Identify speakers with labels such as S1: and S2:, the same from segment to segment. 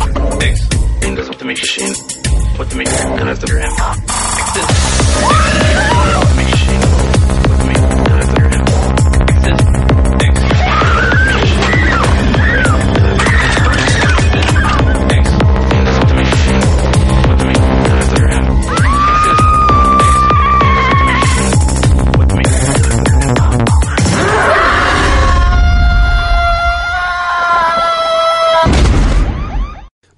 S1: Next. That's what to make shit. What to make and that's the gram. Exist. What to make shit. What to make and that's the gram. Exist. Next. Next. That's what to make shit. What to make and that's the gram. Exist. Next. What to make and that's the gram.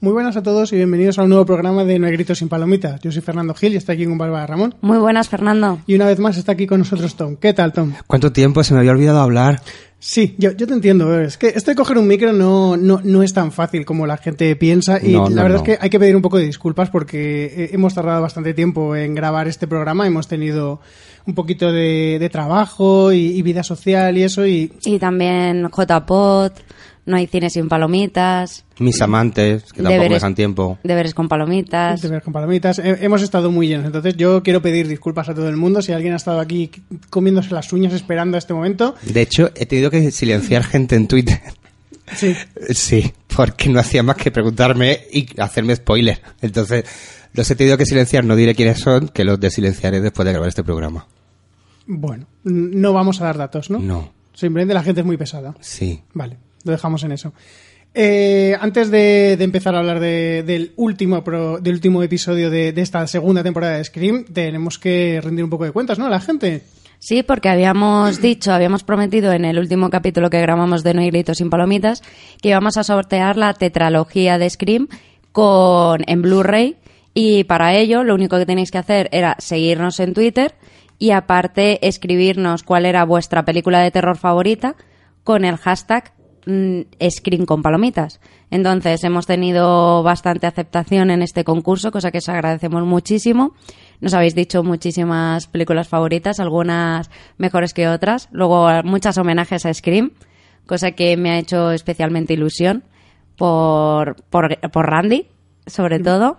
S2: Muy buenas a todos y bienvenidos a un nuevo programa de No hay gritos sin palomitas. Yo soy Fernando Gil y está aquí con Bárbara Ramón.
S3: Muy buenas, Fernando.
S2: Y una vez más está aquí con nosotros Tom. ¿Qué tal, Tom?
S4: ¿Cuánto tiempo? Se me había olvidado hablar.
S2: Sí, yo, yo te entiendo. eh, Es que esto de coger un micro no, no, no es tan fácil como la gente piensa y
S4: No, no,
S2: la verdad
S4: no.
S2: es que hay que pedir un poco de disculpas porque eh, hemos tardado bastante tiempo en grabar este programa. Hemos tenido un poquito de, de trabajo y, y vida social y eso y...
S3: Y también J-Pod, No hay cine sin palomitas.
S4: Mis amantes, que tampoco me dejan tiempo.
S3: Deberes con palomitas.
S2: de ver con palomitas. He- Hemos estado muy llenos, entonces yo quiero pedir disculpas a todo el mundo si alguien ha estado aquí comiéndose las uñas esperando este momento.
S4: De hecho, he tenido que silenciar gente en Twitter.
S2: Sí.
S4: Sí, porque no hacía más que preguntarme y hacerme spoiler. Entonces, los he tenido que silenciar. No diré quiénes son, que los desilenciaré después de grabar este programa.
S2: Bueno, n- no vamos a dar datos, ¿no?
S4: No.
S2: Simplemente la gente es muy pesada.
S4: Sí.
S2: Vale, lo dejamos en eso. Eh, antes de, de empezar a hablar de- del, último pro- del último episodio de, de esta segunda temporada de Scream, tenemos que rendir un poco de cuentas, ¿no? A la gente.
S3: Sí, porque habíamos dicho, habíamos prometido en el último capítulo que grabamos de No hay gritos sin palomitas que íbamos a sortear la tetralogía de Scream con en Blu-ray y para ello lo único que tenéis que hacer era seguirnos en Twitter y aparte escribirnos cuál era vuestra película de terror favorita con el hashtag mm, Scream con palomitas. Entonces hemos tenido bastante aceptación en este concurso, cosa que os agradecemos muchísimo. Nos habéis dicho muchísimas películas favoritas, algunas mejores que otras. Luego muchas homenajes a Scream, cosa que me ha hecho especialmente ilusión por, por, por Randy, sobre todo.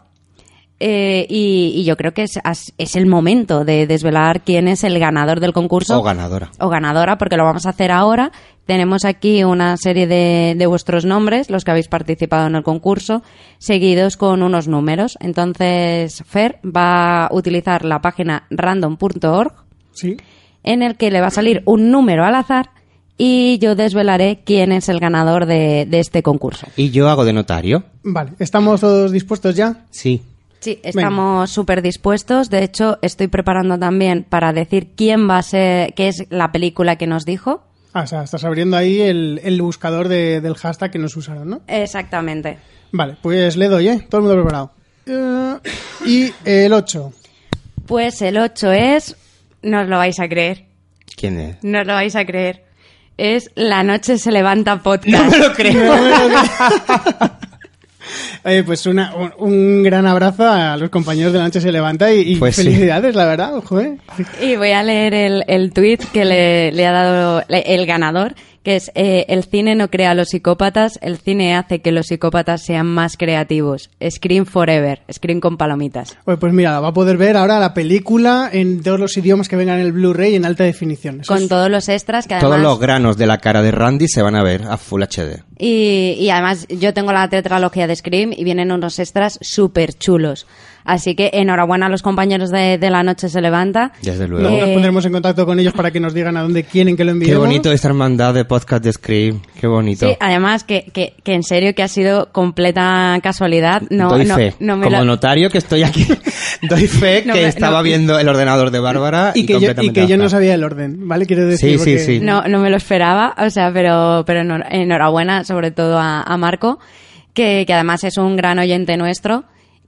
S3: Eh, y, y yo creo que es, es el momento de desvelar quién es el ganador del concurso
S4: O ganadora.
S3: o ganadora, porque lo vamos a hacer ahora. Tenemos aquí una serie de, de vuestros nombres, los que habéis participado en el concurso, seguidos con unos números. Entonces, Fer va a utilizar la página random.org,
S2: Sí.
S3: en el que le va a salir un número al azar y yo desvelaré quién es el ganador de, de este concurso.
S4: ¿Y yo hago de notario?
S2: Vale, ¿estamos todos dispuestos ya?
S4: Sí.
S3: Sí, estamos súper dispuestos. De hecho, estoy preparando también para decir quién va a ser, qué es la película que nos dijo.
S2: Ah, o sea, estás abriendo ahí el, el buscador de- del hashtag que nos usaron, ¿no?
S3: Exactamente.
S2: Vale, pues le doy, ¿eh? Todo el mundo preparado. Eh, y el 8.
S3: Pues el 8 es. No os lo vais a creer.
S4: ¿Quién es?
S3: No os lo vais a creer. Es La Noche se levanta podcast.
S4: lo creo.
S2: Eh, pues una, un, un gran abrazo a los compañeros de la noche se levanta y, y
S4: Pues sí.
S2: felicidades, la verdad, joder.
S3: Y voy a leer el, el tweet que le, le ha dado le- el ganador, que es eh, El cine no crea a los psicópatas, el cine hace que los psicópatas sean más creativos. Screen forever, screen con palomitas.
S2: Oye, pues mira, va a poder ver ahora la película en todos los idiomas que vengan en el Blu-ray en alta definición. Eso
S3: Con
S2: es-
S3: todos los extras que además...
S4: Todos los granos de la cara de Randy se van a ver a Full HD.
S3: Y, y además yo tengo la tetralogía de Scream y vienen unos extras súper chulos. Así que enhorabuena a los compañeros de, de La Noche se levanta.
S4: Desde luego.
S2: Luego nos
S3: Eh,
S2: pondremos en contacto con ellos para que nos digan a dónde quieren que lo
S4: Qué
S2: enviemos.
S4: bonito esta hermandad de podcast de Scream. Qué bonito.
S3: Sí, además que, que, que en serio que ha sido completa casualidad. No,
S4: doy
S3: no,
S4: fe.
S3: no me
S4: Como
S3: lo-
S4: notario que estoy aquí, doy fe
S3: No
S4: que
S3: me-
S4: estaba
S3: no.
S4: viendo el ordenador de Bárbara y,
S2: Y que, yo, y
S4: completamente
S2: que yo no
S4: adaptado.
S2: sabía el orden, ¿vale? Quiero decir,
S4: Sí, sí,
S2: porque-
S4: sí.
S3: No, no me lo esperaba, o sea, pero, pero enhor- enhorabuena sobre todo a, a Marco, que, que además es un gran oyente nuestro.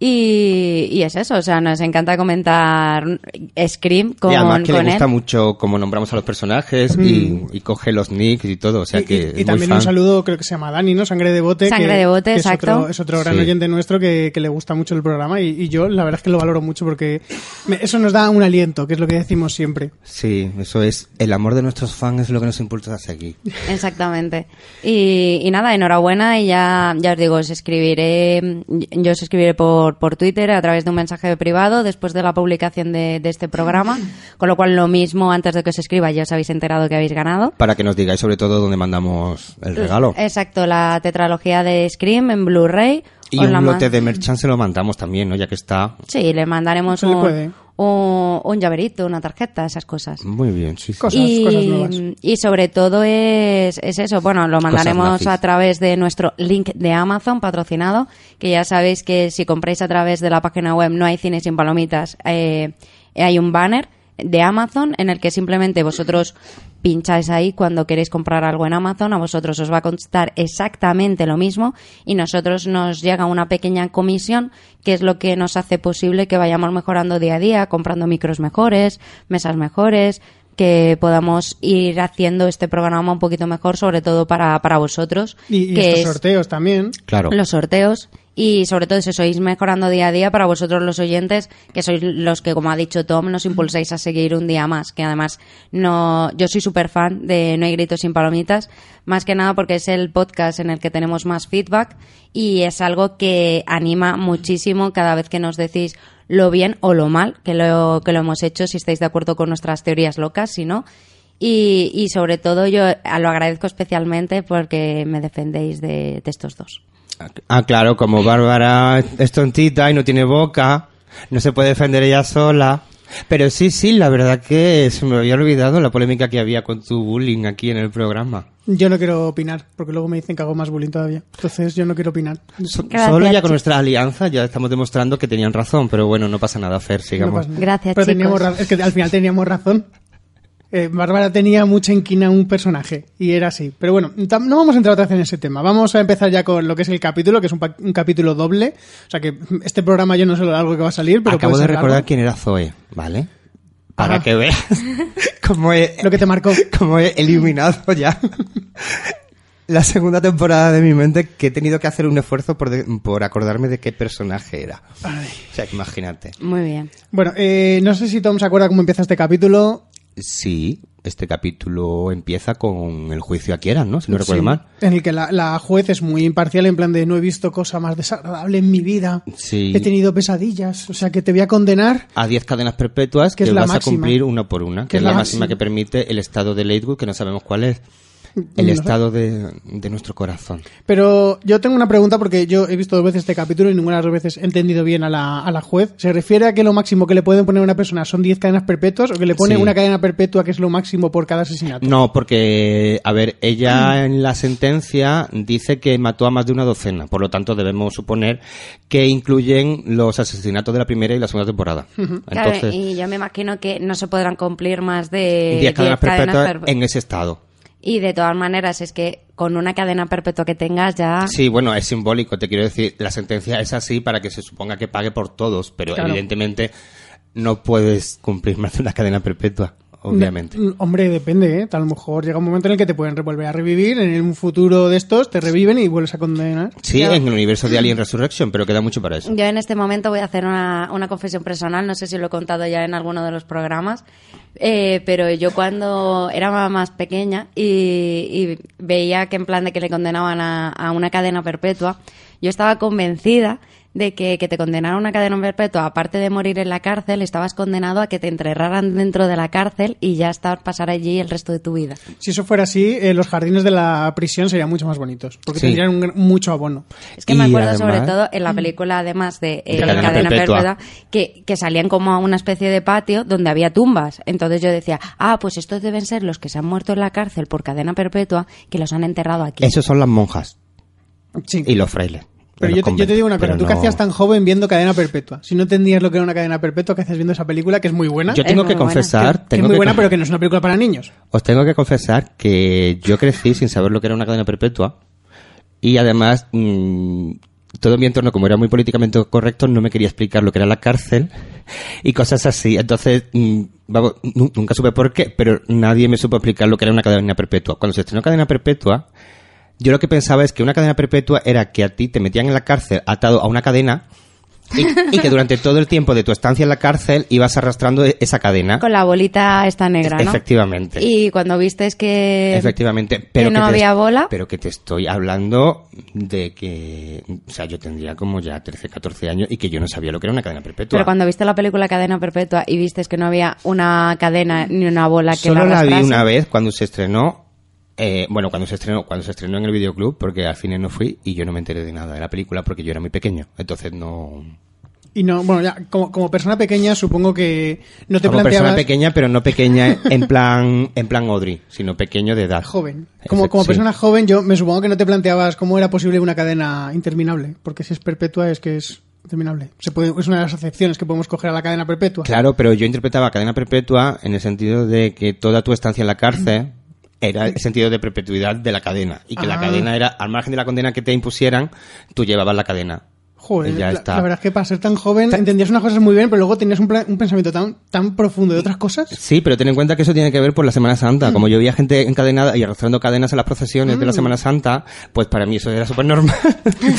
S3: Y, y es eso, o sea, nos encanta comentar Scream con,
S4: y además que
S3: con
S4: le gusta
S3: él.
S4: mucho cómo nombramos a los personajes y, y coge los nicks y todo. O sea
S2: Mm. Y-
S4: que
S2: y-
S4: es
S2: y
S4: muy
S2: también
S4: fan.
S2: un saludo, creo que se llama Dani, ¿no? Sangre de Bote.
S3: Sangre
S2: que-
S3: de Bote,
S2: que Es
S3: exacto.
S2: otro, es otro gran
S4: Sí.
S2: oyente nuestro que, que le gusta mucho el programa y, y yo la verdad es que lo valoro mucho porque me- eso nos da un aliento, que es lo que decimos siempre.
S4: Sí, eso es. El amor de nuestros fans es lo que nos impulsa hacia aquí.
S3: Exactamente. Y, y nada, enhorabuena y ya, ya os digo, os escribiré, yo os escribiré por, por Twitter a través de un mensaje privado después de la publicación de, de este programa, con lo cual lo mismo antes de que os escriba ya os habéis enterado que habéis ganado.
S4: Para que nos digáis
S3: Eh,
S4: sobre todo dónde mandamos el regalo.
S3: Exacto, la tetralogía de Scream en Blu-ray
S4: Y
S3: Os la
S4: un
S3: man-
S4: lote de merchan se lo mandamos también, ¿no? Ya que está
S3: Sí, le mandaremos
S2: Se le
S3: un,
S2: puede.
S3: un- un llaverito, una tarjeta, esas cosas.
S4: muy bien. Sí, sí.
S2: Cosa- Cosas-
S3: y,
S2: cosas nuevas.
S3: y sobre todo es, es eso. Bueno, lo mandaremos
S4: nazis.
S3: a través de nuestro link de Amazon patrocinado, que ya sabéis que si compráis a través de la página web No hay cines sin palomitas, eh, hay un banner de Amazon en el que simplemente vosotros pincháis ahí cuando queréis comprar algo en Amazon, a vosotros os va a constar exactamente lo mismo y nosotros nos llega una pequeña comisión que es lo que nos hace posible que vayamos mejorando día a día, comprando micros mejores, mesas mejores, que podamos ir haciendo este programa un poquito mejor, sobre todo para, para vosotros,
S2: Y, y
S3: que
S2: estos
S3: es
S2: sorteos también.
S4: Claro.
S3: los sorteos. Y sobre todo si sois mejorando día a día para vosotros los oyentes, que sois los que, como ha dicho Tom, nos impulsáis a seguir un día más. Que además no, yo soy súper fan de No hay gritos sin palomitas, más que nada porque es el podcast en el que tenemos más feedback y es algo que anima muchísimo cada vez que nos decís lo bien o lo mal que lo, que lo hemos hecho, si estáis de acuerdo con nuestras teorías locas, si no. Y, y sobre todo yo eh, lo agradezco especialmente porque me defendéis de- de estos dos.
S4: Ah, claro, como Bárbara es tontita y no tiene boca, no se puede defender ella sola. Pero sí, sí, la verdad que se me había olvidado la polémica que había con tu bullying aquí en el programa.
S2: Yo no quiero opinar, porque luego me dicen que hago más bullying todavía. Entonces yo no quiero opinar.
S4: So-
S3: Gracias,
S4: Solo ya con
S3: chicos.
S4: nuestra alianza ya estamos demostrando que tenían razón, pero bueno, no pasa nada, Fer,
S2: No
S4: sigamos.
S2: pasa nada.
S3: Gracias,
S2: Pero teníamos
S3: chicos.
S2: ra- Es que al final teníamos razón. Eh, Bárbara tenía mucha inquina a un personaje y era así. Pero bueno, tam- no vamos a entrar otra vez en ese tema. Vamos a empezar ya con lo que es el capítulo, que es un, pa- un capítulo doble. O sea que mm, este programa yo no sé lo largo que va a salir, pero
S4: Acabo
S2: puede
S4: de
S2: ser largo.
S4: recordar quién era Zoe, ¿vale? Para
S2: Ajá.
S4: que veas cómo he,
S2: lo que te marcó.
S4: cómo he eliminado ya la segunda temporada de mi mente que he tenido que hacer un esfuerzo por, de- por acordarme de qué personaje era. O sea, que imagínate.
S3: Muy bien.
S2: Bueno, eh, no sé si Tom se acuerda cómo empieza este capítulo.
S4: Sí, este capítulo empieza con el juicio a Kieran, ¿no? Si no recuerdo
S2: Sí,
S4: mal.
S2: En el que la, la juez es muy imparcial, en plan de no he visto cosa más desagradable en mi vida.
S4: Sí.
S2: He tenido pesadillas. O sea que te voy a condenar.
S4: a 10 cadenas perpetuas
S2: Que
S4: que,
S2: es la
S4: vas
S2: máxima.
S4: a cumplir una por una, que, es la máxima que permite el estado de Lakewood, que no sabemos cuál es, el
S2: No sé.
S4: estado de, de nuestro corazón.
S2: Pero yo tengo una pregunta porque yo he visto dos veces este capítulo y ninguna de las dos veces he entendido bien a la, a la juez. ¿Se refiere a que lo máximo que le pueden poner a una persona son 10 cadenas perpetuas o que le pone
S4: Sí.
S2: una cadena perpetua que es lo máximo por cada asesinato?
S4: No, porque, a ver, ella en la sentencia dice que mató a más de una docena, por lo tanto debemos suponer que incluyen los asesinatos de la primera y la segunda temporada.
S3: Claro,
S4: Entonces,
S3: y eh, yo me imagino que no se podrán cumplir más de
S4: 10 cadenas perpetuas
S3: perpe-
S4: en ese estado.
S3: Y de todas maneras, es que con una cadena perpetua que tengas ya...
S4: Sí, bueno, es simbólico, te quiero decir, la sentencia es así para que se suponga que pague por todos, pero
S2: Claro.
S4: evidentemente no puedes cumplir más de una cadena perpetua, obviamente.
S2: Mm, Hombre, depende, ¿eh? A lo mejor llega un momento en el que te pueden volver a revivir, en un futuro de estos te reviven y vuelves a condenar.
S4: Sí, en el universo de Alien Resurrection, pero queda mucho para eso.
S3: Yo en este momento voy a hacer una, una confesión personal, no sé si lo he contado ya en alguno de los programas, eh, pero yo cuando era ma- más pequeña y, y veía que en plan de que le condenaban a, a una cadena perpetua, yo estaba convencida de que, que te condenaran a una cadena perpetua, aparte de morir en la cárcel, estabas condenado a que te enterraran dentro de la cárcel y ya estar pasar allí el resto de tu vida.
S2: Si eso fuera así, eh, los jardines de la prisión serían mucho más bonitos, porque
S4: Sí.
S2: tendrían un gr- mucho abono.
S3: Es que me
S4: Y
S3: acuerdo sobre
S4: además- mm.
S3: todo en la película, además de eh,
S4: Cadena
S3: Cadena,
S4: Perpetua.
S3: Perpetua, que, que salían como a una especie de patio donde había tumbas. Entonces yo decía, ah, pues estos deben ser los que se han muerto en la cárcel por cadena perpetua que los han enterrado aquí.
S4: Esos son las monjas
S2: Sí.
S4: y los frailes.
S2: Pero
S4: en los
S2: yo te, yo te digo una cosa,
S4: conventos,
S2: tú que
S4: pero no-
S2: hacías tan joven viendo Cadena Perpetua, si no entendías lo que era una Cadena Perpetua, que haces viendo esa película, que es muy buena,
S4: Yo
S3: Es
S4: tengo
S3: muy
S4: que
S3: buena.
S4: confesar,
S2: que es
S4: tengo
S2: muy
S4: que
S2: buena,
S4: con-
S2: pero que no es una película para niños.
S4: os tengo que confesar que yo crecí sin saber lo que era una cadena perpetua y además mm, todo mi entorno, como era muy políticamente correcto, no me quería explicar lo que era la cárcel y cosas así. Entonces, mm, vamos, nu- nunca supe por qué, pero nadie me supo explicar lo que era una cadena perpetua. Cuando se estrenó cadena perpetua, yo lo que pensaba es que una cadena perpetua era que a ti te metían en la cárcel atado a una cadena y, y que durante todo el tiempo de tu estancia en la cárcel ibas arrastrando e- esa cadena.
S3: Con la bolita esta negra, ¿no?
S4: Efectivamente.
S3: Y cuando vistes que...
S4: Efectivamente, pero
S3: no
S4: te-
S3: había bola.
S4: Pero que te estoy hablando de que, o sea, yo tendría como ya 13, 14 años y que yo no sabía lo que era una cadena perpetua.
S3: Pero cuando viste la película Cadena Perpetua y vistes que no había una cadena ni una bola que
S4: Solo la vi
S3: arrastrase,
S4: una vez cuando se estrenó Eh, bueno, cuando se estrenó, cuando se estrenó en el videoclub, porque al cine no fui y yo no me enteré de nada de la película porque yo era muy pequeño, entonces no.
S2: Y no, bueno, ya, como, como persona pequeña supongo que no te
S4: como
S2: planteabas...
S4: persona pequeña, pero no pequeña en plan en plan Audrey, sino pequeño de edad.
S2: Joven. Como,
S4: Ese-
S2: como
S4: sí.
S2: persona joven, yo me supongo que no te planteabas cómo era posible una cadena interminable, porque si es perpetua es que es interminable. Se puede, es una de las acepciones que podemos coger a la cadena perpetua.
S4: Claro, pero yo interpretaba cadena perpetua en el sentido de que toda tu estancia en la cárcel era el sentido de perpetuidad de la cadena y que
S2: Mm. Ah.
S4: la cadena era al margen de la condena que te impusieran, tú llevabas la cadena.
S2: Joder,
S4: Y ya
S2: la,
S4: está.
S2: la verdad es que para ser tan joven entendías unas cosas muy bien, pero luego tenías un, pla- un pensamiento tan, tan profundo de otras cosas.
S4: Sí, pero ten en cuenta que eso tiene que ver por la Semana Santa. Como yo veía gente encadenada y arrastrando cadenas en las procesiones
S2: Mm.
S4: de la Semana Santa, pues para mí eso era súper normal.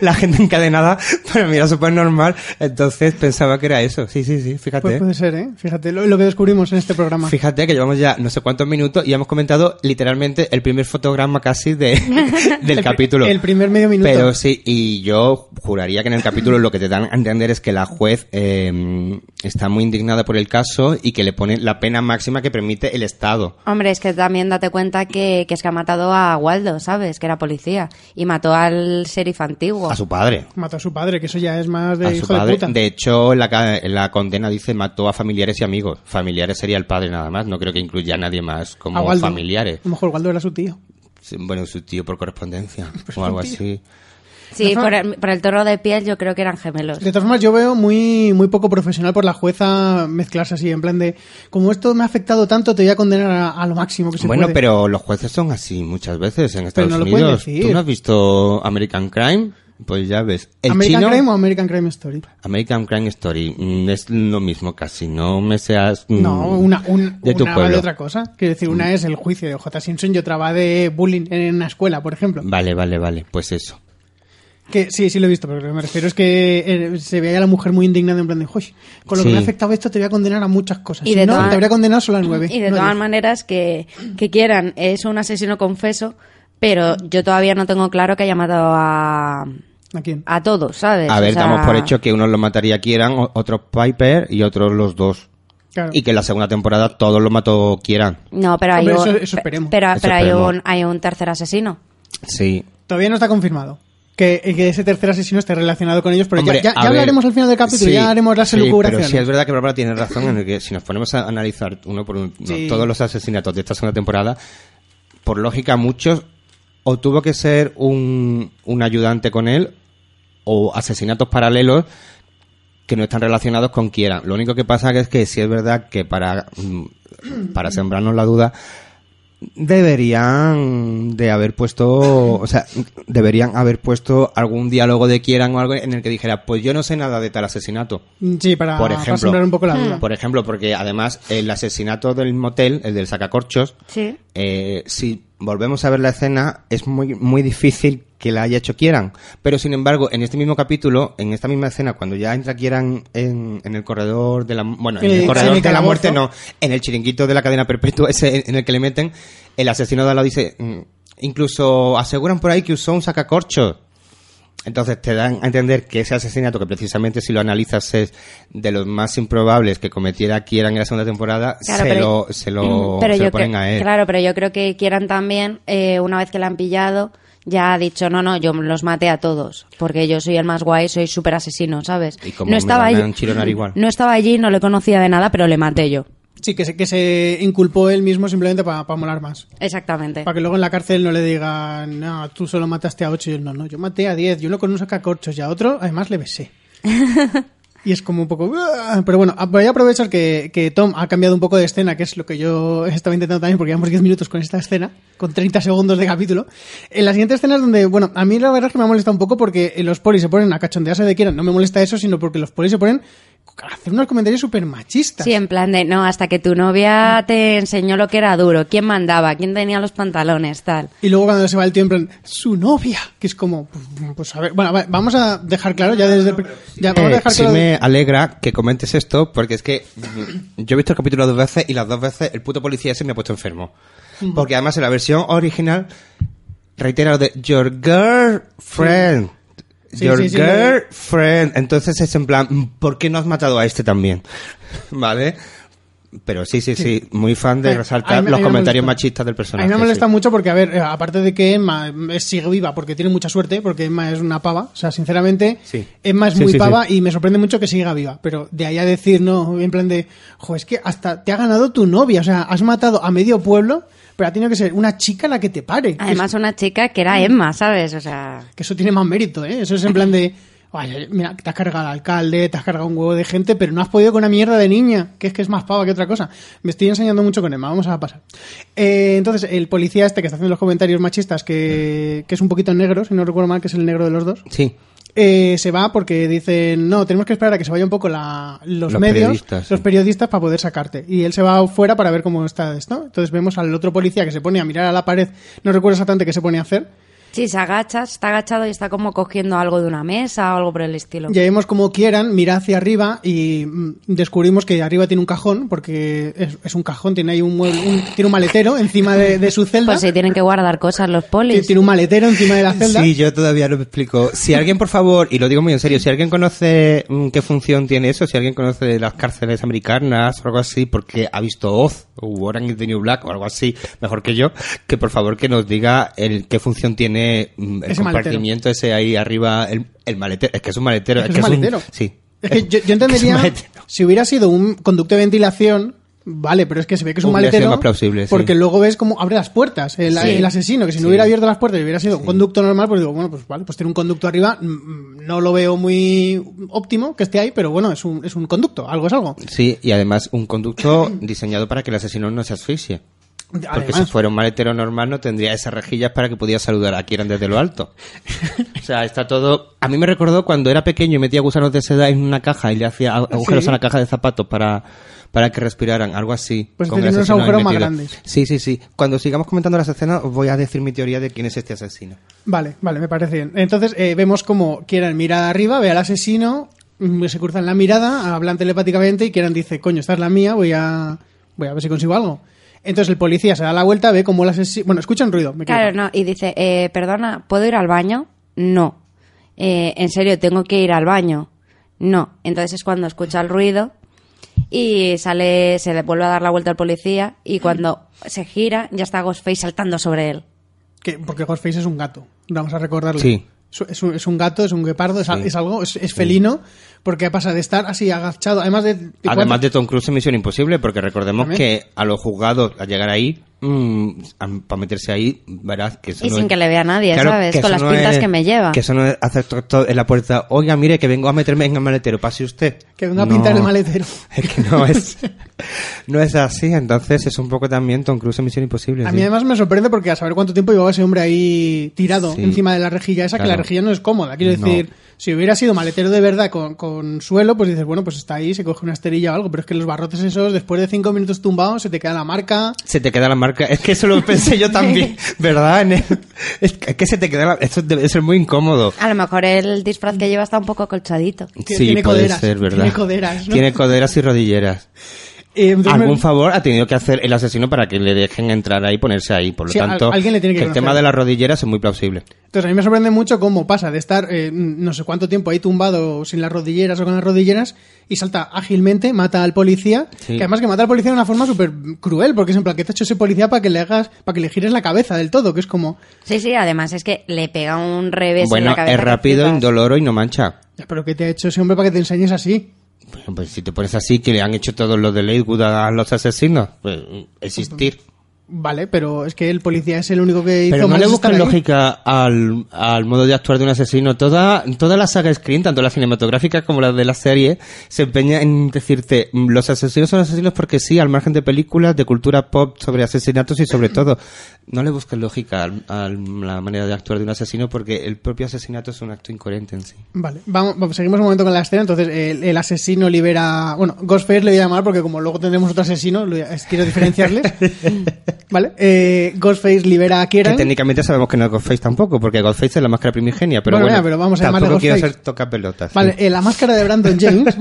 S4: la gente encadenada para mí era súper normal. Entonces pensaba que era eso. Sí, sí, sí,
S2: Pues
S4: fíjate.
S2: puede ser, ¿eh? Fíjate lo, lo que descubrimos en este programa.
S4: Fíjate que llevamos ya no sé cuántos minutos y hemos comentado literalmente el primer fotograma casi de, del
S2: El pri-
S4: capítulo.
S2: el primer medio minuto.
S4: Pero sí, y yo juraría que en el capítulo lo que te dan a entender es que la juez eh, está muy indignada por el caso y que le pone la pena máxima que permite el Estado.
S3: Hombre, es que también date cuenta que, que es que ha matado a Waldo, ¿sabes? Que era policía. Y mató al sheriff antiguo.
S4: A su padre.
S2: Mató a su padre, que eso ya es más de
S4: a su
S2: hijo de
S4: padre.
S2: puta.
S4: De hecho, la, ca- la condena dice mató a familiares y amigos. Familiares sería el padre nada más. No creo que incluya a nadie más
S2: A
S4: como
S2: Ah, Waldo.
S4: familiares.
S2: A lo mejor Waldo era su tío.
S4: Sí, Bueno, su tío por correspondencia
S2: Pues
S4: o algo así.
S3: Sí, por el, por el tono de piel yo creo que eran gemelos.
S4: Pues
S2: De todas formas, yo veo muy, muy poco profesional por la jueza mezclarse así, en plan de, como esto me ha afectado tanto, te voy a condenar a, a lo máximo que se
S4: Bueno,
S2: puede.
S4: pero los jueces son así muchas veces en Estados
S2: no lo pueden
S4: Unidos.
S2: decir.
S4: ¿Tú no has visto American Crime? Pues ya ves. El
S2: ¿American
S4: chino,
S2: Crime o American Crime Story?
S4: American Crime Story mm, es lo mismo casi. No me seas mm,
S2: No, una, un-
S4: de tu
S2: una va de
S4: pueblo. Mm.
S2: otra cosa. Quiero decir, una es el juicio de J. Simpson y otra va de bullying en una escuela, por ejemplo.
S4: Vale, vale, vale. Pues eso.
S2: Que sí, sí lo he visto, pero lo que me refiero es que eh, se veía a la mujer muy indignada en plan de, "Josh, con lo que
S4: Sí.
S2: me ha afectado esto te voy a condenar a muchas cosas.
S3: Y
S2: Si
S3: de
S2: no,
S3: todas-
S2: te habría condenado solo a nueve.
S3: Y de
S2: no a
S3: todas
S2: diez.
S3: maneras, que, que quieran, es un asesino confeso, pero yo todavía no tengo claro que haya matado a,
S2: ¿A quién?
S3: a todos, ¿sabes?
S4: A
S3: Pues, O
S4: ver,
S3: sea,
S4: damos por hecho que unos los mataría Kieran, o- otros Piper y otros los dos.
S2: Claro.
S4: Y que en la segunda temporada todos los mató Kieran.
S3: No, pero hay
S2: Hombre,
S3: un,
S2: eso- eso esperemos.
S3: pero,
S4: Eso
S3: pero hay,
S4: esperemos.
S3: un, hay un tercer asesino.
S4: Sí.
S2: Todavía no está confirmado. Que, eh, que ese tercer asesino esté relacionado con ellos, pero ya-
S4: Hombre,
S2: ya, ya
S4: a ver,
S2: hablaremos al final del capítulo,
S4: sí,
S2: ya haremos las
S4: sí,
S2: elucubraciones.
S4: pero sí es verdad que Bárbara tiene razón en el que si nos ponemos a analizar uno por uno
S2: Sí.
S4: todos los asesinatos de esta segunda temporada, por lógica muchos o tuvo que ser un, un ayudante con él o asesinatos paralelos que no están relacionados con Kieran. Lo único que pasa que es que sí es verdad que para, mm, para sembrarnos la duda deberían de haber puesto, o sea, deberían haber puesto algún diálogo de Kieran o algo en el que dijera, pues yo no sé nada de tal asesinato.
S2: Mm, Sí, para,
S4: Por
S2: para
S4: ejemplo.
S2: sembrar un poco la duda.
S4: Por ejemplo, porque además el asesinato del motel, el del sacacorchos,
S3: Sí.
S4: eh, si volvemos a ver la escena, es muy, muy difícil que la haya hecho Kieran. Pero sin embargo, en este mismo capítulo, en esta misma escena, cuando ya entra Kieran en, en el corredor de la, bueno, en
S2: Eh,
S4: el
S2: sí,
S4: corredor
S2: en el
S4: de la
S2: calabozo.
S4: muerte, no, en el chiringuito de la cadena perpetua ese en el que le meten, el asesino de al lado dice, "Mm, incluso aseguran por ahí que usó un sacacorchos. Entonces te dan a entender que ese asesinato, que precisamente si lo analizas es de los más improbables que cometiera Kieran en la segunda temporada,
S3: Claro,
S4: se,
S3: pero- Mm,
S4: lo, se lo,
S3: Pero
S4: se lo
S3: yo
S4: ponen
S3: cre-
S4: a él.
S3: Claro, pero yo creo que quieran también, eh, una vez que la han pillado, ya ha dicho, no, no, yo los maté a todos, porque yo soy el más guay, soy súper asesino, ¿sabes?
S4: Y como
S3: no
S4: me
S3: estaba
S4: van a
S3: allí,
S4: enchironar igual.
S3: no estaba allí, no le conocía de nada, pero le maté yo.
S2: Sí, que se, que se inculpó él mismo simplemente para molar más.
S3: Exactamente.
S2: Para que luego en la cárcel no le digan, no, tú solo mataste a ocho y él, no, no, yo maté a 10 y uno con un sacacorchos y a otro, además le besé. Y es como un poco... "Uah". Pero bueno, voy a aprovechar que, que Tom ha cambiado un poco de escena, que es lo que yo estaba intentando también, porque llevamos 10 minutos con esta escena, con 30 segundos de capítulo. En la siguiente escena es donde, bueno, a mí la verdad es que me molesta un poco porque eh, los polis se ponen a cachondearse de quieran. No me molesta eso, sino porque los polis se ponen a hacer unos comentarios súper machistas.
S3: Sí, en plan de, no, hasta que tu novia te enseñó lo que era duro, quién mandaba, quién tenía los pantalones, tal.
S2: Y luego cuando se va el tío en plan, su novia, que es como, pues a ver, bueno, va- vamos a dejar claro ya desde... pri- Ya, vamos a
S4: Eh,
S2: dejar
S4: sí
S2: claro...
S4: me alegra que comentes esto, porque es que mm, yo he visto el capítulo dos veces y las dos veces el puto policía ese me ha puesto enfermo.
S2: Mm.
S4: Porque además en la versión original reitera lo de your girlfriend.
S2: Sí,
S4: your
S2: sí, sí, lo de-
S4: girlfriend. Entonces es en plan, mm, ¿por qué no has matado a este también? ¿Vale? Pero sí, sí, sí, muy fan de
S2: Eh, a
S4: resaltar
S2: mí me- a
S4: los
S2: mí me
S4: comentarios
S2: molesta.
S4: machistas del
S2: A
S4: personaje.
S2: mí me molesta
S4: sí.
S2: mucho porque, a ver, eh, aparte de que Emma eh, sigue viva porque tiene mucha suerte, porque Emma es una pava, o sea, sinceramente,
S4: Sí.
S2: Emma es
S4: Sí,
S2: muy
S4: sí,
S2: pava y me sorprende mucho que siga viva, pero de ahí a decir, no, en plan de, jo, es que hasta te ha ganado tu novia, o sea, has matado a medio pueblo, pero ha tenido que ser una chica la que te pare.
S3: Además, una chica que era Emma, ¿sabes? O sea.
S2: Que eso tiene más mérito, ¿eh? Eso es en plan de, "Ay, mira, te has cargado al alcalde, te has cargado un huevo de gente, pero no has podido con una mierda de niña, que es que es más pava que otra cosa. Me estoy enseñando mucho con Emma, vamos a pasar. Eh, entonces, el policía este que está haciendo los comentarios machistas, que, que es un poquito negro, si no recuerdo mal, que es el negro de los dos.
S4: Sí.
S2: eh, se va porque dicen no tenemos que esperar a que se vaya un poco la, los,
S4: Los
S2: medios
S4: periodistas, sí.
S2: los periodistas para poder sacarte y él se va fuera para ver cómo está esto entonces vemos al otro policía que se pone a mirar a la pared no recuerdo exactamente qué se pone a hacer
S3: Sí, se agacha, está agachado y está como cogiendo algo de una mesa o algo por el estilo.
S2: Ya vemos como quieran, mira hacia arriba y mm, descubrimos que arriba tiene un cajón, porque es, es un cajón, tiene ahí un, mueble- un- tiene un maletero encima de, de su celda.
S3: Pues sí, tienen que guardar cosas los
S2: Tiene-
S3: polis.
S2: tiene un maletero encima de la celda.
S4: Sí, yo todavía no me explico. Si alguien, por favor, y lo digo muy en serio, si alguien conoce mm, qué función tiene eso, si alguien conoce de las cárceles americanas o algo así, porque ha visto Oz o Orange is the New Black o algo así, mejor que yo, que por favor que nos diga el qué función tiene mm, el
S2: Ese
S4: compartimiento ese ahí arriba, el, el maletero. Es que es un maletero.
S2: Es que es un maletero.
S4: sí.
S2: Es que yo, yo
S4: Es un
S2: entendería,
S4: maletero.
S2: si hubiera sido un conducto de ventilación, vale, pero es que se ve que es un
S4: Hubiera sido
S2: maletero.
S4: más plausible, sí.
S2: porque luego ves cómo abre las puertas el,
S3: Sí.
S2: el asesino, que si no
S4: Sí.
S2: hubiera abierto las puertas y hubiera sido un conducto normal, pues digo, bueno, pues vale, pues tiene un conducto arriba, mm, no lo veo muy óptimo que esté ahí, pero bueno, es un, es un conducto, algo es algo.
S4: Sí, y además un conducto diseñado para que el asesino no se asfixie. Porque si
S2: Además-
S4: fuera un maletero normal no tendría esas rejillas para que pudiera saludar a quien desde lo alto. O sea, está todo... A mí me recordó cuando era pequeño y metía gusanos de seda en una caja y le hacía a-
S2: Ah,
S4: agujeros
S2: Sí.
S4: a la caja de zapatos para, para que respiraran, algo así.
S2: Pues
S4: con el
S2: tiene unos
S4: asesino ahí
S2: agujeros más
S4: metido.
S2: grandes.
S4: Sí, sí, sí. Cuando sigamos comentando las escenas os voy a decir mi teoría de quién es este asesino.
S2: Vale, vale, me parece bien. Entonces eh, vemos como Kieran mira arriba, ve al asesino, mm, se cruzan la mirada, hablan telepáticamente y Kieran dice, coño, esta es la mía, voy a, voy a ver si consigo algo. Entonces el policía se da la vuelta, ve como el asesino... Bueno, escucha un ruido. Me equivoco.
S3: Claro, no. Y dice, eh, perdona, ¿puedo ir al baño? No. Eh, en serio, tengo que ir al baño. No. Entonces es cuando escucha el ruido y sale, se le vuelve a dar la vuelta al policía y cuando se gira ya está Ghostface saltando sobre él.
S2: Que- porque Ghostface es un gato, vamos a recordarlo.
S4: Sí.
S2: Es, es un, es un gato, es un guepardo, es, a-
S4: Sí.
S2: es algo, es, es felino, porque pasa de estar así agachado, además de... de
S4: Además
S2: cuatro-
S4: de Tom Cruise en Misión Imposible, porque recordemos
S2: También.
S4: que a los juzgados al llegar ahí, mm, para meterse ahí, verás que eso
S3: Y
S4: no
S3: sin
S4: es-
S3: que le vea nadie,
S4: Claro,
S3: ¿sabes?
S4: que
S3: Con las
S4: eso no
S3: pintas
S4: es-
S3: que me lleva.
S4: Que eso no es hacer toc, toc en la puerta. Oiga, mire, que vengo a meterme en el maletero, pase usted.
S2: Que venga a
S4: No.
S2: pintar el maletero.
S4: Es que no es, no es así, entonces es un poco también Tom Cruise en Misión Imposible.
S2: A
S4: sí.
S2: mí además me sorprende porque a saber cuánto tiempo llevaba ese hombre ahí tirado
S4: Sí.
S2: encima de la rejilla esa, que la
S4: Claro.
S2: rejilla no es cómoda. Quiero
S4: No.
S2: decir, si hubiera sido maletero de verdad con, con suelo, pues dices, bueno, pues está ahí, se coge una esterilla o algo, pero es que los barrotes esos, después de cinco minutos tumbados, se te queda la marca.
S4: Se te queda la marca. Es que eso lo pensé yo también, ¿verdad? En el- Es que es que se te queda la... Esto debe ser muy incómodo.
S3: A lo mejor el disfraz que lleva está un poco colchadito.
S2: Que
S4: sí,
S2: tiene
S4: puede
S2: coderas,
S4: ser, ¿verdad?
S2: tiene coderas, ¿no?
S4: Tiene coderas y rodilleras.
S2: Eh, entonces me-
S4: Algún favor ha tenido que hacer el asesino para que le dejen entrar ahí y ponerse ahí. Por lo
S2: Sí, al-
S4: tanto,
S2: alguien le tiene que
S4: el
S2: conocer.
S4: tema de las rodilleras es muy plausible.
S2: Entonces a mí me sorprende mucho cómo pasa de estar eh, no sé cuánto tiempo ahí tumbado sin las rodilleras o con las rodilleras y salta ágilmente, mata al policía,
S4: Sí.
S2: que además que mata al policía de una forma súper cruel, porque es en plan que te ha hecho ese policía para que le hagas, para que le gires la cabeza del todo, que es como,
S3: Sí, sí, además es que le pega un revés en
S4: bueno,
S3: la cabeza.
S4: es
S3: que
S4: rápido,
S3: flipas.
S4: indoloro y no mancha.
S2: "Ya, pero ¿qué te ha hecho ese hombre para que te enseñes así?
S4: Bueno, pues si te pones así, que le han hecho todos los de Lakewood a los asesinos, pues mm, existir.
S2: Vale, pero es que el policía es el único que hizo
S4: Pero no
S2: mal
S4: le
S2: es
S4: buscan
S2: estar ahí.
S4: lógica al, al modo de actuar de un asesino. Toda, toda la saga Screen, tanto la cinematográfica como la de la serie, se empeña en decirte, mm, los asesinos son asesinos porque sí, al margen de películas, de cultura pop, sobre asesinatos y sobre todo, no le buscan lógica al- a la manera de actuar de un asesino porque el propio asesinato es un acto incoherente en sí.
S2: Vale, vamos, vamos, seguimos un momento con la escena. Entonces, el, el asesino libera. Bueno, Ghostface le voy a llamar porque, como luego tendremos otro asesino, lo voy a- quiero diferenciarles. vale, eh, Ghostface libera a
S4: Que
S2: Kieran.
S4: técnicamente sabemos que no es Godface tampoco, porque Godface es la máscara primigenia, pero
S2: Bueno,
S4: bueno,
S2: ya, pero vamos a llamarle
S4: tampoco quiero
S2: Ghostface.
S4: hacer tocapelotas.
S2: Vale, eh, la máscara de Brandon James,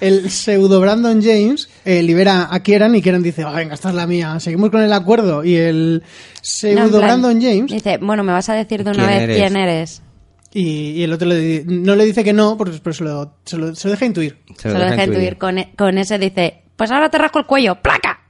S2: el pseudo Brandon James, eh, libera a Kieran y Kieran dice, "Ah, venga, esta es la mía, seguimos con el acuerdo. Y el
S3: No, en
S2: pseudo
S3: plan,
S2: Brandon James,
S3: Dice, bueno, me vas a decir de una
S4: ¿Quién
S3: vez
S4: eres?
S3: quién eres.
S2: y, y el otro le di- no le dice que no, porque- pero se lo, se lo- se lo deja intuir.
S3: Se lo deja intuir. Con, e- con ese dice, Pues ahora te rasco el cuello, placa.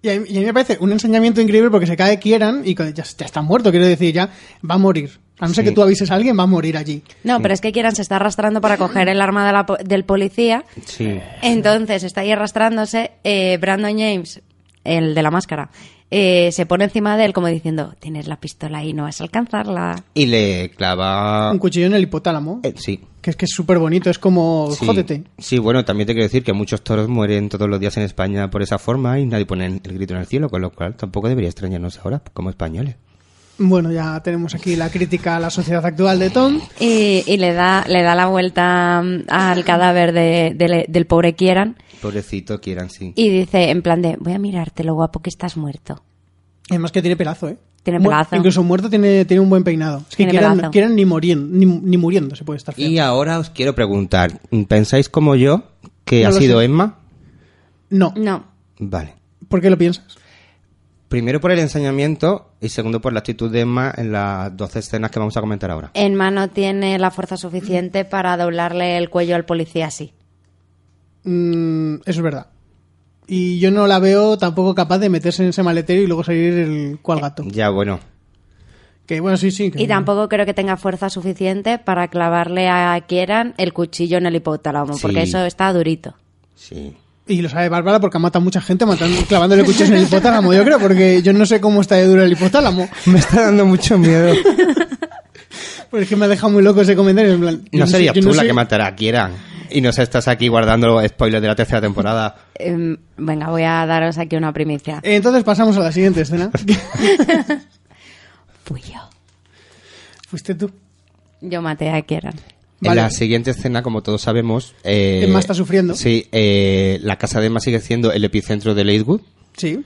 S2: Y a, mí, y a mí me parece un enseñamiento increíble porque se cae Kieran y ya, ya está muerto, quiero decir, ya va a morir. A no ser
S4: Sí.
S2: que tú avises a alguien, va a morir allí.
S3: No, pero es que Kieran se está arrastrando para coger el arma de la po- del policía.
S4: Sí.
S3: Entonces está ahí arrastrándose. eh, Brandon James, el de la máscara, eh, se pone encima de él como diciendo: Tienes la pistola ahí, no vas a alcanzarla.
S4: Y le clava...
S2: Un cuchillo en el hipotálamo,
S4: Ah. Eh, sí.
S2: que es que es súper bonito, es como,
S4: Sí.
S2: Oh, jódete.
S4: Sí, bueno, también te quiero decir que muchos toros mueren todos los días en España por esa forma y nadie pone el grito en el cielo, con lo cual tampoco debería extrañarnos ahora como españoles.
S2: Bueno, ya tenemos aquí la crítica a la sociedad actual de Tom.
S3: Y, y le, da, le da la vuelta mm, al cadáver de- de- del pobre Kieran
S4: Pobrecito, quieran, sí.
S3: y dice: En plan de, voy a mirarte lo guapo que estás muerto.
S2: Además que tiene pelazo, ¿eh?
S3: Tiene
S2: Mu-
S3: pelazo.
S2: Incluso muerto tiene, tiene un buen peinado. Es que
S3: Tiene
S2: quieran,
S3: pelazo.
S2: quieran ni, muriendo, ni, ni muriendo se puede estar feo.
S4: Y ahora os quiero preguntar, ¿pensáis como yo que
S2: No
S4: ha
S2: lo
S4: sido
S2: sé.
S4: Emma?
S2: No.
S3: No.
S4: Vale.
S2: ¿Por qué lo piensas?
S4: Primero por el ensañamiento y segundo por la actitud de Emma en las 12 escenas que vamos a comentar ahora.
S3: Emma no tiene la fuerza suficiente para doblarle el cuello al policía así.
S2: Mm, eso es verdad. Y yo no la veo tampoco capaz de meterse en ese maletero y luego salir el cual gato.
S4: Ya, bueno.
S2: Que bueno, sí, sí. que-
S3: Y tampoco creo que tenga fuerza suficiente para clavarle a Kieran el cuchillo en el hipotálamo,
S4: Sí.
S3: porque eso está durito.
S4: Sí.
S2: Y lo sabe Bárbara porque ha matado a mucha gente matando, clavándole cuchillos en el hipotálamo, yo creo, porque yo no sé cómo está de duro el hipotálamo.
S4: Me está dando mucho miedo.
S2: Pero es que me ha dejado muy loco ese comentario. En plan, yo
S4: No
S2: sé-
S4: serías
S2: yo
S4: tú
S2: no
S4: la
S2: sé-
S4: que matará a Kieran. Y nos estás aquí guardando los spoilers de la tercera temporada.
S3: Em, venga, voy a daros aquí una primicia.
S4: Eh.
S2: Entonces pasamos a la siguiente escena.
S3: Fui yo.
S2: Fuiste tú.
S3: Yo maté a Kieran.
S2: Vale.
S4: En la siguiente escena, como todos sabemos... eh,
S2: Emma está sufriendo.
S4: Sí, eh, la casa de Emma sigue siendo el epicentro de Lakewood
S2: Sí.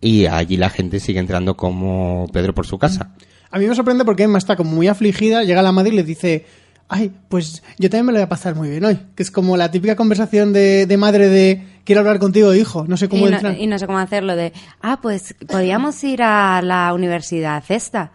S4: y allí la gente sigue entrando como Pedro por su casa.
S2: A mí me sorprende porque Emma está como muy afligida, llega la madre y le dice, ay, pues yo también me lo voy a pasar muy bien hoy. Que es como la típica conversación de, de madre de, quiero hablar contigo, hijo, no sé cómo
S3: Y no,
S2: entrar.
S3: y no sé cómo hacerlo de, ah, pues podíamos ir a la universidad esta.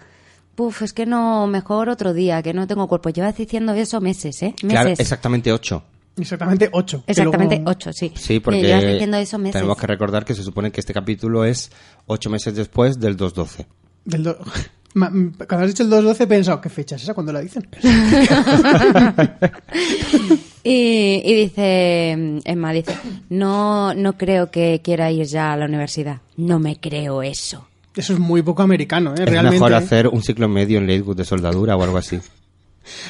S3: Puf, es que no, mejor otro día, que no tengo cuerpo. Llevas diciendo eso meses, ¿eh? Meses.
S4: Claro, exactamente ocho.
S2: Exactamente ocho. que
S3: Exactamente
S2: luego-
S3: ocho, sí.
S4: Sí,
S3: Llevas
S4: porque
S3: diciendo eso meses.
S4: tenemos que recordar que se supone que este capítulo es ocho meses después del 2.12.
S2: del do- Ma- m- Cuando has dicho el 212 he pensado, ¿qué fecha es esa? ¿Cuándo la dicen?
S3: Y, y dice, Emma dice, no, no creo que quiera ir ya a la universidad. No me creo eso.
S2: Eso es muy poco americano, ¿eh?
S4: Es
S2: Realmente.
S4: mejor
S2: ¿eh?
S4: hacer un ciclo medio en Lakewood de soldadura o algo así.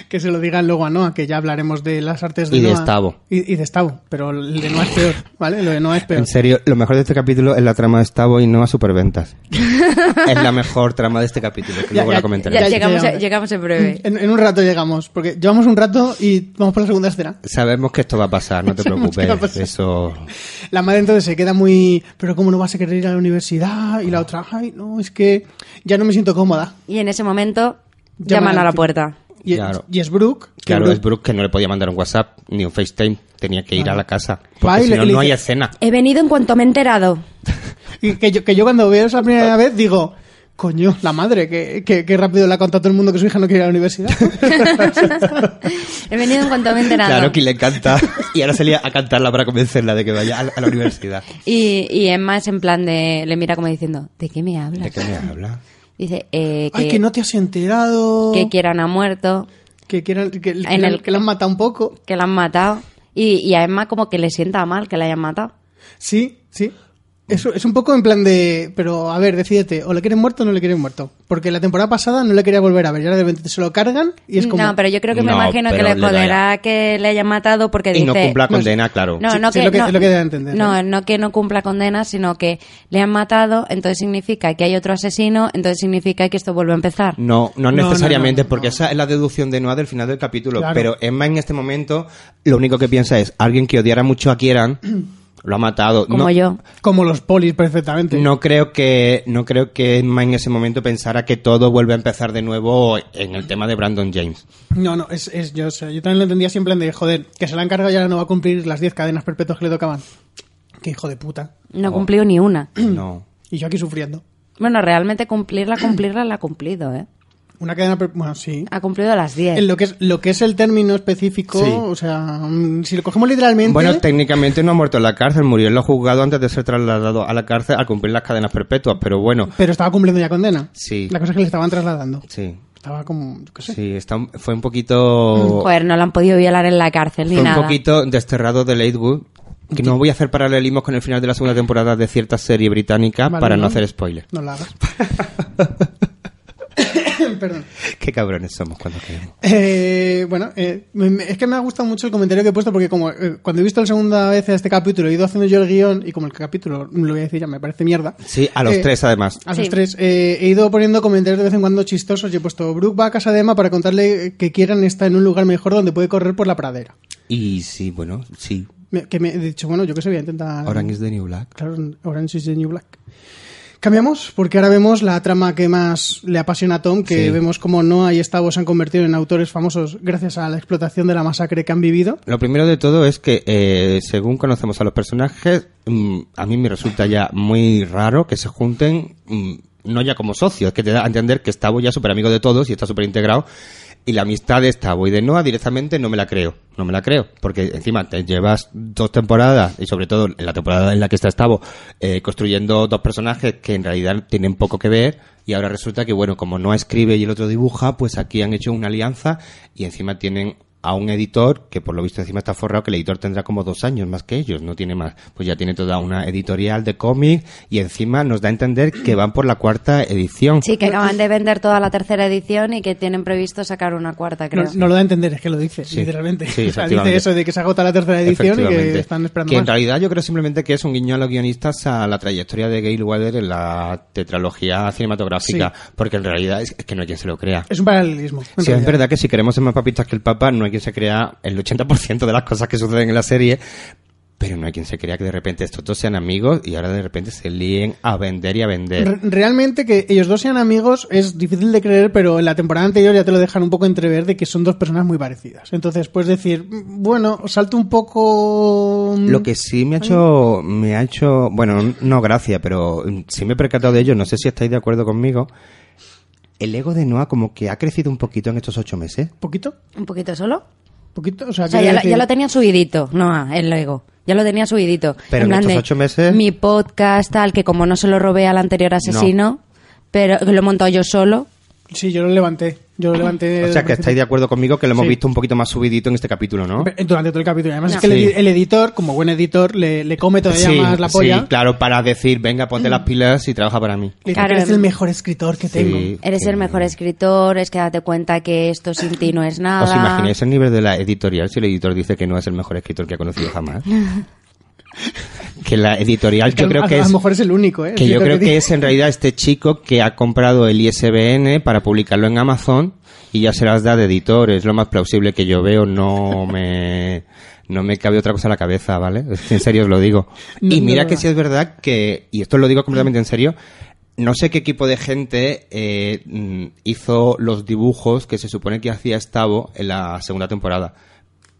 S2: Que se lo digan luego a Noah, que ya hablaremos de las artes de
S4: Y de
S2: Noah.
S4: Stavo.
S2: Y, y de Stavo, pero el de Noah es peor, ¿vale? Lo de Noah es peor.
S4: En serio, lo mejor de este capítulo es la trama de Stavo y no a Superventas. es la mejor trama de este capítulo, que
S2: Ya,
S4: luego
S2: ya,
S4: la comentaré.
S2: ya,
S3: Ya, llegamos,
S2: llegamos.
S3: a- llegamos en breve.
S2: En, en un rato llegamos, porque llevamos un rato y vamos por la segunda escena.
S4: Sabemos que esto va a pasar, no te
S2: Sabemos que va a
S4: preocupes.
S2: pasar.
S4: Eso.
S2: La madre entonces se queda muy, pero ¿cómo no vas a querer ir a la universidad? Y la otra, ay, no, es que ya no me siento cómoda.
S3: Y en ese momento
S2: Llaman
S3: llaman a
S2: al
S3: la
S2: fin.
S3: puerta.
S2: Y,
S4: Claro.
S2: y es Brooke. que
S4: Claro,
S2: Brooke-
S4: es Brooke que no le podía mandar un WhatsApp ni un FaceTime. Tenía que ir a la casa.
S2: Va y
S4: Porque si
S2: le-
S4: no,
S2: le
S4: no hay
S2: dice-
S4: escena.
S3: He venido en cuanto me he enterado.
S2: y que, yo, que yo cuando veo esa primera vez digo, coño, la madre, que, que- que rápido le ha contado a todo el mundo que su hija no quiere ir a la universidad.
S3: He venido en cuanto me he enterado.
S4: Claro, que le encanta. Y ahora salía a cantarla para convencerla de que vaya a la, a la universidad.
S3: y, y Emma es en plan de, le mira como diciendo, ¿de qué me hablas?
S4: ¿De qué me habla?
S3: Dice, eh, que,
S2: ay, que no te has enterado.
S3: que Kieran ha muerto,
S2: que, quieran- que, que
S3: En
S2: la-
S3: el-
S2: que la han matado un poco.
S3: que la han matado. Y, y a Emma como que le sienta mal que la hayan matado.
S2: Sí, sí. Es, es un poco en plan de, pero a ver, decídete, o le quieren muerto o no le quieren muerto. Porque la temporada pasada no le quería volver a ver, y ahora de repente se lo cargan y es como...
S3: No, pero yo creo que me
S4: No,
S3: imagino que
S4: pero
S3: le
S4: le da-
S3: joderá que le hayan matado porque
S4: Y
S3: dice... "Pues,
S4: no cumpla
S2: no,
S4: condena, claro.
S3: No,
S2: Sí,
S3: no
S2: sí,
S3: que,
S2: es lo que-
S3: no,
S2: es lo que da a entender,
S3: no,
S2: ¿no?
S3: no que no cumpla condena, sino que le han matado, entonces significa que hay otro asesino, entonces significa que esto vuelve a empezar.
S4: No,
S2: No,
S4: no
S2: no,
S4: necesariamente,
S2: no, no,
S4: porque
S2: no.
S4: esa es la deducción de Noah del final del capítulo.
S2: Claro.
S4: Pero Emma en este momento lo único que piensa es alguien que odiara mucho a Kieran lo ha matado.
S3: Como
S4: no,
S3: yo.
S2: Como los polis, perfectamente.
S4: No creo que no creo que Emma en ese momento pensara que todo vuelve a empezar de nuevo en el tema de Brandon James.
S2: No, no, es, es- yo, o sea, yo también lo entendía siempre en plan de, joder, que se la han cargado y ahora no va a cumplir las 10 cadenas perpetuas que le tocaban. Qué hijo de puta.
S4: Oh.
S3: No cumplió ni una.
S4: No.
S2: Y yo aquí sufriendo.
S3: Bueno, realmente cumplirla, cumplirla la ha cumplido, ¿eh?
S2: Una cadena per- Bueno, sí.
S3: Ha cumplido las 10.
S2: En lo que es, lo que es el término específico,
S4: Sí.
S2: o sea, mm, si lo cogemos literalmente.
S4: Bueno, técnicamente no ha muerto en la cárcel, murió en los juzgados antes de ser trasladado a la cárcel al cumplir las cadenas perpetuas, pero bueno,
S2: pero estaba cumpliendo ya condena.
S4: Sí.
S2: La cosa es que le estaban trasladando.
S4: sí,
S2: Estaba como. yo qué sé.
S4: sí, está un- fue un poquito...
S3: Joder, no la han podido violar en la cárcel Mm, pues, ni
S4: Oh. Fue un
S3: nada.
S4: poquito desterrado de Latewood, que no voy a hacer paralelismos con el final de la segunda temporada de cierta serie británica
S2: Vale,
S4: para no
S2: ¿no?
S4: hacer spoiler.
S2: No la hagas. Perdón.
S4: Qué cabrones somos cuando queremos.
S2: Eh, bueno, eh, me- me- es que me ha gustado mucho el comentario que he puesto porque como eh, cuando he visto la segunda vez este capítulo he ido haciendo yo el guión y como el capítulo, lo voy a decir ya, me parece mierda.
S4: Sí, a los
S2: Eh,
S4: tres además.
S2: A
S3: Sí.
S2: los tres. Eh, he ido poniendo comentarios de vez en cuando chistosos y he puesto Brooke va a casa de Emma para contarle que Kieran está en un lugar mejor donde puede correr por la pradera.
S4: Y sí, bueno, sí.
S2: Me- que me he dicho, bueno, yo que sé, voy a intentar...
S4: Orange is the New Black.
S2: Claro, Orange is the New Black. Cambiamos, porque ahora vemos la trama que más le apasiona a Tom, que
S4: Sí.
S2: vemos cómo Noah y Stavos se han convertido en autores famosos gracias a la explotación de la masacre que han vivido.
S4: Lo primero de todo es que, eh, según conocemos a los personajes, mm, a mí me resulta ya muy raro que se junten, mm, no ya como socios, que te da a entender que Stavo ya es súper amigo de todos y está súper integrado. Y la amistad de Stavo y de Noah directamente no me la creo. No me la creo. Porque encima te llevas dos temporadas, y sobre todo en la temporada en la que está Stavo, eh, construyendo dos personajes que en realidad tienen poco que ver. Y ahora resulta que, bueno, como no escribe y el otro dibuja, pues aquí han hecho una alianza y encima tienen a un editor que por lo visto encima está forrado que el editor tendrá como dos años más que ellos, no tiene más. Pues ya tiene toda una editorial de cómic y encima nos da a entender que van por la cuarta edición.
S3: Sí, que acaban de vender toda la tercera edición y que tienen previsto sacar una cuarta, creo.
S2: No, no lo da a entender, es que lo dice,
S4: Sí.
S2: literalmente.
S4: Sí,
S2: O sea, dice
S4: efectivamente.
S2: eso de que se agota la tercera edición y que
S4: Efectivamente.
S2: están esperando
S4: Que en
S2: más.
S4: realidad yo creo simplemente que es un guiño a los guionistas a la trayectoria de Gail Weather en la tetralogía cinematográfica, porque en realidad es, es que no hay quien se lo crea.
S2: Es un paralelismo. en
S4: Sí, es
S2: realidad.
S4: verdad que si queremos ser más papistas que el Papa, no hay quien se crea el 80% de las cosas que suceden en la serie, pero no hay quien se crea que de repente estos dos sean amigos y ahora de repente se líen a vender y a
S2: Re-
S4: vender.
S2: Realmente que ellos dos sean amigos es difícil de creer, pero en la temporada anterior ya te lo dejan un poco entrever de que son dos personas muy parecidas. Entonces puedes decir, "Mm, bueno, salto un poco... mm,
S4: Lo que sí me ha hecho, me ha hecho, bueno, no gracia, pero sí me he percatado de ello, no sé si estáis de acuerdo conmigo. El ego de Noah como que ha crecido un poquito en estos ocho meses.
S2: ¿Poquito?
S3: ¿Un poquito solo?
S2: ¿Poquito? O sea,
S3: O sea,
S2: quiero
S3: ya lo,
S2: decir-
S3: ya lo tenía subidito, no, ah, el Lego. Ya lo tenía subidito.
S4: Pero en estos ocho meses-
S3: Mi podcast, tal, que como no se lo robé al anterior asesino, pero que lo he montado yo solo.
S2: Sí, yo lo levanté. Yo
S3: Ah.
S2: lo levanté.
S4: O sea que estáis de acuerdo conmigo que lo hemos
S2: Eh, Sí.
S4: visto un poquito más subidito en este capítulo, ¿no?
S2: Durante todo el capítulo. Además, es que
S4: Sí.
S2: el, edi- el editor, como buen editor, le, le come todavía más la polla. Mm.
S4: sí, claro, para decir, venga, ponte las pilas y trabaja para mí.
S2: Le dice
S3: Claro.
S2: que eres el mejor escritor que
S4: Sí.
S2: tengo.
S3: Eres
S4: que-
S3: el mejor escritor, es que date cuenta que esto sin ti no es nada.
S4: ¿Os imagináis el nivel de la editorial si el editor dice que no es el mejor escritor que ha conocido jamás? que la editorial yo
S2: A-
S4: creo
S2: a,
S4: que
S2: a
S4: es...
S2: lo mejor es el único, ¿eh?
S4: Que yo
S2: Escritor
S4: creo que
S2: dice-
S4: es en realidad este chico que ha comprado el ISBN para publicarlo en Amazon y ya se las da de editor. Es lo más plausible que yo veo. No me, no me cabe otra cosa en la cabeza, ¿vale? En serio os lo digo.
S2: No,
S4: y
S2: no,
S4: mira
S2: no,
S4: que
S2: no.
S4: sí es verdad que, y esto lo digo completamente en serio, no sé qué equipo de gente eh, mm, hizo los dibujos que se supone que hacía Stavo en la segunda temporada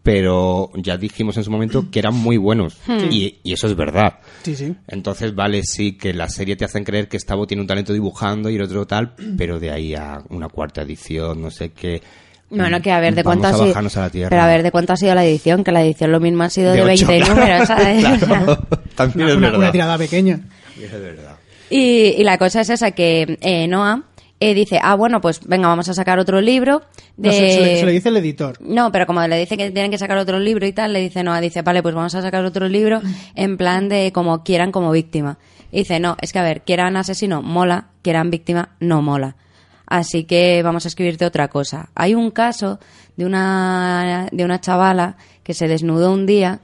S4: pero ya dijimos en su momento que eran muy buenos.
S2: Hmm.
S4: Y, y eso es verdad.
S2: Sí, sí.
S4: Entonces, vale, sí, que la serie te hacen creer que Stavo tiene un talento dibujando y el otro tal, pero de ahí a una cuarta edición, no sé qué.
S3: Bueno, que a ver, ¿de
S4: Vamos
S3: cuánto ha
S4: a
S3: sido?
S4: bajarnos a la tierra.
S3: Pero a ver, ¿de cuánto ha sido la edición? Que la edición lo mismo ha sido de,
S4: ocho,
S3: 20
S4: claro.
S3: números, ¿sabes?
S4: Claro, también
S2: Una,
S4: es
S2: una-
S4: verdad.
S2: una tirada pequeña.
S4: Es verdad.
S3: Y, y la cosa es esa que eh, Noah eh, dice, ah, bueno, pues venga, vamos a sacar otro libro de...
S2: No, se, se le, se le dice el editor.
S4: Eh.
S3: No, pero como le dice que tienen que sacar otro libro y tal, le dice, no, dice, vale, pues vamos a sacar otro libro en plan de como quieran como víctima. Y dice, no, es que a ver, quieran asesino, mola, quieran víctima, no mola. Así que vamos a escribirte otra cosa. Hay un caso de una, de una chavala que se desnudó un día,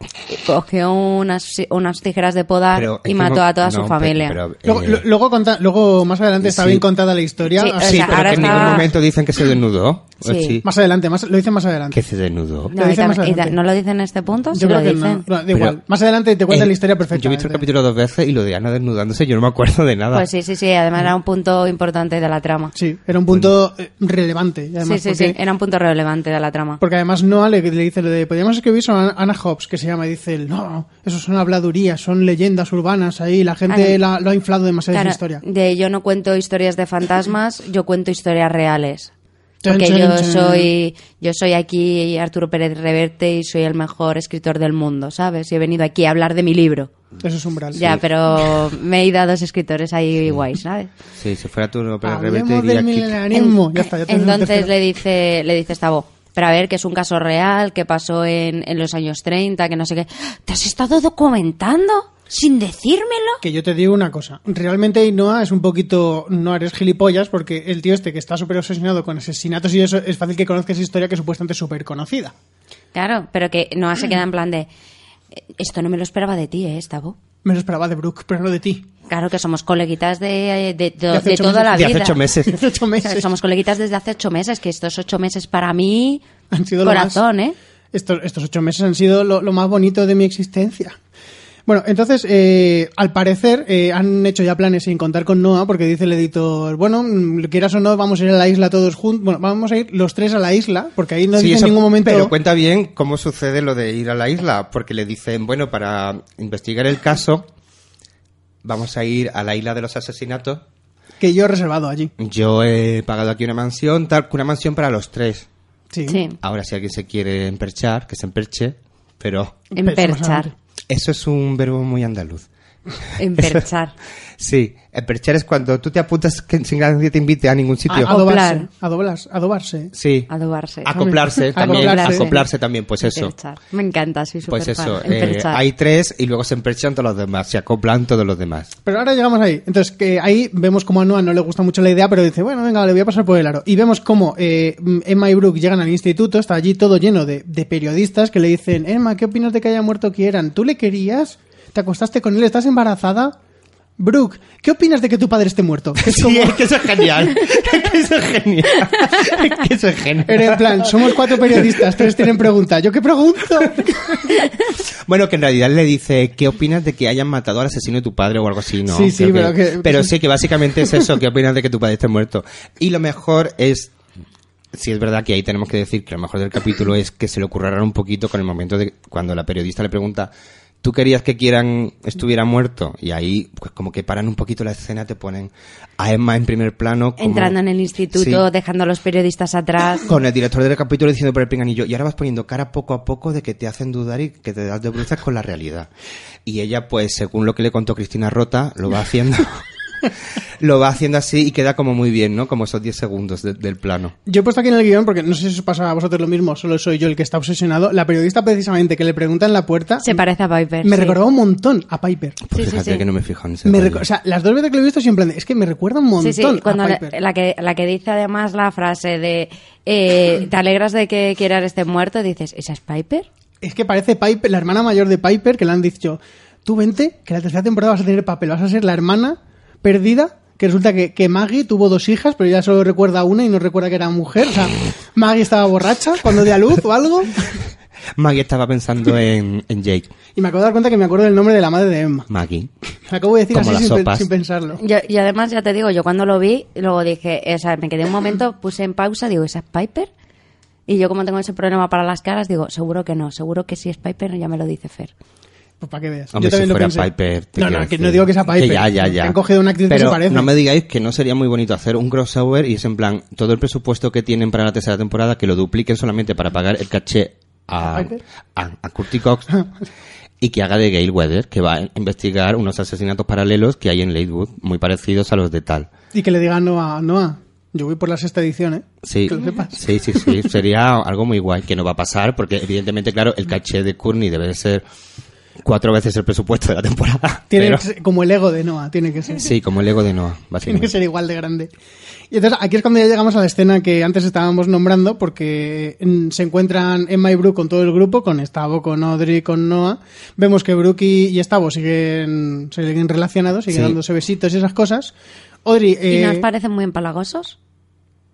S3: cogió unas, unas tijeras de podar
S4: Pero
S3: y
S4: encima-
S3: mató a toda
S4: no,
S3: su
S4: pe-
S3: familia.
S4: pero, eh,
S2: Luego, lo- luego, conta- luego, más adelante, está
S4: Sí.
S2: bien contada la historia.
S3: Sí, o
S2: Así-
S4: sí,
S3: sea,
S4: pero
S3: ahora
S4: que en ningún
S3: estaba-
S4: momento dicen que se desnudó.
S3: Sí.
S2: Más adelante, más, lo dicen más adelante.
S4: Que se desnudó.
S3: No,
S2: Lo
S3: y
S2: dice más
S3: tam- y ta-
S2: adelante.
S3: ¿no lo dicen en este punto? Sí
S2: Yo creo
S3: lo
S2: que
S3: dicen.
S2: no. Bueno, da
S4: Pero-
S2: igual. más adelante te cuentan
S4: Eh,
S2: la historia
S4: Yo he visto
S2: perfectamente.
S4: el capítulo dos veces y lo de Ana desnudándose, yo no me acuerdo de nada.
S3: Pues sí, sí, sí, además era un punto importante de la trama.
S2: Sí, era un punto eh, relevante. y además
S3: sí, sí,
S2: porque-
S3: sí, era un punto relevante de la trama.
S2: Porque además Noah le, le dice lo de, podríamos escribir sobre Ana- Ana Hobbs, que se llama, y dice, él, no, eso son habladurías, son leyendas urbanas, ahí la gente
S3: Ah,
S2: la- lo ha inflado demasiado esa
S3: Claro,
S2: historia.
S3: de yo no cuento historias de fantasmas, yo cuento historias reales.
S2: Chan,
S3: Porque
S2: chan,
S3: yo
S2: chan.
S3: soy yo soy aquí Arturo Pérez Reverte y soy el mejor escritor del mundo, ¿sabes? Y he venido aquí a hablar de mi libro.
S2: Eso es umbral.
S3: Ya, pero me he ido a dos escritores ahí guays, ¿sabes?
S4: Sí, si fuera tú, no, pero reverte
S2: Hablemos
S4: diría
S2: del
S4: que-
S2: milenarismo. Ya está, ya tenemos el
S3: Entonces
S2: tercero.
S3: le dice, le dice esta voz. Pero a ver, que es un caso real, que pasó en, en los años 30, que no sé qué. ¿Te has estado documentando sin decírmelo?
S2: Que yo te digo una cosa. Realmente Inoa es un poquito. No eres gilipollas, porque el tío este que está súper obsesionado con asesinatos y eso, es fácil que conozca esa historia que supuestamente es súper conocida.
S3: Claro, pero que no se queda en plan de... "Eh, Esto no me lo esperaba de ti, ¿eh, esta voz?
S2: Me lo esperaba de Brooke, pero no de ti.
S3: Claro que somos coleguitas de, eh, de, de-
S2: hace
S3: de
S2: ocho
S3: toda
S2: meses.
S3: la
S4: De
S3: vida.
S4: hace ocho meses.
S2: Hace ocho meses.
S3: Somos coleguitas desde hace ocho meses, que estos ocho meses para mí...
S2: Han sido lo
S3: corazón,
S2: más-
S3: ¿eh?
S2: Estos, estos ocho meses han sido lo, lo más bonito de mi existencia. Bueno, entonces, eh, al parecer, eh, han hecho ya planes sin contar con Noah, porque dice el editor, bueno, mm, lo quieras o no, vamos a ir a la isla todos juntos. Bueno, vamos a ir los tres a la isla, porque ahí no
S4: Sí,
S2: dice
S4: eso-
S2: en ningún momento...
S4: Pero cuenta bien cómo sucede lo de ir a la isla, porque le dicen, bueno, para investigar el caso, vamos a ir a la isla de los asesinatos.
S2: que yo he reservado allí.
S4: Yo he pagado aquí una mansión, tal, una mansión para los tres.
S2: Sí.
S3: Sí,
S4: Ahora, si alguien se quiere emperchar, que se emperche, pero
S2: Pero eso más
S3: emperchar.
S2: adelante.
S4: eso es un verbo muy andaluz.
S3: Emperchar.
S4: Sí, emperchar es cuando tú te apuntas que sin que nadie te invite a ningún sitio.
S2: A- adobarse,
S3: Oplar.
S2: adobarse, adobarse.
S4: sí.
S3: Adobarse.
S4: Acoplarse
S2: Ah,
S4: también,
S2: acoplarse.
S4: acoplarse. también, pues eso.
S3: Emperchar. Me encanta, soy súper
S4: Pues eso,
S3: fan.
S4: eh,
S3: Emperchar.
S4: hay tres y luego se emperchan todos los demás, se acoplan todos los demás.
S2: Pero ahora llegamos ahí. Entonces, que ahí vemos como a Noah no le gusta mucho la idea, pero dice, bueno, venga, le voy a pasar por el aro. Y vemos como eh, Emma y Brooke llegan al instituto, está allí todo lleno de, de periodistas que le dicen, Emma, ¿qué opinas de que haya muerto Kieran? ¿Tú le querías? ¿Te acostaste con él? ¿Estás embarazada? Brooke, ¿qué opinas de que tu padre esté muerto? Que es como-
S4: Sí, es que eso es genial. Es que eso es genial. Es que eso es genial.
S2: Era en plan, somos cuatro periodistas, tres tienen pregunta. ¿Yo qué pregunto?
S4: Bueno, que en realidad le dice, ¿qué opinas de que hayan matado al asesino de tu padre o algo así? No,
S2: Sí, sí, pero
S4: Creo
S2: que-
S4: Pero sí, que básicamente es eso, ¿qué opinas de que tu padre esté muerto? Y lo mejor es... Sí, es verdad que ahí tenemos que decir que lo mejor del capítulo es que se le ocurrarán un poquito con el momento de cuando la periodista le pregunta, ¿tú querías que Kieran estuviera muerto? Y ahí, pues como que paran un poquito la escena, te ponen a Emma en primer plano. como-
S3: Entrando en el instituto,
S4: Sí
S3: dejando a los periodistas atrás.
S4: con el director del capítulo diciendo por el pinganillo, y ahora vas poniendo cara poco a poco de que te hacen dudar y que te das de bruces con la realidad. Y ella, pues, según lo que le contó Cristina Rota, lo va haciendo. lo va haciendo así y queda como muy bien, ¿no? Como esos 10 segundos de- del plano.
S2: Yo he puesto aquí en el guión, porque no sé si os pasa a vosotros lo mismo, solo soy yo el que está obsesionado. La periodista precisamente que le pregunta en la puerta...
S3: Se parece a Piper.
S2: Me
S3: sí.
S2: recordaba un montón a Piper.
S4: Pues
S3: Sí, sí,
S4: fíjate
S3: sí.
S4: que no me fijo en ese
S2: Me
S4: detalle.
S2: recu- o sea, las dos veces que lo he visto siempre es que me recuerda un montón
S3: Sí, sí, cuando
S2: a
S3: la,
S2: Piper.
S3: la que, la que dice además la frase de eh, ¿te alegras de que Kieran esté muerto? Dices, ¿esa es Piper?
S2: Es que parece Piper, la hermana mayor de Piper, que le han dicho, tú vente, que la tercera temporada vas a tener papel, vas a ser la hermana perdida, que resulta que, que Maggie tuvo dos hijas, pero ya solo recuerda a una y no recuerda que era mujer. O sea, Maggie estaba borracha cuando dio a luz o algo.
S4: Maggie estaba pensando en, en Jake.
S2: Y me acabo de dar cuenta que me acuerdo del nombre de la madre de Emma.
S4: Maggie.
S2: La acabo de decir
S4: Como
S2: así
S4: las
S2: sin, pe-
S4: sopas.
S2: sin pensarlo.
S3: Yo- y además, ya te digo, yo cuando lo vi, luego dije, o sea, me quedé un momento, puse en pausa, digo, ¿esa es Piper? Y yo como tengo ese problema para las caras, digo, seguro que no, seguro que si es Piper ya me lo dice Fer.
S2: Pues para que veas.
S4: Hombre,
S2: Yo también
S4: si
S2: lo
S4: fuera
S2: pensé.
S4: Piper. te
S2: no,
S4: quiero
S2: no, que
S4: decir.
S2: no digo que sea Piper.
S4: ya, ya, ya.
S2: Que han cogido una actriz
S4: Pero
S2: que se parece.
S4: No me digáis que no sería muy bonito hacer un crossover y es en plan todo el presupuesto que tienen para la tercera temporada que lo dupliquen solamente para pagar el caché a,
S2: ¿A Piper?
S4: a, a Curtis Cox y que haga de Gail Weather, que va a investigar unos asesinatos paralelos que hay en Lakewood muy parecidos a los de tal.
S2: Y que le diga a Noah, Noah, yo voy por la sexta edición, ¿eh?
S4: Sí,
S2: Que lo sepas.
S4: sí, sí, sí. Sería algo muy guay que no va a pasar porque evidentemente, claro, el caché de Courtney debe de ser cuatro veces el presupuesto de la temporada.
S2: Tiene
S4: pero-
S2: que ser- como el ego de Noah, tiene que ser.
S4: Sí, como el ego de Noah,
S2: Tiene que
S4: básicamente.
S2: ser igual de grande. Y entonces aquí es cuando ya llegamos a la escena que antes estábamos nombrando, porque mm, se encuentran Emma y Brooke con todo el grupo, con Stavo, con Audrey, con Noah. Vemos que Brooke y, y Stavo siguen, siguen relacionados, siguen
S4: Sí.
S2: dándose besitos y esas cosas. Audrey,
S3: ¿Y
S2: eh,
S3: nos parecen muy empalagosos?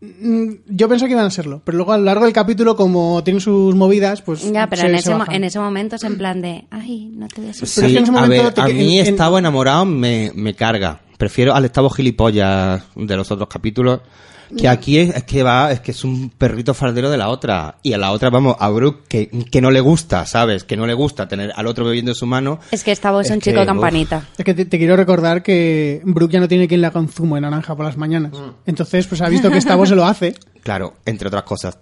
S2: mm, yo pensé que iban a serlo, pero luego a lo largo del capítulo, como tienen sus movidas, pues.
S3: Ya, pero
S2: se-
S3: en,
S2: se
S3: ese, mo-
S2: bajan.
S3: en ese momento es en plan de, ay, no te voy a
S4: Sí,
S2: Pero es que en ese
S4: a
S2: momento
S4: ver,
S2: te-
S4: a
S2: en-
S4: mí
S2: en-
S4: estaba enamorado me, me carga. Prefiero al estado gilipollas de los otros capítulos Que
S2: Mm.
S4: aquí es, es que va, es que es un perrito fardero de la otra. Y a la otra, vamos, a Brooke, que, que no le gusta, ¿sabes? Que no le gusta tener al otro bebiendo en su mano.
S3: Es que esta voz es
S4: Es
S3: un
S4: que,
S3: chico
S4: uf.
S3: campanita.
S2: Es que te, te quiero recordar que Brooke ya no tiene quien le haga un zumo de naranja por las mañanas.
S4: Mm.
S2: Entonces, pues ha visto que esta voz se lo hace.
S4: Claro, entre otras cosas.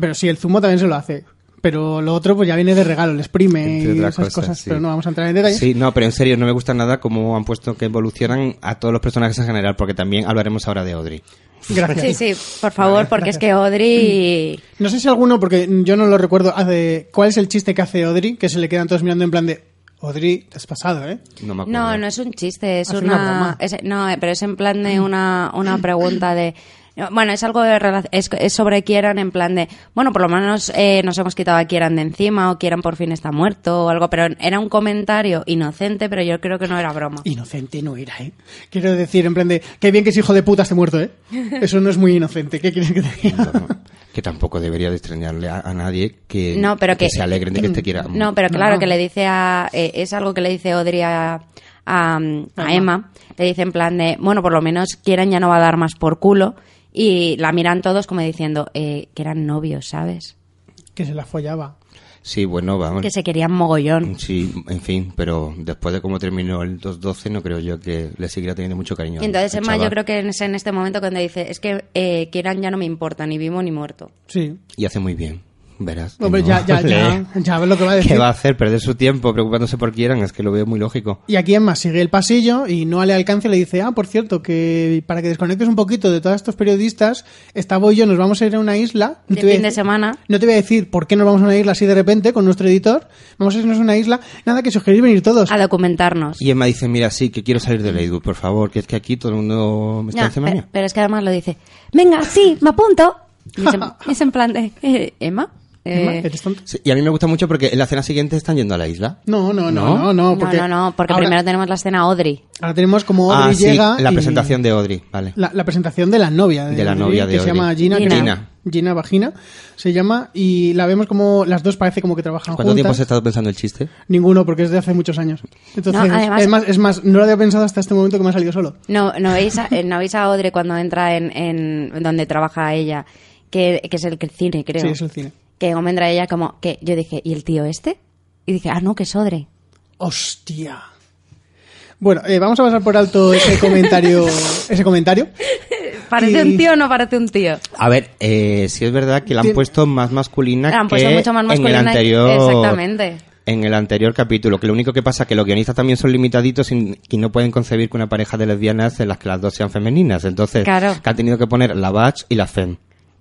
S2: Pero sí, el zumo también se lo hace. Pero lo otro pues ya viene de regalo, el exprime
S4: Entre
S2: y
S4: otras
S2: esas
S4: cosas,
S2: cosas.
S4: sí.
S2: Pero no vamos a entrar en detalles.
S4: Sí, no, pero en serio, no me gusta nada cómo han puesto que evolucionan a todos los personajes en general, porque también hablaremos ahora de Audrey.
S2: Gracias.
S3: Sí, sí, por favor, porque es que Audrey...
S2: No sé si alguno, porque yo no lo recuerdo, hace, ¿cuál es el chiste que hace Audrey? Que se le quedan todos mirando en plan de, Audrey, te has pasado, ¿eh?
S4: No me acuerdo.
S3: No, no es un chiste, es
S2: Ah, es
S3: una...
S2: una broma. Mm.
S3: es- no, eh, pero es en plan de una, una pregunta de... Bueno, es algo de rela- es, es sobre Kieran en plan de, bueno, por lo menos eh, nos hemos quitado a Kieran de encima o Kieran por fin está muerto o algo, pero era un comentario inocente, pero yo creo que no era broma.
S2: Inocente no era, ¿eh? Quiero decir, en plan de, qué bien que ese hijo de puta esté muerto, ¿eh? Eso no es muy inocente, ¿qué quieres que te diga?
S4: No, Que tampoco debería de extrañarle a, a nadie que,
S3: No, pero que,
S4: se alegren de que este te quiera.
S3: No, pero claro, que le dice a. eh, es algo que le dice Audrey a, a- a Emma. Le dice en plan de. Bueno, por lo menos Kieran ya no va a dar más por culo. Y la miran todos como diciendo eh, que eran novios, ¿sabes?
S2: Que se la follaba.
S4: Sí, bueno, vamos.
S3: Que se querían mogollón.
S4: Sí, en fin, pero después de cómo terminó el 2-12, no creo yo que le siguiera teniendo mucho cariño.
S3: Y entonces
S4: al
S3: Emma, yo
S4: chaval.
S3: creo que es en este momento cuando dice: Es que eh, Kieran ya no me importa, ni vivo ni muerto.
S2: Sí.
S4: Y hace muy bien, verás. que
S2: Hombre,
S4: no
S2: ya, ya,
S4: le-
S2: ya, ya ves lo que va a decir.
S4: ¿Qué va a hacer? Perder su tiempo preocupándose por quieran, es que lo veo muy lógico.
S2: Y aquí Emma sigue el pasillo y Noah le alcanza y le dice, ah, por cierto, que para que desconectes un poquito de todos estos periodistas, Estavo y yo nos vamos a ir a una isla. No
S3: De
S2: te voy a
S3: fin de
S2: decir-
S3: semana.
S2: No te voy a decir por qué nos vamos a una isla así de repente con nuestro editor. Vamos a irnos a una isla. Nada, que si os queréis venir todos.
S3: A documentarnos.
S4: Y Emma dice, mira, sí, que quiero salir de Leywood, por favor, que es que aquí todo el mundo me está
S3: Ya,
S4: encima
S3: pero,
S4: mía.
S3: pero es que además lo dice, venga, sí, me apunto. Y es en, es en plan de, "Eh, Emma, eh,
S2: Emma, ¿eres tonto?
S4: Sí, y a mí me gusta mucho porque en la cena siguiente están yendo a la isla.
S2: No, no, no,
S4: ¿No?
S2: no, no.
S3: no,
S2: porque
S3: no, no, porque
S2: ahora-
S3: primero tenemos la escena Audrey.
S2: Ahora tenemos como
S4: ah,
S2: Audrey
S4: sí,
S2: llega
S4: la
S2: y-
S4: presentación de Audrey, vale.
S2: La, la presentación de la novia de,
S4: De la
S2: Audrey,
S4: novia de
S2: que se
S4: Audrey.
S2: llama Gina,
S3: Gina.
S2: creo.
S4: Gina.
S2: Gina Vagina se llama y la vemos como las dos parece como que trabajan
S4: ¿Cuánto tiempo
S2: juntas.
S4: has estado pensando el chiste?
S2: Ninguno, porque es de hace muchos años. Entonces,
S3: No, además-
S2: es, más, es más, no lo había pensado hasta este momento que me ha salido solo.
S3: No, no veis a, eh, no veis a Audrey cuando entra en, en donde trabaja ella, que, que es el que- cine, creo.
S2: Sí, es el cine.
S3: Que como entra ella como, que yo dije, ¿y el tío este? Y dije, ah, no, que es Audrey.
S2: ¡Hostia! Bueno, eh, vamos a pasar por alto ese comentario. ese comentario.
S3: Eh. ¿Parece
S2: Y-
S3: un tío o no parece un tío?
S4: A ver, eh, sí es verdad que la han
S2: Tien-
S4: puesto más masculina
S3: La han puesto
S4: que
S3: Ah, pues mucho más
S4: en
S3: masculina,
S4: el anterior.
S3: exactamente.
S4: En el anterior capítulo, que lo único que pasa es que los guionistas también son limitaditos y, y no pueden concebir que una pareja de lesbianas en las que las dos sean femeninas. Entonces,
S3: Claro.
S4: que han tenido que poner la Batch y la Fem.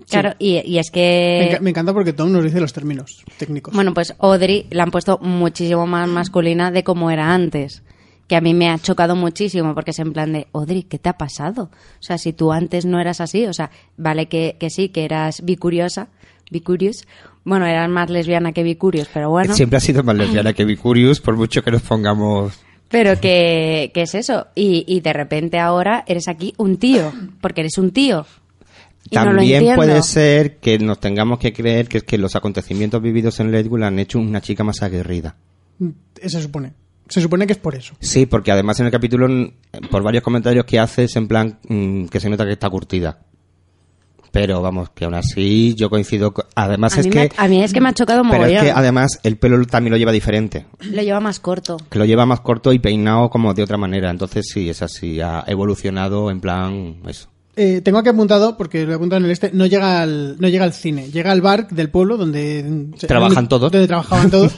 S3: Claro, y, y es
S2: Me,
S3: que...
S2: enca- me encanta porque Tom nos dice los términos técnicos.
S3: Bueno, pues Audrey la han puesto muchísimo más masculina de como era antes. Que a mí me ha chocado muchísimo porque es en plan de, Audrey, ¿qué te ha pasado? O sea, si tú antes no eras así, o sea, vale que, que sí, que eras bicuriosa, bicurious. Bueno, eras más lesbiana que bicurious, pero bueno.
S4: Siempre ha sido más lesbiana que Vicurious, por mucho que nos pongamos.
S3: Pero que, que es eso. Y, y de repente ahora eres aquí un tío, porque eres un tío. Y no lo
S4: También
S3: entiendo.
S4: puede ser que nos tengamos que creer que, es que los acontecimientos vividos en Ledwood han hecho una chica más aguerrida.
S2: Mm, Se supone. Se supone que es por eso.
S4: Sí, porque además en el capítulo, n- por varios comentarios que haces, en plan mm, que se nota que está curtida. Pero vamos, que aún así yo coincido. co- Además
S3: A
S4: es
S3: mí, me,
S4: que.
S3: ha- a mí es que me ha chocado
S4: Pero es
S3: mogollón.
S4: que además el pelo también lo lleva diferente.
S3: Lo lleva más corto.
S4: Que lo lleva más corto y peinado como de otra manera. Entonces sí, es así. Ha evolucionado en plan. Eso.
S2: Eh, tengo aquí apuntado, porque lo he apuntado en el este, no llega al, no llega al cine, llega al bar del pueblo donde... se-
S4: Trabajan
S2: donde-
S4: todos.
S2: Donde trabajaban todos.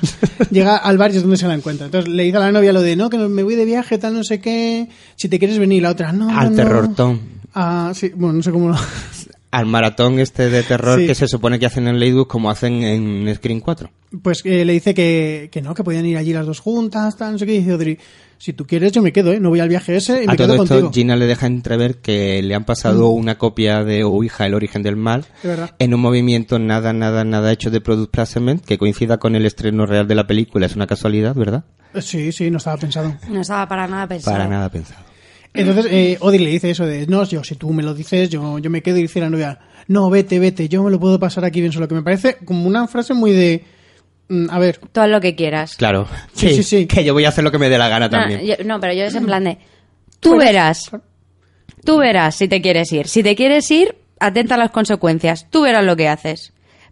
S2: llega al bar y es donde se la encuentra. Entonces le dice a la novia lo de, no, que no- me voy de viaje, tal, no sé qué, si te quieres venir, la otra, no,
S4: Al
S2: no,
S4: terror,
S2: no".
S4: Tom.
S2: Ah, sí, bueno, no sé cómo lo...
S4: Al maratón este de terror
S2: Sí.
S4: que se supone que hacen en Leywood como hacen en Screen 4.
S2: Pues eh, le dice que, que no, que podían ir allí las dos juntas, tal, no sé qué, y dice Audrey, si tú quieres yo me quedo, ¿eh? No voy al viaje ese y
S4: A
S2: me
S4: todo
S2: quedo
S4: esto,
S2: contigo. Mm.
S4: Gina le deja entrever que le han pasado una copia de Ouija, el origen del mal,
S2: Es verdad.
S4: en un movimiento nada, nada, nada hecho de product placement, que coincida con el estreno real de la película. Es una casualidad, ¿verdad?
S2: Eh, Sí, sí, no estaba pensado.
S3: No estaba para nada pensado.
S4: Para nada pensado.
S2: Entonces, eh, Audrey le dice eso de, no, yo, si tú me lo dices, yo, yo me quedo y dice la novia, no, vete, vete, yo me lo puedo pasar aquí bien solo, que me parece como una frase muy de, mm, a ver,
S3: Todo lo que quieras.
S4: Claro.
S2: Sí, sí, sí.
S4: Que yo voy a hacer lo que me dé la gana
S3: No,
S4: también.
S3: Ah, yo- no, pero yo es en plan de. Tú verás. Tú verás si te quieres ir. Si te quieres ir, atenta a las consecuencias. Tú verás lo que haces.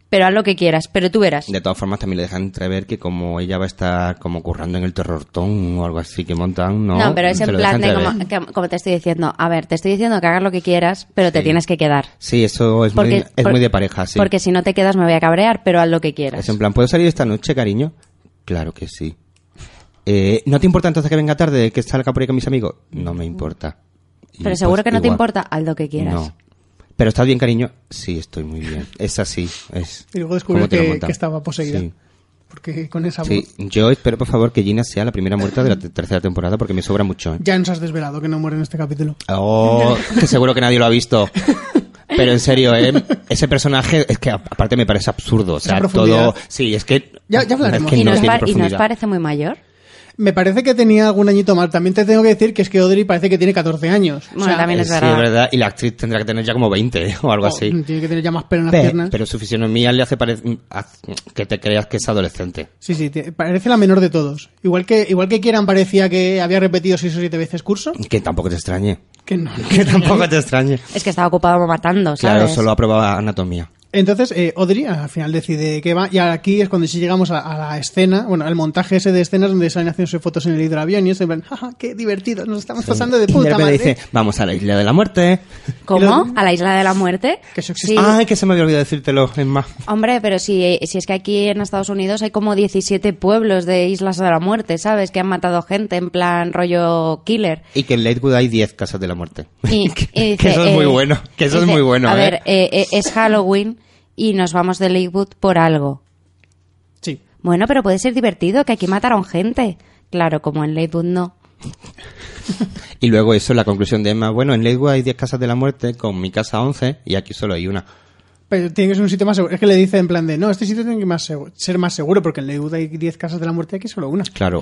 S3: Pero haz lo que quieras, pero tú verás.
S4: De todas formas, también le dejan entrever que como ella va a estar como currando en el terrortón o algo así que montan, no.
S3: No, pero es
S4: se
S3: en
S4: lo
S3: plan
S4: dejan
S3: de
S4: entrever.
S3: como, que- como te estoy diciendo, a ver, te estoy diciendo que hagas lo que quieras, pero te
S4: Sí.
S3: tienes que quedar.
S4: Sí, eso es, muy, es
S3: por-
S4: muy de pareja, sí.
S3: Porque si no te quedas me voy a cabrear, pero haz lo que quieras.
S4: Es en plan, ¿puedo salir esta noche, cariño? Claro que sí. Eh, ¿No te importa entonces que venga tarde, que salga por ahí con mis amigos? No me importa. Y
S3: pero
S4: pues,
S3: seguro que no te
S4: igual.
S3: importa, haz lo que quieras.
S4: No. ¿Pero estás bien, cariño? Sí, estoy muy bien. Es así, es.
S2: Y luego descubres
S4: ¿Cómo te lo
S2: que-
S4: montan?
S2: que estaba poseída. Ah,
S4: Sí.
S2: Porque con esa voz
S4: Sí. yo espero por favor que Gina sea la primera muerta de la te- tercera temporada porque me sobra mucho. ¿eh?
S2: ya nos has desvelado que no muere en este capítulo.
S4: Oh, que seguro que nadie lo ha visto. Pero en serio, ¿eh? ese personaje es que a- aparte me parece absurdo. O sea,
S2: Esa profundidad.
S4: todo. Sí, es que.
S2: Ya- ya hablaremos.
S4: es que
S3: y,
S4: no
S3: nos
S4: tiene
S3: pa- y nos
S4: profundidad.
S3: parece muy mayor.
S2: Me parece que tenía algún añito más. También te tengo que decir que es que Audrey parece que tiene 14 años.
S3: Bueno, también
S4: Eh,
S3: es
S4: sí,
S3: verdad.
S4: Y la actriz tendrá que tener ya como 20 o algo
S2: oh,
S4: así.
S2: Tiene que tener ya más pelo en las
S4: Pe-
S2: piernas.
S4: Pero su fisionomía le hace parec- haz- que te creas que es adolescente.
S2: Sí, sí, te- parece la menor de todos. Igual que, igual que Kieran parecía que había repetido 6 o 7 veces curso.
S4: Que tampoco te extrañe.
S2: Que no.
S4: Que tampoco te extrañe.
S3: Es que estaba ocupado matando, ¿sabes?
S4: Claro, solo ha probado anatomía.
S2: Entonces, eh, Audrey al final decide que va, y aquí es cuando sí llegamos a, a la escena, bueno, al montaje ese de escenas donde salen haciéndose fotos en el hidroavión y es en plan, "Jaja, qué divertido, nos estamos pasando Pues de
S4: Y
S2: puta madre.
S4: repente dice, vamos a la isla de la muerte.
S3: ¿Cómo?
S2: Pero-
S3: ¿A la isla de la muerte?
S2: Que eso
S3: sí.
S2: existe.
S4: Ay, que se me había olvidado decírtelo, es más.
S3: Hombre, pero si, si es que aquí en Estados Unidos hay como 17 pueblos de islas de la muerte, ¿sabes? Que han matado gente en plan rollo killer.
S4: Y que en Lakewood hay 10 casas de la muerte.
S3: Y,
S4: que,
S3: y dice,
S4: que eso es
S3: eh,
S4: muy bueno. Que eso
S3: dice,
S4: es muy bueno,
S3: A
S4: ¿eh?
S3: ver, eh, eh, es Halloween y nos vamos de Lakewood por algo.
S2: Sí.
S3: Bueno, pero puede ser divertido, que aquí mataron gente. Claro, como en Lakewood no.
S4: Y luego eso, la conclusión de Emma. Bueno, en Lakewood hay 10 casas de la muerte, con mi casa 11, y aquí solo hay una.
S2: Pero tiene que ser un sitio más seguro. Es que le dice en plan de, no, este sitio tiene que más segu- ser más seguro porque en Leuda hay 10 casas de la muerte y aquí solo una.
S4: Claro,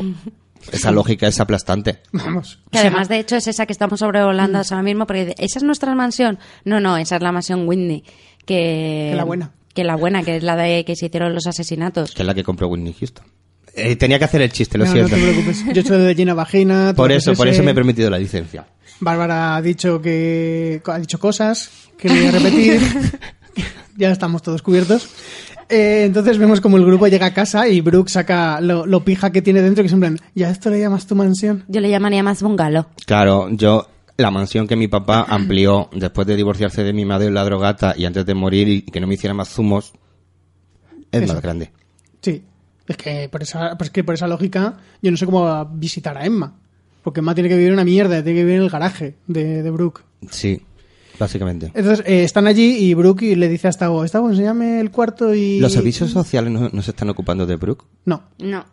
S4: esa lógica es aplastante.
S2: Vamos.
S3: Que además, de hecho, es esa que estamos sobrevolando
S2: Mm.
S3: ahora mismo, porque dice, esa es nuestra mansión. No, no, esa es la mansión Whitney. Que,
S2: Que la buena.
S3: Que la buena, que es la de que se hicieron los asesinatos.
S4: Que es la que compró Whitney Houston. Eh, tenía que hacer el chiste, lo
S2: no, no
S4: siento.
S2: te preocupes. Yo he hecho de llena vagina. tú
S4: por
S2: haces
S4: eso, por
S2: ese.
S4: eso me he permitido la licencia.
S2: Bárbara ha dicho que ha dicho cosas que no voy a repetir. ya estamos todos cubiertos. Eh, entonces vemos como el grupo llega a casa y Brooke saca lo, lo pija que tiene dentro que es en plan, ya esto le llamas tu mansión.
S3: Yo le llamaría más bungalow.
S4: Claro, yo la mansión que mi papá amplió después de divorciarse de mi madre la drogata y antes de morir y que no me hiciera más zumos es
S2: Eso.
S4: más grande.
S2: Sí. Es que por esa, pues que por esa lógica yo no sé cómo va a visitar a Emma. Porque Emma tiene que vivir en una mierda, tiene que vivir en el garaje de, de Brooke.
S4: Sí, básicamente.
S2: Entonces eh, están allí y Brooke y le dice a Stago, Stago, enséñame el cuarto y...
S4: Los servicios sociales no, no se están ocupando de Brooke,
S2: No,
S3: No.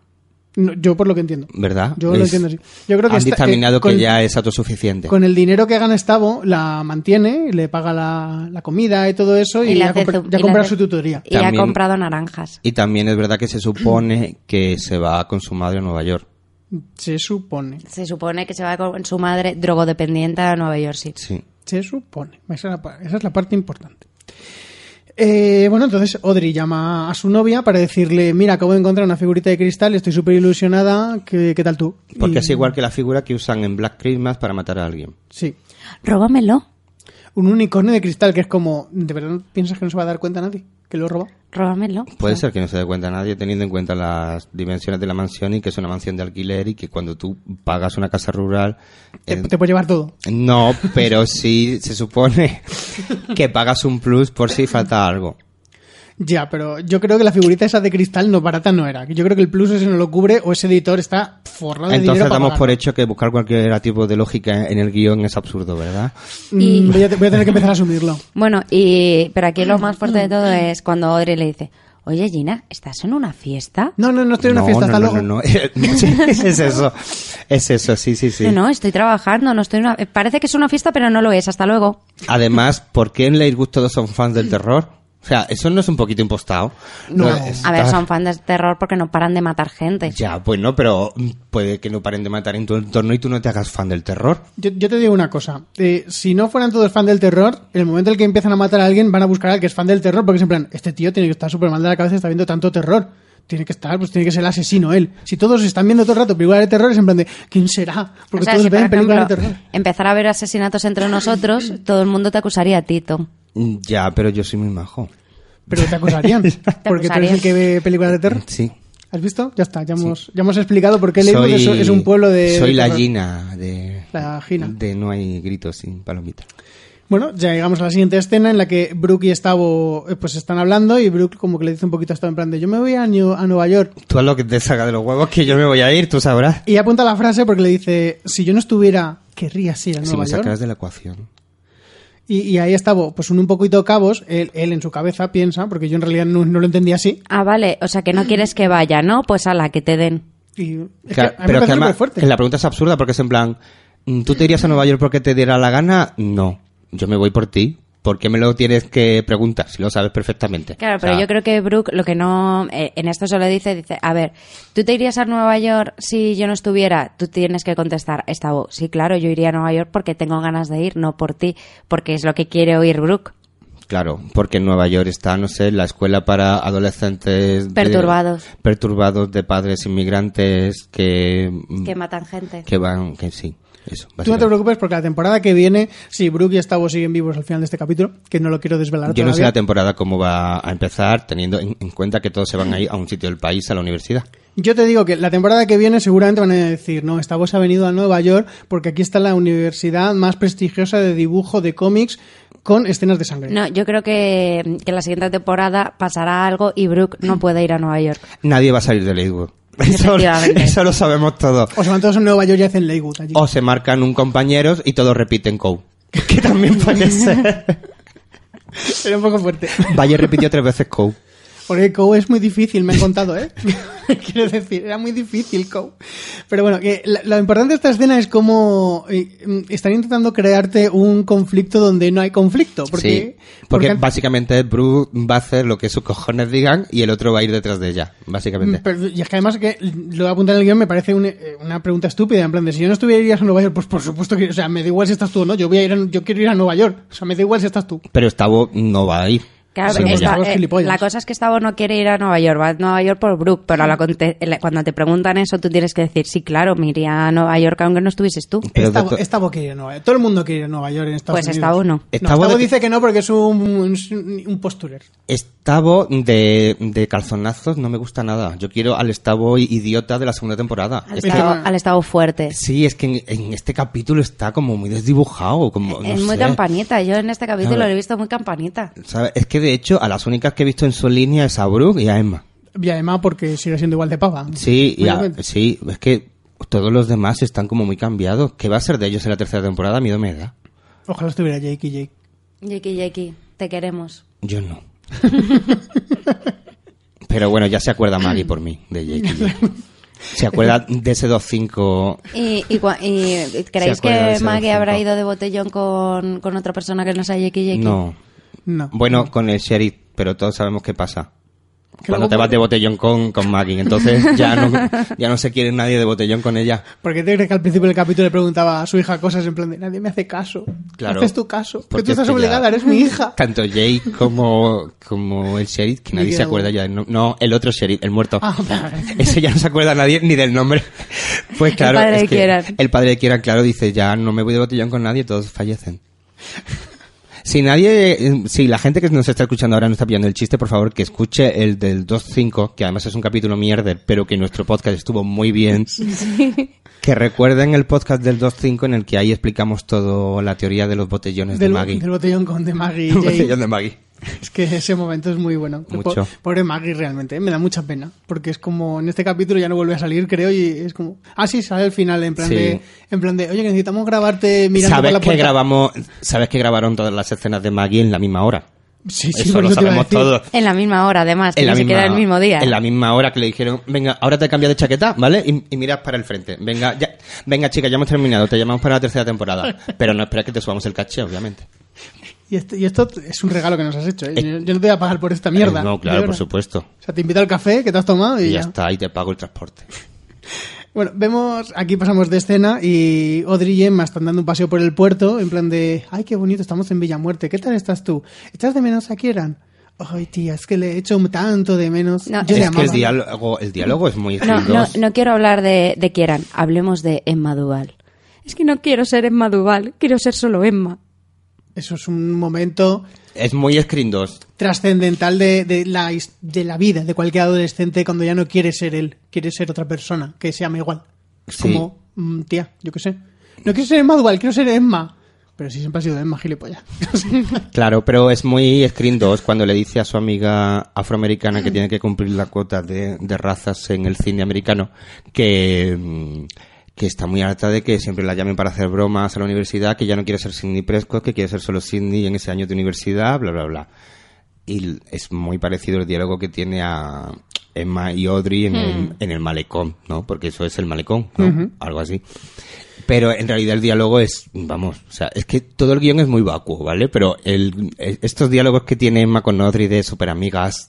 S2: no, yo por lo que entiendo.
S4: ¿verdad?
S2: Yo lo
S4: Mm. Es-
S2: entiendo así. Yo creo que
S4: han
S2: está-
S4: dictaminado
S2: eh, con-
S4: que ya es autosuficiente.
S2: Con el dinero que gana Stavo, la mantiene, le paga la, la comida y todo eso, y,
S3: le
S2: ya,
S3: hace
S2: compra,
S3: zu-
S2: ya
S3: y le
S2: compra
S3: hace-
S2: su tutoría.
S3: Y ha
S4: También-
S3: comprado naranjas.
S4: Y también es verdad que se supone que se va con su madre a Nueva York.
S2: Se supone.
S3: Se supone que se va con su madre drogodependiente a Nueva York City.
S4: Sí.
S2: Se supone. Esa es la, pa- esa es la parte importante. Eh, bueno, entonces Audrey llama a su novia para decirle, mira, acabo de encontrar una figurita de cristal, estoy súper ilusionada, ¿qué, qué tal tú?
S4: Porque
S2: Y-
S4: es igual que la figura que usan en Black Christmas para matar a alguien.
S2: Sí.
S3: Róbamelo.
S2: Un unicornio de cristal que es como, ¿de verdad piensas que no se va a dar cuenta nadie? ¿Que lo roba?
S3: Róbamelo.
S4: Puede ser que no se dé cuenta nadie teniendo en cuenta las dimensiones de la mansión y que es una mansión de alquiler y que cuando tú pagas una casa rural...
S2: Te,
S4: eh,
S2: te puede llevar todo.
S4: No, pero sí se supone que pagas un plus por si falta algo.
S2: Ya, pero yo creo que la figurita esa de cristal no barata no era. Yo creo que el plus ese no lo cubre o ese editor está forrado de dinero
S4: Entonces
S2: para
S4: damos por
S2: pagarlo.
S4: hecho que buscar cualquier tipo de lógica en el guión es absurdo, ¿verdad?
S3: Y-
S2: Mm, voy, a, voy a tener que empezar a asumirlo.
S3: Bueno, y pero aquí lo más fuerte de todo es cuando Audrey le dice, oye Gina, ¿estás en una fiesta?
S2: No, no, no estoy en una
S4: no,
S2: fiesta,
S4: no,
S2: hasta
S4: no,
S2: luego.
S4: no, no. Sí, es eso, es eso, sí, sí, sí.
S3: No, no, estoy trabajando, no estoy en una... Parece que es una fiesta, pero no lo es. Hasta luego.
S4: Además, ¿por qué en Leirgut todos son fans del terror? O sea, eso no es un poquito impostado.
S2: No.
S3: A ver, son fans de terror porque no paran de matar gente.
S4: Ah, Ya, pues no, pero puede que no paren de matar en tu entorno y tú no te hagas fan del terror.
S2: Yo, yo te digo una cosa. eh, si no fueran todos fan del terror, en el momento en el que empiezan a matar a alguien, van a buscar al que es fan del terror, porque es en plan, este tío tiene que estar súper mal de la cabeza, está viendo tanto terror. tiene que estar, pues tiene que ser el asesino él. Si todos están viendo todo el rato películas de terror, es en plan de, ¿quién será? Porque
S3: O sea,
S2: todos
S3: si, por
S2: ven películas de
S3: ejemplo,
S2: terror.
S3: empezar a ver asesinatos entre nosotros, todo el mundo te acusaría a Tito.
S4: Mm, Ya, pero yo soy muy majo.
S2: Pero te acusarían. porque tú eres el
S3: acusarían.
S2: que ve películas de terror.
S4: Sí.
S2: ¿Has visto? Ya está, ya hemos, ya hemos explicado por qué el
S4: Soy-
S2: es, es un pueblo de.
S4: Soy
S2: de
S4: la
S2: terror.
S4: gina de...
S2: La gina.
S4: De no hay gritos sin palomita.
S2: Bueno, ya llegamos a la siguiente escena en la que Brooke y Stavo eh, pues están hablando y Brooke como que le dice un poquito a Stavo en plan de yo me voy a, New- a Nueva York
S4: Tú a lo que te saca de los huevos que yo me voy a ir, tú sabrás.
S2: y apunta la frase porque le dice si yo no estuviera querrías ir a
S4: Si
S2: Nueva
S4: me
S2: York
S4: sacarás de la ecuación.
S2: y, y ahí Stavo pues un, un poquito cabos él, él en su cabeza piensa porque yo en realidad no, no lo entendía así
S3: Ah, vale, o sea que no quieres que vaya, ¿no? Pues a la que te den.
S2: y es que
S4: Claro,
S2: a mí me parece
S4: además,
S2: súper fuerte
S4: que la pregunta es absurda porque es en plan, mm, ¿tú te irías a Nueva York porque te diera la gana? No, yo me voy por ti. ¿Por qué me lo tienes que preguntar si lo sabes perfectamente?
S3: Claro,
S4: O
S3: pero
S4: sea,
S3: yo creo que Brooke lo que no. eh, en esto solo dice: dice, a ver, ¿tú te irías a Nueva York si yo no estuviera? Tú tienes que contestar, esta voz. Sí, claro, yo iría a Nueva York porque tengo ganas de ir, no por ti, porque es lo que quiere oír Brooke.
S4: Claro, porque en Nueva York está, no sé, la escuela para adolescentes... de-
S3: Perturbados.
S4: perturbados de padres inmigrantes que... mm,
S3: Que matan gente.
S4: que van... Que sí,
S2: Tú no
S4: eso.
S2: te
S4: básicamente.
S2: preocupes porque la temporada que viene, si Brooke y Stavo siguen vivos al final de este capítulo, que no lo quiero desvelar
S4: Yo no sé
S2: todavía,
S4: la temporada cómo va a empezar, teniendo en, en cuenta que todos se van a ir a un sitio del país, a la universidad.
S2: Yo te digo que la temporada que viene seguramente van a decir, no, esta voz ha venido a Nueva York porque aquí está la universidad más prestigiosa de dibujo de cómics con escenas de sangre.
S3: No, yo creo que, que la siguiente temporada pasará algo y Brooke no puede ir a Nueva York.
S4: Nadie va a salir de Lakewood. Eso,
S3: Efectivamente.
S4: eso lo sabemos todos.
S2: O se van todos a Nueva York y hacen Leywood allí.
S4: O se marcan un compañero y todos repiten Cow. Oh, Que también puede ser.
S2: Era un poco fuerte.
S4: Valle repitió tres veces Cow.
S2: Porque Cow es muy difícil, me han contado, ¿eh? Quiero decir, era muy difícil Cow. Pero bueno, que la- lo importante de esta escena es cómo eh, mm, están intentando crearte un conflicto donde no hay conflicto. Porque,
S4: sí, porque
S2: han-
S4: básicamente Bruce va a hacer lo que sus cojones digan y el otro va a ir detrás de ella, básicamente.
S2: Mm, Pero- y es que además que lo voy a apuntar en el guión me parece un- eh, una pregunta estúpida. En plan, de si yo no estuviera irías a Nueva York, pues por supuesto que, o sea, me da igual si estás tú o no. Yo voy a ir, a- yo quiero ir a Nueva York. O sea, me da igual si estás tú.
S4: Pero Stavo no va a ir.
S3: Claro,
S4: sin
S2: Sí,
S3: esta-
S4: ella.
S2: Estamos
S3: eh,
S2: gilipollas.
S3: la cosa es que Stavo no quiere ir a Nueva York, va a Nueva York por Brooke, pero a la conte- la- cuando te preguntan eso tú tienes que decir, sí, claro, me iría a Nueva York aunque no estuvieses tú.
S4: Pero
S2: Esta,
S4: doctor-
S2: esta voz quiere ir a Nueva York. Todo el mundo quiere ir a Nueva York en Estados
S3: Pues
S2: Unidos.
S3: esta voz no.
S4: Esta
S2: Esta,
S4: voz de
S2: voz
S4: que-
S2: dice que no porque es un, un- un postuler.
S4: Estavo de, de calzonazos no me gusta nada. Yo quiero al Estavo idiota de la segunda temporada.
S3: Al
S4: Es que-
S3: estado,
S2: que-
S3: al estado fuerte.
S4: sí, es que en, en este capítulo está como muy desdibujado. Como, Oh, no
S3: es muy
S4: sé.
S3: campanita, yo en este capítulo
S4: Claro.
S3: lo he visto muy campanita.
S4: ¿Sabes? Es que de hecho, a las únicas que he visto en su línea es a Brooke y a Emma.
S2: Y además porque sigue siendo igual de pava.
S4: Sí, y a-
S2: Obviamente.
S4: sí, es que todos los demás están como muy cambiados. ¿Qué va a ser de ellos en la tercera temporada? Miedo me da.
S2: Ojalá estuviera Jake y Jake.
S3: Jackie, Jackie, te queremos.
S4: Yo no. Pero bueno, ya se acuerda Maggie por mí, de Jake. y Jake. Se acuerda de ese 2-5.
S3: ¿Y, y cua- y- creéis
S4: acuerda de
S3: que
S4: ese
S3: Maggie
S4: acento.
S3: habrá ido de botellón con, con otra persona que no sea Jackie, Jackie?
S4: No.
S2: No.
S4: Bueno, con el sheriff, pero todos sabemos qué pasa.
S2: Que
S4: Cuando
S2: luego-
S4: te vas de botellón con, con Maggie, entonces ya no, ya no se quiere nadie de botellón con ella.
S2: Porque te crees que al principio del capítulo le preguntaba a su hija cosas en plan de nadie me hace caso.
S4: Claro.
S2: Haces tu caso. Que
S4: Porque
S2: tú estás
S4: es que ya-
S2: obligada, eres mi hija.
S4: Tanto Jake como, como el sheriff, que nadie
S2: Miguel.
S4: se acuerda ya del nombre. No, el otro sheriff, el muerto.
S2: Ah, vale.
S4: Ese ya no se acuerda nadie ni del nombre. Pues claro,
S3: padre
S4: es
S3: de
S4: que
S3: Kieran.
S4: el padre de Kieran, claro, dice, ya no me voy de botellón con nadie, todos fallecen. Si nadie, eh, si la gente que nos está escuchando ahora no está pillando el chiste, por favor que escuche el del 2.5, que además es un capítulo mierder, pero que nuestro podcast estuvo muy bien. Que recuerden el podcast del 2.5 en el que ahí explicamos todo la teoría de los botellones
S2: Del,
S4: de Maggie.
S2: del botellón con de Maggie y
S4: El
S2: Jake.
S4: botellón de Maggie.
S2: Es que ese momento es muy bueno.
S4: Mucho.
S2: Po- Pobre Maggie realmente, ¿eh? me da mucha pena. Porque es como, en este capítulo ya no vuelve a salir, creo, y es como... Ah, sí, sale al final, en plan,
S4: Sí.
S2: de, en plan de, oye, que necesitamos grabarte mirando por
S4: Sabes
S2: la
S4: que
S2: puerta.
S4: grabamos, sabes que grabaron todas las escenas de Maggie en la misma hora.
S2: Sí, sí,
S4: Eso
S2: por
S4: lo
S2: eso te iba a
S4: sabemos
S2: decir.
S4: todos.
S3: En la misma hora, además, que
S4: En la
S3: no se
S4: misma-
S3: queda el mismo día.
S4: En la misma hora que le dijeron, venga, ahora te cambias de chaqueta, ¿vale? Y, y miras para el frente. Venga, ya, venga, chica, ya hemos terminado, te llamamos para la tercera temporada. Pero no esperas que te subamos el caché, obviamente.
S2: Y, esto, y esto es un regalo que nos has hecho, ¿eh? Yo, yo no te voy a pagar por esta mierda.
S4: Eh, no,
S2: de
S4: claro, por
S2: verdad.
S4: supuesto.
S2: O sea, te invito al café que te has tomado y,
S4: Y ya
S2: ya.
S4: está, y te pago el transporte.
S2: Bueno, vemos, aquí pasamos de escena y Audrey y Emma están dando un paseo por el puerto en plan de, ay, qué bonito, estamos en Villamuerte, ¿qué tal estás tú? ¿Estás de menos a Kieran? Ay, tía, es que le he hecho tanto de menos.
S3: No,
S2: Yo le
S4: es que
S2: amaba.
S4: el diálogo, el diálogo es muy
S3: No, no,
S4: eficaz.
S3: no quiero hablar de, de Kieran, hablemos de Emma Duval. Es que no quiero ser Emma Duval, quiero ser solo Emma.
S2: Eso es un momento
S4: Es muy Screen 2.
S2: trascendental de, de la, his- de la vida de cualquier adolescente cuando ya no quiere ser él, quiere ser otra persona que se ama igual. Es
S4: Sí.
S2: como, mm, tía, yo qué sé. No quiero ser Emma Duval, quiero ser Emma. Pero sí, siempre ha sido Emma, gilipollas.
S4: Claro, pero es muy Screen 2 cuando le dice a su amiga afroamericana que tiene que cumplir la cuota de, de razas en el cine americano que, mm, que está muy harta de que siempre la llamen para hacer bromas a la universidad, que ya no quiere ser Sidney Prescott, que quiere ser solo Sidney en ese año de universidad, bla, bla, bla. Y l- es muy parecido el diálogo que tiene a Emma y Audrey en,
S3: Hmm.
S4: el, en el malecón, ¿no? Porque eso es el malecón, ¿no? Algo así. Pero en realidad el diálogo es, vamos, o sea, es que todo el guión es muy vacuo, ¿vale? Pero el, eh, estos diálogos que tiene Emma con Audrey de superamigas,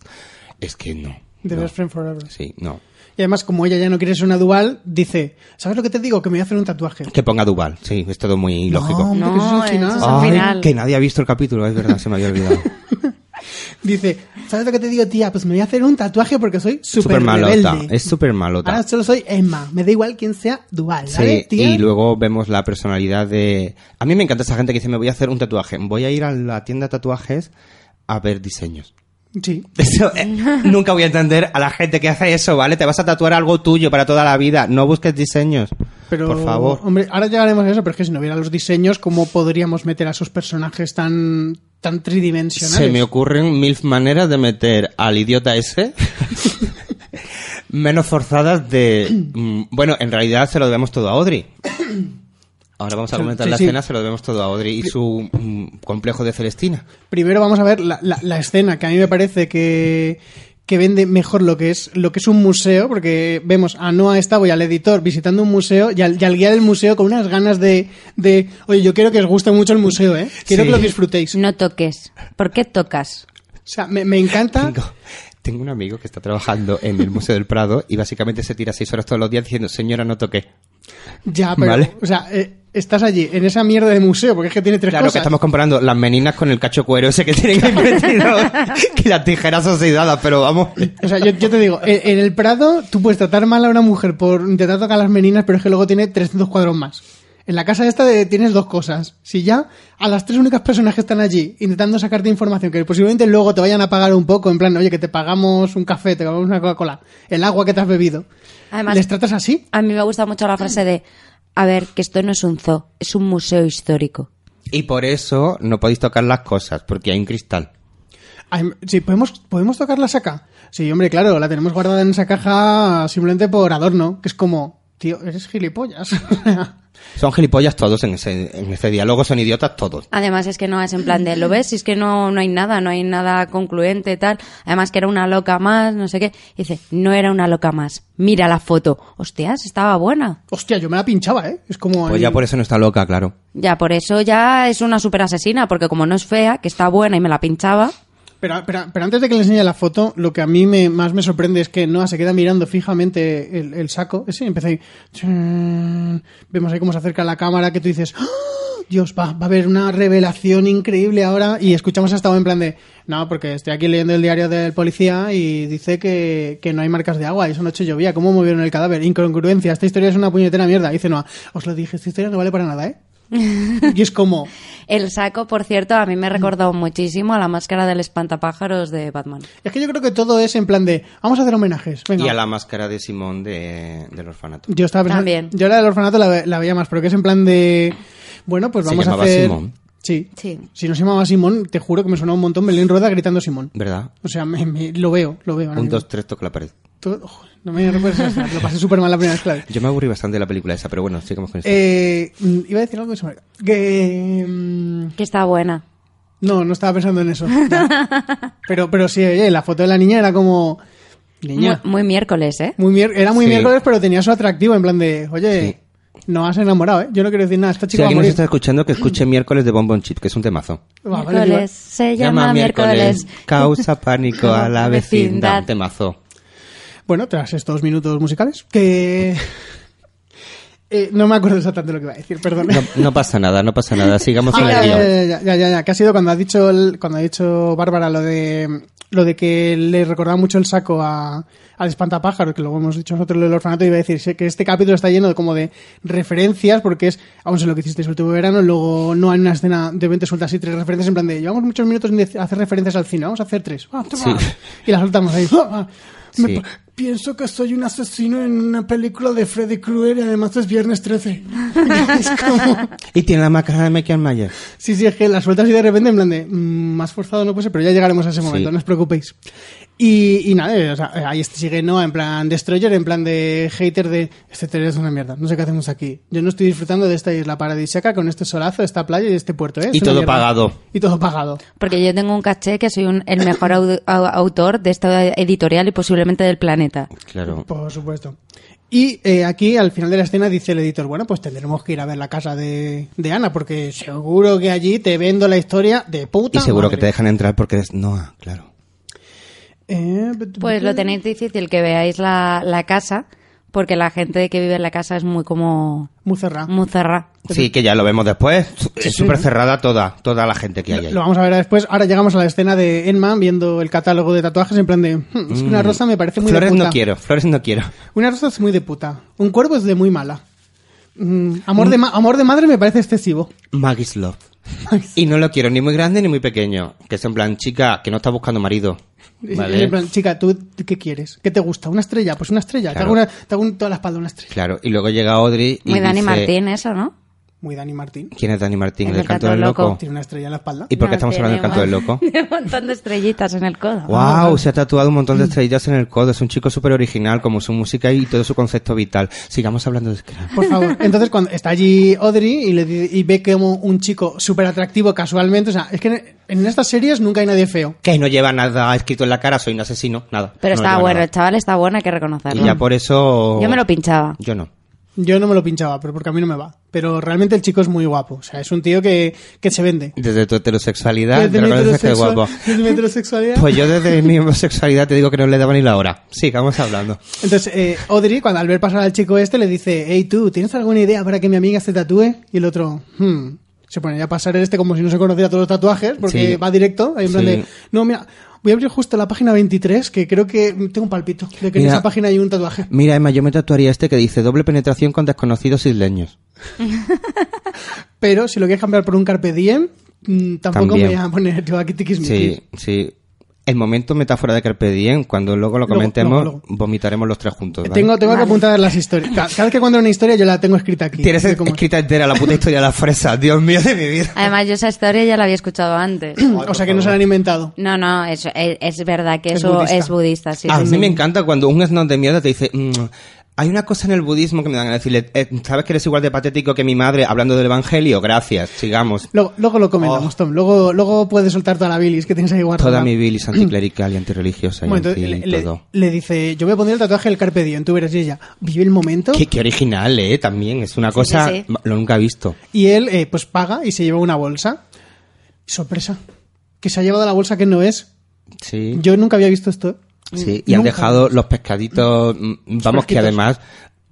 S4: es que no.
S2: The
S4: no.
S2: best friend forever.
S4: Sí, no.
S2: Y además, como ella ya no quiere ser una Duval, dice, ¿sabes lo que te digo? Que me voy a hacer un tatuaje.
S4: Que ponga Duval, sí, es todo muy lógico.
S2: hombre, que eso es
S3: No,
S2: al final.
S3: eso es al
S4: Ay,
S3: final.
S4: que nadie ha visto el capítulo, es verdad, se me había olvidado.
S2: Dice, ¿sabes lo que te digo, tía? Pues me voy a hacer un tatuaje porque soy súper
S4: Súper malota,
S2: rebelde.
S4: es súper malota.
S3: Ah,
S2: Ahora solo soy Emma. Me da igual quién sea Dual, ¿vale,
S4: Sí,
S2: tía?
S4: y luego vemos la personalidad de... A mí me encanta esa gente que dice, me voy a hacer un tatuaje, voy a ir a la tienda de tatuajes a ver diseños.
S2: Sí.
S4: Eso, eh, nunca voy a entender a la gente que hace eso, ¿vale? Te vas a tatuar algo tuyo para toda la vida. No busques diseños.
S2: Pero,
S4: por favor.
S2: Hombre, ahora llegaremos a eso, pero es que si no hubiera los diseños, ¿cómo podríamos meter a esos personajes tan, tan tridimensionales?
S4: Se me ocurren mil maneras de meter al idiota ese. menos forzadas de. mm, Bueno, en realidad se lo debemos todo a Audrey. Ahora vamos a
S2: Sí,
S4: comentar
S2: sí,
S4: la
S2: sí.
S4: escena, se lo debemos todo a Audrey y su mm, complejo de Celestina.
S2: Primero vamos a ver la, la- la escena, que a mí me parece que, que vende mejor lo que es lo que es un museo, porque vemos a Noah Estavo y al editor visitando un museo y al, y al guía del museo con unas ganas de, de, oye, yo quiero que os guste mucho el museo, ¿eh? Quiero
S4: Sí.
S2: que lo disfrutéis.
S3: No toques. ¿Por qué tocas?
S2: O sea, me, me encanta...
S4: Tengo, tengo un amigo que está trabajando en el Museo del Prado y básicamente se tira seis horas todos los días diciendo, señora, no toque.
S2: Ya, pero...
S4: Vale.
S2: O sea, eh, estás allí, en esa mierda de museo, porque es que tiene tres
S4: Claro que
S2: cosas.
S4: estamos comparando las meninas con el cacho cuero ese que tienen ahí metido. que las tijeras oxidadas, pero vamos.
S2: O sea, yo, yo te digo, en, en el Prado tú puedes tratar mal a una mujer por intentar tocar las meninas, pero es que luego tiene 300 cuadros más. En la casa esta de- tienes dos cosas. Si ya a las tres únicas personas que están allí intentando sacarte información, que posiblemente luego te vayan a pagar un poco, en plan, oye, que te pagamos un café, te pagamos una Coca-Cola, el agua que te has bebido,
S3: Además-
S2: les tratas así.
S3: A mí me gusta mucho la frase de, a ver, que esto no es un zoo, es un museo histórico.
S4: Y por eso no podéis tocar las cosas, porque hay un cristal.
S2: Ay, Sí, podemos, podemos tocar la saca. Sí, hombre, claro, la tenemos guardada en esa caja simplemente por adorno, que es como, tío, eres gilipollas.
S4: Son gilipollas todos en ese, en ese diálogo, son idiotas todos.
S3: Además es que no es en plan de, ¿lo ves? Si es que no, no hay nada, no hay nada concluente, tal. Además que era una loca más, no sé qué. Y dice, no era una loca más. Mira la foto. Hostias, estaba buena.
S2: Hostia, yo me la pinchaba, ¿eh? Es como...
S4: Pues
S2: ahí-
S4: ya por eso no está loca, claro.
S3: Ya, por eso ya es una super asesina, porque como no es fea, que está buena y me la pinchaba.
S2: Pero, pero, pero antes de que le enseñe la foto, lo que a mí me, más me sorprende es que Noah se queda mirando fijamente el, el saco. Ese y empieza ahí. chan. Vemos ahí cómo se acerca la cámara que tú dices. ¡Ah! Dios, va, va a haber una revelación increíble ahora. Y escuchamos hasta en plan de. No, porque estoy aquí leyendo el diario del policía y dice que, que no hay marcas de agua. Y esa noche llovía. ¿Cómo movieron el cadáver? Incongruencia. Esta historia es una puñetera mierda. Dice Noah. Os lo dije, esta historia no vale para nada, ¿eh? y es como.
S3: El saco, por cierto, a mí me recordó muchísimo a la máscara del espantapájaros de Batman.
S2: Es que yo creo que todo es en plan de. Vamos a hacer homenajes. Venga.
S4: Y a la máscara de Simón de, del orfanato.
S2: Yo estaba pensando,
S3: También.
S2: yo la del orfanato la, ve- la veía más, pero que es en plan de, bueno, pues
S4: Se
S2: vamos a
S4: llamaba
S2: hacer...
S4: Simón.
S2: Sí.
S3: Sí.
S2: Si no se llamaba Simón, te juro que me sonaba un montón Belén Rueda gritando Simón.
S4: ¿Verdad?
S2: O sea, me- me- lo veo, lo veo. ahora
S4: Un,
S2: mismo.
S4: dos, tres, toca la pared.
S2: Todo- ojo, no me recuerdes esa escena, lo pasé súper mal la primera vez, claro.
S4: Yo me aburrí bastante de la película esa, pero bueno, sigamos con esto.
S2: Eh, mm, iba a decir algo que se me ha olvidado. Que... mm,
S3: Que está buena.
S2: No, no estaba pensando en eso. Ya. Pero, pero sí, oye, la foto de la niña era como...
S3: Muy,
S2: Niña.
S3: muy miércoles, ¿eh?
S2: Muy mier- era muy
S4: Sí.
S2: miércoles, pero tenía su atractivo, en plan de, oye, no has enamorado, ¿eh? Yo no quiero decir nada, esta
S4: si
S2: chica va a
S4: alguien nos
S2: morir.
S4: está escuchando, que escuche miércoles de Bonbon Chip, que es un temazo.
S2: Va, Ah, vale,
S3: miércoles,
S2: vale.
S3: se Ah, llama, miércoles.
S4: Causa pánico a la vecindad.
S3: Vecindad.
S4: Un temazo.
S2: eh, Bueno, tras estos minutos musicales, que... Eh, no me acuerdo exactamente lo que iba a decir, perdón.
S4: No, no pasa nada, no pasa nada. Sigamos
S2: Ah,
S4: en
S2: ya,
S4: el
S2: ya,
S4: guión.
S2: ya, ya, ya, ya, ya, que ha sido cuando ha dicho el- cuando ha dicho Bárbara lo de lo de que le recordaba mucho el saco a, al espantapájaros, que luego hemos dicho nosotros el orfanato, iba a decir sé que este capítulo está lleno de, como de referencias, porque es, aún sé lo que hiciste el último verano, luego no hay una escena de 20 sueltas y tres referencias, en plan de, llevamos muchos minutos sin de- hacer referencias al cine, vamos a hacer tres. Ah, toma.
S4: Sí.
S2: Y las soltamos ahí. Ah, me
S4: Sí.
S2: pa- Pienso que soy un asesino en una película de Freddy Krueger y además es viernes 13. es como...
S4: Y tiene la máscara de Michael Myers.
S2: Sí, sí, es que las sueltas y de repente en plan de mm, más forzado no puede ser, pero ya llegaremos a ese momento,
S4: Sí.
S2: no os preocupéis. Y, y nada, eh, o sea, eh, ahí sigue Noah en plan Destroyer, en plan de hater de este teoría es una mierda, no sé qué hacemos aquí. Yo no estoy disfrutando de esta isla paradisíaca con este solazo, esta playa y este puerto, ¿eh? Es
S4: Y
S2: una
S4: todo
S2: mierda".
S4: pagado.
S2: Y todo pagado.
S3: Porque yo tengo un caché que soy un- el mejor au- au- autor de esta editorial y posiblemente del planeta.
S4: Claro.
S2: Por supuesto. Y eh, aquí, al final de la escena, dice el editor, bueno, pues tendremos que ir a ver la casa de, de Ana, porque seguro que allí te vendo la historia de puta
S4: Y seguro que te
S2: madre".
S4: dejan entrar porque es Noah, claro.
S2: Eh,
S3: Pues lo tenéis difícil que veáis la, la casa, porque la gente que vive en la casa es muy como
S2: Muy cerrado.
S3: muzarra.
S4: Sí, que ya lo vemos después. Es
S2: sí,
S4: súper
S2: ¿no?
S4: cerrada toda, toda la gente que hay ahí.
S2: Lo vamos a ver después. Ahora llegamos a la escena de Enman viendo el catálogo de tatuajes en plan de... "Hmm, es que una rosa me parece muy
S4: Flores
S2: de puta.
S4: Mm. no quiero, flores no quiero.
S2: Una rosa es muy de puta. Un cuervo es de muy mala. Mm, amor, de ma- amor de madre me parece excesivo.
S4: Maggie's Love. Y no lo quiero ni muy grande ni muy pequeño. Que es en plan, chica, que no está buscando marido.
S2: En
S4: ¿Vale?
S2: plan, chica, ¿tú qué quieres? ¿Qué te gusta? ¿Una estrella? Pues una estrella. Te,
S4: Claro.
S2: hago una- te hago un- toda la espalda una estrella.
S4: Claro. Y luego llega Audrey y
S3: Muy Dani
S4: dice,
S3: Martín, eso, ¿no?
S2: Muy Dani Martín.
S4: ¿Quién es Dani Martín?
S3: El
S4: ¿El
S3: del
S4: del canto del loco?
S2: Tiene una estrella en la espalda.
S4: ¿Y por qué
S3: No,
S4: estamos hablando del canto del
S3: tenemos
S4: loco?
S3: Un montón de estrellitas en el codo.
S4: ¡Wow! Se ha tatuado un montón de estrellas en el codo. Es un chico súper original, como su música y todo su concepto vital. Sigamos hablando de Scrap.
S2: Por favor. Entonces, cuando está allí Audrey y, le, di- y ve como un chico súper atractivo casualmente... O sea, es que en- en estas series nunca hay nadie feo.
S4: Que no lleva nada escrito en la cara, soy un asesino, nada.
S3: Pero
S4: No
S3: está
S4: lleva
S3: bueno,
S4: nada.
S3: el chaval está bueno, hay que reconocerlo.
S4: Y ya por eso...
S3: Yo me lo pinchaba.
S4: Yo no.
S2: Yo no me lo pinchaba, pero porque a mí no me va. Pero realmente el chico es muy guapo. O sea, es un tío que, que se vende.
S4: Desde tu heterosexualidad,
S2: Desde
S4: te
S2: mi
S4: reconoces que es
S2: heterosexual-
S4: guapo.
S2: desde mi heterosexualidad.
S4: Pues yo desde mi homosexualidad te digo que no le daba ni la hora. Sigamos hablando.
S2: Entonces, eh, Audrey, cuando al ver pasar al chico este, le dice, hey tú, ¿tienes alguna idea para que mi amiga se tatúe? Y el otro, hmm. Se pone a pasar este como si no se conociera todos los tatuajes, porque
S4: Sí.
S2: va directo. Ahí en plan
S4: Sí.
S2: de, no, mira, voy a abrir justo la página 23, que creo que tengo un palpito de que en
S4: Mira.
S2: esa página hay un tatuaje.
S4: Mira, Emma, yo me tatuaría este que dice doble penetración con desconocidos isleños.
S2: Pero si lo quieres cambiar por un Carpe Diem, mm, tampoco
S4: También.
S2: me voy a poner yo aquí tiquismiquis.
S4: Sí, sí. El momento metáfora de Carpe Diem, cuando luego lo
S2: Luego,
S4: comentemos,
S2: luego, luego.
S4: vomitaremos los tres juntos. ¿vale?
S2: Tengo, tengo
S3: Vale.
S2: que apuntar las historias. Ca- Cada vez que cuento una historia yo la tengo escrita aquí.
S4: Tienes
S2: Así como-
S4: escrita entera la puta historia de la fresa. Dios mío de mi vida.
S3: Además, yo esa historia ya la había escuchado antes.
S2: Mm, o sea que no se la han inventado.
S3: No, no, eso- es, es verdad que
S2: Es
S3: eso
S2: budista.
S3: es budista. Sí,
S4: a
S3: sí,
S4: mí
S3: sí.
S4: Ah, me encanta cuando un snob de mierda te dice, "Mm, hay una cosa en el budismo que me dan a decirle, "Eh, ¿sabes que eres igual de patético que mi madre hablando del evangelio? Gracias, sigamos.
S2: Luego, luego lo comentamos, Tom. Luego, luego puedes soltar toda la bilis que tienes ahí guardada.
S4: Oh. Toda mi bilis anticlerical y antirreligiosa y
S2: Bueno, entonces,
S4: anti
S2: le, le-
S4: todo.
S2: le dice, yo voy a poner el tatuaje del Carpe Diem, tú verás y ella. Vive el momento.
S4: Qué, qué original, ¿eh? También es una cosa...
S3: sí, sí.
S4: Lo nunca he visto.
S2: Y él, eh, pues paga y se lleva una bolsa. Sorpresa. Que se ha llevado la bolsa que no es.
S4: Sí.
S2: Yo nunca había visto esto.
S4: Sí, y han
S2: Nunca.
S4: dejado los pescaditos, mm, vamos que
S2: fresquitos.
S4: además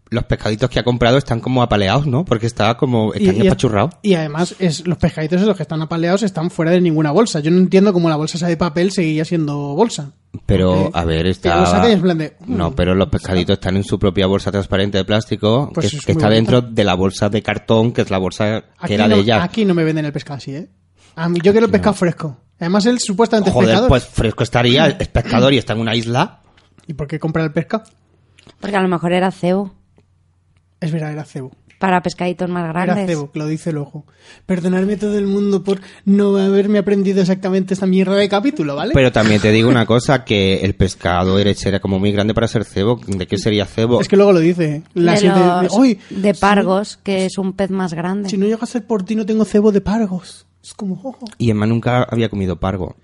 S4: los pescaditos que ha comprado están como apaleados, ¿no? Porque está como están
S2: es-
S4: empachurrados.
S2: y además, es, los pescaditos esos que están apaleados están fuera de ninguna bolsa. Yo no entiendo cómo la bolsa esa de papel seguía siendo bolsa.
S4: Pero
S2: Eh,
S4: a ver,
S2: pero
S4: está
S2: lo saca y es en plan de, mm,
S4: No, pero los pescaditos están en su propia bolsa transparente de plástico
S2: Pues
S4: que,
S2: es
S4: que
S2: muy
S4: está
S2: bonito.
S4: dentro de la bolsa de cartón que es la bolsa
S2: Aquí
S4: que era
S2: no,
S4: de ella.
S2: Aquí no me venden el pescado así, ¿eh? A mí, yo quiero el pescado fresco. Además, él supuestamente es
S4: Joder,
S2: pescador.
S4: pues fresco estaría, es pescador y está en una isla.
S2: ¿Y por qué comprar el pescado?
S3: Porque a lo mejor era cebo,
S2: Es verdad, era cebo.
S3: para pescaditos más grandes.
S2: Era cebo, que lo dice el ojo. Perdonadme todo el mundo por no haberme aprendido exactamente esta mierda de capítulo, ¿vale?
S4: Pero también te digo una cosa, que el pescado era, era como muy grande para ser cebo. ¿De qué sería cebo?
S2: es que luego lo dice. ¿eh? La
S3: de,
S2: siete-
S3: los-
S2: ¡Uy!
S3: de pargos, que es un pez más grande.
S2: Si no llega a ser por ti, no tengo cebo de pargos. Es como, ojo.
S4: Y Emma nunca había comido pargo.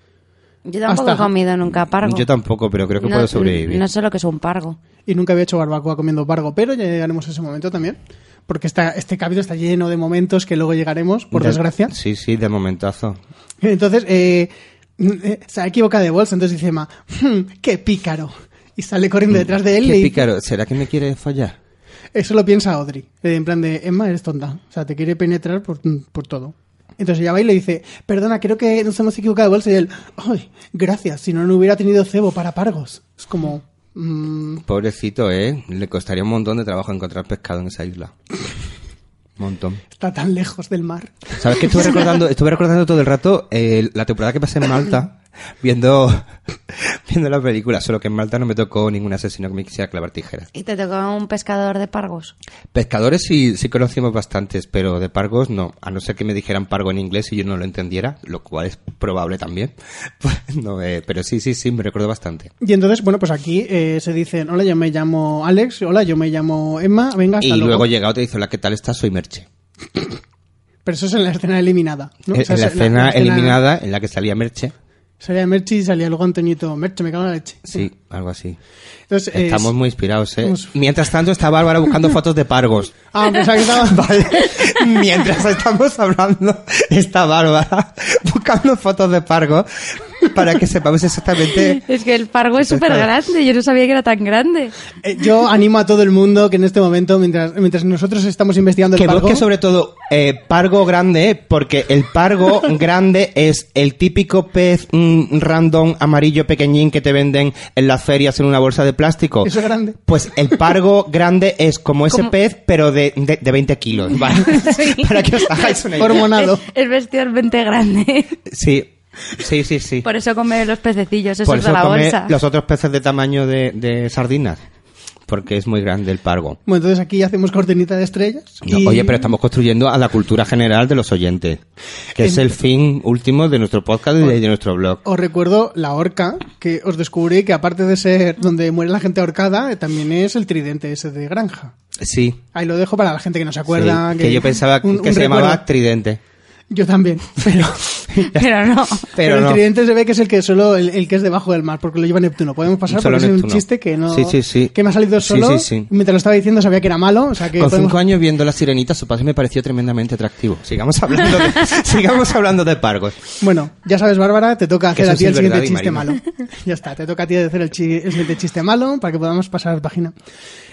S3: Yo tampoco
S2: Hasta-
S3: he comido nunca pargo.
S4: Yo tampoco, pero creo que puedo sobrevivir.
S3: No sé lo que es un pargo.
S2: Y nunca había hecho barbacoa comiendo pargo, pero ya llegaremos a ese momento también. Porque está, este capítulo está lleno de momentos que luego llegaremos, por
S4: De-
S2: desgracia.
S4: Sí, sí, de momentazo.
S2: Entonces, eh, eh, se equivoca de bolsa, entonces dice Emma, "Hmm, qué pícaro. Y sale corriendo detrás de él y
S4: Hmm, Qué
S2: le dice-
S4: pícaro, ¿será que me quiere follar?
S2: eso lo piensa Audrey. eh, En plan de, Emma, eres tonta. O sea, te quiere penetrar por, por todo. Entonces ella va y le dice, perdona, creo que nos hemos equivocado de bolsa. Y él, ay, gracias, si no, no hubiera tenido cebo para pargos. Es como... mm,
S4: Pobrecito, ¿eh? Le costaría un montón de trabajo encontrar pescado en esa isla. Montón.
S2: está tan lejos del mar.
S4: ¿Sabes que estuve recordando, estuve recordando todo el rato eh, la temporada que pasé en Malta viendo, viendo la película? Solo que en Malta no me tocó ningún asesino que me quisiera clavar tijeras.
S3: Y te tocó un pescador de pargos.
S4: Pescadores sí, sí conocimos bastantes, pero de pargos no. A no ser que me dijeran pargo en inglés y yo no lo entendiera, lo cual es probable también. Pues, no, eh, pero sí, sí, sí, me recuerdo bastante.
S2: Y entonces, bueno, pues aquí eh, se dicen, hola, yo me llamo Alex, hola, yo me llamo Emma, venga, hasta
S4: Y luego
S2: luego.
S4: llegado te dice, hola, ¿qué tal estás? Soy Merche.
S2: Pero eso es en la escena eliminada. ¿no?
S4: Eh, En-
S2: O sea,
S4: en la
S2: es en
S4: escena eliminada en la que salía Merche.
S2: Salía Merchi y salía luego Antonito, Merche, me cago en la leche.
S4: Sí, algo así.
S2: Entonces, eh,
S4: Estamos muy inspirados, ¿eh?
S2: Vamos.
S4: Mientras tanto está Bárbara buscando fotos de pargos.
S2: Ah, pensaba que estaba...
S4: Vale. Mientras estamos hablando, está Bárbara buscando fotos de pargos para que sepamos exactamente...
S3: Es que el pargo es súper grande, yo no sabía que era tan grande.
S2: Eh, Yo animo a todo el mundo que en este momento, mientras, mientras nosotros estamos investigando el
S4: Que
S2: pargo,
S4: busque sobre todo eh, pargo grande, porque el pargo grande es el típico pez mm, random amarillo pequeñín que te venden en las ferias en una bolsa de plástico.
S2: Eso es grande.
S4: Pues el pargo grande es como ese
S3: Como-
S4: pez, pero de, de, de 20 kilos, ¿vale?
S3: Sí.
S4: Para que os hagáis una idea.
S2: hormonado.
S3: Es, es bestialmente grande.
S4: Sí, sí, sí, sí.
S3: Por eso come los pececillos, eso
S4: Por
S3: es de
S4: eso
S3: la
S4: come
S3: bolsa.
S4: los otros peces de tamaño de, de sardinas, porque es muy grande el pargo.
S2: Bueno, entonces aquí hacemos cortinita de estrellas.
S4: No,
S2: y-
S4: Oye, pero estamos construyendo a la cultura general de los oyentes, que es el fin último de nuestro podcast y de, de nuestro blog.
S2: Os recuerdo la horca, que os descubrí que aparte de ser donde muere la gente ahorcada, eh, también es el tridente ese de granja.
S4: Sí.
S2: Ahí lo dejo para la gente que no se acuerda.
S4: sí, que, yo pensaba
S2: un-
S4: que
S2: un
S4: se llamaba
S2: recuerdo.
S4: Tridente.
S2: Yo también, pero...
S3: Pero no.
S4: Pero,
S2: pero el
S4: no.
S2: tridente se ve que es el que solo el, el que es debajo del mar, porque lo lleva Neptuno. Podemos pasar
S4: Solo
S2: porque es un
S4: Neptuno.
S2: chiste que no
S4: Sí, sí, sí.
S2: que me ha salido
S4: Sí,
S2: solo.
S4: sí, sí.
S2: Mientras lo estaba diciendo sabía que era malo, o sea que
S4: Con
S2: podemos-
S4: cinco años viendo la sirenita, su padre me pareció tremendamente atractivo. Sigamos hablando de, sigamos hablando de pargos.
S2: Bueno, ya sabes, Bárbara, te toca
S4: Que
S2: hacer a
S4: eso
S2: ti
S4: es
S2: el siguiente
S4: verdad y
S2: chiste malo.
S4: marina.
S2: Ya está, te toca a ti hacer el, chi- el siguiente chiste malo para que podamos pasar página.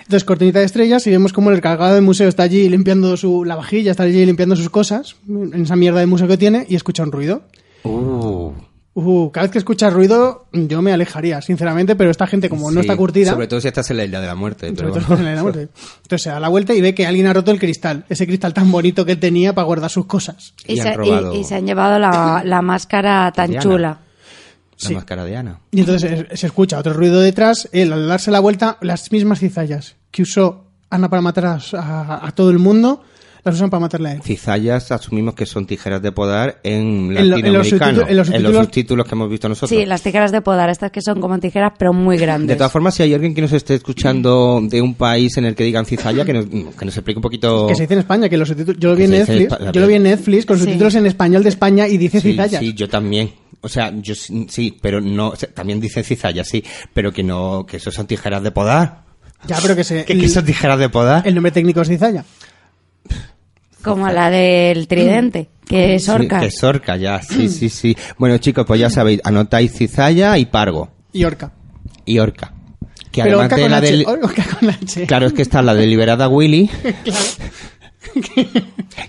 S2: Entonces, cortinita de estrellas y vemos como el encargado del museo está allí limpiando su, la vajilla, está allí limpiando sus cosas, en esa mierda de museo que tiene, y escucha un ruido.
S4: Uh,
S2: Uh, cada vez que escuchas ruido, yo me alejaría, sinceramente, pero esta gente, como no
S4: sí.
S2: está curtida.
S4: Sobre todo si estás en la isla de la muerte.
S2: sobre
S4: Pero
S2: todo
S4: bueno.
S2: en el amor, sí. Entonces se da la vuelta y ve que alguien ha roto el cristal, ese cristal tan bonito que él tenía para guardar sus cosas.
S4: Y han
S3: se,
S4: robado-
S3: y- y se han llevado la, la máscara tan
S4: Diana.
S3: chula.
S4: La
S2: Sí.
S4: máscara de Ana.
S2: Y entonces eh, se escucha otro ruido detrás, él al darse la vuelta, las mismas cizallas que usó Ana para matar a, a- a todo el mundo, las usan para matarle a él.
S4: Cizallas asumimos que son tijeras de podar
S2: En
S4: en
S2: lo- en los
S4: latinoamericano.
S2: subtítulos- en los
S4: en los
S2: subtítulos-
S4: subtítulos que hemos visto nosotros.
S3: Sí, las tijeras de podar, estas que son como tijeras, pero muy grandes.
S4: De todas formas, si hay alguien que nos esté escuchando de un país en el que digan cizalla, que nos, que nos explique un poquito...
S2: Que se dice en España, que los subtítulos... Yo lo vi
S4: Que
S2: en
S4: se dice
S2: Netflix,
S4: en Espa-
S2: yo lo vi en Netflix con los
S3: Sí.
S2: subtítulos en español de España y dice
S4: sí,
S2: cizallas.
S4: sí, yo también. O sea, yo sí, sí, pero no... o sea, también dicen cizalla, sí, pero que no... Que eso son tijeras de podar.
S2: Ya, pero que se...
S4: Que, que son tijeras de podar.
S2: El nombre técnico es cizalla.
S3: Como la del tridente, que es
S4: Sí,
S3: orca.
S4: que es orca, ya.
S2: Mm.
S4: Sí, sí, sí. Bueno, chicos, pues ya sabéis, anotáis cizalla y pargo.
S2: Y orca.
S4: Y orca. Que
S2: pero
S4: además
S2: orca
S4: de
S2: con,
S4: la
S2: H,
S4: del...
S2: orca con H.
S4: Claro, es que está la deliberada Willy,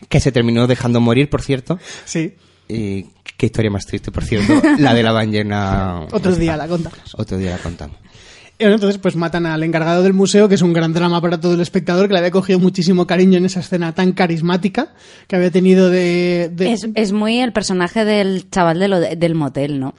S4: que se terminó dejando morir, por cierto.
S2: Sí,
S4: Y qué historia más triste, por cierto. La de la ballena.
S2: otro día la contamos.
S4: Otro día la contamos.
S2: Y bueno, entonces pues matan al encargado del museo, que es un gran drama para todo el espectador, que le había cogido muchísimo cariño en esa escena tan carismática que había tenido de... de-
S3: Es, es muy el personaje del chaval de lo de- del motel, ¿no?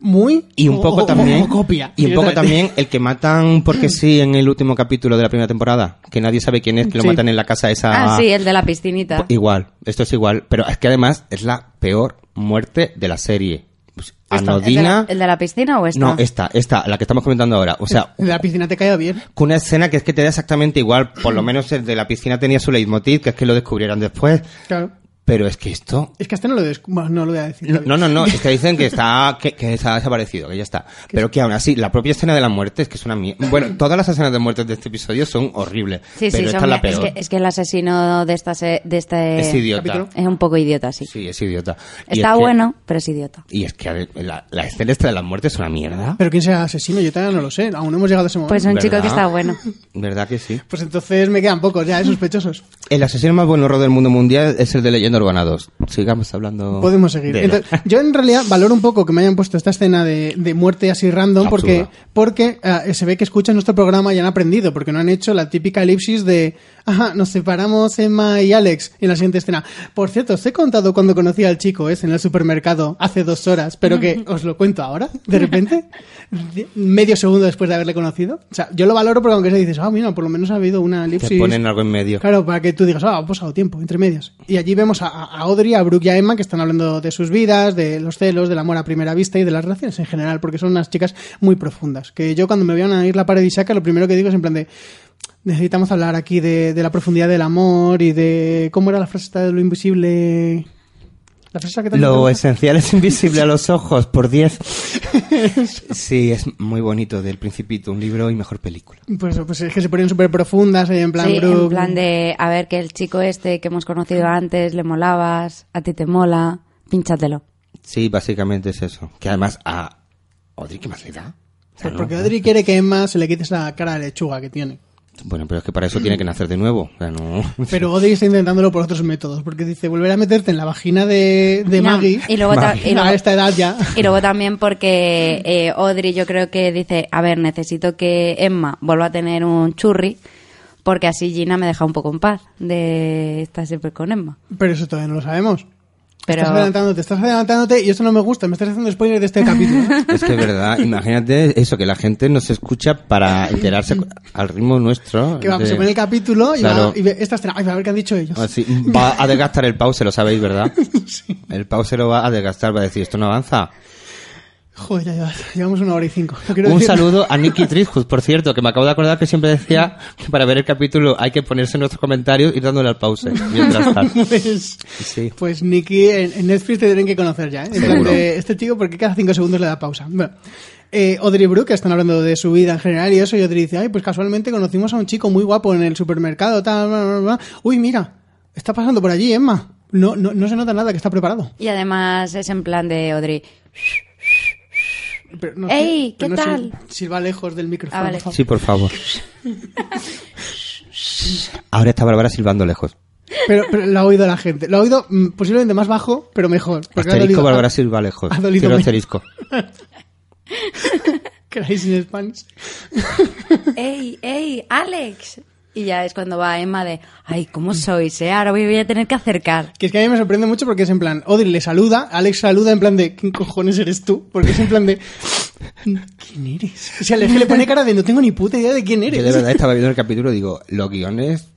S2: muy...
S4: Y un
S2: o-
S4: poco
S2: o-
S4: también.
S2: o oh, copia.
S4: y un poco
S2: directamente.
S4: también el que matan porque sí en el último capítulo de la primera temporada. Que nadie sabe quién es, que lo
S2: Sí.
S4: matan en la casa
S3: Ah,
S4: esa.
S3: sí, el de la piscinita.
S4: Pues Igual, esto es igual. Pero es que además es la peor muerte de la serie. Pues,
S3: Esta, ¿El de, la,
S4: Anodina.
S3: el de la piscina o esta?
S4: No, esta, esta, la que estamos comentando ahora. O sea,
S2: De la piscina te caía bien.
S4: con una escena que es que te da exactamente igual. Por lo menos el de la piscina tenía su leitmotiv, que es que lo descubrieran después.
S2: Claro.
S4: Pero es que esto
S2: Es que este no lo, des- bueno, no lo voy a decir.
S4: No, no, no, no, es que dicen que está, que, que está desaparecido, que ya está. Pero que aún así, la propia escena de la muerte es que es una mierda. Bueno, todas las escenas de muerte de este episodio son horribles,
S3: Sí, sí,
S4: pero esta
S3: son-
S4: es eh, la
S3: es,
S4: peor.
S3: que, es que el asesino de, esta se- de este...
S4: Es idiota.
S2: capítulo.
S3: Es un poco idiota, sí.
S4: Sí, es idiota. Y
S3: Está
S4: es que-
S3: bueno, pero es idiota.
S4: y es que a ver, la, la escena esta de la muerte es una mierda.
S2: Pero quién sea asesino, yo todavía no lo sé. Aún no hemos llegado a ese momento.
S3: Pues
S2: Pues,
S3: un
S4: ¿Verdad?
S3: chico que está bueno.
S4: ¿Verdad que sí?
S2: entonces me quedan pocos ya, de sospechosos.
S4: El asesino más buenorro del mundo mundial es el de Leyenda vendiendo organados. Sigamos hablando.
S2: Podemos seguir.
S4: de él.
S2: Entonces, yo en realidad valoro un poco que me hayan puesto esta escena de, de muerte así random porque,
S4: Absurda.
S2: porque ah, se ve que escuchan nuestro programa y han aprendido, porque no han hecho la típica elipsis de ajá, nos separamos Emma y Alex en la siguiente escena. Por cierto, os he contado cuando conocí al chico ese en el supermercado hace dos horas, pero que os lo cuento ahora, de repente, de- medio segundo después de haberle conocido. O sea, yo lo valoro porque aunque se dices, ah, mira, por lo menos ha habido una
S4: Te
S2: elipsis.
S4: ponen algo en medio.
S2: Claro, para que tú digas, ah, ha pasado tiempo, entre medias. Y allí vemos a, a Audrey, a Brooke y a Emma que están hablando de sus vidas, de los celos, del amor a primera vista y de las relaciones en general, porque son unas chicas muy profundas. Que yo cuando me vean a una isla paradisíaca, lo primero que digo es en plan de. Necesitamos hablar aquí de, de la profundidad del amor y de. ¿Cómo era la frase esta de lo invisible? La frase esa que tanto te
S4: Lo
S2: gusta.
S4: esencial es invisible a los ojos, por 10. Sí, es muy bonito, del Principito, un libro y mejor película.
S2: Pues, pues es que se ponían súper profundas, eh, en plan
S3: sí,
S2: Brooke.
S3: en plan de, a ver, que el chico este que hemos conocido antes le molabas, a ti te mola, pínchatelo.
S4: Sí, básicamente es eso. Que además a Audrey, ¿qué más le da? O sea,
S2: Pues
S4: no-
S2: porque Audrey quiere que Emma se le quite esa cara de lechuga que tiene.
S4: Bueno, pero es que para eso tiene que nacer de nuevo. O sea, no...
S2: Pero Audrey está intentándolo por otros métodos, porque dice, volver a meterte en la vagina de, de
S3: No,
S2: Maggie
S3: y luego ta- y luego-
S2: a esta edad ya.
S3: Y luego también porque eh, Audrey yo creo que dice, a ver, necesito que Emma vuelva a tener un churri, porque así Gina me deja un poco en paz de estar siempre con Emma.
S2: Pero eso todavía no lo sabemos.
S3: Pero
S2: Estás adelantándote, estás adelantándote y esto no me gusta, me estás haciendo spoiler de este capítulo.
S4: Es que es verdad, imagínate eso, que la gente nos escucha para enterarse cu- al ritmo nuestro.
S2: que vamos,
S4: de-
S2: se pone el capítulo y,
S4: Claro. Ah,
S2: va, y ve esta escena, ay, a ver qué han dicho ellos.
S4: Así, va a desgastar el pause, lo sabéis, ¿verdad? El pause lo va a desgastar, va a decir, esto no avanza.
S2: Joder, ya llevas- llevamos una hora y cinco. No quiero
S4: Un
S2: decir-
S4: saludo a Nicky Trijus, por cierto, que me acabo de acordar que siempre decía que para ver el capítulo hay que ponerse en nuestros comentarios y dándole al pause mientras tal.
S2: Pues,
S4: Sí.
S2: pues Nicky, en, en Netflix te tienen que conocer ya. ¿eh? En plan
S4: Seguro.
S2: de, este chico, porque cada cinco segundos le da pausa. Bueno, eh, Audrey y Brooke están hablando de su vida en general y eso. Y Audrey dice: Ay, pues casualmente conocimos a un chico muy guapo en el supermercado. Tal, bla, bla, bla. Uy, mira, está pasando por allí, Emma. No, no, no se nota nada que está preparado.
S3: Y además es en plan de Audrey.
S2: Pero no
S3: Ey, ¿qué
S2: pero no sé
S3: tal?
S2: Si va lejos del micrófono.
S3: Ah, vale.
S2: por favor.
S4: Sí, por favor. Ahora está Bárbara silbando lejos.
S2: Pero, pero lo ha oído la gente. Lo ha oído mm, posiblemente más bajo, pero mejor. Porque ha
S4: Asterisco,
S2: dolido-
S4: Bárbara silba lejos.
S2: ha dolido
S4: Quiero
S2: menos.
S4: asterisco.
S2: Crazy in Spanish.
S3: ¡Ey, ey, Alex! Y ya es cuando va Emma de, ay, ¿cómo sois, eh? Ahora voy voy a tener que acercar.
S2: Que es que a mí me sorprende mucho porque es en plan, Audrey le saluda, Alex saluda en plan de, ¿quién cojones eres tú? Porque es en plan de, ¿quién eres? O sea, Alex le pone cara de, no tengo ni puta idea de quién
S4: Yo de
S2: eres.
S4: verdad estaba viendo el capítulo y digo, los guiones,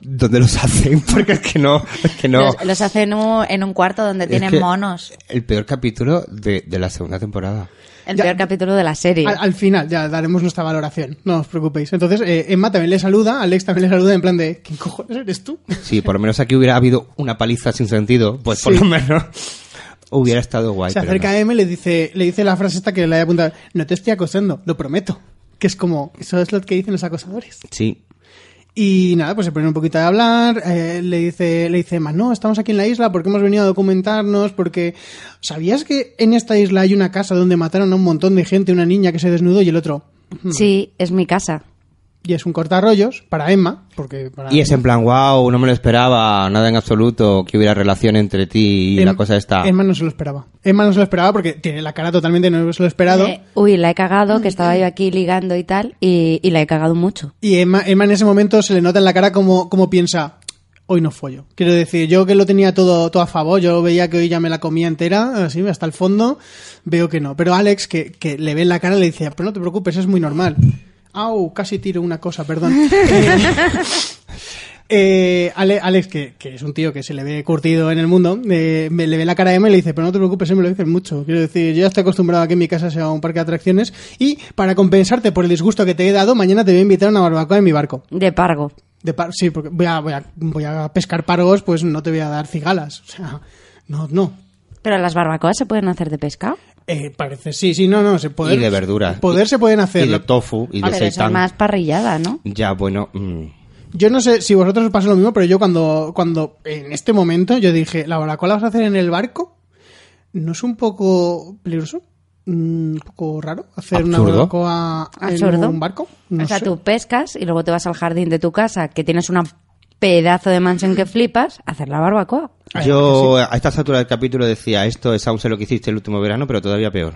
S4: ¿dónde los hacen? Porque es que no, es que no.
S5: Los, los hacen u- en un cuarto donde
S4: Es
S5: tienen
S4: que
S5: monos.
S4: El peor capítulo de, de la segunda temporada.
S3: El
S2: Ya.
S3: peor capítulo de la serie.
S2: Al, al final ya daremos nuestra valoración, no os preocupéis. Entonces, eh, Emma también le saluda, Alex también le saluda en plan de, ¿quién cojones eres tú?
S4: Si por lo menos aquí hubiera habido una paliza sin sentido, pues por
S2: Sí.
S4: lo menos hubiera estado guay.
S2: Se
S4: pero
S2: acerca
S4: no.
S2: a M, le dice, le dice la frase esta que le he apuntado, no te estoy acosando, lo prometo. Que es como, eso es lo que dicen los acosadores.
S4: Sí.
S2: Y nada, pues se ponen un poquito de hablar, eh, le dice, le dice Emma, no, estamos aquí en la isla porque hemos venido a documentarnos, porque ¿sabías que en esta isla hay una casa donde mataron a un montón de gente, una niña que se desnudó y el otro?
S3: Sí, es mi casa.
S2: Y es un cortarrollos para Emma, porque para...
S4: Y es en plan, wow, no me lo esperaba, nada en absoluto, que hubiera relación entre ti y
S2: Em-
S4: la cosa está.
S2: Emma no se lo esperaba. Emma no se lo esperaba porque tiene la cara totalmente, no se lo esperado.
S3: Eh, uy, la he cagado, que estaba yo aquí ligando y tal, y, y la he cagado mucho.
S2: Y Emma, Emma en ese momento se le nota en la cara como, como piensa, hoy no follo. Quiero decir, yo que lo tenía todo, todo a favor, yo veía que hoy ya me la comía entera, así hasta el fondo, veo que no. Pero Alex, que, que le ve en la cara, le dice, "Ah, pero no te preocupes, es muy normal. Au, casi tiro una cosa, perdón. Eh, eh, Ale- Alex, que, que es un tío que se le ve curtido en el mundo, eh, me, le ve la cara a Emma y le dice, pero no te preocupes, eh, me lo dicen mucho. Quiero decir, yo ya estoy acostumbrado a que mi casa sea un parque de atracciones y para compensarte por el disgusto que te he dado, mañana te voy a invitar a una barbacoa en mi barco.
S3: De pargo.
S2: De par- sí, porque voy a, voy, a, voy a pescar pargos, pues no te voy a dar cigalas. O sea, no, no.
S3: Pero las barbacoas se pueden hacer de pescado.
S2: Eh, parece, sí, sí, no, no, se puede.
S4: Y de verduras.
S2: Poder se pueden hacer.
S4: Y de tofu y de
S3: Pero eso es
S4: seitán.
S3: más parrillada, ¿no?
S4: Ya, bueno. mm.
S2: Yo no sé si vosotros os pasa lo mismo, pero yo cuando, cuando en este momento yo dije, ¿la barbacoa la vas a hacer en el barco? ¿No es un poco peligroso? Mm, ¿Un poco raro hacer una
S4: Absurdo.
S2: barbacoa en
S3: Absurdo.
S2: un barco? No
S3: o sea,
S2: sé.
S3: tú pescas y luego te vas al jardín de tu casa, que tienes una pedazo de mansión que flipas, hacer la barbacoa.
S2: Ah,
S4: Yo a esta altura del capítulo decía, esto es aún sé lo que hiciste el último verano, pero todavía peor.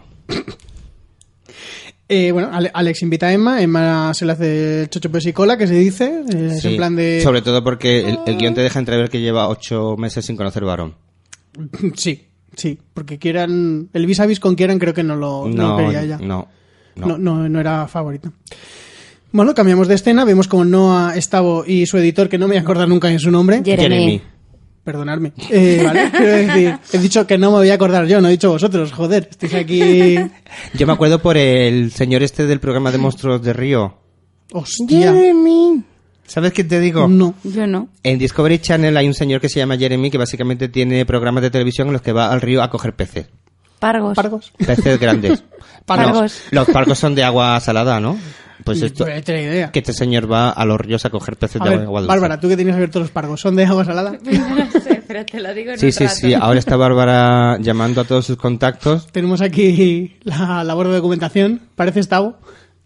S2: Eh, bueno, Ale- Alex invita a Emma, Emma se le hace el chocho pues, y cola, que se dice, eh, es
S4: Sí.
S2: en plan de... Ah.
S4: Sobre todo porque el, el guión te deja entrever que lleva ocho meses sin conocer varón.
S2: Sí, sí, porque quieran... El vis a vis con quieran creo que no lo, Oh, no lo
S4: No,
S2: quería ya.
S4: no, no.
S2: No, no, no era favorito. Bueno, cambiamos de escena, vemos como Noah, Stavo y su editor, que no me voy a acordar nunca de su nombre,
S3: Jeremy.
S2: perdonadme, eh, ¿vale? Quiero decir, he dicho que no me voy a acordar yo, no he dicho vosotros, joder, estáis aquí...
S4: Yo me acuerdo por el señor este del programa de Monstruos de Río.
S2: Hostia,
S4: ¿Sabes qué te digo?
S2: no.
S3: Yo no.
S4: En Discovery Channel hay un señor que se llama Jeremy que básicamente tiene programas de televisión en los que va al río a coger peces.
S3: Pargos.
S2: Pargos.
S4: Peces grandes.
S3: Pargos.
S4: No, los pargos son de agua salada, ¿no? Pues esto,
S2: Pues, otra idea.
S4: que este señor va a los ríos a coger peces
S2: A
S4: de
S2: ver,
S4: agua dulce.
S2: Bárbara, tú que tienes abiertos los pargos, ¿son de agua salada?
S5: no sé, pero te lo digo en
S4: Sí,
S5: un
S4: sí,
S5: rato.
S4: sí. Ahora está Bárbara llamando a todos sus contactos.
S2: Tenemos aquí la labor de documentación, parece Stavo.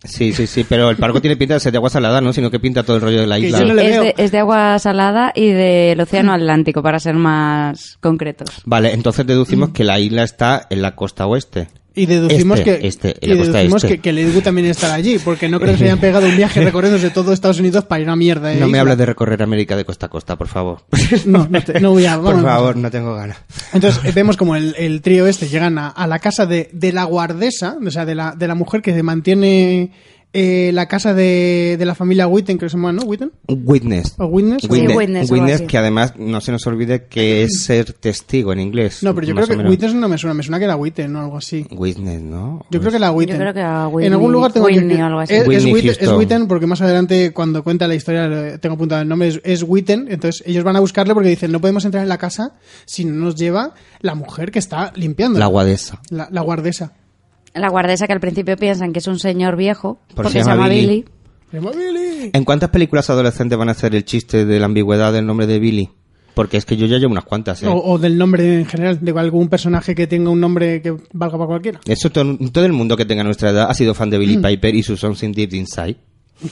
S4: Sí, sí, sí. Pero el pargo tiene pinta de ser de agua salada, ¿no? Sino que pinta todo el rollo de la
S2: Que
S4: isla.
S2: yo no le
S3: Es
S2: veo.
S3: de, es de agua salada y del océano Atlántico, para ser más concretos.
S4: Vale, entonces deducimos
S2: Mm.
S4: que la isla está en la costa oeste.
S2: Y deducimos,
S4: Este,
S2: que,
S4: este,
S2: y
S4: la costa
S2: deducimos
S4: este.
S2: que, que Lady Wu también estará allí, porque no creo que se hayan pegado un viaje recorriéndose todo Estados Unidos para ir a una mierda. de
S4: No me
S2: isla.
S4: hables de recorrer América de costa a costa, por favor.
S2: No, no, te- no voy a.
S4: Por
S2: vamos.
S4: favor, no tengo ganas.
S2: Entonces eh, vemos como el, el trío este llegan a, a la casa de, de la guardesa, o sea, de la, de la mujer que mantiene eh, la casa de, de la familia Witten, creo que se llama, ¿no? Witten.
S4: Witness.
S2: ¿O Witness? Sí,
S4: Witness,
S3: Witness, algo
S4: Witness,
S3: así.
S4: que además no se nos olvide que es ser testigo en inglés.
S2: No, pero yo
S4: más
S2: creo que
S4: o menos.
S2: Witten no me suena, me suena que era Witten o algo así.
S4: Witness, ¿no?
S2: Yo creo que la Witten.
S3: Pues creo que la
S2: En algún
S3: Whitney-
S2: lugar tengo que-
S3: Whitney o algo así.
S2: Es, es
S4: Whitney
S2: Whit- es
S4: Houston.
S2: Whitten porque más adelante cuando cuenta la historia eh, tengo apuntado el nombre es, es Whitten. Entonces ellos van a buscarle porque dicen no podemos entrar en la casa si no nos lleva la mujer que está limpiando.
S4: La guadesa.
S2: La- la guardesa.
S3: La guardesa que al principio piensan que es un señor viejo,
S4: Porque
S3: porque se llama Billy.
S2: Billy.
S4: ¿En cuántas películas adolescentes van a hacer el chiste de la ambigüedad del nombre de Billy? Porque es que yo ya llevo unas cuantas, ¿eh?
S2: O, o del nombre en general, de algún personaje que tenga un nombre que valga para cualquiera.
S4: Eso to- todo el mundo que tenga nuestra edad ha sido fan de Billy Piper y su Something Deep Inside.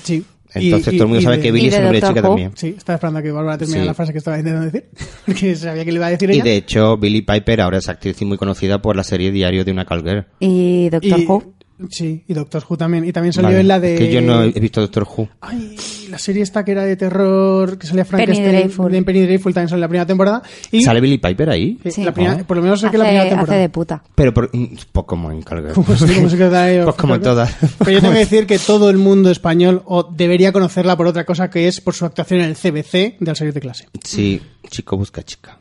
S2: Sí. Mm. Y-
S4: Entonces
S2: y-
S4: todo el mundo
S2: y
S4: sabe
S2: de-
S4: que Billy
S3: y
S4: es
S3: de
S4: el nombre de
S3: Doctor
S4: chica
S3: Who.
S4: también.
S2: Sí, estaba esperando a que Bárbara terminara
S4: Sí.
S2: la frase que estaba intentando decir. Porque sabía que le iba a decir
S4: Y
S2: ella.
S4: de hecho, Billy Piper ahora es actriz y muy conocida por la serie Diario de una Calguer.
S3: Y Doctor
S2: Y-
S3: Who.
S2: Sí, y Doctor Who también. Y también salió en la de.
S4: Que yo no he visto Doctor Who.
S2: Ay, la serie esta que era de terror, que salía Frankenstein.
S3: Dreyfull.
S2: De Penny Dreyfull también salió en la primera temporada. Y
S4: ¿Sale Billy Piper ahí?
S2: Sí,
S3: Sí.
S2: la primera-
S4: Ah.
S2: por lo menos sé
S3: Hace,
S2: que la primera
S3: hace
S2: temporada.
S3: de puta.
S4: Pero por, un poco como en Calguer.
S2: Pues sí, como secretario.
S4: Pues como en todas.
S2: Pero yo tengo que decir que todo el mundo español o debería conocerla por otra cosa que es por su actuación en el CBC del salir de clase.
S4: Sí, chico busca chica.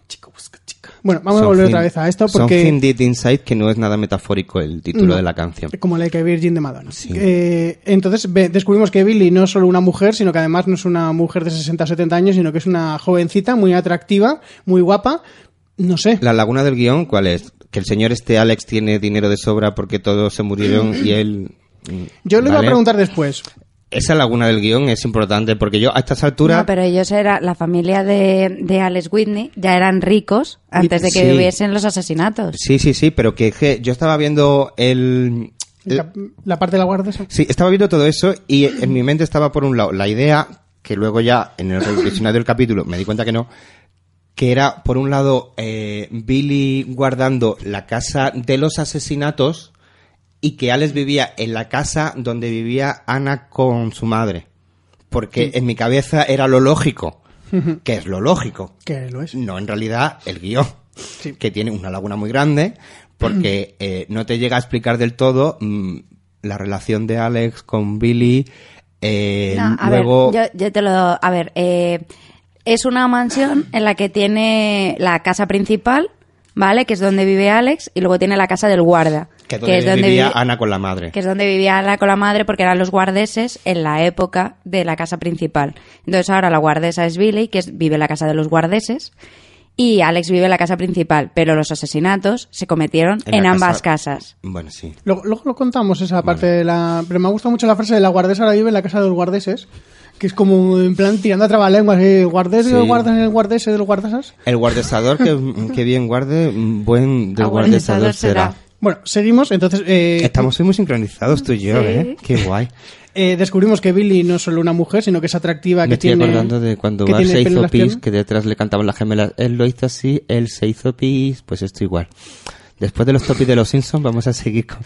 S2: Bueno, vamos a
S4: Something-
S2: volver otra vez a esto
S4: Something
S2: porque
S4: Deep Inside, que no es nada metafórico el título
S2: No.
S4: de la canción.
S2: es como la que Virgin de Madonna.
S4: Sí.
S2: Eh, entonces ve- descubrimos que Billy no es solo una mujer, sino que además no es una mujer de 60 o 70 años, sino que es una jovencita muy atractiva, muy guapa. No sé.
S4: La laguna del guión, ¿cuál es? Que el señor este Alex tiene dinero de sobra porque todos se murieron y él... mm,
S2: Yo le voy a
S4: ¿vale?
S2: preguntar después.
S4: Esa laguna del guión es importante porque yo a estas alturas...
S3: No, pero ellos eran, la familia de, de Alex Whitney ya eran ricos antes de que
S4: Sí.
S3: hubiesen los asesinatos.
S4: Sí, sí, sí, pero que, que yo estaba viendo el... el-
S2: La, la parte de la guardesa.
S4: Sí, estaba viendo todo eso y en mi mente estaba por un lado la idea, que luego ya en el revisionado del capítulo me di cuenta que no, que era por un lado eh, Billy guardando la casa de los asesinatos y que Alex vivía en la casa donde vivía Ana con su madre. Porque en mi cabeza era lo lógico, que es lo lógico,
S2: Que lo es.
S4: no, en realidad, el guión, que tiene una laguna muy grande, porque eh, no te llega a explicar del todo mm, la relación de Alex con Billy. eh,
S3: No, a
S4: luego,
S3: ver, yo, yo te lo... A ver, eh, es una mansión en la que tiene la casa principal, ¿vale? Que es donde vive Alex, y luego tiene la casa del guarda.
S4: que, donde
S3: es donde
S4: vivía
S3: vive-
S4: Ana con la madre.
S3: que es donde vivía Ana con la madre porque eran los guardeses en la época de la casa principal. Entonces ahora la guardesa es Billy, que es- vive en la casa de los guardeses, y Alex vive en la casa principal, pero los asesinatos se cometieron
S4: En
S3: en,
S4: la casa-
S3: ambas casas.
S4: Bueno, sí.
S2: Luego, luego lo contamos esa parte de la. Pero me gusta mucho la frase de la guardesa ahora vive en la casa de los guardeses. Que es como en plan tirando a trabalenguas. Eh, guardes,
S4: Sí.
S2: los guardas, el guardes, los guardasas.
S4: El guardesador, que, que bien guarde, mm, buen del
S3: Aguardesador
S4: guardesador será.
S3: será.
S2: Bueno, seguimos, entonces... eh,
S4: Estamos muy sincronizados tú y yo,
S5: Sí.
S4: ¿eh? Qué guay.
S2: eh, descubrimos que Billy no es solo una mujer, sino que es atractiva,
S4: Me
S2: Ah, que
S4: estoy
S2: tiene...
S4: acordando de cuando
S2: que
S4: Bar
S2: tiene
S4: se
S2: pelo en
S4: hizo
S2: las
S4: pis,
S2: piernas.
S4: que detrás le cantaban las gemelas. Él lo hizo así, él se hizo pis, pues esto igual. Después de los topis de los Simpsons, vamos a seguir con.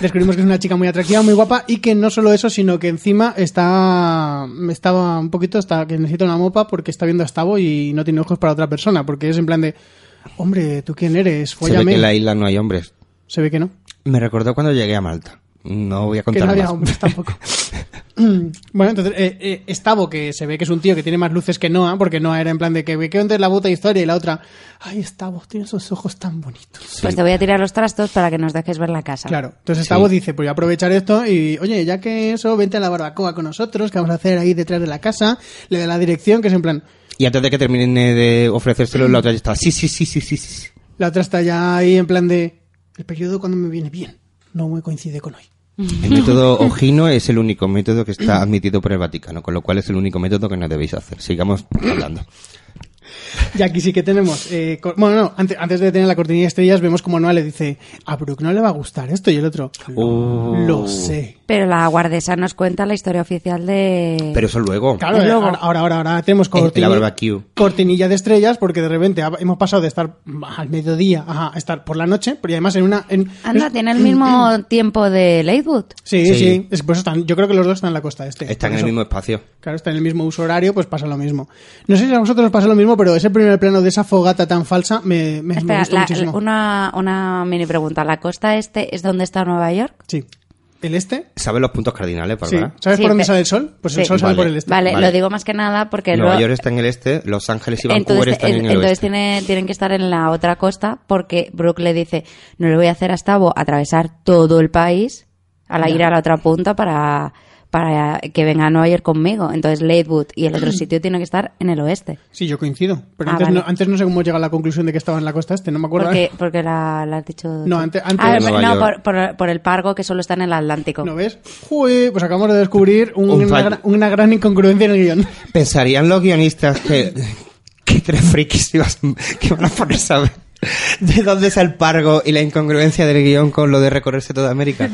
S2: Descubrimos que es una chica muy atractiva, muy guapa y que no solo eso, sino que encima está estaba un poquito hasta que necesita una mopa porque está viendo a Stavo y no tiene ojos para otra persona, porque es en plan de, hombre, ¿tú quién eres?
S4: Se ve
S2: Fóllame".
S4: que en la isla no hay hombres.
S2: Se ve que no.
S4: Me recordó cuando llegué a Malta. No voy a
S2: Que
S4: contar
S2: no había
S4: más.
S2: hombres tampoco. Mm, bueno, entonces, eh, eh, Stavo, que se ve que es un tío que tiene más luces que Noah, porque Noah era en plan de que ve que antes la puta historia y la otra, ay, Stavo, tiene esos ojos tan bonitos.
S3: Pues te voy a tirar los trastos para que nos dejes ver la casa.
S2: Claro, entonces Stavo dice, pues voy a aprovechar esto y, oye, ya que eso, vente a la barbacoa con nosotros, que vamos a hacer ahí detrás de la casa, le da la dirección, que es en plan,
S4: Y antes de que termine de ofrecérselo, la otra ya está. Sí, sí, sí, sí, sí. sí.
S2: la otra está ya ahí en plan de, el periodo cuando me viene bien, no me coincide con hoy.
S4: El método Ojino es el único método que está admitido por el Vaticano, con lo cual es el único método que no debéis hacer. Sigamos hablando.
S2: Y aquí sí que tenemos. eh, co- bueno, no, antes, antes de tener la cortinilla de estrellas, vemos como Noah le dice: A Brooke no le va a gustar esto y el otro. "Lo-
S4: Oh.
S2: Lo sé.
S3: Pero la guardesa nos cuenta la historia oficial de...
S4: Pero eso luego.
S2: Claro,
S3: Y
S2: eh,
S3: luego-
S2: ahora, ahora, ahora, ahora tenemos
S4: la
S2: cortinilla,
S4: barbecue.
S2: cortinilla de estrellas porque de repente ha- hemos pasado de estar mm, al mediodía ajá, a estar por la noche, pero y además en una. En,
S3: Anda, tiene el mismo tiempo de Lakewood.
S2: sí,
S4: Sí.
S2: sí, Es que por eso están, yo creo que los dos están en la costa este.
S4: Están
S2: Por
S4: en el
S2: eso-
S4: mismo espacio.
S2: Claro, está en el mismo uso horario, pues pasa lo mismo. No sé si a vosotros os pasa lo mismo, pero ese primer plano de esa fogata tan falsa me, me, me
S3: Espera,
S2: gusta
S3: la-
S2: muchísimo.
S3: una, una mini pregunta. ¿La costa este es donde está Nueva York?
S2: Sí. ¿El este?
S4: ¿Sabes los puntos cardinales,
S2: Sí.
S4: Bárbara?
S2: ¿Sabes
S3: Sí,
S2: por dónde
S3: pe-
S2: sale el sol? Pues el
S3: sí.
S2: sol sale
S4: Vale.
S2: por el este.
S3: Vale,
S4: Vale.
S3: lo digo más que nada porque
S4: Nueva
S3: lo-
S4: York está en el este, Los Ángeles y Vancouver
S3: entonces,
S4: están en el
S3: entonces
S4: oeste.
S3: tiene- tienen que estar en la otra costa porque Brooke le dice, no le voy a hacer a Stavo atravesar todo el país a la ir a la otra punta para, para que venga a Nueva York conmigo. Entonces Lakewood y el otro sitio tiene que estar en el oeste.
S2: Sí, yo coincido. Pero
S3: Ah,
S2: antes,
S3: vale.
S2: no, antes no sé cómo llega a la conclusión de que estaba en la costa este, no me acuerdo.
S3: Porque, porque la, la has dicho...
S2: No,
S3: tú.
S2: ante- antes-
S3: Ah,
S4: De Nueva
S3: no,
S4: York.
S3: por, por- por el pargo que solo está en el Atlántico.
S2: ¿No ves? Jue, pues acabamos de descubrir un-
S4: Un
S2: una,
S4: fallo.
S2: gran- una gran incongruencia en el guión.
S4: Pensarían los guionistas que, que tres frikis ibas- que van a ponerse a ver de dónde es el pargo y la incongruencia del guión con lo de recorrerse toda América.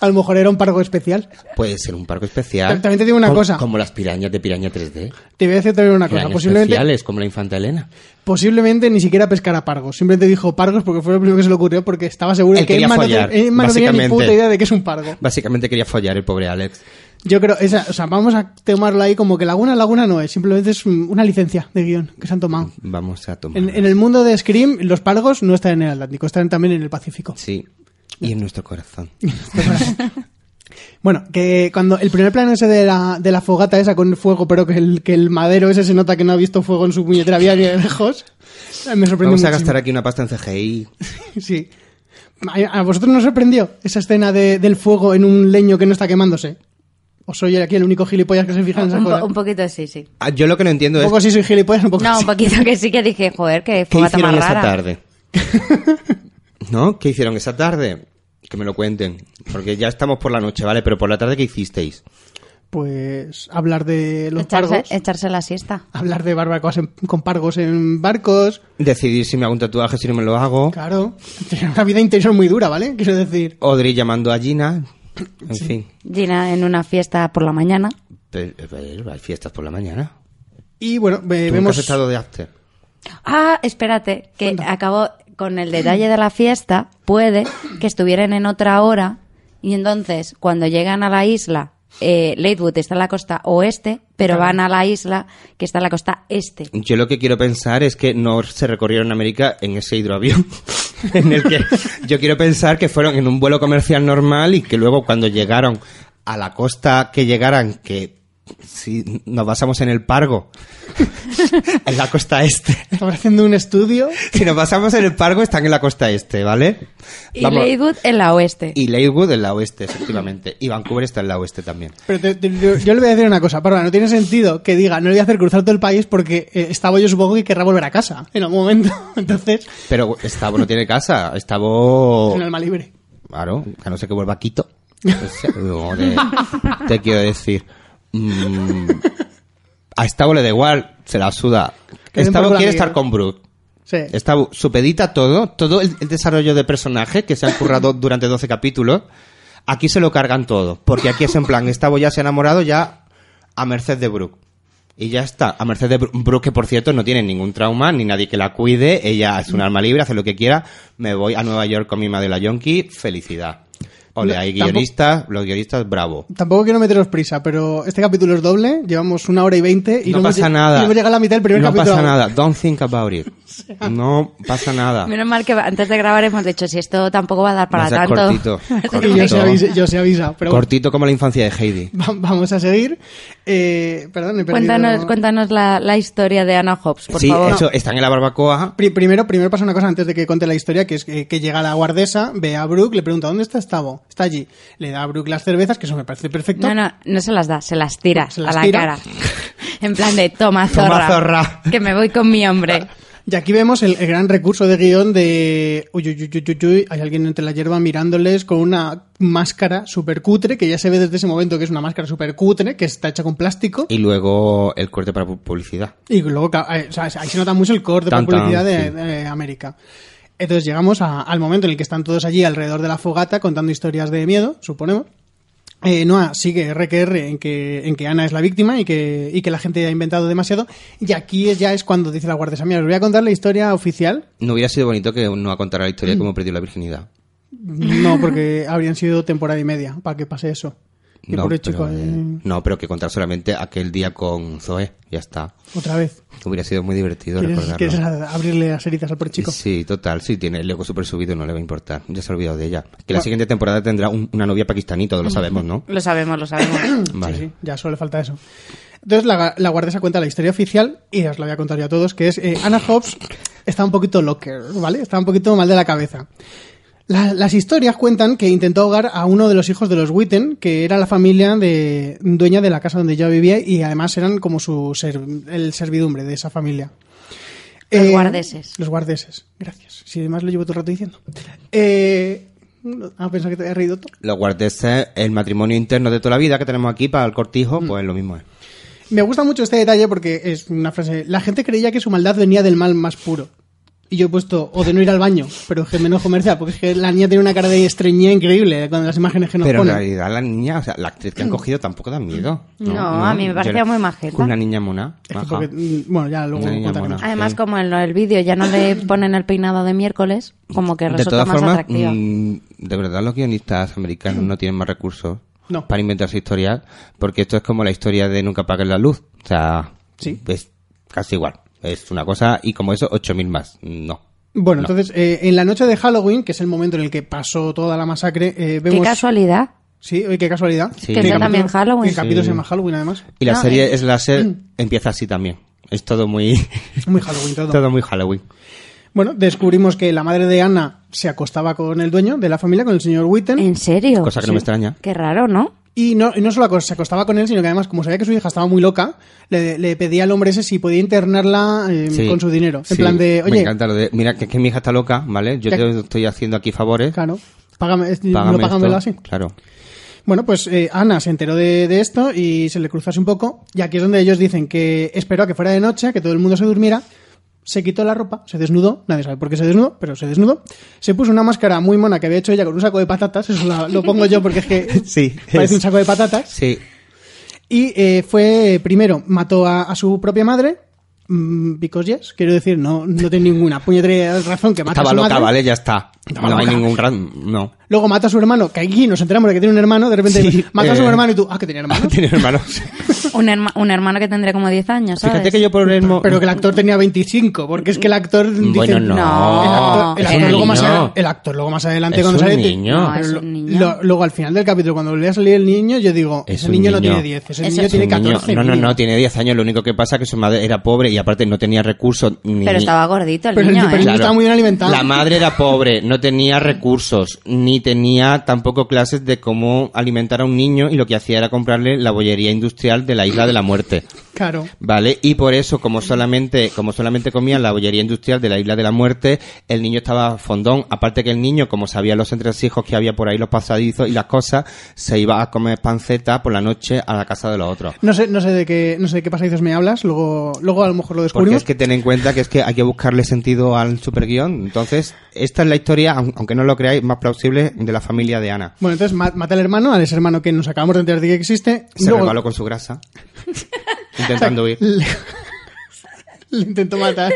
S2: A lo mejor era un pargo especial.
S4: Puede ser un pargo especial.
S2: Tam- también te digo una
S4: como,
S2: cosa.
S4: Como las pirañas de Piraña 3D.
S2: Te voy a decir también una cosa.
S4: Pirañas
S2: Posiblemente,
S4: especiales, como la infanta Elena.
S2: posiblemente ni siquiera pescara pargos. Simplemente dijo pargos porque fue lo primero que se le ocurrió porque estaba seguro
S4: Él
S2: que
S4: quería
S2: Emma no,
S4: follar,
S2: te- Emma no tenía ni
S4: básicamente.
S2: puta idea de que es un pargo.
S4: Básicamente quería follar el pobre Alex.
S2: Yo creo, esa, o sea, vamos a tomarlo ahí como que Laguna Laguna no es. Simplemente es un- una licencia de guión que se han tomado.
S4: Vamos a tomar.
S2: En, en el mundo de Scream, los pargos no están en el Atlántico, están también en el Pacífico.
S4: Sí. Y en nuestro corazón.
S2: Bueno, que cuando el primer plano ese de la, de la fogata esa con fuego, pero que el, que el madero ese se nota que no ha visto fuego en su puñetera vida ni de lejos, me sorprendió
S4: Vamos a
S2: muchísimo.
S4: gastar aquí una pasta en CGI.
S2: Sí. ¿A a vosotros nos sorprendió esa escena de- del fuego en un leño que no está quemándose? ¿O soy aquí el único gilipollas que se fija en
S3: Un,
S2: esa
S3: po-
S2: cosa?
S3: un
S2: Un
S3: poquito sí, sí.
S4: Ah, Yo lo que no entiendo es
S2: poco sí soy gilipollas, un poco
S3: No,
S2: Oh, sí.
S3: un poquito que sí que dije, joder, que
S4: ¿Qué
S3: fogata
S4: hicieron
S3: más
S4: esa
S3: rara.
S4: tarde? ¿No? ¿Qué hicieron esa tarde? Que me lo cuenten. Porque ya estamos por la noche, ¿vale? Pero por la tarde, ¿qué hicisteis?
S2: Pues hablar de los
S3: Echarse,
S2: pargos,
S3: echarse la siesta.
S2: hablar de barbacoas en- con pargos en barcos...
S4: Decidir si me hago un tatuaje, si no me lo hago.
S2: Claro, tiene una vida interior muy dura, ¿vale? Quiero decir.
S4: Audrey llamando a Gina. En fin.
S3: Gina en una fiesta por la mañana.
S4: Pero, pero hay fiestas por la mañana.
S2: Y bueno, eh,
S4: ¿Tú nunca
S2: vemos.
S4: has estado de after?
S3: Ah, espérate, que acabó con el detalle de la fiesta. Puede que estuvieran en otra hora y entonces cuando llegan a la isla, eh, Lakewood está en la costa oeste, pero van a la isla que está en la costa este.
S4: Yo lo que quiero pensar es que no se recorrieron América en ese hidroavión. en el que yo quiero pensar que fueron en un vuelo comercial normal y que luego cuando llegaron a la costa que llegaran, que si nos basamos en el Pargo, en la costa este.
S2: Estamos haciendo un estudio.
S4: Si nos basamos en el Pargo, están en la costa este, ¿vale?
S3: Y
S4: Vamos-
S3: Lakewood en la oeste.
S4: y Lakewood en la oeste, efectivamente. Y Vancouver está en la oeste también.
S2: Pero te- te- yo, yo le voy a decir una cosa, Parva, no tiene sentido que diga, no le voy a hacer cruzar todo el país porque eh, estaba yo supongo que querrá volver a casa en algún momento. Entonces,
S4: Pero Estavo no tiene casa. Estavo...
S2: es un alma libre.
S4: Claro, que a no ser que vuelva a Quito. Pues, joder, te quiero decir. mm, a Stavo le da igual, se la suda.
S2: Que den por
S4: Stavo
S2: la
S4: quiere
S2: mierda.
S4: estar con Brooke.
S2: Sí.
S4: Está bu- supedita todo, todo el, el desarrollo de personaje que se han currado durante 12 capítulos. Aquí se lo cargan todo, porque aquí es en plan, esta ya se ha enamorado ya a merced de Brooke. Y ya está, a merced de Bru- Brooke, que por cierto no tiene ningún trauma, ni nadie que la cuide, ella es un alma libre, hace lo que quiera, me voy a Nueva York con mi madre la Yonki, felicidad. Ole,
S2: No,
S4: hay
S2: tampoco-
S4: guionistas, los guionistas, bravo.
S2: Tampoco quiero meteros prisa, pero este capítulo es doble. Llevamos una hora y veinte y
S4: no
S2: hemos
S4: pasa
S2: lle-
S4: nada.
S2: y hemos llegado a la mitad del primer
S4: no
S2: capítulo.
S4: pasa nada. Don't think about it. No pasa nada.
S3: Menos mal que antes de grabar hemos dicho, si esto tampoco va a dar para
S4: Va a ser
S3: tanto.
S4: cortito,
S2: Y yo se
S4: cortito.
S2: avisa, yo se avisa, pero bueno,
S4: Cortito como la infancia de Heidi.
S2: va- vamos a seguir. Eh, perdón, he perdido-
S3: Cuéntanos, cuéntanos la, la historia de Anna Hobbs, por
S4: sí,
S3: favor.
S4: eso, están en la barbacoa.
S2: Pri- primero, primero pasa una cosa antes de que conte la historia, que es que, que llega la guardesa, ve a Brooke, le pregunta ¿dónde está Stavo? Está allí. Le da a Brooke las cervezas, que eso me parece perfecto.
S3: No, no, no se las da, se las tira
S2: Se las
S3: a la
S2: tira.
S3: cara. En plan de, toma zorra,
S4: Toma, zorra.
S3: que me voy con mi hombre.
S2: Y aquí vemos el, el gran recurso de guión de uy, uy, uy, uy, uy, uy, hay alguien entre la hierba mirándoles con una máscara super cutre, que ya se ve desde ese momento que es una máscara super cutre, que está hecha con plástico.
S4: Y luego el corte para pu- publicidad.
S2: Y luego, claro, eh, o sea, ahí se nota mucho el corte de
S4: Tan, tan,
S2: publicidad de,
S4: sí.
S2: de América. Entonces llegamos a- al momento en el que están todos allí alrededor de la fogata contando historias de miedo, suponemos. Eh, Noah sigue RQR en que, en que Ana es la víctima y que, y que la gente ha inventado demasiado. Y aquí es- ya es cuando dice la guardia mira, os voy a contar la historia oficial.
S4: No hubiera sido bonito que no a contar la historia
S2: Mm.
S4: de cómo perdió la virginidad.
S2: No, porque habrían sido temporada y media para que pase eso. Y
S4: No,
S2: por el chico,
S4: pero, eh,
S2: eh,
S4: no, pero que contar solamente aquel día con Zoe. Ya está.
S2: otra vez.
S4: Hubiera sido muy divertido
S2: ¿Quieres,
S4: recordarlo.
S2: quieres a- abrirle las heridas al pobre chico?
S4: Sí, total, sí, tiene el ego súper subido, no le va a importar. Ya se ha olvidado de ella. Que
S2: Bueno. Mm.
S4: la siguiente temporada tendrá un- una novia pakistaní, todos lo sabemos, ¿no?
S3: Lo sabemos, lo sabemos.
S4: Vale.
S2: Sí, sí, ya solo le falta eso. Entonces la, la guardesa cuenta la historia oficial y os la voy a contar yo a todos, que es eh, Anna Hobbs está un poquito locker, ¿vale? Está un poquito mal de la cabeza. La- las historias cuentan que intentó ahogar a uno de los hijos de los Witten, que era la familia de dueña de la casa donde yo vivía y además eran como su ser- el servidumbre de esa familia. Eh,
S3: Los guardeses.
S2: Los guardeses, gracias. Si además lo llevo todo el rato diciendo. Eh, ah, pensaba que te había reído tú.
S4: Los guardeses, el matrimonio interno de toda la vida que tenemos aquí para el cortijo,
S2: Mm.
S4: pues lo mismo es.
S2: Me gusta mucho este detalle porque es una frase. La gente creía que su maldad venía del mal más puro. Y yo he puesto, o de no ir al baño, pero es que me enojo merced, porque es que la niña tiene una cara de estreñía increíble cuando las imágenes que nos
S4: Pero en
S2: ponen.
S4: realidad la niña, o sea, la actriz que han cogido tampoco da miedo.
S3: Mm. No, a mí me parecía
S4: Yo-
S3: muy majeta.
S4: Una niña mona.
S2: Es que
S4: maja.
S2: porque, mm, bueno, ya luego
S4: Una niña
S2: contaremos.
S4: mona.
S3: Además, como en lo- el vídeo ya no le ponen el peinado de miércoles, como que
S4: De
S3: resulta
S4: todas
S3: más
S4: formas,
S3: atractiva. Mm.
S4: mm, de verdad los guionistas americanos no tienen más recursos
S2: No.
S4: para inventarse historias, porque esto es como la historia de Nunca apaguen la luz. O sea,
S2: Sí.
S4: es casi igual. Es una cosa y como eso, 8.000 más. No.
S2: Bueno,
S4: No.
S2: entonces, eh, en la noche de Halloween, que es el momento en el que pasó toda la masacre, eh,
S3: Qué
S2: vemos...
S3: casualidad.
S2: Sí, oye, qué casualidad. ¿Qué
S4: Sí. Que sea
S2: capítulo-
S3: también Halloween.
S2: El capítulo
S4: Sí.
S2: se llama Halloween, además.
S4: Y la
S3: No, eh, mm.
S4: serie Slasher empieza así también. Es todo muy,
S2: Es muy Halloween todo.
S4: todo muy Halloween.
S2: Bueno, descubrimos que la madre de Ana se acostaba con el dueño de la familia, con el señor Witten.
S3: ¿En serio?
S4: ¿Eh? Cosa que no me extraña.
S3: Qué raro, ¿no?
S2: Y no, y no solo acos- se acostaba con él, sino que además, como sabía que su hija estaba muy loca, le, le pedía al hombre ese si podía internarla eh,
S4: Sí.
S2: con su dinero. En
S4: Sí.
S2: plan de,
S4: Me
S2: oye,
S4: encanta lo de, mira, que, que mi hija está loca, ¿vale? Yo
S2: Que-
S4: te estoy haciendo aquí favores.
S2: claro, págame, es- no
S4: págame
S2: págamelo
S4: esto.
S2: así.
S4: Claro.
S2: Bueno, pues eh, Ana se enteró de, de esto y se le cruzase un poco. Y aquí es donde ellos dicen que esperó a que fuera de noche, que todo el mundo se durmiera. Se quitó la ropa, se desnudó, nadie sabe por qué se desnudó, pero se desnudó. Se puso una máscara muy mona que había hecho ella con un saco de patatas, eso la- lo pongo yo porque es que
S4: Sí,
S2: parece
S4: es-
S2: un saco de patatas.
S4: Sí.
S2: Y eh, fue, primero, mató a, a su propia madre, mm, because yes, quiero decir, no, no tiene ninguna puñetera razón que mata a
S4: Estaba
S2: su
S4: loca,
S2: madre.
S4: ¿vale? Ya está.
S2: Estaba
S4: no hay
S2: loca.
S4: ningún ran... No.
S2: Luego mata a su hermano, que aquí nos enteramos de que tiene un hermano, de repente
S4: Sí,
S2: mata a su
S4: eh.
S2: hermano y tú, ah, que tenía hermano.
S4: Tiene hermanos.
S3: Un, herma- un hermano que tendría como 10 años, ¿sabes?
S4: Fíjate que yo por el... mo-
S2: Pero que el actor tenía 25, porque es que el actor... dice-
S4: Bueno, no.
S3: No.
S2: El actor, el
S4: Es
S2: actor
S4: un
S2: luego más
S4: niño.
S2: adela- el actor luego más adelante
S4: Es
S2: cuando
S4: un
S2: sale... te-
S4: niño. No,
S3: es
S2: pero
S3: un
S2: lo-
S3: niño.
S2: lo- luego al final del capítulo, cuando volvía a salir el niño, yo digo,
S4: Es
S2: ese
S4: un
S2: niño, no
S4: niño.
S2: tiene 10, ese
S3: Es
S2: niño
S3: un
S2: tiene
S4: Un niño.
S2: 14.
S4: No, no,
S2: mínimo.
S4: no, tiene 10 años. Lo único que pasa es que su madre era pobre y aparte no tenía recursos ni...
S3: Pero estaba gordito el
S2: Pero el-
S3: niño,
S2: pero
S3: ¿eh?
S2: el niño estaba muy bien alimentado.
S4: La madre era pobre, no no tenía recursos, ni tenía tampoco clases de cómo alimentar a un niño y lo que hacía era comprarle la bollería industrial de la Isla de la Muerte.
S2: Claro.
S4: ¿Vale? Y por eso, como solamente, como solamente comían la bollería industrial de la Isla de la Muerte, el niño estaba fondón. Aparte que el niño, como sabía los entresijos que había por ahí, los pasadizos y las cosas, se iba a comer panceta por la noche a la casa de los otros.
S2: No sé, no sé de qué, no sé de qué pasadizos me hablas, luego, luego a lo mejor lo
S4: Porque
S2: descubrimos.
S4: es que ten en cuenta que es que hay que buscarle sentido al superguión. Entonces, esta es la historia, aun- aunque no lo creáis, más plausible de la familia de Ana.
S2: Bueno, entonces ma- mata al hermano, al ese hermano que nos acabamos de enterar de que existe.
S4: Se
S2: luego-
S4: rebaló con su grasa, intentando huir.
S2: Le, le intentó matar.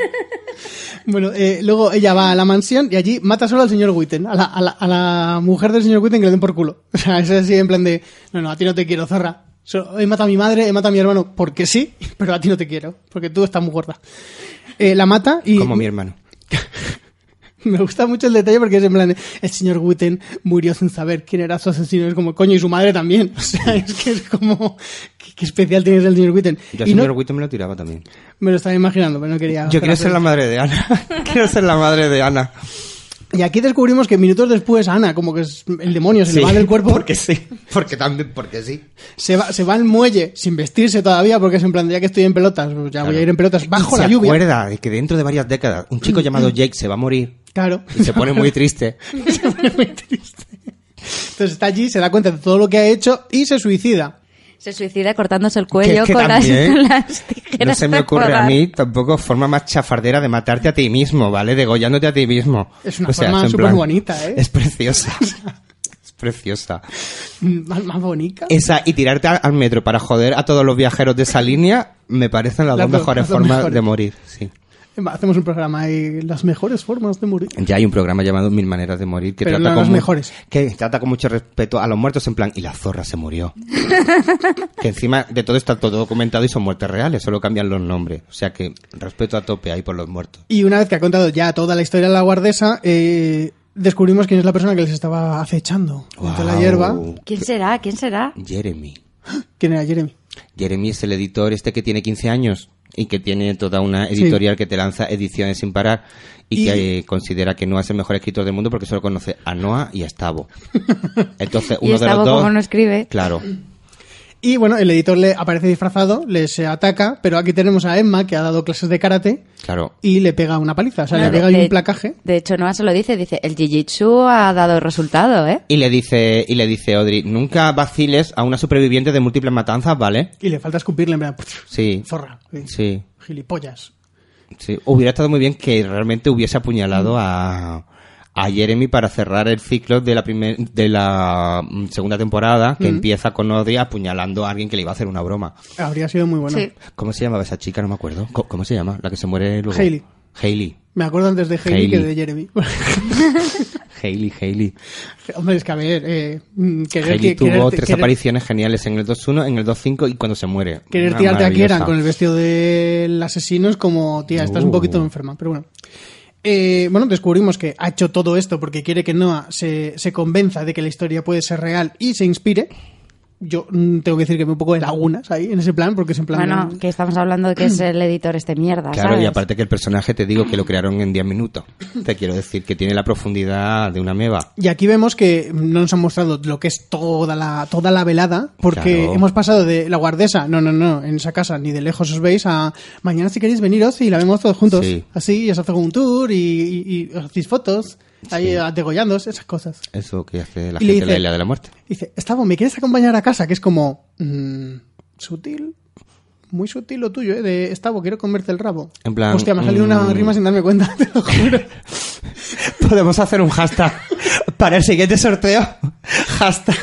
S2: Bueno, eh, luego ella va a la mansión y allí mata solo al señor Witten, a la, a la- a la mujer del señor Witten que le den por culo. O sea, es así en plan de, no, no, a ti no te quiero, zorra. So- he matado a mi madre, he matado a mi hermano, porque sí, pero a ti no te quiero, porque tú estás muy gorda. Eh, la mata y...
S4: Como mi hermano.
S2: Me gusta mucho el detalle porque es en plan, de, el señor Witten murió sin saber quién era su asesino. Es como, coño, y su madre también. O sea, es que es como, qué, qué especial tienes el señor Witten.
S4: Yo
S2: Y no- Ah,
S4: señor Witten me lo tiraba también.
S2: me lo estaba imaginando, pero no quería...
S4: Yo quiero
S2: hacer
S4: ser la madre de Ana. quiero ser la madre de Ana.
S2: Y aquí descubrimos que minutos después Ana, como que es el demonio, se le va del cuerpo,
S4: Porque sí. Porque también, porque sí.
S2: se, va, se va al muelle sin vestirse todavía, porque es en plan, ya que estoy en pelotas, pues ya voy a ir en pelotas bajo
S4: Y
S2: la
S4: se
S2: lluvia. Mm,
S4: Recuerda de que dentro de varias décadas un chico llamado Jake se va a morir
S2: Claro.
S4: y se pone muy triste.
S2: Se pone muy triste. Entonces está allí, se da cuenta de todo lo que ha hecho y se suicida.
S3: Se suicida cortándose el cuello
S4: es que
S3: con, las,
S4: también
S3: con las tijeras.
S4: No se me
S3: de
S4: ocurre a
S3: podar.
S4: mí tampoco forma más chafardera de matarte a ti mismo, ¿vale? Degollándote a ti mismo.
S2: Es una
S4: es
S2: forma
S4: en
S2: súper
S4: plan-
S2: bonita, ¿eh?
S4: Es preciosa. es preciosa.
S2: Mm, Más, más bonita.
S4: Esa y tirarte al, al metro para joder a todos los viajeros de esa línea me parecen las,
S2: Las
S4: dos
S2: dos-
S4: mejores
S2: las dos
S4: formas
S2: mejores.
S4: de morir, sí.
S2: Va, Hacemos un programa y las mejores formas de morir.
S4: Ya hay un programa llamado Mil Maneras de Morir que
S2: Pero
S4: trata
S2: no
S4: con
S2: los
S4: mu-
S2: mejores.
S4: que trata con mucho respeto a los muertos en plan y la zorra se murió. que encima de todo está todo documentado y son muertes reales, solo cambian los nombres. O sea que respeto a tope ahí por los muertos.
S2: Y una vez que ha contado ya toda la historia de la guardesa, eh, descubrimos quién es la persona que les estaba acechando entre la
S4: Guau.
S2: hierba.
S3: ¿Quién será? ¿Quién será?
S4: Jeremy.
S2: ¿Quién era Jeremy?
S4: Jeremy es el editor este que tiene 15 años y que tiene toda una editorial que te lanza ediciones sin parar y,
S2: Y-
S4: que eh, considera que Noah es el mejor escritor del mundo porque solo conoce a Noah y a Stavo. Entonces,
S3: Y
S4: uno de
S3: Stavo,
S4: los dos...
S3: como no escribe.
S4: Claro.
S2: Y bueno, el editor le aparece disfrazado, les eh, ataca, pero aquí tenemos a Emma que ha dado clases de karate
S4: Claro.
S2: y le pega una paliza, o sea,
S3: No,
S2: le
S3: de-
S2: pega ahí
S3: de-
S2: un placaje.
S3: De hecho, Noah se lo dice, dice, el jiu-jitsu ha dado resultado, ¿eh?
S4: Y le dice, y le dice Audrey, nunca vaciles a una superviviente de múltiples matanzas, ¿vale?
S2: Y le falta escupirle, en plan,
S4: Sí.
S2: zorra, sí,
S4: Sí.
S2: gilipollas.
S4: sí. Hubiera estado muy bien que realmente hubiese
S2: Mm.
S4: apuñalado a, a Jeremy para cerrar el ciclo de la primer, de la mm, segunda temporada,
S2: Mm.
S4: que empieza con Audrey apuñalando a alguien que le iba a hacer una broma.
S2: Habría sido muy bueno.
S3: Sí.
S4: ¿Cómo se llamaba esa chica? No me acuerdo. Co- ¿Cómo, se llama? La que se muere luego.
S2: Hailey.
S4: Hailey.
S2: Me acuerdo antes de Hailey,
S4: Hailey.
S2: que de Jeremy.
S4: Hailey, Hailey.
S2: Hombre, es que a ver, eh, mm, querer,
S4: Hailey
S2: que-
S4: tuvo
S2: querer-
S4: tres
S2: querer-
S4: apariciones geniales en el 2-1, en el 2-5 y cuando se muere.
S2: querer
S4: Una
S2: tirarte a Kieran
S4: maravillosa.
S2: con el vestido del asesino es como, tía, estás un
S4: Uh.
S2: poquito enferma, pero bueno. Eh, bueno, descubrimos que ha hecho todo esto porque quiere que Noah se, se convenza de que la historia puede ser real y se inspire. Yo mm, tengo que decir que me un poco de lagunas ahí en ese plan, porque es en plan.
S3: Bueno, que estamos hablando de que es el editor este mierda,
S4: Claro,
S3: ¿sabes?
S4: y aparte que el personaje te digo que lo crearon en 10 minutos. Te quiero decir que tiene la profundidad de una meba.
S2: Y aquí vemos que no nos han mostrado lo que es toda la, toda la velada, porque
S4: Claro.
S2: hemos pasado de la guardesa, no, no, no, en esa casa, ni de lejos os veis, a mañana si queréis veniros y la vemos todos juntos.
S4: Sí.
S2: Así, y os hacéis un tour y, y- y os hacéis fotos, ahí
S4: Sí.
S2: a- degollándoos, esas cosas.
S4: Eso que hace la
S2: Y le
S4: gente en la
S2: dice-
S4: isla de la muerte.
S2: Y dice, Estavo, ¿me quieres acompañar a casa? Que es como, mm, sutil, muy sutil lo tuyo, ¿eh? De, Estavo, quiero comerte el rabo.
S4: En plan,
S2: Hostia, me ha salido una
S4: mm.
S2: rima sin darme cuenta, te lo juro.
S4: Podemos hacer un hashtag para el siguiente sorteo. Hashtag.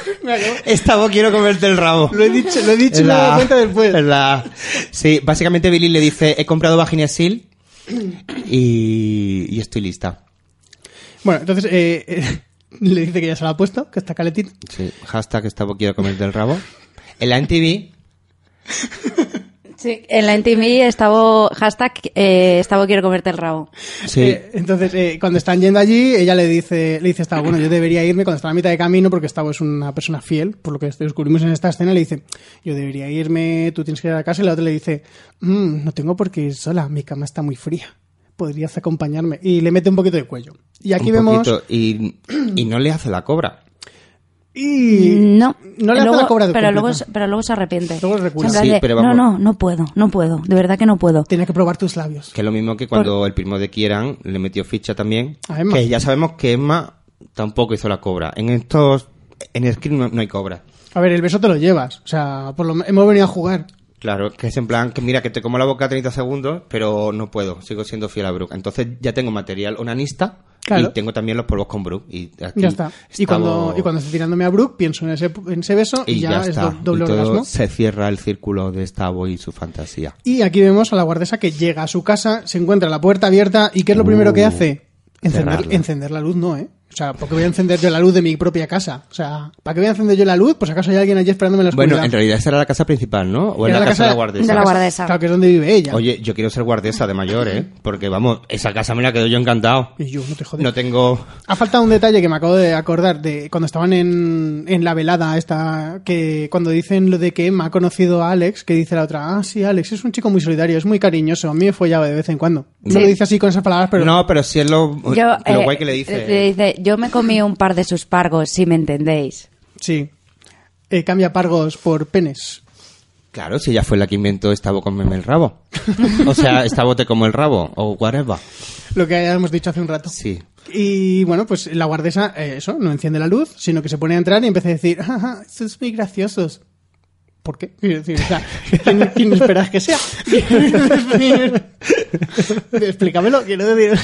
S4: Estaba quiero comerte el rabo.
S2: Lo he dicho, lo he dicho, y me he dado cuenta después.
S4: la- sí, básicamente Billy le dice, he comprado vaginesil y, y estoy lista.
S2: Bueno, entonces eh, eh, le dice que ya se la ha puesto, que está caletito.
S4: Sí, hashtag estaba quiero comerte el rabo. En la NTV
S3: Sí, en la NTV estaba hashtag eh, estaba quiero comerte el rabo.
S4: Sí.
S2: Eh, entonces, eh, cuando están yendo allí, ella le dice, le dice Estavo, bueno, yo debería irme cuando está a la mitad de camino, porque Estavo es una persona fiel, por lo que descubrimos en esta escena, le dice, yo debería irme, tú tienes que ir a casa, y la otra le dice, "Mm, no tengo por qué ir sola, mi cama está muy fría. podrías acompañarme. Y le mete un poquito de cuello. Y aquí
S4: Un
S2: vemos...
S4: poquito, y, y no le hace la cobra.
S2: Y...
S4: Mm.
S3: No,
S2: No le hace
S3: Luego-
S2: la cobra de
S3: pero luego,
S2: completa.
S3: se- pero luego se arrepiente.
S2: Luego recula.
S3: En plan
S4: Sí,
S3: de, no,
S4: pero vamos-
S3: no, no puedo, no puedo, de verdad que no puedo.
S2: Tenía que probar tus labios.
S4: Que es lo mismo que cuando el primo de Kieran le metió ficha también.
S2: A Emma.
S4: Que ya sabemos que Emma tampoco hizo la cobra. En estos. En el script no, no hay cobra.
S2: A ver, el beso te lo llevas. O sea, por lo me- hemos venido a jugar.
S4: Claro, que es en plan que mira, que te como la boca 30 segundos, pero no puedo, sigo siendo fiel a Brooke. Entonces ya tengo material onanista
S2: Claro.
S4: y tengo también los polvos con Brooke. Y aquí
S2: Ya está. Y cuando,
S4: estamos-
S2: y cuando estoy tirándome a Brooke, pienso en ese, en ese beso y,
S4: y
S2: ya,
S4: ya,
S2: es
S4: está.
S2: do- doble
S4: y todo
S2: orgasmo.
S4: se cierra el círculo de Stavo y su fantasía.
S2: Y aquí vemos a la guardesa que llega a su casa, se encuentra la puerta abierta y ¿qué es lo primero que
S4: Uh,
S2: hace? Encender,
S4: cerrarla.
S2: encender la luz, no, ¿eh? O sea, porque voy a encender yo la luz de mi propia casa. O sea, ¿para qué voy a encender yo la luz? Pues acaso hay alguien allí esperándome en la oscuridad.
S4: Bueno, en realidad esa era la casa principal, ¿no? O era la, casa, de la guardesa.
S3: de la guardesa.
S2: Claro, que es donde vive ella.
S4: Oye, yo quiero ser guardesa de mayor, ¿eh? Porque vamos, esa casa me la quedo yo encantado.
S2: Y yo, no te jodes.
S4: No tengo.
S2: Ha faltado un detalle que me acabo de acordar de cuando estaban en, en la velada esta que cuando dicen lo de que Emma ha conocido a Alex, que dice la otra, ah, sí, Alex es un chico muy solidario, es muy cariñoso, a mí me follaba de vez en cuando. No
S3: Sí.
S2: lo dice así con esas palabras, pero
S4: no, pero sí es lo,
S3: Yo,
S4: lo
S3: eh,
S4: guay que le dice.
S3: le dice, yo me comí un par de sus pargos, si me entendéis.
S2: sí. Eh, cambia pargos por penes.
S4: Claro, si ella fue la que inventó Estavo con el rabo. O sea, Estavo te como el rabo, o whatever.
S2: Lo que hemos dicho hace un rato.
S4: Sí.
S2: Y bueno, pues la guardesa, eh, eso, no enciende la luz, sino que se pone a entrar y empieza a decir, ajá, estos muy graciosos. ¿Por qué? Quiero decir, o sea, ¿quién, quién esperas que sea? Explícamelo, quiero decir.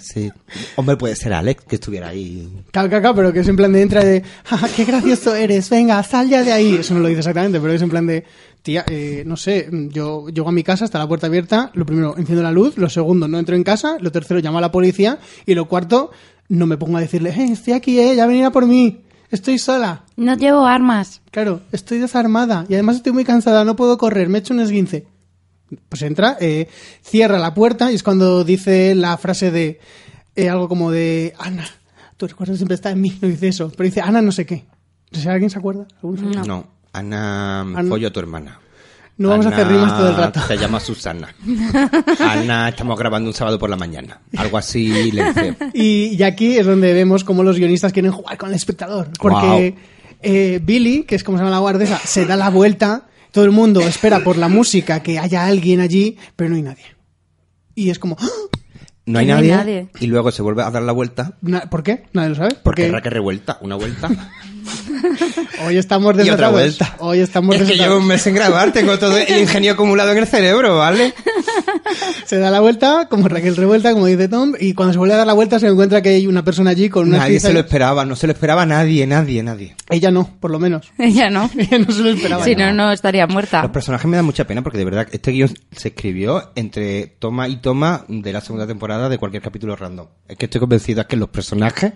S4: Sí. Hombre, puede ser Alex que estuviera ahí.
S2: Cao, cao, cao, pero que es en plan de entra de, "Ajá, qué gracioso eres, venga, sal ya de ahí. Eso no lo dice exactamente, pero es en plan de, tía, eh, no sé, yo llego a mi casa, está la puerta abierta, lo primero, enciendo la luz, lo segundo, no entro en casa, lo tercero, llamo a la policía, y lo cuarto, no me pongo a decirle, eh, estoy aquí, eh, ya venirá por mí, estoy sola,
S3: No llevo armas.
S2: claro, estoy desarmada, y además estoy muy cansada, no puedo correr, me he hecho un esguince. Pues entra, eh, cierra la puerta, y es cuando dice la frase de, eh, algo como de, Ana, tu recuerdo siempre está en mí, no dice eso, pero dice, Ana no sé qué. No sé, ¿Alguien se acuerda? ¿Alguno se acuerda?
S4: No. Ana,
S2: Ana-
S4: pollo a tu hermana.
S2: No vamos a hacer
S4: Ana
S2: rimas todo el rato.
S4: Se llama Susana. Ana, estamos grabando un sábado por la mañana. Algo así le dice.
S2: Y, y aquí es donde vemos cómo los guionistas quieren jugar con el espectador. Porque eh, Billy, que es como se llama la guardesa, se da la vuelta. Todo el mundo espera por la música que haya alguien allí, pero no hay nadie. Y es como, ¡Ah!
S4: No hay,
S3: No hay
S4: nadie,
S3: nadie.
S4: Y luego se vuelve a dar la vuelta.
S2: Na- ¿por qué? Nadie lo sabe.
S4: Porque habrá que revuelta, una vuelta.
S2: hoy estamos
S4: y otra
S2: desatados.
S4: vuelta.
S2: Hoy estamos
S4: es que
S2: desatados.
S4: llevo un mes sin grabar, tengo todo el ingenio acumulado en el cerebro, ¿vale?
S2: Se da la vuelta, como Raquel revuelta, como dice Tom, y cuando se vuelve a dar la vuelta se encuentra que hay una persona allí con una
S4: Nadie
S2: tiza
S4: se lo
S2: y-
S4: esperaba, no se lo esperaba nadie, nadie, nadie.
S2: Ella no, por lo menos.
S3: Ella no.
S2: Ella no se lo esperaba.
S3: si no, no estaría
S4: Los
S3: muerta.
S4: personajes me dan mucha pena porque de verdad este guión se escribió entre toma y toma de la segunda temporada de cualquier capítulo random. Es que estoy convencido es que los personajes.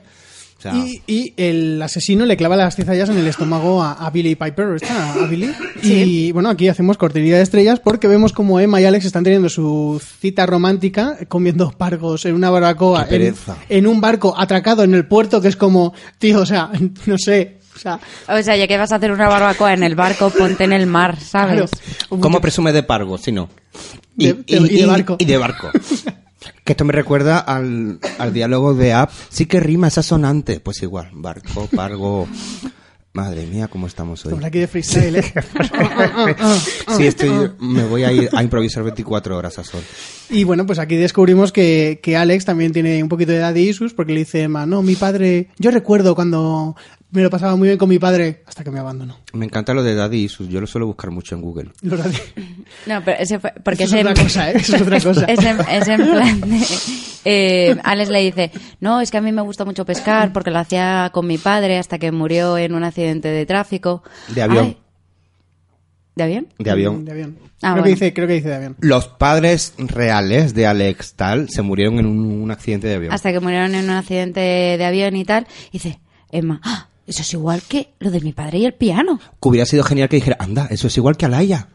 S4: O sea,
S2: Y, y el asesino le clava las cizallas en el estómago a, a Billy Piper, ¿está? A Billy. Y bueno, aquí hacemos cortería de estrellas porque vemos como Emma y Alex están teniendo su cita romántica eh, comiendo pargos en una barbacoa.
S4: Qué
S2: en-
S4: pereza.
S2: En, un barco atracado en el puerto que es como, tío, o sea, no sé. O sea,
S3: O sea, ya que vas a hacer una barbacoa en el barco, ponte en el mar, ¿sabes?
S2: claro.
S4: ¿Cómo presume de pargo si no?
S2: De- de- y de barco.
S4: Y de barco. que esto me recuerda al, al diálogo de App. Sí que rima esa sonante. Pues igual, barco, pargo. Madre mía, cómo estamos hoy.
S2: Estamos aquí de freestyle, ¿eh? ah.
S4: Sí, estoy, me voy a ir a improvisar 24 horas a sol.
S2: Y bueno, pues aquí descubrimos que, que Alex también tiene un poquito de edad de Isus porque le dice Emma, no, mi padre, yo recuerdo cuando me lo pasaba muy bien con mi padre hasta que me abandonó.
S4: Me encanta lo de Daddy Issues, yo lo suelo buscar mucho en Google.
S2: Los edad-
S3: No, pero ese fue- porque
S2: Eso es
S3: ese-
S2: otra cosa, ¿eh? Eso es otra cosa.
S3: Es en, es en plan de- eh, Alex le dice, no, es que a mí me gusta mucho pescar porque lo hacía con mi padre hasta que murió en un accidente de tráfico.
S4: De avión.
S3: Ay. ¿De avión?
S4: De avión.
S2: Mm, De avión.
S3: Ah,
S2: creo,
S3: bueno.
S2: que dice, creo que dice de avión.
S4: Los padres reales de Alex Tal se murieron en un, un accidente de avión.
S3: Hasta que murieron en un accidente de avión y tal. Y dice, Emma, ¡ah! eso es igual que lo de mi padre y el piano.
S4: Que hubiera sido genial que dijera, anda, eso es igual que Alaya.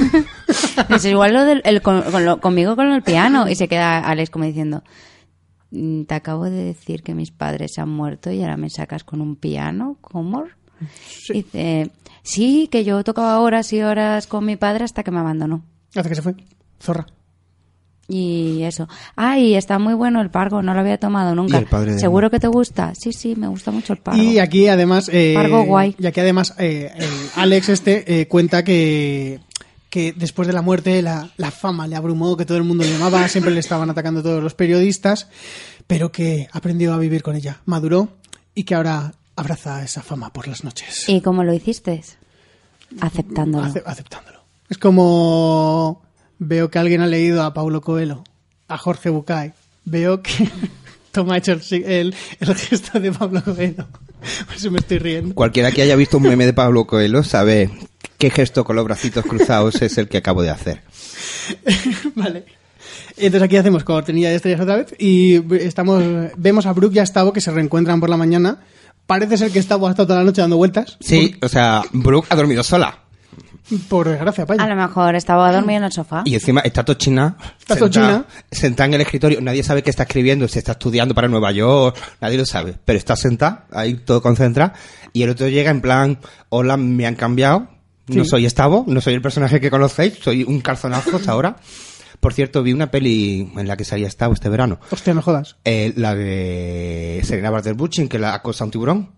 S3: Eso es Pues igual lo del el con- con lo- conmigo con el piano. Y se queda Alex como diciendo, "Mm, te acabo de decir que mis padres han muerto y ahora me sacas con un piano, ¿cómo? Dice, sí, que yo tocaba horas y horas con mi padre hasta que me abandonó.
S2: Hasta que se fue. Zorra.
S3: Y eso. Ay, está muy bueno el pargo, no lo había tomado nunca.
S4: Y el padre de
S3: Seguro
S4: Emma.
S3: que te gusta. Sí, sí, me gusta mucho el pargo.
S2: Y aquí además. eh,
S3: Pargo guay.
S2: Y aquí además, eh, el Alex este eh, cuenta que que después de la muerte la, la fama le abrumó, que todo el mundo le llamaba, siempre le estaban atacando todos los periodistas, pero que aprendió a vivir con ella, maduró y que ahora abraza esa fama por las noches,
S3: ¿Y cómo lo hiciste? Aceptándolo.
S2: ace- aceptándolo. Es como veo que alguien ha leído a Paulo Coelho, a Jorge Bucay, veo que toma hecho el, si- el- el gesto de Pablo Coelho. Por eso me estoy riendo.
S4: Cualquiera que haya visto un meme de Pablo Coelho sabe qué gesto con los bracitos cruzados es el que acabo de hacer.
S2: Vale. Entonces aquí hacemos cortinilla de estrellas otra vez y estamos vemos a Brooke y a Stavo que se reencuentran por la mañana. Parece ser que Stavo ha estado toda la noche dando vueltas.
S4: Sí, o sea, Brooke ha dormido sola.
S2: Por desgracia,
S3: A lo
S2: vaya.
S3: mejor estaba dormido en el sofá.
S4: Y encima está tochina.
S2: Está
S4: sentada-
S2: tochina.
S4: Sentada en el escritorio. Nadie sabe qué está escribiendo, si está estudiando para Nueva York. Nadie lo sabe. Pero está sentada, ahí todo concentrada. Y el otro llega en plan, hola, me han cambiado. No soy Estavo, no soy el personaje que conocéis. Soy un calzonazo hasta ahora. Por cierto, vi una peli en la que salía Estavo este verano.
S2: Hostia, no jodas.
S4: Eh, la de Serena Barter Butchin, que la acosa un tiburón.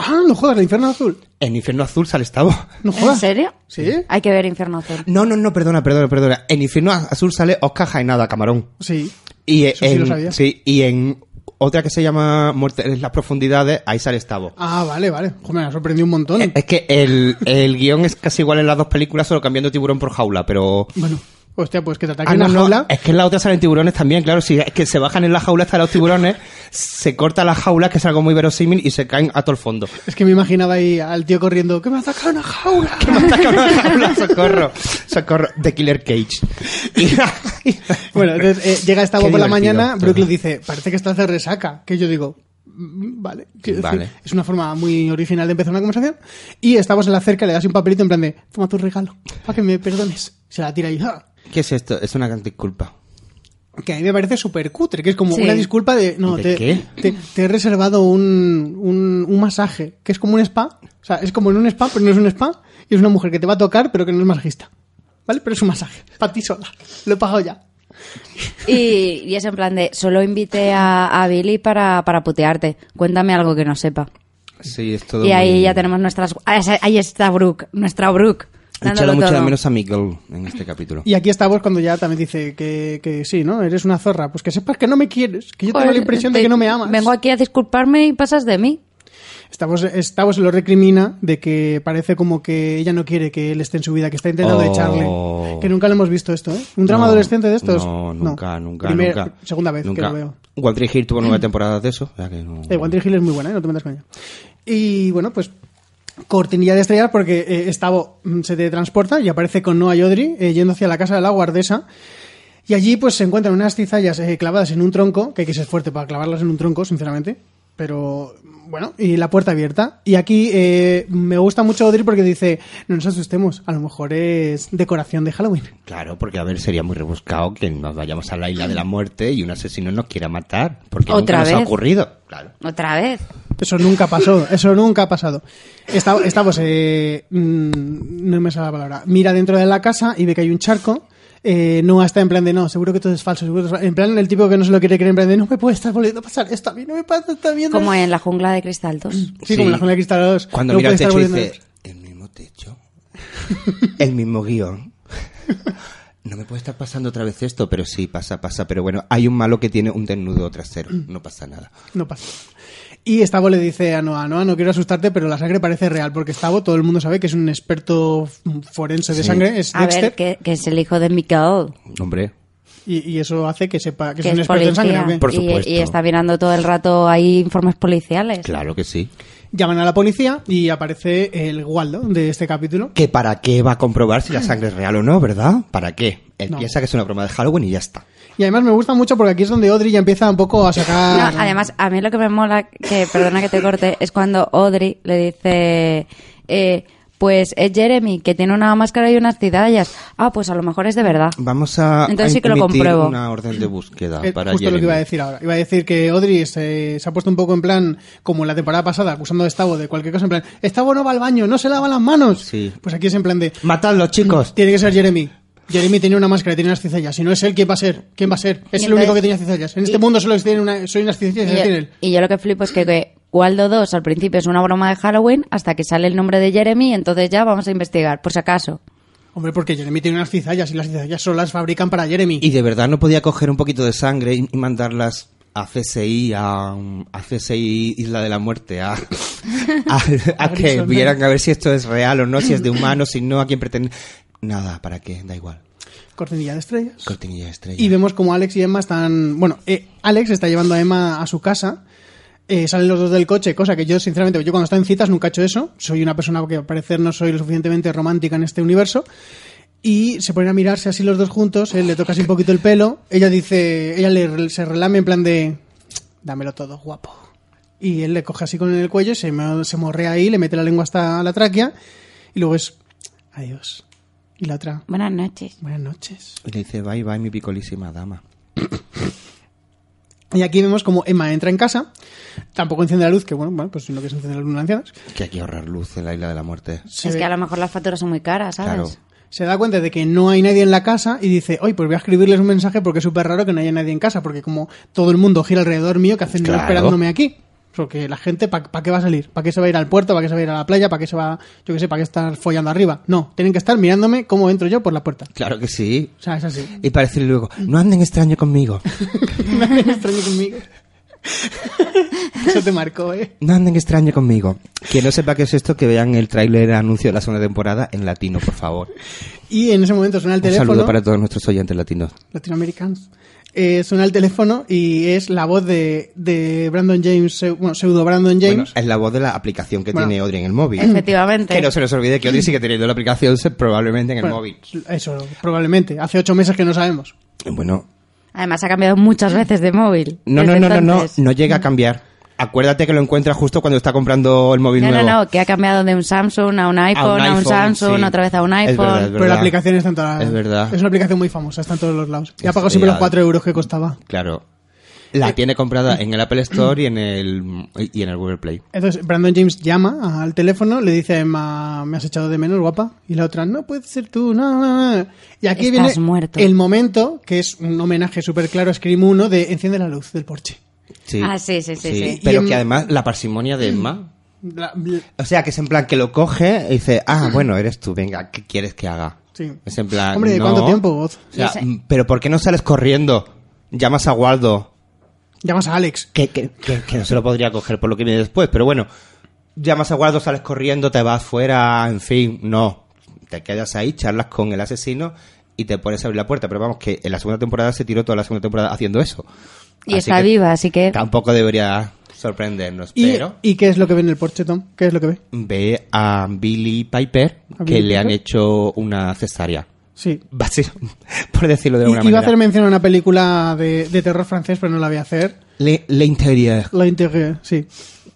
S2: Ah, no jodas, el infierno azul.
S4: En Infierno Azul sale Estavo.
S2: No
S3: ¿En
S2: jodas.
S3: serio?
S2: Sí.
S3: Hay que ver Infierno Azul.
S4: No, no, no, perdona, perdona, perdona. En Infierno Azul sale Oscar Jainada, camarón.
S2: Sí.
S4: Y
S2: Eso sí
S4: en,
S2: lo sabía.
S4: sí, y en otra que se llama Muerte en las profundidades, ahí sale Estavo.
S2: Ah, vale, vale. Joder, me ha sorprendido un montón.
S4: Eh, Es que el, el guión es casi igual en las dos películas, solo cambiando tiburón por jaula, pero...
S2: Bueno, hostia, pues que te
S4: Ah,
S2: ataquen
S4: no,
S2: la
S4: no,
S2: jaula.
S4: es que en la otra salen tiburones también, claro. Si es que se bajan en la jaula hasta los tiburones, se corta la jaula, que es algo muy verosímil, y se caen a todo el fondo.
S2: Es que me imaginaba ahí al tío corriendo, que me ha atacado una jaula.
S4: Que me ataca una jaula, socorro, socorro, The Killer Cage. Y-
S2: Bueno, entonces eh, llega esta voz
S4: Qué
S2: por la
S4: divertido.
S2: mañana, Brooke le dice, parece que estás de resaca. Que yo digo, "Mm, vale. Quiero decir,
S4: Vale.
S2: es una forma muy original de empezar una conversación. Y estamos en la cerca, le das un papelito en plan de, toma tu regalo, para que me perdones. Se la tira y, "Ah".
S4: ¿Qué es esto? Es una gran disculpa.
S2: que a mí me parece súper cutre, que es como
S3: Sí.
S2: una disculpa de, no,
S4: ¿De
S2: te,
S4: qué?
S2: Te, te he reservado un, un, un masaje, que es como un spa. O sea, es como en un spa, pero no es un spa. Y es una mujer que te va a tocar, pero que no es masajista. ¿Vale? Pero es un masaje, para ti sola. Lo he pagado ya.
S3: Y, y es en plan de, solo invité a, a Billy para, para putearte. Cuéntame algo que no sepa.
S4: Sí, es todo
S3: Y ahí
S4: muy-
S3: ya tenemos nuestras... ah, esa- Ahí está Brooke, nuestra Brooke.
S4: Echado
S3: dándolo
S4: mucho de
S3: todo.
S4: menos a Miguel en este capítulo.
S2: Y aquí estamos cuando ya también dice que, que sí, ¿no? Eres una zorra. Pues que sepas que no me quieres, que yo tengo
S3: Joder,
S2: la impresión de
S3: te-
S2: que no me amas.
S3: Pues, eh, Vengo aquí a disculparme y pasas de mí.
S2: Estamos, estamos lo recrimina de que parece como que ella no quiere que él esté en su vida, que está intentando
S4: Oh.
S2: echarle. Que nunca lo hemos visto esto, ¿eh? Un drama
S4: No,
S2: adolescente de estos.
S4: No, nunca, nunca,
S2: Primer-
S4: nunca.
S2: Segunda vez que
S4: Nunca.
S2: lo veo.
S4: One Tree Hill tuvo nueve temporadas de eso. o sea que no-
S2: Eh, One Tree Hill es muy buena, ¿eh? no te metas con ella. Y bueno, pues cortinilla de estrellas porque eh, Stavo mm, se te transporta y aparece con Noah y Audrey eh, yendo hacia la casa de la guardesa. Y allí pues se encuentran unas cizallas eh, clavadas en un tronco, que hay que ser fuerte para clavarlas en un tronco, sinceramente. Pero bueno, y la puerta abierta. Y aquí eh, me gusta mucho Audrey porque dice, no nos asustemos, a lo mejor es decoración de Halloween.
S4: Claro, porque a ver, sería muy rebuscado que nos vayamos a la isla de la muerte y un asesino nos quiera matar. Porque
S3: Otra
S4: nunca nos ha
S3: vez.
S4: ocurrido. Claro.
S3: Otra vez.
S2: Eso nunca pasó, eso nunca ha pasado. Esta- estamos, eh, mm, no me sale la palabra, mira dentro de la casa y ve que hay un charco. Eh, no está en plan de no, seguro que todo es falso. seguro que todo es falso". En plan, el tipo que no se lo quiere creer, en plan de no me puede estar volviendo a pasar esto a mí, no me pasa está bien.
S3: Como en La jungla de cristal 2.
S2: Sí, como en la zona de cristal 2.
S4: Cuando
S2: no
S4: mira
S2: puede
S4: el
S2: estar
S4: techo y
S2: volviendo a-
S4: dice, el mismo techo, el mismo guión. No me puede estar pasando otra vez esto, pero sí, pasa, pasa. Pero bueno, hay un malo que tiene un desnudo trasero.
S2: Mm.
S4: No pasa nada.
S2: No pasa. Y Stavo le dice a Noah, Noah, no quiero asustarte, pero la sangre parece real, porque Stavo, todo el mundo sabe que es un experto forense de
S4: Sí.
S2: sangre, es
S3: A
S2: Dexter,
S3: ver, que, que es el hijo de Miguel.
S4: Hombre,
S2: y, y eso hace que sepa que,
S3: Que
S2: es un
S3: es
S2: experto en sangre.
S3: policía.
S2: ¿o qué?
S4: Por
S3: Y-
S4: supuesto.
S3: Y, está mirando todo el rato ahí informes policiales.
S4: claro que sí.
S2: Llaman a la policía y aparece el Waldo de este capítulo.
S4: que para qué va a comprobar si la sangre es real o no, ¿verdad? ¿Para qué? Él piensa que es una broma de Halloween y ya está.
S2: Y además me gusta mucho porque aquí es donde Audrey ya empieza un poco a
S4: Ah,
S3: No,
S2: sacar...
S3: además, a mí lo que me mola, que perdona que te corte, es cuando Audrey le dice, eh, pues es Jeremy, que tiene una máscara y unas cizallas. Ah, pues a lo mejor es de verdad.
S4: Vamos a,
S3: Entonces
S4: a
S3: sí que lo
S4: emitir
S3: compruebo.
S4: una orden de búsqueda
S2: Es Eh,
S4: para
S2: justo lo
S4: Jeremy.
S2: que iba a decir ahora. Iba a decir que Audrey se, se ha puesto un poco en plan, como la temporada pasada, acusando a Stavo de cualquier cosa, en plan, Stavo no va al baño, no se lava las manos.
S4: Sí.
S2: Pues aquí es en plan de,
S4: Matadlo, chicos.
S2: tiene que ser Jeremy. Jeremy tenía una máscara, tenía unas cizallas. Si no es él, ¿quién va a ser? ¿Quién va a ser? Es
S3: Y
S2: el único
S3: entonces-
S2: que tenía cizallas. En este
S3: y-
S2: mundo solo tiene una, soy unas cizallas y las
S3: Y yo,
S2: tiene él.
S3: y yo lo que flipo es que, que Waldo 2 al principio es una broma de Halloween hasta que sale el nombre de Jeremy, entonces ya vamos a investigar, por si acaso.
S2: Hombre, porque Jeremy tiene unas cizallas y las cizallas solo las fabrican para Jeremy.
S4: Y de verdad no podía coger un poquito de sangre y y mandarlas a CSI, a, a CSI Isla de la Muerte, a, a- a que
S2: Arizona.
S4: vieran a ver si esto es real o no, si es de humano, si no, a quién pretende. Nada, ¿para qué? Da igual.
S2: Cortinilla de estrellas.
S4: Cortinilla de estrella.
S2: Y vemos como Alex y Emma están. Bueno, eh, Alex está llevando a Emma a su casa. eh, salen los dos del coche, cosa que yo, sinceramente, yo cuando estoy en citas nunca he hecho eso. Soy una persona que al parecer no soy lo suficientemente romántica en este universo. Y se ponen a mirarse así los dos juntos. Él le toca así un poquito el pelo. Ella dice. Ella le, se relame en plan de. Dámelo todo, guapo. Y él le coge así con el cuello, se, mo- se morrea ahí, le mete la lengua hasta la tráquea. Y luego es. Adiós. Y la otra.
S3: Buenas noches.
S2: Buenas noches.
S4: Y le dice, bye, bye, mi picolísima dama.
S2: Y aquí vemos como Emma entra en casa, tampoco enciende la luz, que bueno, bueno pues si no quieres encender la luz, no la enciendas.
S4: Que hay que ahorrar luz en la Isla de la Muerte.
S2: Se,
S3: es que a lo mejor las facturas son muy caras, ¿sabes?
S4: Claro.
S2: se da cuenta de que no hay nadie en la casa y dice, hoy pues voy a escribirles un mensaje porque es súper raro que no haya nadie en casa, porque como todo el mundo gira alrededor mío, que hacen
S4: Claro.
S2: esperándome aquí? Porque la gente, ¿para qué va a salir? ¿Para qué se va a ir al puerto? ¿Para qué se va a ir a la playa? ¿Para qué se va, yo qué sé, para qué estar follando arriba? No, tienen que estar mirándome cómo entro yo por la puerta.
S4: Claro que sí.
S2: O sea, es así.
S4: Y para decirle luego, no anden extraño conmigo.
S2: Nadie es extraño conmigo. Eso te marcó, ¿eh?
S4: No anden extraño conmigo. Que no sepa qué es esto, que vean el tráiler anuncio de la segunda temporada en latino, por favor.
S2: Y en ese momento suena el
S4: Un
S2: teléfono.
S4: saludo para todos nuestros oyentes latinos.
S2: latinoamericanos. Eh, suena el teléfono y es la voz de, de Brandon James, eh, bueno, pseudo Brandon
S4: Bueno,
S2: James.
S4: es la voz de la aplicación que
S2: Bueno.
S4: tiene Audrey en el móvil.
S3: Efectivamente.
S4: Que no se nos olvide que Audrey sigue teniendo la aplicación se- probablemente en el
S2: Bueno,
S4: móvil.
S2: Eso, probablemente. Hace ocho meses que no sabemos.
S4: Bueno,
S3: Además ha cambiado muchas veces de móvil.
S4: no, no,
S3: desde
S4: no, no, no,
S3: entonces.
S4: no llega a cambiar. Acuérdate que lo encuentra justo cuando está comprando el móvil
S3: No, no,
S4: nuevo.
S3: no, que ha cambiado de un Samsung a un iPhone, a un,
S4: iPhone,
S3: Samsung,
S4: sí.
S3: otra vez a un
S4: Es
S3: iPhone.
S4: verdad, es verdad.
S2: Pero la aplicación está en todas
S4: Es verdad.
S2: Es una aplicación muy famosa, está en todos los lados. Ya
S4: Es
S2: pagó siempre los
S4: real.
S2: cuatro euros que costaba.
S4: Claro.
S3: Eh,
S4: La tiene comprada en el Apple Store y en el y en el Google Play.
S2: Entonces, Brandon James llama al teléfono, le dice a Emma, me has echado de menos, guapa. Y la otra, no puede ser tú, no, no, no". Y aquí
S3: Estás
S2: viene
S3: muerto.
S2: el momento, que es un homenaje súper claro a Scream 1, de enciende la luz del porche.
S4: Sí.
S3: Ah, sí, sí, sí, sí.
S4: Pero
S2: Y en-
S4: que además la parsimonia de Emma.
S2: La- bl-
S4: O sea, que es en plan que lo coge y dice, ah, bueno, eres tú, venga, ¿qué quieres que haga?
S2: Sí.
S4: Es en plan.
S2: Hombre, ¿de
S4: no.
S2: cuánto tiempo, Goz?
S4: O sea,
S3: Y ese-
S4: mm, pero ¿por qué no sales corriendo? Llamas a Waldo.
S2: Llamas a Alex.
S4: Que, que- que- que no se lo podría coger por lo que viene después, pero bueno. Llamas a Waldo, sales corriendo, te vas fuera, en fin, no. Te quedas ahí, charlas con el asesino y te pones a abrir la puerta. Pero vamos, que en la segunda temporada se tiró toda la segunda temporada haciendo eso.
S3: Y
S4: Así
S3: está
S4: que
S3: viva, así que...
S4: Tampoco debería sorprendernos,
S2: ¿eh? ¿Y,
S4: pero.
S2: ¿Y qué es lo que ve en el Porsche, Tom? ¿Qué es lo que ve?
S4: ve a Billy Piper
S2: ¿A
S4: que
S2: Billy
S4: le han
S2: Piper?
S4: hecho una cesárea.
S2: Sí.
S4: Basi- por decirlo de
S2: I-
S4: alguna
S2: Iba
S4: manera.
S2: a hacer mención a una película de, de terror francés, pero no la voy a hacer.
S4: Le, le interior.
S2: La integré, sí.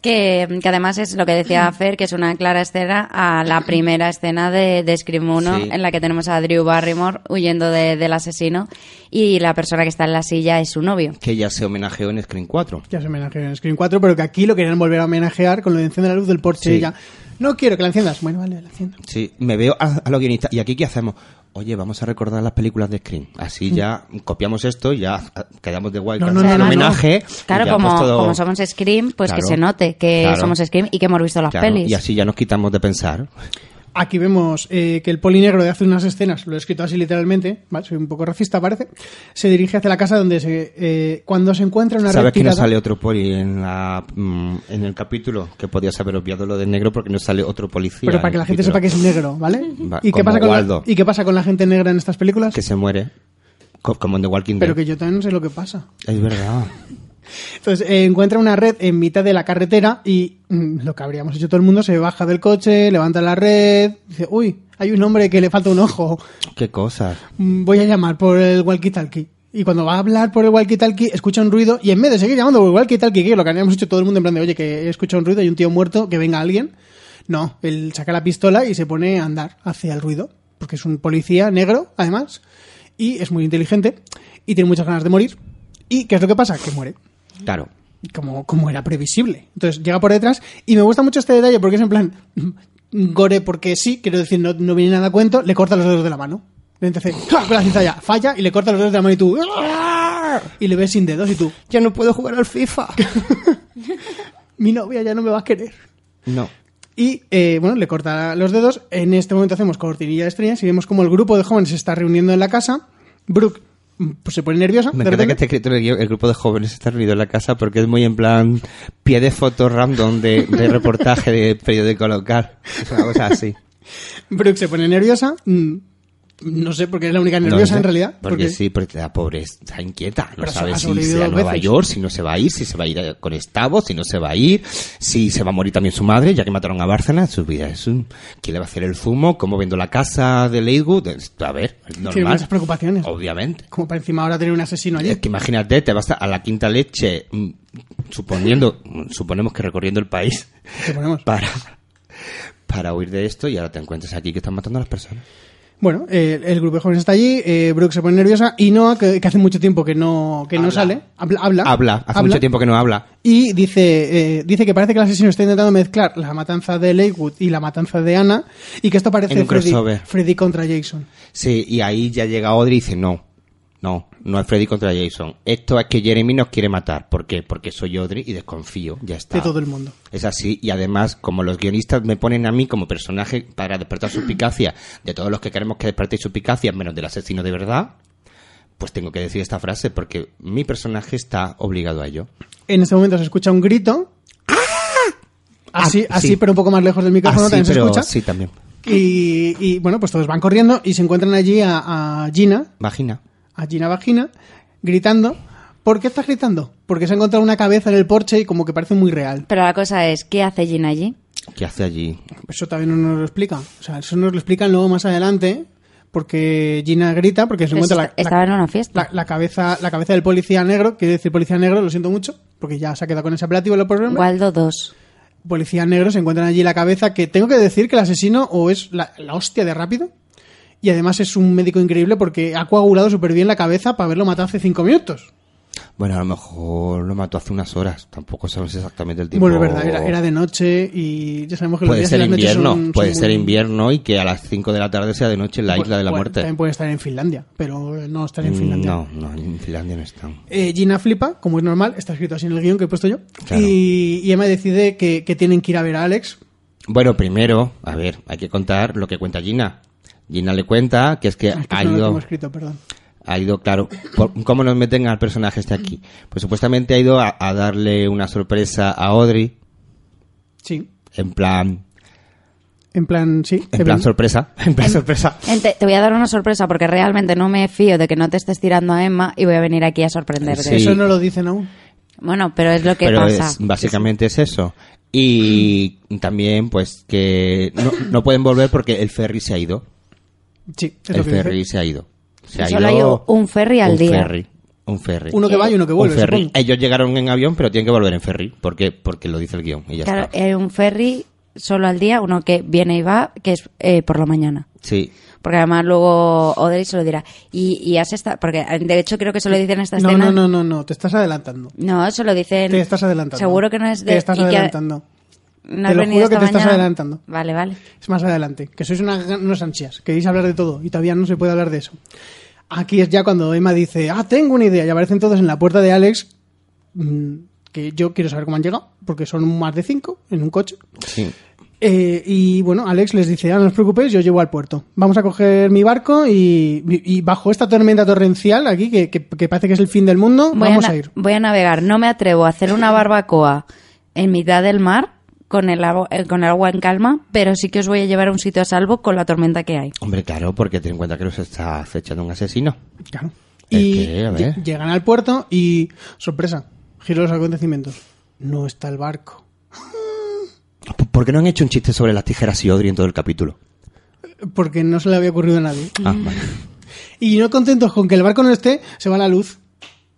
S3: Que, que además es lo que decía Fer, que es una clara escena a la primera escena de, de Scream 1,
S4: Sí.
S3: en la que tenemos a Drew Barrymore huyendo de- del asesino y la persona que está en la silla es su novio.
S4: Que ya se homenajeó en Screen 4.
S2: Ya se homenajeó en Screen 4, pero que aquí lo querían volver a homenajear con lo de enciende la luz del Porsche.
S4: Sí.
S2: Y ya, no quiero que la enciendas. Bueno, vale, la enciendo.
S4: Sí, me veo a, a los guionistas. ¿Y aquí qué hacemos? Oye, vamos a recordar las películas de Scream. Así ya copiamos esto, ya ah, quedamos de guay.
S2: Mm. No,
S4: con
S2: no,
S4: el
S2: no, no,
S4: homenaje. y
S3: Claro,
S4: ya,
S3: como,
S4: pues, todo-
S3: como somos Scream, pues
S4: Claro.
S3: que se note que
S4: Claro.
S3: somos Scream y que hemos visto las
S4: Claro,
S3: pelis.
S4: Y así ya nos quitamos de pensar.
S2: Aquí vemos eh, que el polinegro de hace unas escenas, lo he escrito así literalmente, ¿vale? soy un poco racista parece, se dirige hacia la casa donde se, eh, cuando se encuentra una
S4: ¿Sabes que no
S2: replicada-
S4: sale otro poli en, la, mm, en el capítulo? Que podías haber obviado lo del negro porque no sale otro policía.
S2: Pero para
S4: en
S2: que
S4: el
S2: la gente
S4: capítulo.
S2: sepa que es negro, ¿vale?
S4: Va,
S2: ¿Y, qué
S4: como
S2: pasa con la,
S4: Waldo.
S2: ¿Y qué pasa con la gente negra en estas películas?
S4: que se muere. co- Como en The Walking Dead.
S2: Pero que yo también no sé lo que pasa.
S4: Es verdad.
S2: Entonces eh, encuentra una red en mitad de la carretera y mm, lo que habríamos hecho todo el mundo se baja del coche, levanta la red, dice, uy, hay un hombre que le falta un ojo,
S4: Qué cosas.
S2: Mm, voy a llamar por el walkie-talkie. Y cuando va a hablar por el walkie-talkie, escucha un ruido y en vez de seguir llamando por el walkie-talkie, que es lo que habíamos hecho todo el mundo en plan de, oye, que he escuchado un ruido y un tío muerto, que venga alguien. No, él saca la pistola y se pone a andar hacia el ruido, porque es un policía negro, además, y es muy inteligente y tiene muchas ganas de morir. ¿Y qué es lo que pasa? Que muere
S4: Claro.
S2: como, como era previsible. Entonces llega por detrás y me gusta mucho este detalle porque es en plan gore porque sí, quiero decir, no, no viene nada a cuento, le corta los dedos de la mano. Entonces, ¡ah! con la cizalla, falla y le corta los dedos de la mano y tú. ¡ah! Y le ves sin dedos y tú.
S6: Ya no puedo jugar al FIFA.
S2: Mi novia ya no me va a querer.
S6: No.
S2: Y eh, bueno, le corta los dedos. En este momento hacemos cortinilla de estrellas y vemos como el grupo de jóvenes se está reuniendo en la casa. Brooke mm, pues, se pone nerviosa.
S4: Me
S2: de
S4: encanta que
S2: repente.
S4: esté escrito en el guión, el grupo de jóvenes está reunido en la casa porque es muy en plan pie de foto random de, de reportaje de periódico local. Es una cosa así.
S2: Brooke se pone nerviosa. mm, No sé, porque es la única nerviosa
S4: No,
S2: en realidad.
S4: Porque, sí, porque la pobre está inquieta. No
S2: Pero ha-
S4: sabe
S2: ha
S4: si
S2: sobrevivido
S4: se va a
S2: dos
S4: Nueva
S2: veces.
S4: York, si no se va a ir, si se va a ir a- con Estavo, si no se va a ir, si se va a morir también su madre, ya que mataron a Bárcena. Su vida es un. ¿Quién le va a hacer el zumo? ¿Cómo vendo la casa de Lakewood? Es- A ver, es
S2: Tiene
S4: normal.
S2: muchas preocupaciones.
S4: Obviamente.
S2: Como para encima ahora tener un asesino allí.
S4: Es que imagínate, te vas a, a la quinta leche, mm, suponiendo, mm, suponemos que recorriendo el país
S2: Te ponemos.
S4: para, para huir de esto y ahora te encuentras aquí que están matando a las personas.
S2: Bueno, eh, el grupo de jóvenes está allí, eh, Brooke se pone nerviosa y Noah, que, que hace mucho tiempo que no, que no
S6: Habla.
S2: sale, habla. Habla,
S4: Habla, hace mucho tiempo que no habla.
S2: Y dice, eh, dice que parece que el asesino está intentando mezclar la matanza de Lakewood y la matanza de Anna y que esto
S4: En
S2: parece
S4: un
S2: Freddy,
S4: crossover.
S2: Freddy contra Jason.
S4: Sí, y ahí ya llega Audrey y dice, no, no, no es Freddy contra Jason. Esto es que Jeremy nos quiere matar. ¿Por qué? Porque soy Audrey y desconfío, ya está.
S2: De todo el mundo.
S4: Es así, y además, como los guionistas me ponen a mí como personaje para despertar suspicacia de todos los que queremos que desperte suspicacia, menos del asesino de verdad, pues tengo que decir esta frase porque mi personaje está obligado a ello.
S2: En este momento se escucha un grito. Así,
S4: Ah,
S2: así,
S4: sí.
S2: pero un poco más lejos del micrófono
S4: Ah, sí,
S2: también se
S4: pero-
S2: escucha.
S4: sí, también.
S2: Y, y, bueno, pues todos van corriendo y se encuentran allí a, a Gina,
S4: Imagina.
S2: a Gina Vagina, gritando. ¿Por qué estás gritando? Porque se ha encontrado una cabeza en el porche y como que parece muy real.
S3: Pero la cosa es, ¿qué hace Gina allí?
S4: ¿Qué hace allí?
S2: Eso también no nos lo explica. O sea, eso nos lo explican luego más adelante, porque Gina grita, porque se
S3: Pues
S2: encuentra
S3: esta-
S2: la,
S3: estaba
S2: la-
S3: en una fiesta.
S2: la- la cabeza, la cabeza del policía negro, quiere decir policía negro, lo siento mucho, porque ya se ha quedado con ese apelativo lo por
S3: Waldo 2.
S2: Policía negro, se encuentran allí la cabeza, que tengo que decir que el asesino o es la, la hostia de rápido, y además es un médico increíble porque ha coagulado súper bien la cabeza para haberlo matado hace cinco minutos.
S4: Bueno, a lo mejor lo mató hace unas horas. Tampoco sabemos exactamente el tiempo.
S2: Bueno, es verdad, era, era de noche y ya sabemos que los
S4: Puede
S2: días y
S4: ser
S2: las noches
S4: invierno,
S2: son- son
S4: puede ser
S2: muy-
S4: invierno y que a las 5 de la tarde sea de noche en la isla de la
S2: Bueno,
S4: muerte.
S2: También puede estar en Finlandia, pero eh, no estar en
S4: Mm,
S2: Finlandia.
S4: No, no, en Finlandia no están.
S2: Eh, Gina flipa, como es normal, está escrito así en el guión que he puesto yo.
S4: Claro.
S2: Y, y Emma decide que, que tienen que ir a ver a Alex.
S4: Bueno, primero, a ver, hay que contar lo que cuenta Gina. Gina le cuenta que es que
S2: Ah, es que
S4: ha
S2: eso no lo tengo
S4: ido,
S2: escrito, perdón.
S4: ha ido, claro, por- ¿cómo nos meten al personaje este aquí? Pues supuestamente ha ido a, a darle una sorpresa a Audrey,
S2: Sí,
S4: en plan,
S2: en plan, sí.
S4: en plan sorpresa, en plan sorpresa.
S3: Te, te voy a dar una sorpresa porque realmente no me fío de que no te estés tirando a Emma y voy a venir aquí a sorprenderte.
S4: Sí.
S2: Eso no lo dicen aún.
S3: Bueno, pero es lo que
S4: Pero
S3: pasa. Mm.
S4: es- básicamente es eso. Y también, pues, que no, no pueden volver porque el ferry se ha ido.
S2: Sí, es lo
S4: El
S2: que dice.
S4: ferry se ha ido. Se ha
S3: Solo ha ido un ferry al
S4: un
S3: día.
S4: ferry, un ferry.
S2: Uno que va y uno que
S4: Un
S2: vuelve.
S4: ferry.
S2: supongo.
S4: Ellos llegaron en avión, pero tienen que volver en ferry. ¿Por qué? Porque lo dice el guión. Y ya
S3: Claro,
S4: está.
S3: eh, un ferry solo al día, uno que viene y va, que es eh, por la mañana.
S4: Sí.
S3: Porque además luego Audrey se lo dirá. Y, y has estado, porque eh, de hecho creo que se lo dicen en esta
S2: No,
S3: escena.
S2: no, no, no, no, te estás adelantando.
S3: No, eso lo dicen.
S2: Te estás adelantando.
S3: Seguro que no es de.
S2: Te estás
S3: y que-
S2: adelantando.
S3: no
S2: Te
S3: has
S2: lo
S3: venido
S2: juro que
S3: esta
S2: te estás
S3: mañana.
S2: adelantando.
S3: Vale, vale.
S2: Es más adelante. Que sois unas, gan- unas ansias. Queréis hablar de todo y todavía no se puede hablar de eso. Aquí es ya cuando Emma dice, ah, tengo una idea. Y aparecen todos en la puerta de Alex. mm, que yo quiero saber cómo han llegado, porque son más de cinco en un coche.
S4: sí.
S2: Eh, y bueno, Alex les dice, ah, no os preocupéis, yo llevo al puerto. Vamos a coger mi barco y, y bajo esta tormenta torrencial aquí, que, que- que parece que es el fin del mundo,
S3: Voy,
S2: vamos
S3: a,
S2: a,
S3: na-
S2: ir.
S3: voy a navegar. No me atrevo a hacer una barbacoa en mitad del mar con el, agua- eh, con el agua en calma, pero sí que os voy a llevar a un sitio a salvo con la tormenta que hay.
S4: Hombre, claro, porque ten en cuenta que nos está acechando un asesino.
S2: Claro.
S4: Es
S2: Y
S4: que, a
S2: lle-
S4: ver.
S2: llegan al puerto y, sorpresa, giro los acontecimientos. No está el barco.
S4: P- ¿Por qué no han hecho un chiste sobre las tijeras y Audrey en todo el capítulo?
S2: Porque no se le había ocurrido a nadie.
S4: Ah,
S3: Mm.
S4: vale.
S2: Y no contentos con que el barco no esté, se va la luz.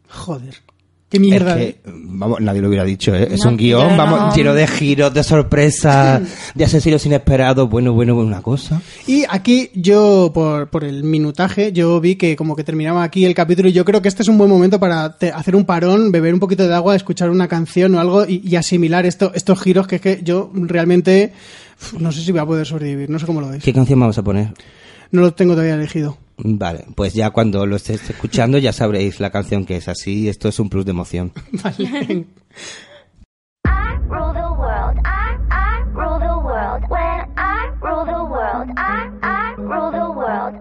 S2: Joder. Qué mierda.
S4: Es
S2: ¿eh?
S4: que, vamos, nadie lo hubiera dicho, ¿eh? Es
S3: No,
S4: un guión,
S3: pero
S4: vamos,
S3: no.
S4: lleno de giros, de sorpresas, de asesinos inesperados. Bueno, bueno, una cosa.
S2: Y aquí yo, por, por el minutaje, yo vi que como que terminaba aquí el capítulo y yo creo que este es un buen momento para te- hacer un parón, beber un poquito de agua, escuchar una canción o algo y, y asimilar esto, estos giros que es que yo realmente uf, no sé si voy a poder sobrevivir, no sé cómo lo veis.
S4: ¿Qué canción vamos a poner?
S2: No lo tengo todavía elegido.
S6: Vale, pues ya cuando lo estéis escuchando ya sabréis la canción que es así. Esto es un plus de emoción.
S2: Vale.
S7: I rule the world. I, I rule the world. When I rule the world, I, I rule the world.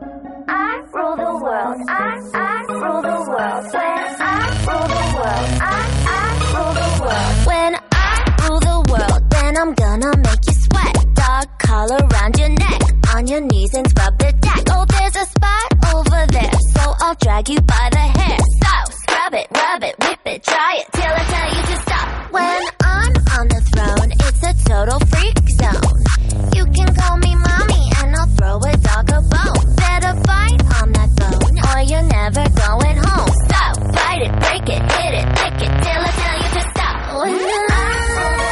S7: I rule the world. I, I rule the world. When I rule the world, I, I rule the world. When I rule the world, then I'm gonna make you sweat. Dog collar around your neck, on your knees and scrub the deck. Oh, there's a spot over there, so I'll drag you by the hair. So scrub it, rub it, whip it, try it till I tell you to stop. When I'm on the throne, it's a total freak zone. You can call me mommy and I'll throw a dog a bone. Better fight on that phone or you're never going home. Stop, fight it, break it, hit it, lick it till I tell you to stop. When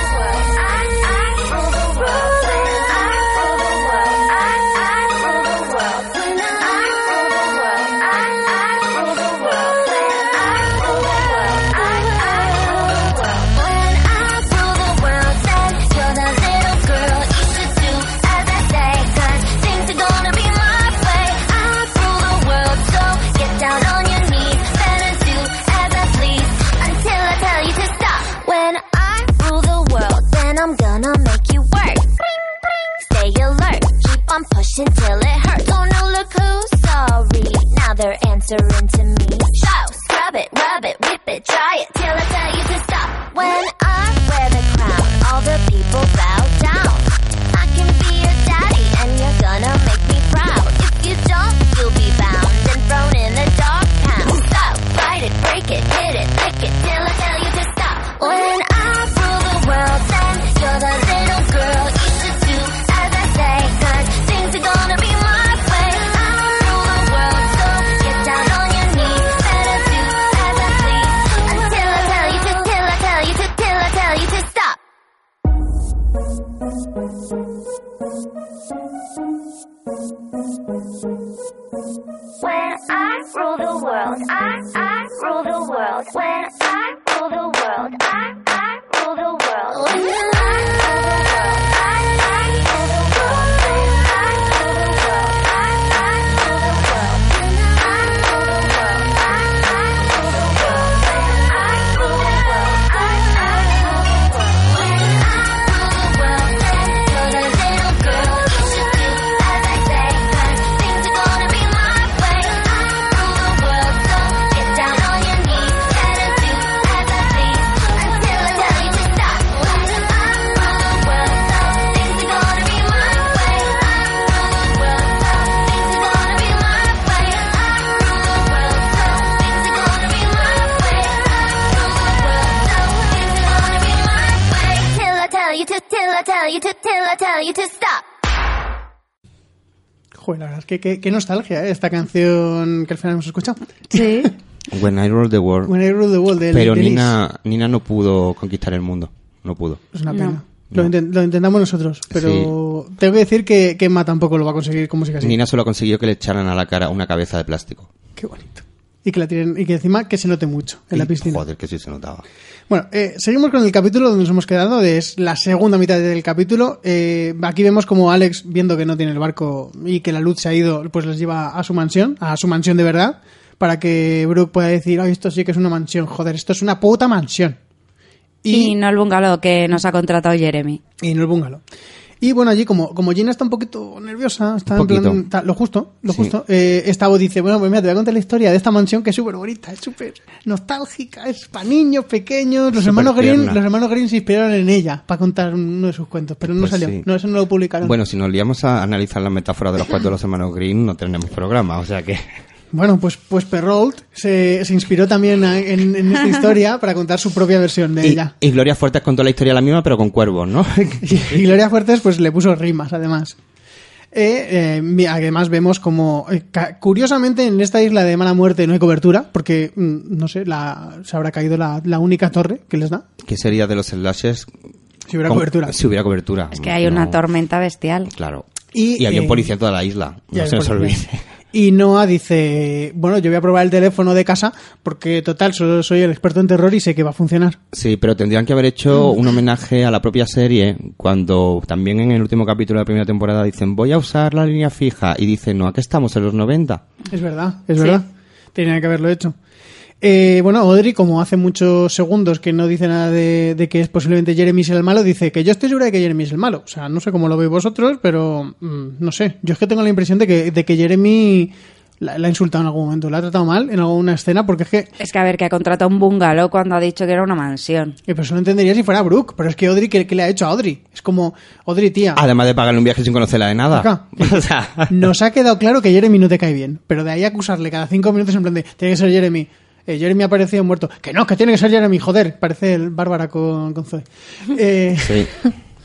S7: when I rule the world, then I'm gonna make you work. Stay alert, keep on pushing till it hurts. Oh no, look who's sorry. Now they're answering to me. So scrub it, rub it, whip it, try it till I tell you to stop. When I wear the crown, all the people bow down. I can be your daddy, and you're gonna make me proud. If you don't, you'll be bound and thrown in the dog pound. Stop, fight it, break it, hit it, lick it till I tell you to stop. When I rule the world, then you're the little girl. You should do as I say, cause things are gonna be my way. I rule the world, so get down on your knees. Better do as I please. Until I tell you to, till I tell you to, till I tell you to stop. When I rule the world, I, I rule the world. When I rule the world, I, I rule the world. When I rule the world, I, I rule the world. When I rule the world, I, I rule the world. When I rule the world, I, I rule the world. When I rule the world, I, I rule the world. When I rule the world, then you're the little girl. You should do as I say, cause things are gonna be my way. I rule the world, so get down on your knees. Better do as I please. Until I tell you to stop. When I rule the world, so things are gonna be my way. I rule the world, so things are gonna be my way. I rule the world, so things are gonna be my way. I rule the world, so things are gonna be my way. Till I tell you to, till I tell you to, till I tell you to stop.
S2: Joder, la verdad es que que- qué nostalgia ¿eh? esta canción que al final hemos escuchado.
S3: Sí.
S4: When I Roll the World.
S2: When I Rule the World del-
S4: Pero
S2: del Is.
S4: Nina, Nina no pudo conquistar el mundo. No pudo.
S2: Es una
S3: No.
S2: pena. Lo, inten- lo intentamos nosotros, pero tengo que decir que, que Emma tampoco lo va a conseguir con música así.
S4: Nina solo consiguió que le echaran a la cara una cabeza de plástico.
S2: Qué bonito. Y que, la tiren, y que encima que se note mucho en la
S4: Y,
S2: piscina.
S4: Joder, que sí se notaba.
S2: Bueno, eh, seguimos con el capítulo donde nos hemos quedado, de- es la segunda mitad del capítulo. Eh, aquí vemos como Alex, viendo que no tiene el barco y que la luz se ha ido, pues les lleva a su mansión, a su mansión de verdad, para que Brooke pueda decir, ay, esto sí que es una mansión, joder, esto es una puta mansión.
S3: Y no el bungalow que nos ha contratado Jeremy.
S2: Y no el bungalow. Y bueno, allí como, como Gina está un poquito nerviosa, está
S4: Un
S2: en plan-
S4: poquito.
S2: está- lo justo, lo
S4: Sí.
S2: justo, eh, esta voz dice, bueno, pues mira, te voy a contar la historia de esta mansión que es súper bonita, es súper nostálgica, es para niños pequeños. Los
S4: Súper
S2: hermanos, Green,
S4: tierna.
S2: los hermanos Green se inspiraron en ella para contar uno de sus cuentos, pero no
S4: Pues
S2: salió,
S4: sí.
S2: no, eso no lo publicaron.
S4: Bueno, si nos liamos a analizar la metáfora de los cuatro de los hermanos Green, no tenemos programa. O sea que.
S2: Bueno, pues, pues Perrault se, se inspiró también a- en, en esta historia para contar su propia versión de
S4: Y,
S2: ella.
S4: y Gloria Fuertes contó la historia la misma, pero con cuervos, ¿no?
S2: Y Gloria Fuertes pues le puso rimas además. Eh, eh, mi- además vemos como eh, ca- curiosamente en esta isla de mala muerte no hay cobertura porque mm, no sé la, se habrá caído la, la única torre que les da
S4: ¿Qué sería de los slashes?
S2: si hubiera
S4: Con-
S2: cobertura
S4: Si hubiera cobertura.
S3: Es que hay
S4: No.
S3: una tormenta bestial.
S4: Claro.
S2: Y,
S4: Y, había
S2: eh,
S4: un policía en toda la isla.
S2: y había
S4: No se nos
S2: policía.
S4: olvide.
S2: Y Noah dice, bueno, yo voy a probar el teléfono de casa porque total, solo soy el experto en terror y sé que va a funcionar.
S4: Sí, pero tendrían que haber
S2: Mm.
S4: hecho un homenaje a la propia serie cuando también en el último capítulo de la primera temporada dicen voy a usar la línea fija y dicen no, aquí estamos en los 90.
S2: Es verdad, es verdad. Tenía que haberlo hecho. Eh, bueno, Audrey, como hace muchos segundos que no dice nada de, de que es posiblemente Jeremy es el malo, dice que yo estoy segura de que Jeremy es el malo. O sea, no sé cómo lo veis vosotros, pero mm, no sé. Yo es que tengo la impresión de que, de que Jeremy la, la ha insultado en algún momento, la ha tratado mal en alguna escena, porque es que eh,
S3: Es que a ver, que ha contratado un bungalow cuando ha dicho que era una mansión.
S2: eh, pues no entendería si fuera Brooke, pero es que Audrey, ¿qué, qué le ha hecho a Audrey? Es como, Audrey, tía,
S4: Además de pagarle un viaje sin conocerla de nada.
S2: Ah. Acá.
S4: o sea,
S2: nos ha quedado claro que Jeremy no te cae bien, pero de ahí acusarle cada cinco minutos en plan de, tiene que ser Jeremy. Eh, Jeremy ha parecido muerto. Que no, que tiene que ser Jeremy, joder. Parece el Bárbara con, con Zoe. Eh,
S4: sí,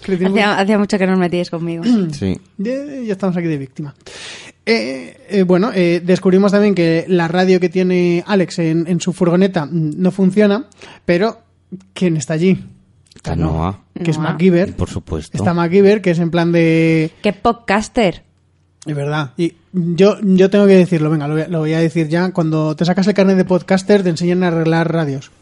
S2: Cristina-
S3: Hacía, hacía mucho que no os metíais conmigo.
S2: Mm.
S4: sí.
S2: Ya, ya estamos aquí de víctima. Eh, eh, bueno, eh, descubrimos también que la radio que tiene Alex en, en su furgoneta mm, no funciona, pero ¿quién está allí?
S4: Está Noah.
S2: que es
S3: Noah.
S2: MacGyver.
S4: Por supuesto.
S2: Está MacGyver, que es en plan de...
S3: ¡Qué podcaster!
S2: De verdad. Y yo, yo tengo que decirlo, venga, lo voy, a- lo voy a decir ya. Cuando te sacas el carnet de podcaster te enseñan a arreglar radios.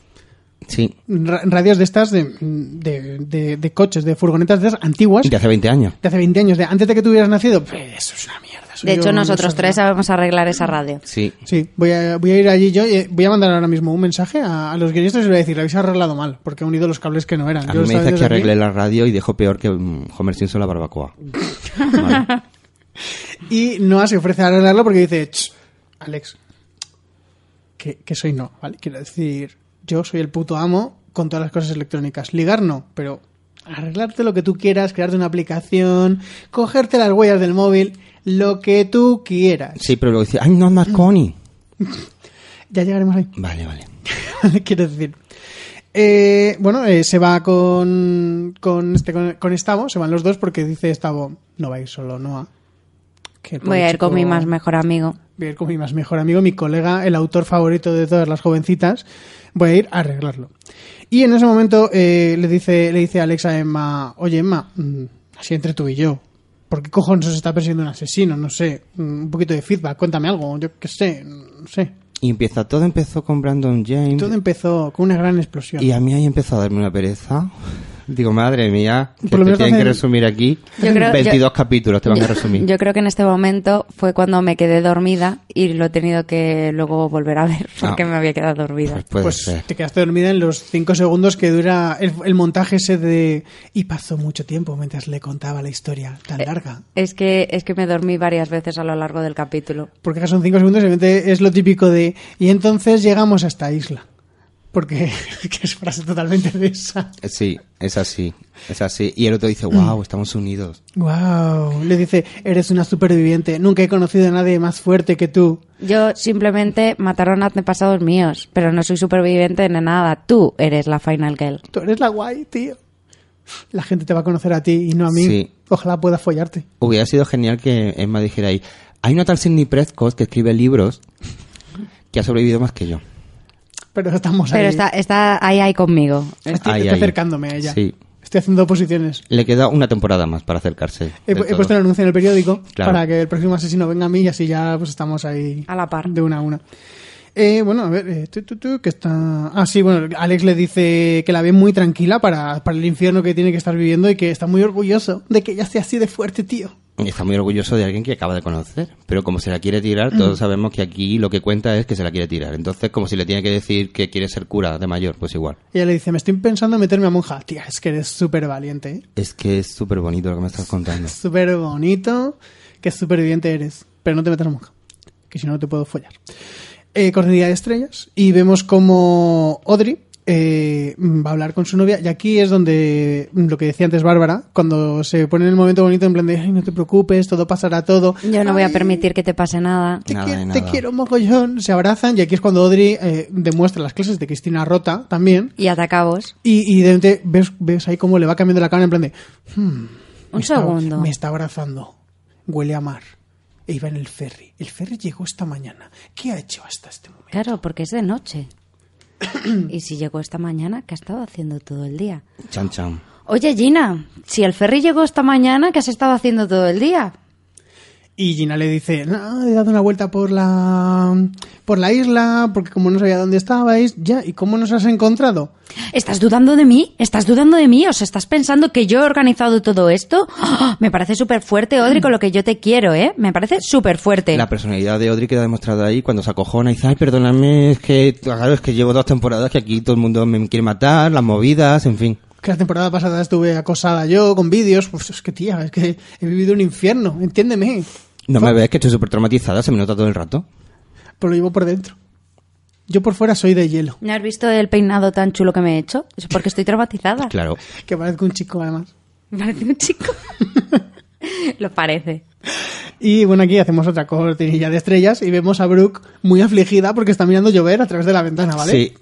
S4: Sí.
S2: Ra- radios de estas, de, de, de- de coches, de furgonetas de esas antiguas,
S4: De hace 20 años.
S2: de hace 20 años, de antes de que tú hubieras nacido. Pues, eso es una mierda. eso
S3: De
S2: yo
S3: hecho,
S2: no
S3: nosotros
S2: sé
S3: tres
S2: nada.
S3: sabemos arreglar esa radio.
S4: Sí.
S2: Sí, voy a, voy a ir allí yo y eh, voy a mandar ahora mismo un mensaje a, a los guionistas y les voy a decir, lo habéis arreglado mal, porque he unido los cables que no eran.
S4: A
S2: Yo lo
S4: mí me
S2: estaba
S4: dice que
S2: haciendo desde aquí.
S4: arregle la radio y dejo peor que mm, Homer Simpson la barbacoa. Vale.
S2: Y Noah se ofrece a arreglarlo porque dice, "Ch, Alex, que, que soy no, ¿vale? Quiero decir, yo soy el puto amo con todas las cosas electrónicas. Ligar no, pero arreglarte lo que tú quieras, crearte una aplicación, cogerte las huellas del móvil, lo que tú quieras.
S4: Sí, pero luego dice, ¡ay, no, Marconi!
S2: Mm. Ya llegaremos ahí.
S4: Vale, vale.
S2: quiero decir. Eh, bueno, eh, se va con con, este, con con Stavo, se van los dos porque dice Stavo, no va a ir solo Noah. que el
S3: Voy a ir
S2: chico-
S3: con mi más mejor amigo.
S2: Voy a ir con mi más mejor amigo, mi colega, el autor favorito de todas las jovencitas. Voy a ir a arreglarlo. Y en ese momento eh, le dice le dice Alex a Emma, oye Emma, mm, así entre tú y yo, ¿por qué cojones os está persiguiendo un asesino? No sé, mm, un poquito de feedback, cuéntame algo, yo qué sé, no sé.
S4: Y empieza, todo empezó con Brandon James.
S2: Todo empezó con una gran explosión.
S4: Y a mí ahí empezó a darme una pereza. Digo, madre mía, que
S2: Por lo
S4: te
S2: menos
S4: tienen que
S2: hacen-
S4: resumir aquí.
S3: Yo creo-
S4: 22
S3: yo-
S4: capítulos te van a
S3: Yo-
S4: resumir.
S3: Yo creo que en este momento fue cuando me quedé dormida y lo he tenido que luego volver a ver porque
S4: Ah.
S3: me había quedado dormida.
S4: pues puede
S2: pues
S4: ser.
S2: te quedaste dormida en los cinco segundos que dura el, el montaje ese de... Y pasó mucho tiempo mientras le contaba la historia tan
S4: Eh,
S2: larga.
S3: Es que es que me dormí varias veces a lo largo del capítulo.
S2: Porque son cinco segundos y obviamente es lo típico de... Y entonces llegamos a esta isla. Porque que es frase totalmente de esa.
S4: Sí, es así. Es así. Y el otro
S3: Mm.
S4: dice, wow, estamos unidos.
S2: Wow. Le dice, eres una superviviente. Nunca he conocido a nadie más fuerte que tú.
S3: Yo simplemente mataron a antepasados míos, pero no soy superviviente ni nada. Tú eres la final girl.
S2: Tú eres la guay, tío. La gente te va a conocer a ti y no a mí.
S4: Sí.
S2: Ojalá pueda follarte.
S4: Hubiera sido genial que Emma dijera ahí, hay una tal Sidney Prescott que escribe libros que ha sobrevivido más que yo.
S2: Pero estamos
S3: Pero
S2: Pues ahí.
S3: está está ahí ahí conmigo.
S2: Estoy,
S4: Ahí,
S2: estoy
S4: ahí.
S2: acercándome a ella.
S4: Sí.
S2: Estoy haciendo posiciones.
S4: Le queda una temporada más para acercarse.
S2: He,
S4: de
S2: pu- he
S4: todo.
S2: puesto el anuncio en el periódico
S4: Claro.
S2: para que el próximo asesino venga a mí y así ya pues estamos ahí
S3: A la par.
S2: de una a una. Eh, bueno, a ver, eh, tu, tu, tu, que está... Ah, sí, bueno, Alex le dice que la ve muy tranquila para, para el infierno que tiene que estar viviendo y que está muy orgulloso de que ella sea así de fuerte, tío.
S4: Y Está muy orgulloso de alguien que acaba de conocer, pero como se la quiere tirar, todos sabemos que aquí lo que cuenta es que se la quiere tirar. Entonces, como si le tiene que decir que quiere ser cura de mayor, pues igual.
S2: Ella le dice, me estoy pensando en meterme a monja. Tía, es que eres súper valiente, ¿eh?
S4: Es que es súper bonito lo que me estás contando.
S2: súper bonito, que superviviente eres, pero no te metas a monja, que si no no te puedo follar. Eh, Cornelia de estrellas y vemos como Audrey eh, va a hablar con su novia y aquí es donde mm, lo que decía antes Bárbara, cuando se pone en el momento bonito en plan de, ay, no te preocupes, todo pasará todo.
S3: Yo no voy a
S2: Ay,
S3: permitir que te pase nada.
S2: Te,
S4: Nada
S2: quie-
S4: de
S2: te
S4: nada.
S2: quiero mogollón, se abrazan y aquí es cuando Audrey eh, demuestra las clases de Cristina Rota también
S3: Y atacabos.
S2: y, y de repente ves, ves ahí cómo le va cambiando la cara en plan de, "Hmm,
S3: Un
S2: me está-
S3: segundo.
S2: me está abrazando. Huele a mar. E iba en el ferry. El ferry llegó esta mañana. ¿Qué ha hecho hasta este momento?
S3: Claro, porque es de noche. y si llegó esta mañana, ¿qué ha estado haciendo todo el día?
S4: Chan, chan.
S3: Oye, Gina, si el ferry llegó esta mañana, ¿qué has estado haciendo todo el día?
S2: Y Gina le dice, no, he dado una vuelta por la, por la isla, porque como no sabía dónde estabais, ya, ¿y cómo nos has encontrado?
S3: ¿Estás dudando de mí? ¿Estás dudando de mí? ¿O sea, estás pensando que yo he organizado todo esto? ¡Ah! me parece súper fuerte, Odri, con lo que yo te quiero, ¿eh? Me parece súper fuerte.
S4: La personalidad de Audrey queda demostrada ahí cuando se acojona y dice, ay, perdóname, es que, claro, es que llevo dos temporadas que aquí todo el mundo me quiere matar, las movidas, en fin.
S2: Que la temporada pasada estuve acosada yo con vídeos, pues es que tía, es que he vivido un infierno, entiéndeme.
S4: No me ves que estoy súper traumatizada, se me nota todo el rato.
S2: Pero lo llevo por dentro. Yo por fuera soy de hielo,
S3: ¿No has visto el peinado tan chulo que me he hecho? Es porque estoy traumatizada.
S4: Claro.
S2: que parezco un chico además.
S3: Me parece un chico. lo parece.
S2: Y bueno, aquí hacemos otra cortinilla de estrellas y vemos a Brooke muy afligida porque está mirando llover a través de la
S4: Ah,
S2: ventana, ¿vale?
S4: Sí.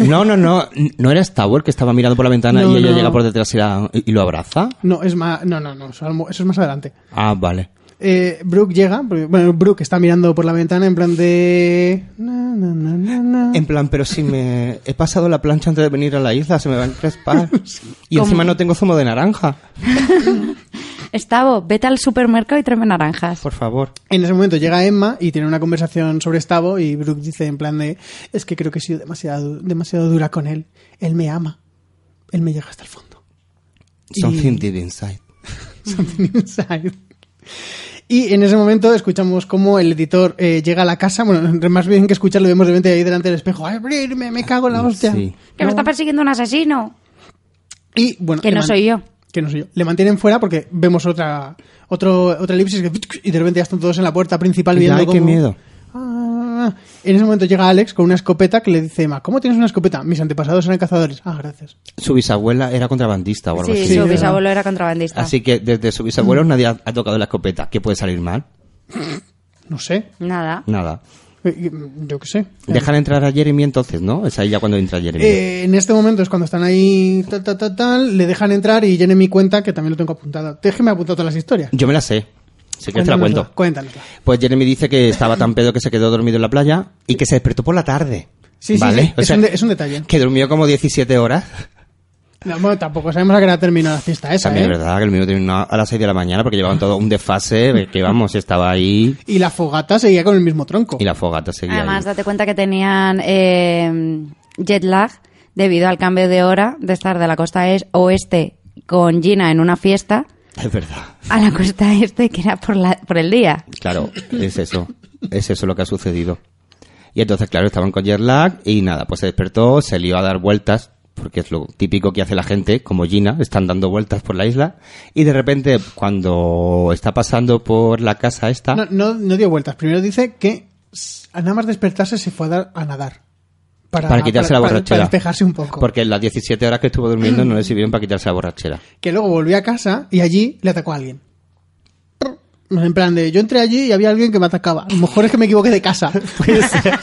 S4: No, no, no. No era Tower que estaba mirando por la ventana
S2: No,
S4: y ella
S2: no.
S4: llega por detrás y, la- y lo abraza.
S2: No, es más, no, no, no, eso eso es más adelante.
S4: Ah, vale.
S2: Eh, Brooke llega, porque- bueno, Brooke está mirando por la ventana en plan de... na, na, na, na, na.
S4: En plan, pero si me he pasado la plancha antes de venir a la isla, se me va a encrespar. Y
S3: ¿Cómo?
S4: encima no tengo zumo de naranja,
S3: Estavo, vete al supermercado y tráeme naranjas.
S4: por favor.
S2: En ese momento llega Emma y tiene una conversación sobre Stavo y Brooke dice en plan de es que creo que he sido demasiado, demasiado dura con él. Él me ama. Él me llega hasta el fondo.
S4: Something deep inside.
S2: Something inside. Y en ese momento escuchamos cómo el editor eh, llega a la casa. Bueno, más bien que escucharlo, vemos de repente ahí delante del espejo. ¡Abrirme! ¡Me cago en la hostia!
S4: Sí.
S3: Que me está persiguiendo un asesino.
S2: Y bueno,
S3: Que
S2: le
S3: no
S2: man-
S3: soy yo.
S2: Que no soy yo. Le mantienen fuera porque vemos otra otro otra elipsis que- y de repente ya están todos en la puerta principal
S4: Y
S2: viendo
S4: ay, qué
S2: cómo-
S4: miedo.
S2: Ah. en ese momento llega Alex con una escopeta que le dice Emma, ¿cómo tienes una escopeta? Mis antepasados eran cazadores. Ah, gracias.
S4: Su bisabuela era contrabandista o
S3: Sí,
S4: algo así.
S2: Sí, Mm.
S3: su
S2: ¿verdad?
S3: bisabuelo era contrabandista.
S4: Así que desde su bisabuelo nadie ha, ha tocado la escopeta. ¿Qué puede salir mal?
S2: No sé.
S3: Nada.
S4: Nada.
S2: Eh, Yo qué sé.
S4: Dejan entrar a Jeremy entonces, ¿no? Es ahí ya cuando entra Jeremy.
S2: Eh, en este momento es cuando están ahí, tal, tal, tal, tal, le dejan entrar y Jenny me cuenta que también lo tengo apuntado. Déjeme apuntar todas las historias.
S4: Yo me la sé. Si quieres te la
S2: Cuéntanosla,
S4: cuento.
S2: Cuéntanosla.
S4: Pues Jeremy dice que estaba tan pedo que se quedó dormido en la playa y que se despertó por la tarde.
S2: Sí, sí,
S4: ¿Vale?
S2: sí.
S4: O
S2: Es,
S4: sea,
S2: un de- es un detalle.
S4: que durmió como 17 horas.
S2: No, bueno, tampoco sabemos a qué hora terminó la fiesta esa,
S4: También
S2: ¿eh?
S4: es verdad que el mío terminó a las 6 de la mañana porque llevaban todo un desfase que vamos, estaba ahí
S2: Y la fogata seguía con el mismo tronco.
S4: y la fogata seguía
S3: Además,
S4: ahí.
S3: date cuenta que tenían eh, jet lag debido al cambio de hora de estar de la costa es- oeste con Gina en una fiesta
S4: Es verdad.
S3: a la costa este que era por, la, por el día.
S4: Claro, es eso. Es eso lo que ha sucedido. Y entonces, claro, estaban con jet lag y nada, pues se despertó, se lió a dar vueltas, porque es lo típico que hace la gente, como Gina, están dando vueltas por la isla. Y de repente, cuando está pasando por la casa esta,
S2: No, no, no dio vueltas. Primero dice que s- a nada más despertarse se fue a, dar- a nadar.
S4: para quitarse la
S2: para-
S4: borrachera.
S2: Para despejarse un poco.
S4: Porque en las 17 horas que estuvo durmiendo no le sirvieron para quitarse la borrachera.
S2: Que luego volvió a casa y allí le atacó a alguien. En plan de, yo entré allí y había alguien que me atacaba. A lo mejor es que me equivoqué de casa.
S4: Puede ser,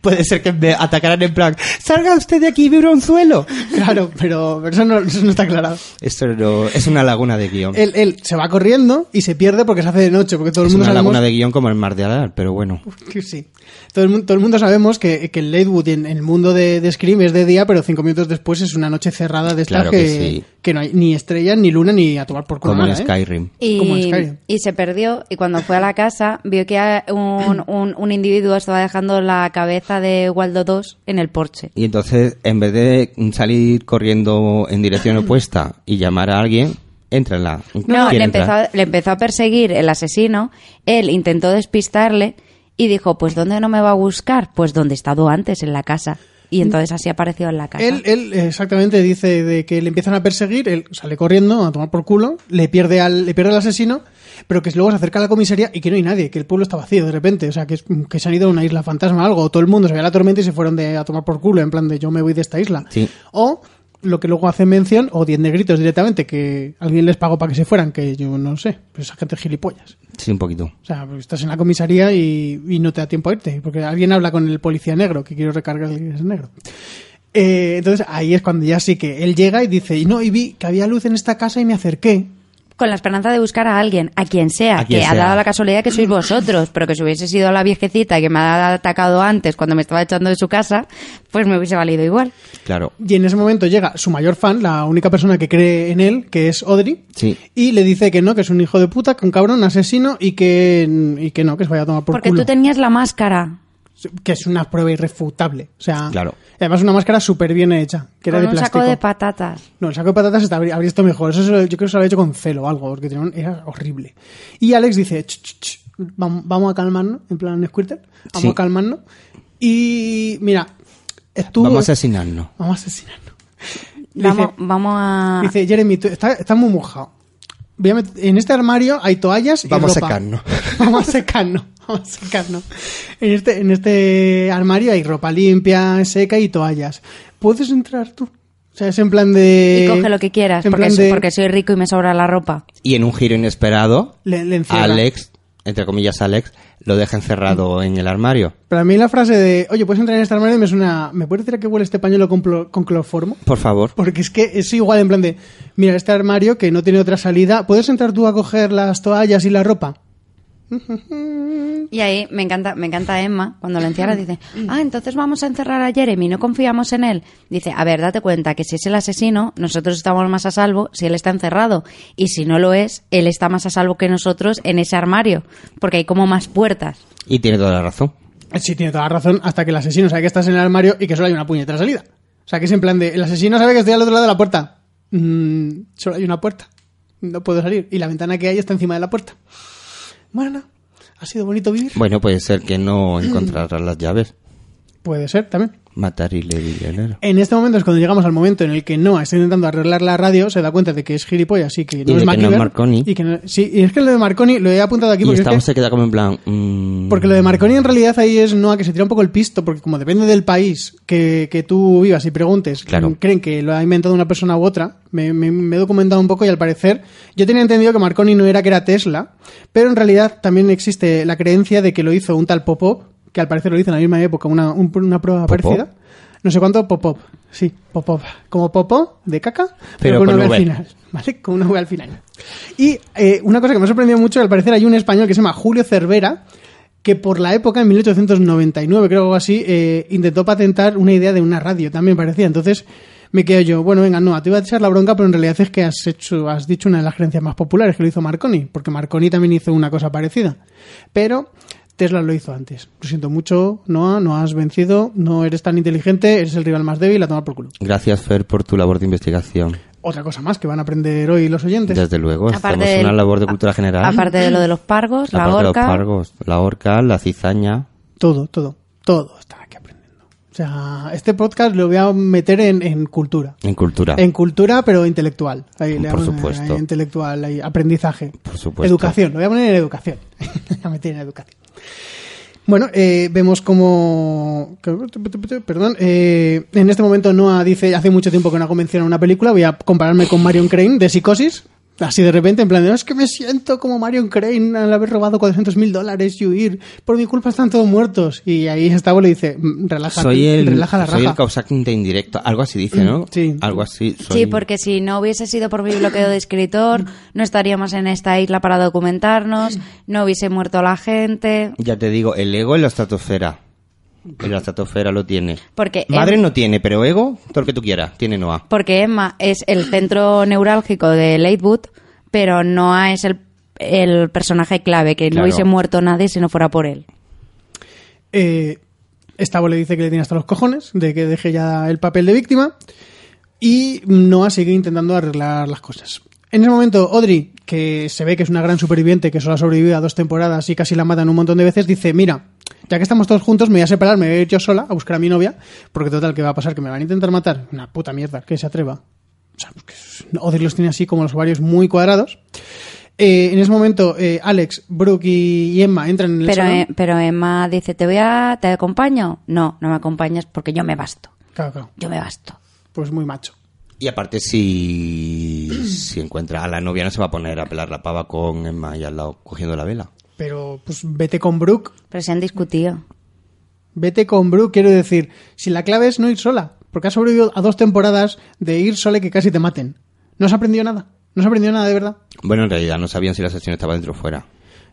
S4: puede ser que me atacaran en plan, salga usted de aquí, vibronzuelo.
S2: claro, pero eso no, eso no está aclarado.
S4: Esto no- es una laguna de guión.
S2: Él, él se va corriendo y se pierde porque se hace de noche, porque todo el
S4: Es
S2: mundo
S4: una
S2: sabemos
S4: laguna de guión como el mar de Alar, pero bueno.
S2: que sí. Todo el, mundo, todo el mundo sabemos que, que en Lakewood, en el mundo de, de Scream, es de día, pero cinco minutos después es una noche cerrada de estas
S4: Claro
S2: que,
S4: que sí.
S2: que no hay ni estrellas, ni luna, ni a tomar por culo.
S4: Como en
S2: nada, ¿eh?
S4: Skyrim.
S2: Como en
S3: Y,
S2: Skyrim.
S3: y se perdió y cuando fue a la casa vio que a- un, un- un individuo estaba dejando la cabeza de Waldo 2 en el porche.
S4: Y entonces, en vez de salir corriendo en dirección opuesta y llamar a alguien, entra en la...
S3: No,
S4: ¿Quién
S3: le
S4: entra?
S3: empezó, a- le empezó a perseguir el asesino, él intentó despistarle y dijo, pues ¿dónde no me va a buscar? Pues donde he estado antes, en la casa. Y entonces así apareció en la casa.
S2: Mm. Él, él eh, exactamente dice de que le empiezan a perseguir, él sale corriendo a tomar por culo, le pierde al, le pierde al asesino, pero que luego se acerca a la comisaría y que no hay nadie, que el pueblo está vacío de repente, o sea, que, es- que se han ido a una isla fantasma o algo, o todo el mundo se ve a la tormenta y se fueron de, a tomar por culo, en plan de yo me voy de esta isla.
S4: Sí.
S2: O lo que luego hace mención, o diez negritos directamente, que alguien les pagó para que se fueran, que yo no sé, pues esa gente es gilipollas.
S4: Sí, un poquito.
S2: O sea, pues estás en la comisaría y, y no te da tiempo a irte, porque alguien habla con el policía negro, que quiero recargar el ese negro. Eh, entonces ahí es cuando ya sí que él llega y dice, y no, y vi que había luz en esta casa y me acerqué.
S3: con la esperanza de buscar a alguien, a quien sea,
S4: A quien
S3: que ha
S4: sea.
S3: dado la casualidad que sois vosotros, pero que si hubiese sido la viejecita que me ha atacado antes cuando me estaba echando de su casa, pues me hubiese valido igual.
S4: Claro.
S2: Y en ese momento llega su mayor fan, la única persona que cree en él, que es Audrey,
S4: Sí.
S2: y le dice que no, que es un hijo de puta, que un cabrón, asesino y que, y que no, que se vaya a tomar por
S3: Porque
S2: culo.
S3: tú tenías la máscara
S2: Que es una prueba irrefutable. O sea,
S4: Claro.
S2: y además una máscara súper bien hecha, que
S3: con
S2: era de
S3: un
S2: plástico.
S3: saco de patatas.
S2: No, el saco de patatas está, habría habría estado mejor. Eso se lo- yo creo que se lo había hecho con celo o algo, porque tenía un- era horrible. Y Alex dice, "Ch, ch, ch, vam- vamos a calmarnos, en plan Squirtle, vamos
S4: Sí.
S2: a calmarnos. Y mira, estuvo...
S4: Vamos a asesinarnos.
S2: vamos a asesinarnos.
S3: Vamos,
S2: Dice-
S3: vamos a...
S2: Dice, Jeremy, tú- está, está muy mojado. Voy a met- en este armario hay toallas y
S6: Vamos a
S2: ropa.
S6: secarnos.
S2: Vamos a secarnos. Vamos a secarnos. En este, en este armario hay ropa limpia, seca y toallas. ¿Puedes entrar tú? O sea, es en plan de...
S3: y coge lo que quieras,
S2: en
S3: porque,
S2: plan
S3: so-
S2: de-
S3: porque soy rico y me sobra la ropa.
S4: Y en un giro inesperado,
S2: Le- le encierra. Mm.
S4: Alex, entre comillas Alex, lo deja encerrado en el armario.
S2: Para mí la frase de, oye, puedes entrar en este armario me suena... ¿Me puedes decir a qué huele este pañuelo con, plo- con cloroformo?
S4: Por favor.
S2: Porque es que es igual en plan de, mira, este armario que no tiene otra salida, ¿puedes entrar tú a coger las toallas y la ropa?
S3: Y ahí me encanta, me encanta Emma cuando lo encierra dice, ah, entonces vamos a encerrar a Jeremy, no confiamos en él. Dice, a ver, date cuenta que si es el asesino, nosotros estamos más a salvo si él está encerrado. Y si no lo es, él está más a salvo que nosotros en ese armario, porque hay como más puertas.
S4: Y tiene toda la razón.
S2: Sí, tiene toda la razón, hasta que el asesino sabe que estás en el armario y que solo hay una puñetera salida. O sea, que es en plan de, el asesino sabe que estoy al otro lado de la puerta. Mm, solo hay una puerta. No puedo salir. Y la ventana que hay está encima de la puerta. Bueno, ha sido bonito vivir.
S4: Bueno, puede ser que no encontrará las llaves.
S2: Puede ser también.
S4: Matar y Lady Leonero.
S2: En este momento es cuando llegamos al momento en el que Noah está intentando arreglar la radio, se da cuenta de que es gilipollas y que no
S4: de
S2: es
S4: que no es
S2: MacGyver,
S4: Marconi.
S2: Y que no- sí, y es que lo de Marconi lo he apuntado aquí
S4: Y
S2: porque, es que-
S4: estamos se queda como en plan... mm,
S2: porque lo de Marconi en realidad ahí es Noah que se tira un poco el pisto, porque como depende del país que, que tú vivas y preguntes,
S4: Claro.
S2: creen que lo ha inventado una persona u otra. Me, me- me he documentado un poco y al parecer yo tenía entendido que Marconi no era que era Tesla, pero en realidad también existe la creencia de que lo hizo un tal Popov, que al parecer lo hizo en la misma época, una, un- una prueba
S4: ¿Popov?
S2: parecida. No sé cuánto Popov, sí, Popov. Como Popov de caca, pero,
S4: Pero
S2: con
S4: con
S2: una V
S4: V.
S2: al final. ¿Vale? Con una V al final. Y eh, una cosa que me ha sorprendido mucho, al parecer hay un español que se llama Julio Cervera, que por la época, en 1899, creo o así, eh, intentó patentar una idea de una radio, también parecía. Entonces me quedo yo, bueno, venga, no, te iba a echar la bronca, pero en realidad es que has hecho, has dicho una de las creencias más populares que lo hizo Marconi, porque Marconi también hizo una cosa parecida. Pero Tesla lo hizo antes. Lo siento mucho, Noah, no has vencido, no eres tan inteligente, eres el rival más débil, a tomar por culo.
S4: Gracias, Fer, por tu labor de investigación.
S2: Otra cosa más que van a aprender hoy los oyentes.
S4: Desde luego, hacemos
S3: del-
S4: Pues, una labor de cultura
S3: a-
S4: general.
S3: Aparte de lo de los pargos, la
S4: Aparte de los
S3: horca.
S4: pargos, la horca, la cizaña.
S2: Todo, todo, todo está aquí aprendiendo. O sea, este podcast lo voy a meter en, en cultura.
S4: En cultura.
S2: En cultura, pero intelectual. Ahí
S4: Por
S2: vamos a-
S4: supuesto.
S2: intelectual, ahí, aprendizaje.
S4: Por supuesto.
S2: Educación, lo voy a poner en educación. Lo voy a meter en educación. Bueno, eh, vemos como... Perdón. eh, en este momento Noah dice, hace mucho tiempo que no hago mención a una película, voy a compararme con Marion Crane de Psicosis. Así de repente, en plan, de, es que me siento como Marion Crane al haber robado 400 mil dólares y huir. Por mi culpa están todos muertos. Y ahí Gustavo le dice, "Mm, relájate,
S4: soy el,
S2: relaja la
S4: soy
S2: raja.
S4: el causante indirecto. Algo así dice, ¿no?
S2: Sí.
S4: Algo así. soy-
S3: Sí, porque si no hubiese sido por mi bloqueo de escritor, no estaríamos en esta isla para documentarnos, no hubiese muerto la gente.
S4: Ya te digo, el ego en la estratosfera. En la estratosfera lo tiene.
S3: Porque
S4: Madre
S3: Em-
S4: no tiene, pero ego, todo lo que tú quieras, tiene Noah.
S3: Porque Emma es el centro neurálgico de Latewood, pero no es el, el personaje clave, que no
S4: Claro.
S3: hubiese muerto nadie si no fuera por él.
S2: Eh, Stavo le dice que le tiene hasta los cojones, de que deje ya el papel de víctima. Y Noah sigue intentando arreglar las cosas. En ese momento, Audrey, que se ve que es una gran superviviente, que solo ha sobrevivido a dos temporadas y casi la matan un montón de veces, dice, mira, ya que estamos todos juntos, me voy a separar, me voy a ir yo sola a buscar a mi novia, porque total, ¿qué va a pasar? ¿Que me van a intentar matar? Una puta mierda, que se atreva. O sea, pues que- Audrey los tiene así como los ovarios muy cuadrados. Eh, en ese momento, eh, Alex, Brooke y Emma entran en el
S3: Pero,
S2: salón.
S3: eh, pero Emma dice, ¿te voy a... te acompaño? No, no me acompañas porque yo me basto.
S2: Claro, claro.
S3: Yo me basto.
S2: Pues muy macho.
S4: Y aparte, si, si encuentra a la novia, no se va a poner a pelar la pava con Emma y al lado cogiendo la vela.
S2: Pero pues vete con Brooke.
S3: Pero se han discutido.
S2: Vete con Brooke, quiero decir. Si la clave es no ir sola. Porque has sobrevivido a dos temporadas de ir sola y que casi te maten. No has aprendido nada. No se aprendió nada de verdad.
S4: Bueno, en realidad no sabían si la sesión estaba dentro o fuera.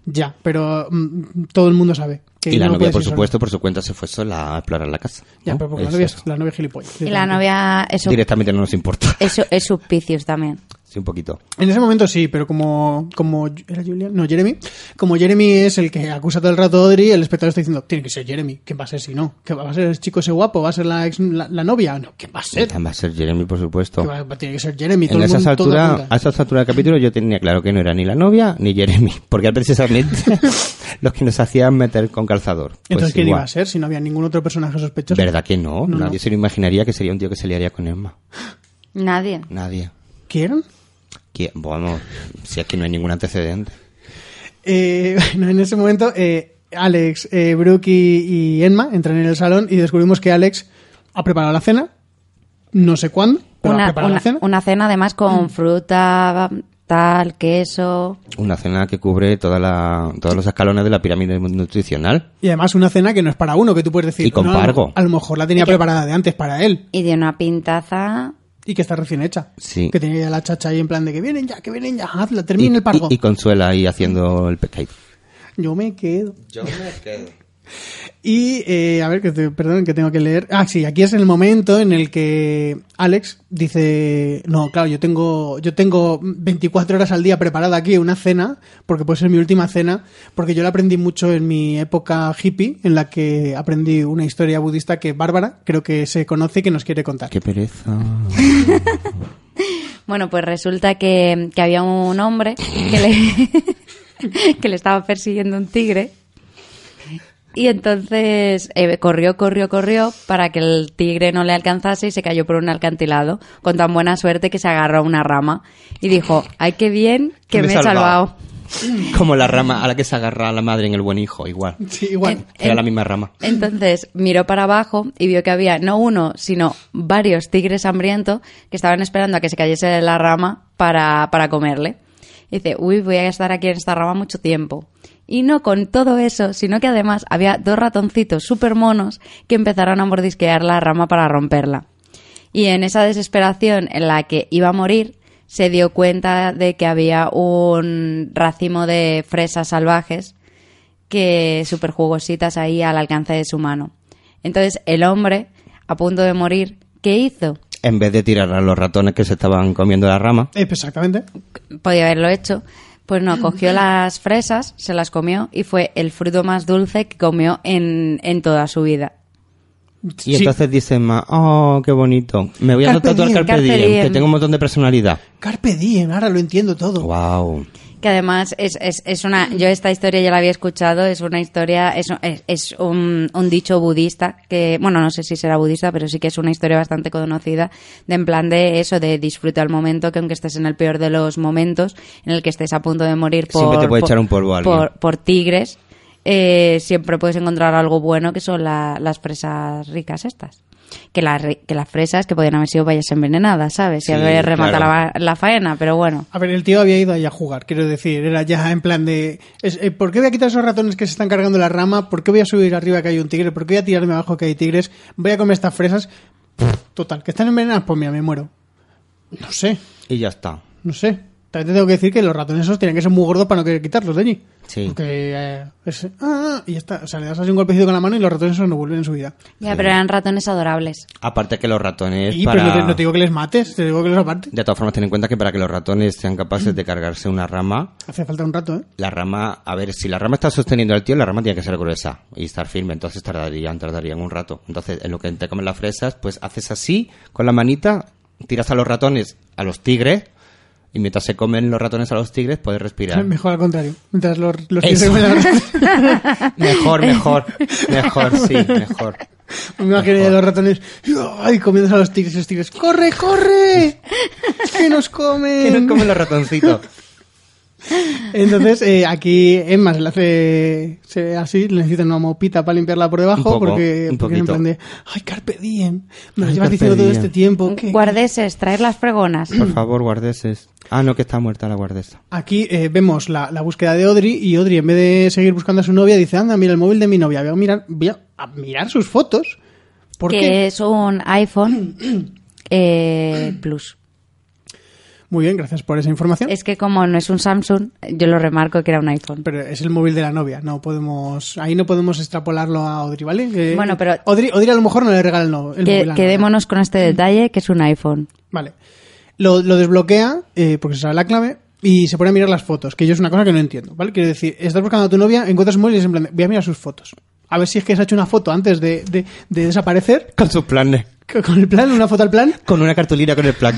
S2: Ya, pero mm, todo el mundo sabe. Que
S4: y la
S2: no
S4: novia,
S2: puedes
S4: por
S2: ir sola.
S4: supuesto, por su cuenta se fue sola a explorar la casa.
S2: Ya,
S4: ¿no?
S2: pero porque la
S4: Eso
S2: novia,
S4: es.
S2: es- la novia es gilipollas.
S3: Y la novia es, un-
S4: Directamente no nos importa.
S3: es, su- es suspicious también.
S4: Sí, un poquito.
S2: En ese momento sí, pero como, como ¿era Julian? No, Jeremy. Como Jeremy es el que acusa todo el rato a Audrey, el espectador está diciendo, tiene que ser Jeremy. ¿Qué va a ser si no? ¿Qué va a ser el chico ese guapo? ¿Va a ser la, ex- la, la novia? No, ¿qué va a ser?
S4: Va a ser Jeremy, por supuesto.
S2: Que va- va- tiene que ser Jeremy. Todo
S4: en
S2: el
S4: esas
S2: mundo- todo
S4: alturas, ah, pues
S2: apunta.
S4: a esas alturas del capítulo yo tenía claro que no era ni la novia ni Jeremy, porque eran precisamente los que nos hacían meter con calzador. Pues
S2: Entonces, ¿quién
S4: igual.
S2: iba a ser si no había ningún otro personaje sospechoso?
S4: ¿Verdad que no?
S2: No,
S4: Nadie
S2: no.
S4: se lo imaginaría que sería un tío que se liaría con Emma.
S3: Nadie.
S4: Nadie.
S2: ¿Quién?
S4: Que, vamos, si es que no hay ningún antecedente.
S2: Eh, bueno, en ese momento, eh, Alex, eh, Brooke y, y Emma entran en el salón y descubrimos que Alex ha preparado la cena. No sé cuándo, pero ha
S3: Una,
S2: preparado
S3: una-
S2: la cena. Mm.
S3: una cena además con fruta, tal, queso.
S4: Una cena que cubre toda la, todos los escalones de la pirámide nutricional.
S2: Y además una cena que no es para uno, que tú puedes decir...
S4: Y con
S2: no, a lo-
S4: pargo.
S2: A lo mejor la tenía preparada de antes para él
S3: Y de una pintaza.
S2: y que está recién hecha.
S4: Sí.
S2: Que tenía ya la chacha ahí en plan de que vienen ya, que vienen ya, hazla,
S4: Y,
S2: termina el pargo.
S4: y- y Consuela ahí haciendo el pescado.
S2: Yo me quedo.
S4: Yo me quedo.
S2: Y, eh, a ver, que te- perdón, que tengo que leer. Ah, sí, aquí es el momento en el que Alex dice, no, claro, yo tengo, yo tengo 24 horas al día preparada aquí una cena, porque puede ser mi última cena, porque yo la aprendí mucho en mi época hippie, en la que aprendí una historia budista que Bárbara creo que se conoce y que nos quiere contar.
S4: Qué pereza.
S3: Bueno, pues resulta que, que había un hombre que le, que le estaba persiguiendo un tigre. Y entonces eh, corrió, corrió, corrió para que el tigre no le alcanzase y se cayó por un alcantilado, con tan buena suerte que se agarró a una rama y dijo, ay, qué bien que me he salvado.
S4: Como la rama a la que se agarra la madre en el buen hijo, igual.
S2: Sí, igual.
S3: En-
S4: Era la misma rama.
S3: Entonces miró para abajo y vio que había no uno, sino varios tigres hambrientos que estaban esperando a que se cayese de la rama para, para comerle. Y dice, uy, voy a estar aquí en esta rama mucho tiempo. Y no con todo eso, sino que además había dos ratoncitos súper monos que empezaron a mordisquear la rama para romperla. Y en esa desesperación en la que iba a morir, se dio cuenta de que había un racimo de fresas salvajes que super jugositas ahí al alcance de su mano. Entonces el hombre, a punto de morir, ¿qué hizo?
S4: En vez de tirar a los ratones que se estaban comiendo la rama,
S2: Eh, pues Exactamente.
S3: Podía haberlo hecho. Pues no, cogió las fresas, se las comió y fue el fruto más dulce que comió en, en toda su vida.
S4: y
S2: Sí.
S4: entonces dice más, oh, qué bonito. Me voy a
S2: Carpe
S4: tatuar
S2: diem,
S4: Carpe,
S3: carpe
S4: diem, que
S3: diem.
S4: tengo un montón de personalidad.
S2: Carpe diem, ahora lo entiendo todo.
S4: Wow.
S3: Que además es, es, es una... Yo esta historia ya la había escuchado, es una historia, es, es, es un, un dicho budista, que bueno, no sé si será budista, pero sí que es una historia bastante conocida, de en plan de eso, de disfruta el momento, que aunque estés en el peor de los momentos, en el que estés a punto de morir por...
S4: Siempre te puede
S3: por-
S4: echar un polvo alguien.
S3: Por, por tigres, eh, siempre puedes encontrar algo bueno, que son la- las fresas ricas estas. Que, las ri- que las fresas que podían haber sido vallas envenenadas, ¿sabes? Y
S4: Sí,
S3: haber rematado
S4: claro.
S3: la, la faena, pero bueno.
S2: A ver, el tío había ido ahí a jugar, quiero decir, era ya en plan de... es- eh, ¿Por qué voy a quitar esos ratones que se están cargando la rama? ¿Por qué voy a subir arriba que hay un tigre? ¿Por qué voy a tirarme abajo que hay tigres? ¿Voy a comer estas fresas? Pff, Total, que están envenenadas, pues mira, me muero. No sé,
S4: Y ya está.
S2: no sé. También te tengo que decir que los ratones esos tienen que ser muy gordos para no querer quitarlos de allí.
S4: Sí.
S2: Porque... eh, es- ah, ah, y ya está. O sea, le das así un golpecito con la mano y los ratones esos no vuelven en su vida.
S3: Ya, pero eran ratones adorables.
S4: Aparte que los ratones
S2: Y
S4: para...
S2: pero no te, no te digo que les mates, te digo que los aparte.
S4: De todas formas, ten en cuenta que para que los ratones sean capaces de cargarse una rama,
S2: Hace falta un rato, ¿eh?
S4: la rama... A ver, si la rama está sosteniendo al tío, la rama tiene que ser gruesa y estar firme. Entonces tardarían, tardarían un rato. Entonces, en lo que te comen las fresas, pues haces así, con la manita, tiras a los ratones, a los tigres, y mientras se comen los ratones a los tigres, puedes respirar.
S2: Mejor al contrario. Mientras los, los
S4: Eso.
S2: tigres se comen la-
S4: Mejor, mejor, mejor, sí, mejor.
S2: Me imaginé a los ratones ¡ay! comiendo a los tigres, los tigres. ¡Corre, corre! ¡Que nos comen!
S4: ¿Qué nos comen los ratoncitos?
S2: Entonces, eh, aquí Emma se le hace se- así, le necesita una mopita para limpiarla por debajo,
S4: Un poco,
S2: porque,
S4: un
S2: porque es en
S4: poquito.
S2: plan de ¡ay, carpe diem! Me lo
S4: Ay,
S2: llevas
S4: carpe
S2: diciendo todo
S4: diem.
S2: este tiempo. ¿qué?
S3: Guardeses, traer las fregonas.
S4: Por favor, guardeses. Ah, no, que está muerta la guardesa.
S2: Aquí eh, vemos la, la búsqueda de Audrey y Audrey, en vez de seguir buscando a su novia, dice ¡anda, mira el móvil de mi novia! Voy a mirar, voy a- a mirar sus fotos. ¿Por
S3: que
S2: qué?
S3: es un iPhone eh, Plus.
S2: Muy bien, gracias por esa información.
S3: Es que como no es un Samsung, yo lo remarco que era un iPhone.
S2: Pero es el móvil de la novia, no podemos, ahí no podemos extrapolarlo a Audrey, ¿vale? Que-
S3: Bueno, pero-
S2: Audrey, Audrey a lo mejor no le regala el, no- el móvil a
S3: Que-
S2: la novia.
S3: quedémonos con este detalle, que es un iPhone.
S2: Vale. Lo, lo desbloquea, eh, porque se sabe la clave, y se pone a mirar las fotos, que yo es una cosa que no entiendo, ¿vale? Quiero decir, estás buscando a tu novia, encuentras un móvil y es en plan de, voy a mirar sus fotos. A ver si es que se ha hecho una foto antes de, de- de desaparecer,
S4: Con sus planes.
S2: con con el plan, una foto al plan,
S4: Con una cartulina con el plan.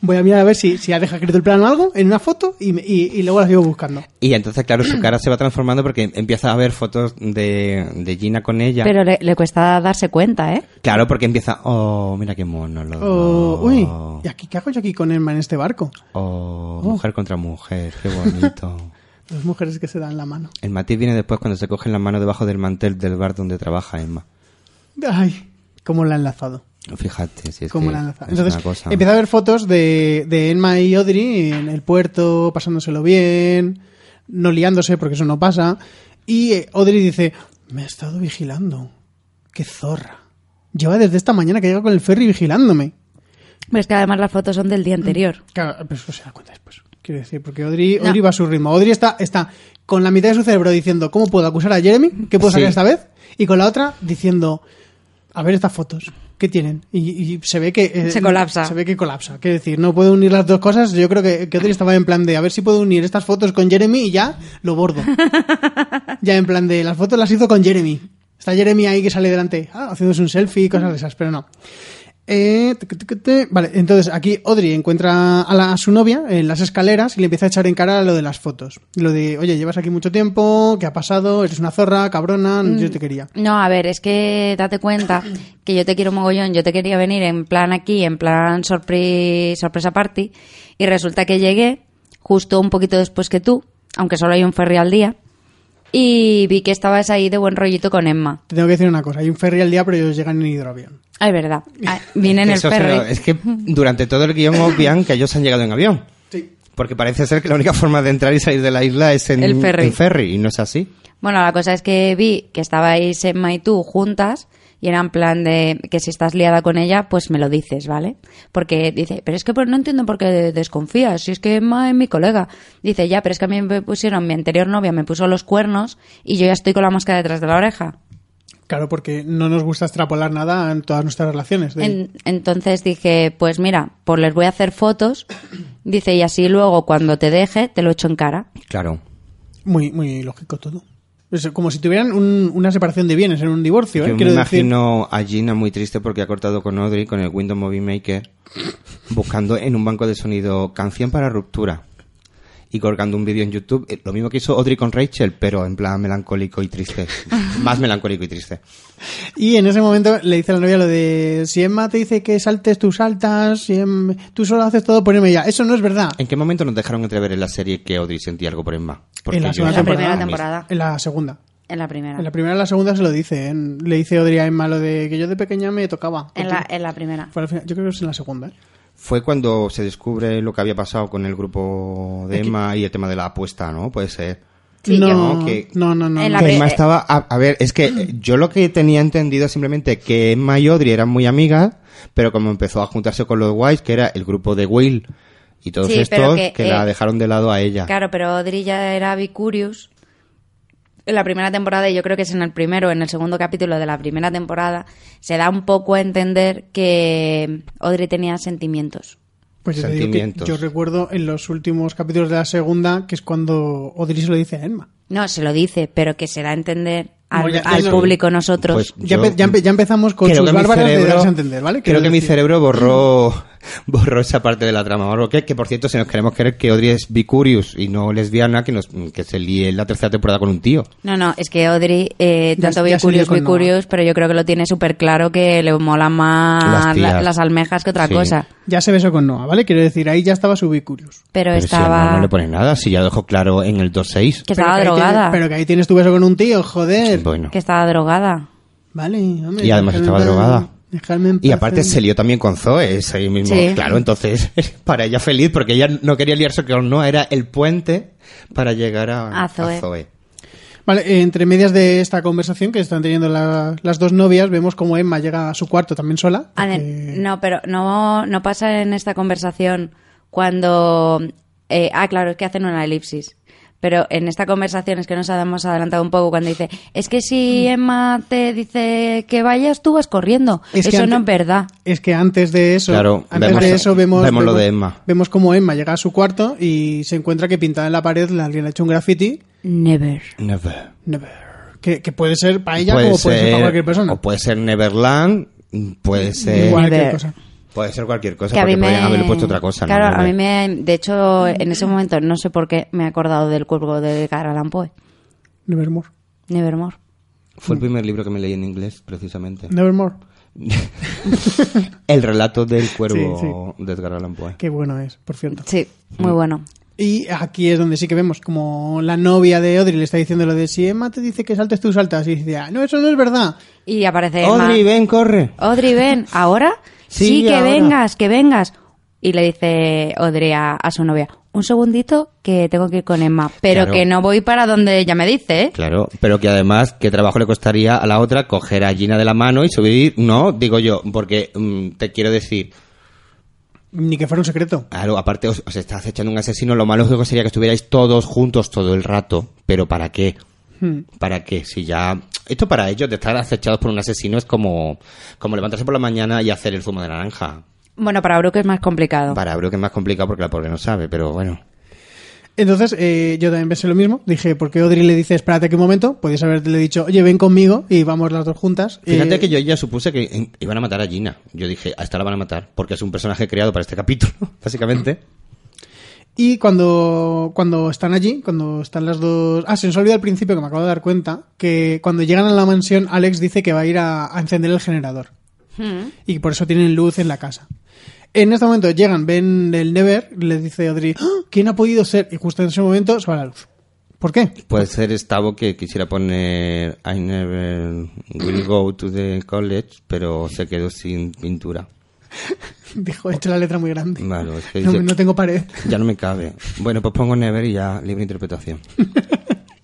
S2: voy a mirar a ver si, si ha dejado escrito el plan o algo en una foto y, me- y- y luego la sigo buscando.
S4: y entonces, claro, su cara se va transformando porque empieza a ver fotos de, de Gina con ella.
S3: Pero le, le cuesta darse cuenta, ¿eh?
S4: Claro, porque empieza, oh, mira qué mono. Los
S2: O,
S4: dos.
S2: Oh, uy, ¿y aquí qué hago yo aquí con Emma en este barco?
S4: Oh, mujer contra mujer, qué bonito.
S2: Dos mujeres que se dan la mano.
S4: El matiz viene después cuando se cogen las manos debajo del mantel del bar donde trabaja Emma.
S2: Ay, cómo la ha enlazado.
S4: Fíjate, si es,
S2: Cómo
S4: que
S2: la han lanzado.
S4: es
S2: Entonces,
S4: una cosa.
S2: empieza a ver fotos de, de Enma y Audrey en el puerto, pasándoselo bien, no liándose porque eso no pasa. Y eh, Audrey dice, me ha estado vigilando. Qué zorra. Lleva desde esta mañana que llega con el ferry vigilándome.
S3: Pero es que además las fotos son del día anterior.
S2: Claro, pero eso se da cuenta después. Quiero decir, porque Audrey,
S3: No.
S2: Audrey va a su ritmo. Audrey está, está con la mitad de su cerebro diciendo, ¿cómo puedo acusar a Jeremy? ¿Qué puedo sacar
S4: Sí.
S2: esta vez? Y con la otra diciendo, a ver estas fotos, ¿qué tienen? Y, y se ve que... eh,
S3: Se colapsa.
S2: Se ve que colapsa. Quiero decir, no puedo unir las dos cosas. Yo creo que, que Audrey estaba en plan de, a ver si puedo unir estas fotos con Jeremy y ya lo bordo. ya en plan de, las fotos las hizo con Jeremy. Está Jeremy ahí que sale delante, ah, haciéndose un selfie y cosas de esas, pero no. Eh, tucu, tucu, tu. Vale, entonces aquí Audrey encuentra a, la- a su novia en las escaleras y le empieza a echar en cara lo de las fotos. Lo de, oye, llevas aquí mucho tiempo, ¿qué ha pasado? Eres una zorra, cabrona, yo te quería.
S3: No, a ver, es que date cuenta que yo te quiero mogollón, yo te quería venir en plan aquí, en plan sorpre- sorpresa party, y resulta que llegué justo un poquito después que tú, aunque solo hay un ferry al día, y vi que estabas ahí de buen rollito con Emma.
S2: Te tengo que decir una cosa, hay un ferry al día, pero ellos llegan en hidroavión.
S3: Ah, Es verdad, Ah, vine en el
S4: Eso se lo-
S3: ferry.
S4: es que durante todo el guión obvian que ellos han llegado en avión.
S2: Sí.
S4: Porque parece ser que la única forma de entrar y salir de la isla es en
S3: El ferry.
S4: en ferry y no es así.
S3: Bueno, la cosa es que vi que estabais Emma y tú juntas y era en plan de que si estás liada con ella, pues me lo dices, ¿vale? Porque dice, pero es que pues, no entiendo por qué desconfías, si es que Emma es mi colega. Dice, ya, pero es que a mí me pusieron, mi anterior novia me puso los cuernos y yo ya estoy con la mosca detrás de la oreja.
S2: Claro, porque no nos gusta extrapolar nada en todas nuestras relaciones. de-
S3: En- entonces dije, pues mira, pues les voy a hacer fotos, dice, y así luego cuando te deje, te lo echo en cara.
S4: Claro.
S2: Muy, muy lógico todo. Es como si tuvieran un- una separación de bienes en un divorcio, ¿eh?
S4: Yo me
S2: Quiero decir-
S4: imagino a Gina muy triste porque ha cortado con Audrey con el Windows Movie Maker buscando en un banco de sonido canción para ruptura y colgando un vídeo en YouTube. Eh, Lo mismo que hizo Audrey con Rachel, pero en plan melancólico y triste. Más melancólico y triste.
S2: Y en ese momento le dice a la novia lo de si Emma te dice que saltes, tú saltas, si Em- tú solo haces todo por Emma y ya. Eso no es verdad.
S4: ¿En qué momento nos dejaron entrever en la serie que Audrey sentía algo por Emma?
S2: En la
S4: yo-
S2: segunda
S3: En la
S2: temporada.
S3: primera temporada.
S2: En la segunda.
S3: En la primera.
S2: En la primera y la segunda se lo dice. en- Le dice Audrey a Emma lo de que yo de pequeña me tocaba.
S3: En la, en la primera.
S2: Fue al final- Yo creo que es en la segunda. ¿eh?
S4: Fue cuando se descubre lo que había pasado con el grupo de Emma y el tema de la apuesta, ¿no? Puede ser.
S3: Sí,
S2: no,
S4: yo- que-
S2: no, no, no,
S3: en
S2: no.
S3: la-
S4: Que
S3: que-
S4: Emma estaba. A, a ver, es que eh, yo lo que tenía entendido simplemente que Emma y Audrey eran muy amigas, pero como empezó a juntarse con los Whites, que era el grupo de Will y todos
S3: Sí, pero
S4: estos, que,
S3: que,
S4: la
S3: eh,
S4: dejaron de lado a ella.
S3: Claro, pero Audrey ya era Vicurious. En la primera temporada, y yo creo que es en el primero, en el segundo capítulo de la primera temporada, se da un poco a entender que Audrey tenía sentimientos.
S2: Pues yo, te digo que
S4: Sentimientos.
S2: yo recuerdo en los últimos capítulos de la segunda que es cuando Audrey se lo dice a Emma.
S3: No, se lo dice, pero que se da a entender al,
S2: Oye,
S3: al
S2: eso-
S3: público nosotros.
S4: Pues
S2: Ya,
S4: yo-
S2: empe- ya empe- ya empezamos con
S4: creo
S2: sus
S4: que mi
S2: bárbaras de
S4: cerebro-
S2: darse a entender, ¿vale?
S4: Creo
S2: Quiero
S4: que mi
S2: decir-
S4: cerebro borró, borró esa parte de la trama. Borró que, que, por cierto, si nos queremos creer que Audrey es bicurious y no lesbiana, que, nos, que se líe en la tercera temporada con un tío.
S3: No, no, es que Audrey, eh,
S2: Ya-
S3: tanto
S2: ya se lió
S3: Vicurious,
S2: con Noah.
S3: Vicurious, pero yo creo que lo tiene súper claro que le mola
S4: Las
S3: más la-
S4: tías.
S3: las almejas que otra
S4: Sí.
S3: cosa.
S2: Ya se besó con Noah, ¿vale? Quiero decir, ahí ya estaba su Vicurious.
S3: Pero,
S4: Pero si a Emma
S3: estaba.
S4: no le pone nada, si ya lo dejó claro en el 2-6.
S3: Que estaba
S2: ahí
S3: drogada.
S2: tienes- pero que ahí tienes tu beso con un tío, joder.
S4: Bueno.
S3: Que estaba drogada.
S2: Vale, hombre,
S4: Y además
S2: dejadme
S4: estaba
S2: en paz,
S4: drogada.
S2: dejadme en
S4: Y
S2: paz,
S4: aparte
S2: eh.
S4: se lió también con Zoe, es ahí mismo.
S3: Sí.
S4: Claro, entonces, para ella feliz, porque ella no quería liarse con no, era el puente para llegar a,
S3: A Zoe.
S2: Vale, eh, entre medias de esta conversación que están teniendo la- las dos novias, vemos como Emma llega a su cuarto también sola.
S3: A ver,
S2: porque-
S3: no, pero no, no pasa en esta conversación cuando... eh, ah, claro, es que hacen una elipsis. Pero en esta conversación es que nos hemos adelantado un poco cuando dice, es que
S2: Mm.
S3: si Emma te dice que vayas, tú vas corriendo.
S2: Es que
S3: Eso no
S2: antes-
S3: es verdad.
S2: Es que antes de eso,
S4: Claro,
S2: antes
S4: vemos-
S2: de eso vemos,
S4: vemos lo de Emma.
S2: Vemos como Emma llega a su cuarto y se encuentra que pintada en la pared la- alguien le ha hecho un graffiti.
S3: Never.
S4: Never.
S2: Never. Que, que puede ser para ella como puede ser para cualquier persona.
S6: O puede ser Neverland, puede ser,
S2: Igual cualquier
S3: Never.
S2: cosa.
S6: puede ser cualquier cosa,
S3: Que a
S6: porque
S3: mí me...
S6: podrían haberle puesto otra cosa. ¿no?
S3: Claro, a mí
S6: Never.
S3: me... De hecho, en ese momento, no sé por qué, me he acordado del cuervo de Edgar Allan Poe.
S2: Nevermore.
S3: Nevermore.
S6: Fue el primer libro que me leí en inglés, precisamente.
S2: Nevermore.
S6: el relato del cuervo
S2: Sí,
S6: de Edgar Allan Poe.
S2: Qué bueno es, por cierto.
S3: Sí,
S6: Mm.
S3: muy bueno.
S2: Y aquí es donde sí que vemos como la novia de Audrey le está diciendo lo de si Emma te dice que saltes, tú saltas. Y dice, ah, no, eso no es verdad.
S3: Y aparece Emma.
S6: Audrey, ven, corre.
S3: Audrey, ven, ¿ahora?
S6: Sí,
S3: Sí, que
S6: ahora.
S3: vengas, que vengas. Y le dice Audrey a, a su novia, un segundito que tengo que ir con Emma, pero
S4: Claro.
S3: que no voy para donde ella me dice, ¿eh?
S4: Claro, pero que además, ¿qué trabajo le costaría a la otra coger a Gina de la mano y subir? No, digo yo, porque mm, te quiero decir,
S2: Ni que fuera un secreto.
S4: Claro, aparte os, os está acechando un asesino. Lo malo que sería que estuvierais todos juntos todo el rato. Pero ¿para qué? ¿Para qué? Si ya. Esto para ellos, de estar acechados por un asesino, es como, como levantarse por la mañana y hacer el zumo de naranja.
S3: Bueno, para Brooke es más complicado.
S4: Para Brooke es más complicado porque la pobre no sabe, pero bueno.
S2: Entonces, eh, yo también pensé lo mismo. Dije, ¿por qué Audrey le dice, espérate que un momento? Podías haberle dicho, oye, ven conmigo y vamos las dos juntas.
S4: Fíjate
S2: Eh,
S4: que yo ya supuse que eh, iban a matar a Gina. Yo dije, a esta la van a matar porque es un personaje creado para este capítulo, básicamente.
S2: Y cuando, cuando están allí, cuando están las dos... Ah, se nos olvida al principio, que me acabo de dar cuenta, que cuando llegan a la mansión, Alex dice que va a ir a, a encender el generador. Y por eso tienen luz en la casa. En este momento llegan, ven el Never, les dice Audrey, "¡Ah! ¿quién ha podido ser? Y justo en ese momento se va la luz. ¿Por qué?
S4: Puede ser Stavo que quisiera poner I never will go to the college, pero se quedó sin pintura.
S2: Dijo, he hecho la letra muy grande.
S4: Vale, es que
S2: no,
S4: dice-
S2: no tengo pared.
S4: Ya no me cabe. Bueno, pues pongo Never y ya libre interpretación.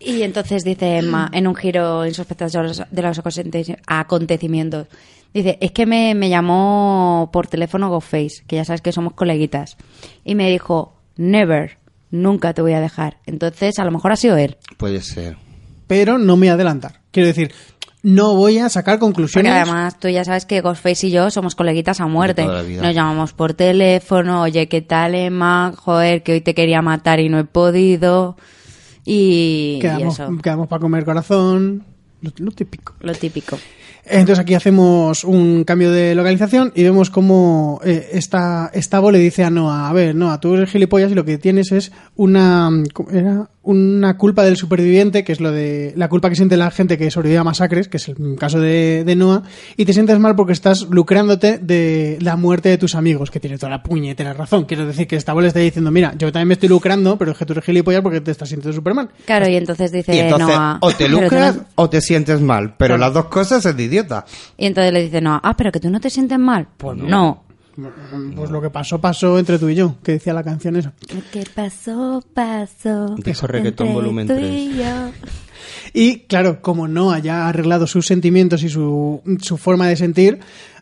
S3: Y entonces dice Emma, en un giro insospechoso de los- de los aconteci- acontecimientos, dice, es que me, me llamó por teléfono GoFace, que ya sabes que somos coleguitas, y me dijo, never, nunca te voy a dejar. Entonces, a lo mejor ha sido él.
S4: Puede ser.
S2: Pero no me voy a adelantar. Quiero decir, no voy a sacar
S3: Porque
S2: conclusiones.
S3: además tú ya sabes que Ghostface y yo somos coleguitas a muerte.
S4: De toda la vida.
S3: Nos llamamos por teléfono, oye, ¿qué tal, Emma? Joder, que hoy te quería matar y no he podido. Y, y
S2: quedamos,
S3: eso,
S2: quedamos para comer corazón. Lo- lo típico.
S3: lo típico.
S2: Entonces aquí hacemos un cambio de localización y vemos cómo eh, esta, Stavo le dice a Noah, a ver, Noah, tú eres gilipollas y lo que tienes es una, ¿cómo era? una culpa del superviviente, que es lo de la culpa que siente la gente que sobrevive a masacres, que es el caso de, de Noah, y te sientes mal porque estás lucrándote de la muerte de tus amigos, que tiene toda la puñetera razón. Quiero decir que Stavo le está diciendo, mira, yo también me estoy lucrando, pero es que tú eres gilipollas porque te estás sintiendo Superman.
S3: Claro, y entonces dice
S6: Y entonces,
S3: Noah...
S6: o te
S3: "Pero tú no-
S6: lucras o te sientes mal, pero las dos cosas es de idiota.
S3: Y entonces le dice Noah, ah, pero que tú no te sientes mal. Pues no.
S2: Pues lo que pasó, pasó entre tú y yo, que decía la canción esa.
S5: Lo que pasó, pasó.
S4: Dijo reggaetón volumen
S5: Entre tú
S4: 3.
S5: y yo.
S2: Y claro, como Noah ya ha arreglado sus sentimientos y su, su forma de sentir,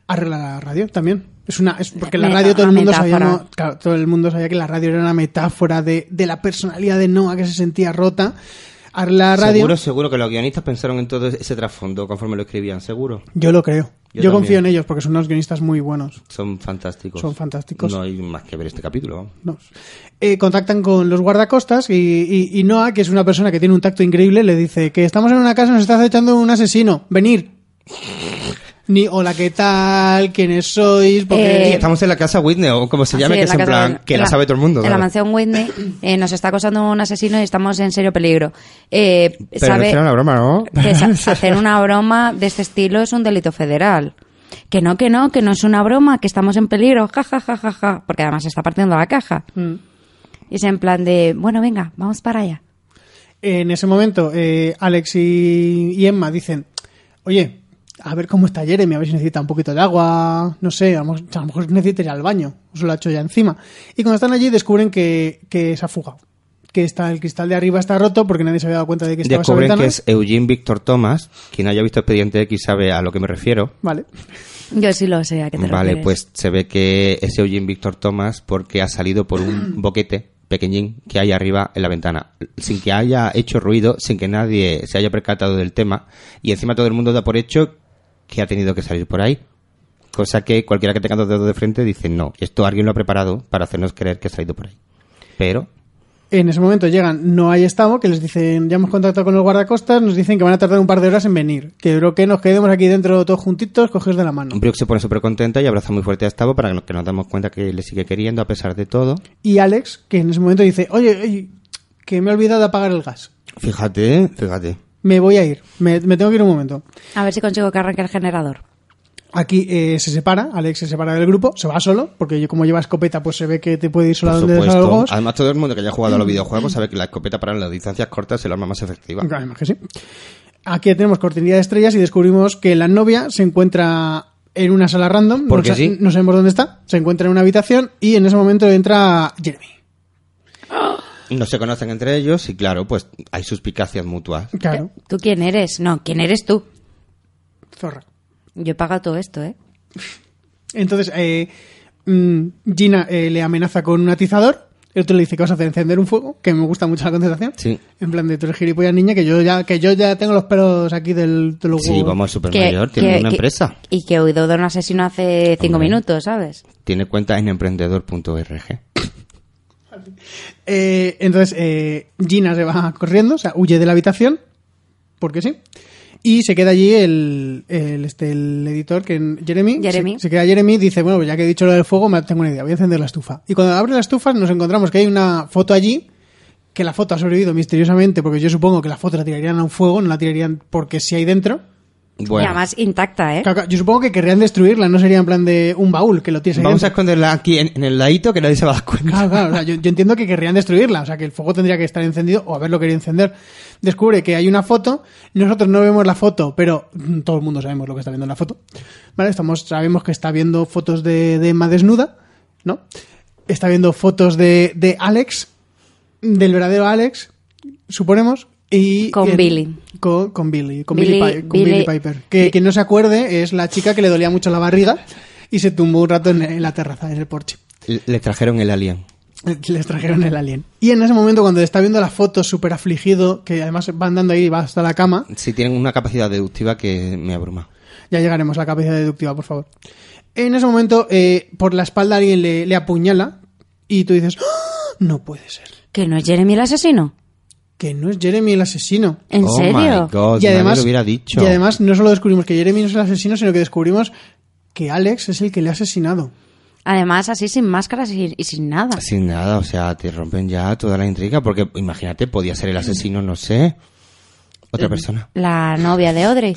S2: arregla la radio también. Es una, es porque la
S3: Me-
S2: radio todo el
S3: una
S2: mundo sabía,
S3: metáfora.
S2: ¿no? Claro, todo el mundo sabía que la radio era una metáfora de, de la personalidad de Noah que se sentía rota. Arregla la radio.
S4: Seguro, seguro que los guionistas pensaron en todo ese trasfondo conforme lo escribían, seguro.
S2: Yo lo creo. Yo,
S4: Yo
S2: confío en
S4: también.
S2: ellos porque son unos guionistas muy buenos.
S4: Son fantásticos.
S2: Son fantásticos.
S4: No hay más que ver este capítulo. vamos.
S2: No. Eh, contactan con los guardacostas y, y- y Noah, que es una persona que tiene un tacto increíble, le dice que estamos en una casa, nos está acechando un asesino, venir. Ni hola, ¿qué tal? ¿Quiénes sois? Porque...
S3: Eh,
S4: Estamos en la casa Whitney, o como se
S3: Así,
S4: llame, que
S3: en
S4: es
S3: la
S4: en
S3: casa-
S4: plan, que
S3: en
S4: la, sabe todo el mundo.
S3: En la
S4: ¿sabes?
S3: mansión Whitney eh, nos está acosando un asesino y estamos en serio peligro. Eh,
S4: Pero no
S3: sabe
S4: será una broma, ¿no?
S3: que sa- hacer una broma de este estilo es un delito federal. Que no, que no, que no es una broma, que estamos en peligro, ja, ja, ja, ja, ja. Porque además se está partiendo la caja. Y es en plan de, bueno, venga, vamos para allá.
S2: En ese momento, eh, Alex y, y Emma dicen, oye, a ver cómo está Jeremy, a ver si necesita un poquito de agua, no sé, a lo, mejor- a lo mejor necesita ir al baño, se lo ha hecho ya encima. Y cuando están allí descubren que, que se ha fugado, que está, el cristal de arriba está roto porque nadie se había dado cuenta de que estaba esa
S4: Descubren
S2: ventana.
S4: que es Eugene Victor Thomas. Quien haya visto Expediente X sabe a lo que me refiero.
S2: Vale.
S3: Yo sí lo sé a qué te
S4: Vale,
S3: refieres.
S4: pues se ve que es Eugene Víctor Thomas porque ha salido por un boquete pequeñín que hay arriba en la ventana, sin que haya hecho ruido, sin que nadie se haya percatado del tema, y encima todo el mundo da por hecho que ha tenido que salir por ahí. Cosa que cualquiera que tenga dos dedos de frente dice, no, esto alguien lo ha preparado para hacernos creer que ha salido por ahí. Pero
S2: En ese momento llegan No hay Estamo, que les dicen, ya hemos contactado con los guardacostas, nos dicen que van a tardar un par de horas en venir. Que creo que nos quedemos aquí dentro todos juntitos, cogidos de la mano.
S4: Brooke se pone súper contenta y abraza muy fuerte a Stavo para que nos damos cuenta que le sigue queriendo a pesar de todo.
S2: Y Alex, que en ese momento dice, oye, oye, que me he olvidado de apagar el gas.
S4: Fíjate, fíjate.
S2: Me voy a ir, me, me tengo que ir un momento.
S3: A ver si consigo que arranque el generador.
S2: Aquí eh, se separa, Alex se separa del grupo, se va solo, porque yo- como lleva escopeta, pues se ve que te puede ir solo a
S4: Por
S2: donde
S4: supuesto.
S2: salgo.
S4: Además, todo el mundo que haya jugado a los videojuegos sabe que la escopeta para las distancias cortas es el arma más efectiva.
S2: Además que sí. Aquí tenemos cortinilla de estrellas y descubrimos que la novia se encuentra en una sala random.
S4: Porque
S2: no, sa-
S4: sí.
S2: No sabemos dónde está. Se encuentra en una habitación y en ese momento entra Jeremy.
S4: No se conocen entre ellos y, claro, pues hay suspicacias mutuas.
S2: Claro,
S3: ¿Tú quién eres? No, ¿quién eres tú?
S2: Eh, zorra.
S3: Yo he pagado todo esto, ¿eh?
S2: Entonces, eh, mm, Gina eh, le amenaza con un atizador. El otro le dice que vas a hacer encender un fuego, que me gusta mucho la concentración.
S4: Sí.
S2: En plan de tú eres gilipollas niña, que yo ya, que yo ya tengo los pelos aquí del, de los
S4: Sí,
S2: huevos".
S4: vamos, super
S3: Que-
S4: mayor, tiene
S3: que-
S4: una
S3: que-
S4: empresa.
S3: Y que he oído de un asesino hace cinco
S4: Hombre.
S3: minutos, ¿sabes?
S4: Tiene cuenta en emprendedor.org.
S2: Eh, entonces, eh, Gina se va corriendo, o sea, huye de la habitación, porque sí. Y se queda allí el, el, este, el editor, que en- Jeremy.
S3: Jeremy.
S2: Se, se queda Jeremy y dice, bueno, pues ya que he dicho lo del fuego, me tengo una idea, voy a encender la estufa. Y cuando abre la estufa nos encontramos que hay una foto allí, que la foto ha sobrevivido misteriosamente, porque yo supongo que la foto la tirarían a un fuego, no la tirarían porque sí hay dentro.
S3: Y
S4: Bueno,
S3: además intacta, ¿eh?
S2: Claro, claro, Yo supongo que querrían destruirla, no sería en plan de un baúl que lo tienes ahí
S4: vamos a
S2: dentro.
S4: esconderla aquí en, en el ladito que nadie se va a dar cuenta.
S2: Claro, claro, o sea, yo, yo entiendo que querrían destruirla, o sea, que el fuego tendría que estar encendido o haberlo querido encender. Descubre que hay una foto, nosotros no vemos la foto, pero mm, todo el mundo sabemos lo que está viendo en la foto. ¿Vale? Estamos, sabemos que está viendo fotos de, de Emma desnuda, ¿no? Está viendo fotos de, de Alex, del verdadero Alex, suponemos. Y,
S3: Con
S2: eh,
S3: Billy.
S2: Con, con Billy, con
S3: Billy-
S2: Billy, Pi- con Billy
S3: Billy-
S2: Piper. Que quien no se acuerde es la chica que le dolía mucho la barriga y se tumbó un rato en- en la terraza, en el porche.
S4: Le- Les trajeron el alien.
S2: Les trajeron el alien. Y en ese momento, cuando está viendo la foto súper afligido, que además va andando ahí y va hasta la cama,
S4: Sí, tienen una capacidad deductiva que me abruma.
S2: ya llegaremos a la capacidad deductiva, por favor. En ese momento, eh, por la espalda alguien le, le apuñala y tú dices, ¡Ah! no puede ser,
S3: Que no es Jeremy el asesino.
S2: que no es Jeremy el asesino.
S3: ¿En
S4: Oh
S3: serio?
S4: my God,
S2: y,
S4: nadie
S2: además,
S4: lo hubiera dicho.
S2: y además, no solo descubrimos que Jeremy no es el asesino, sino que descubrimos que Alex es el que le ha asesinado.
S3: Además, así sin máscaras y, y sin nada.
S4: Sin nada, o sea, te rompen ya toda la intriga porque imagínate, podía ser el asesino, no sé, otra persona,
S3: La novia de Audrey.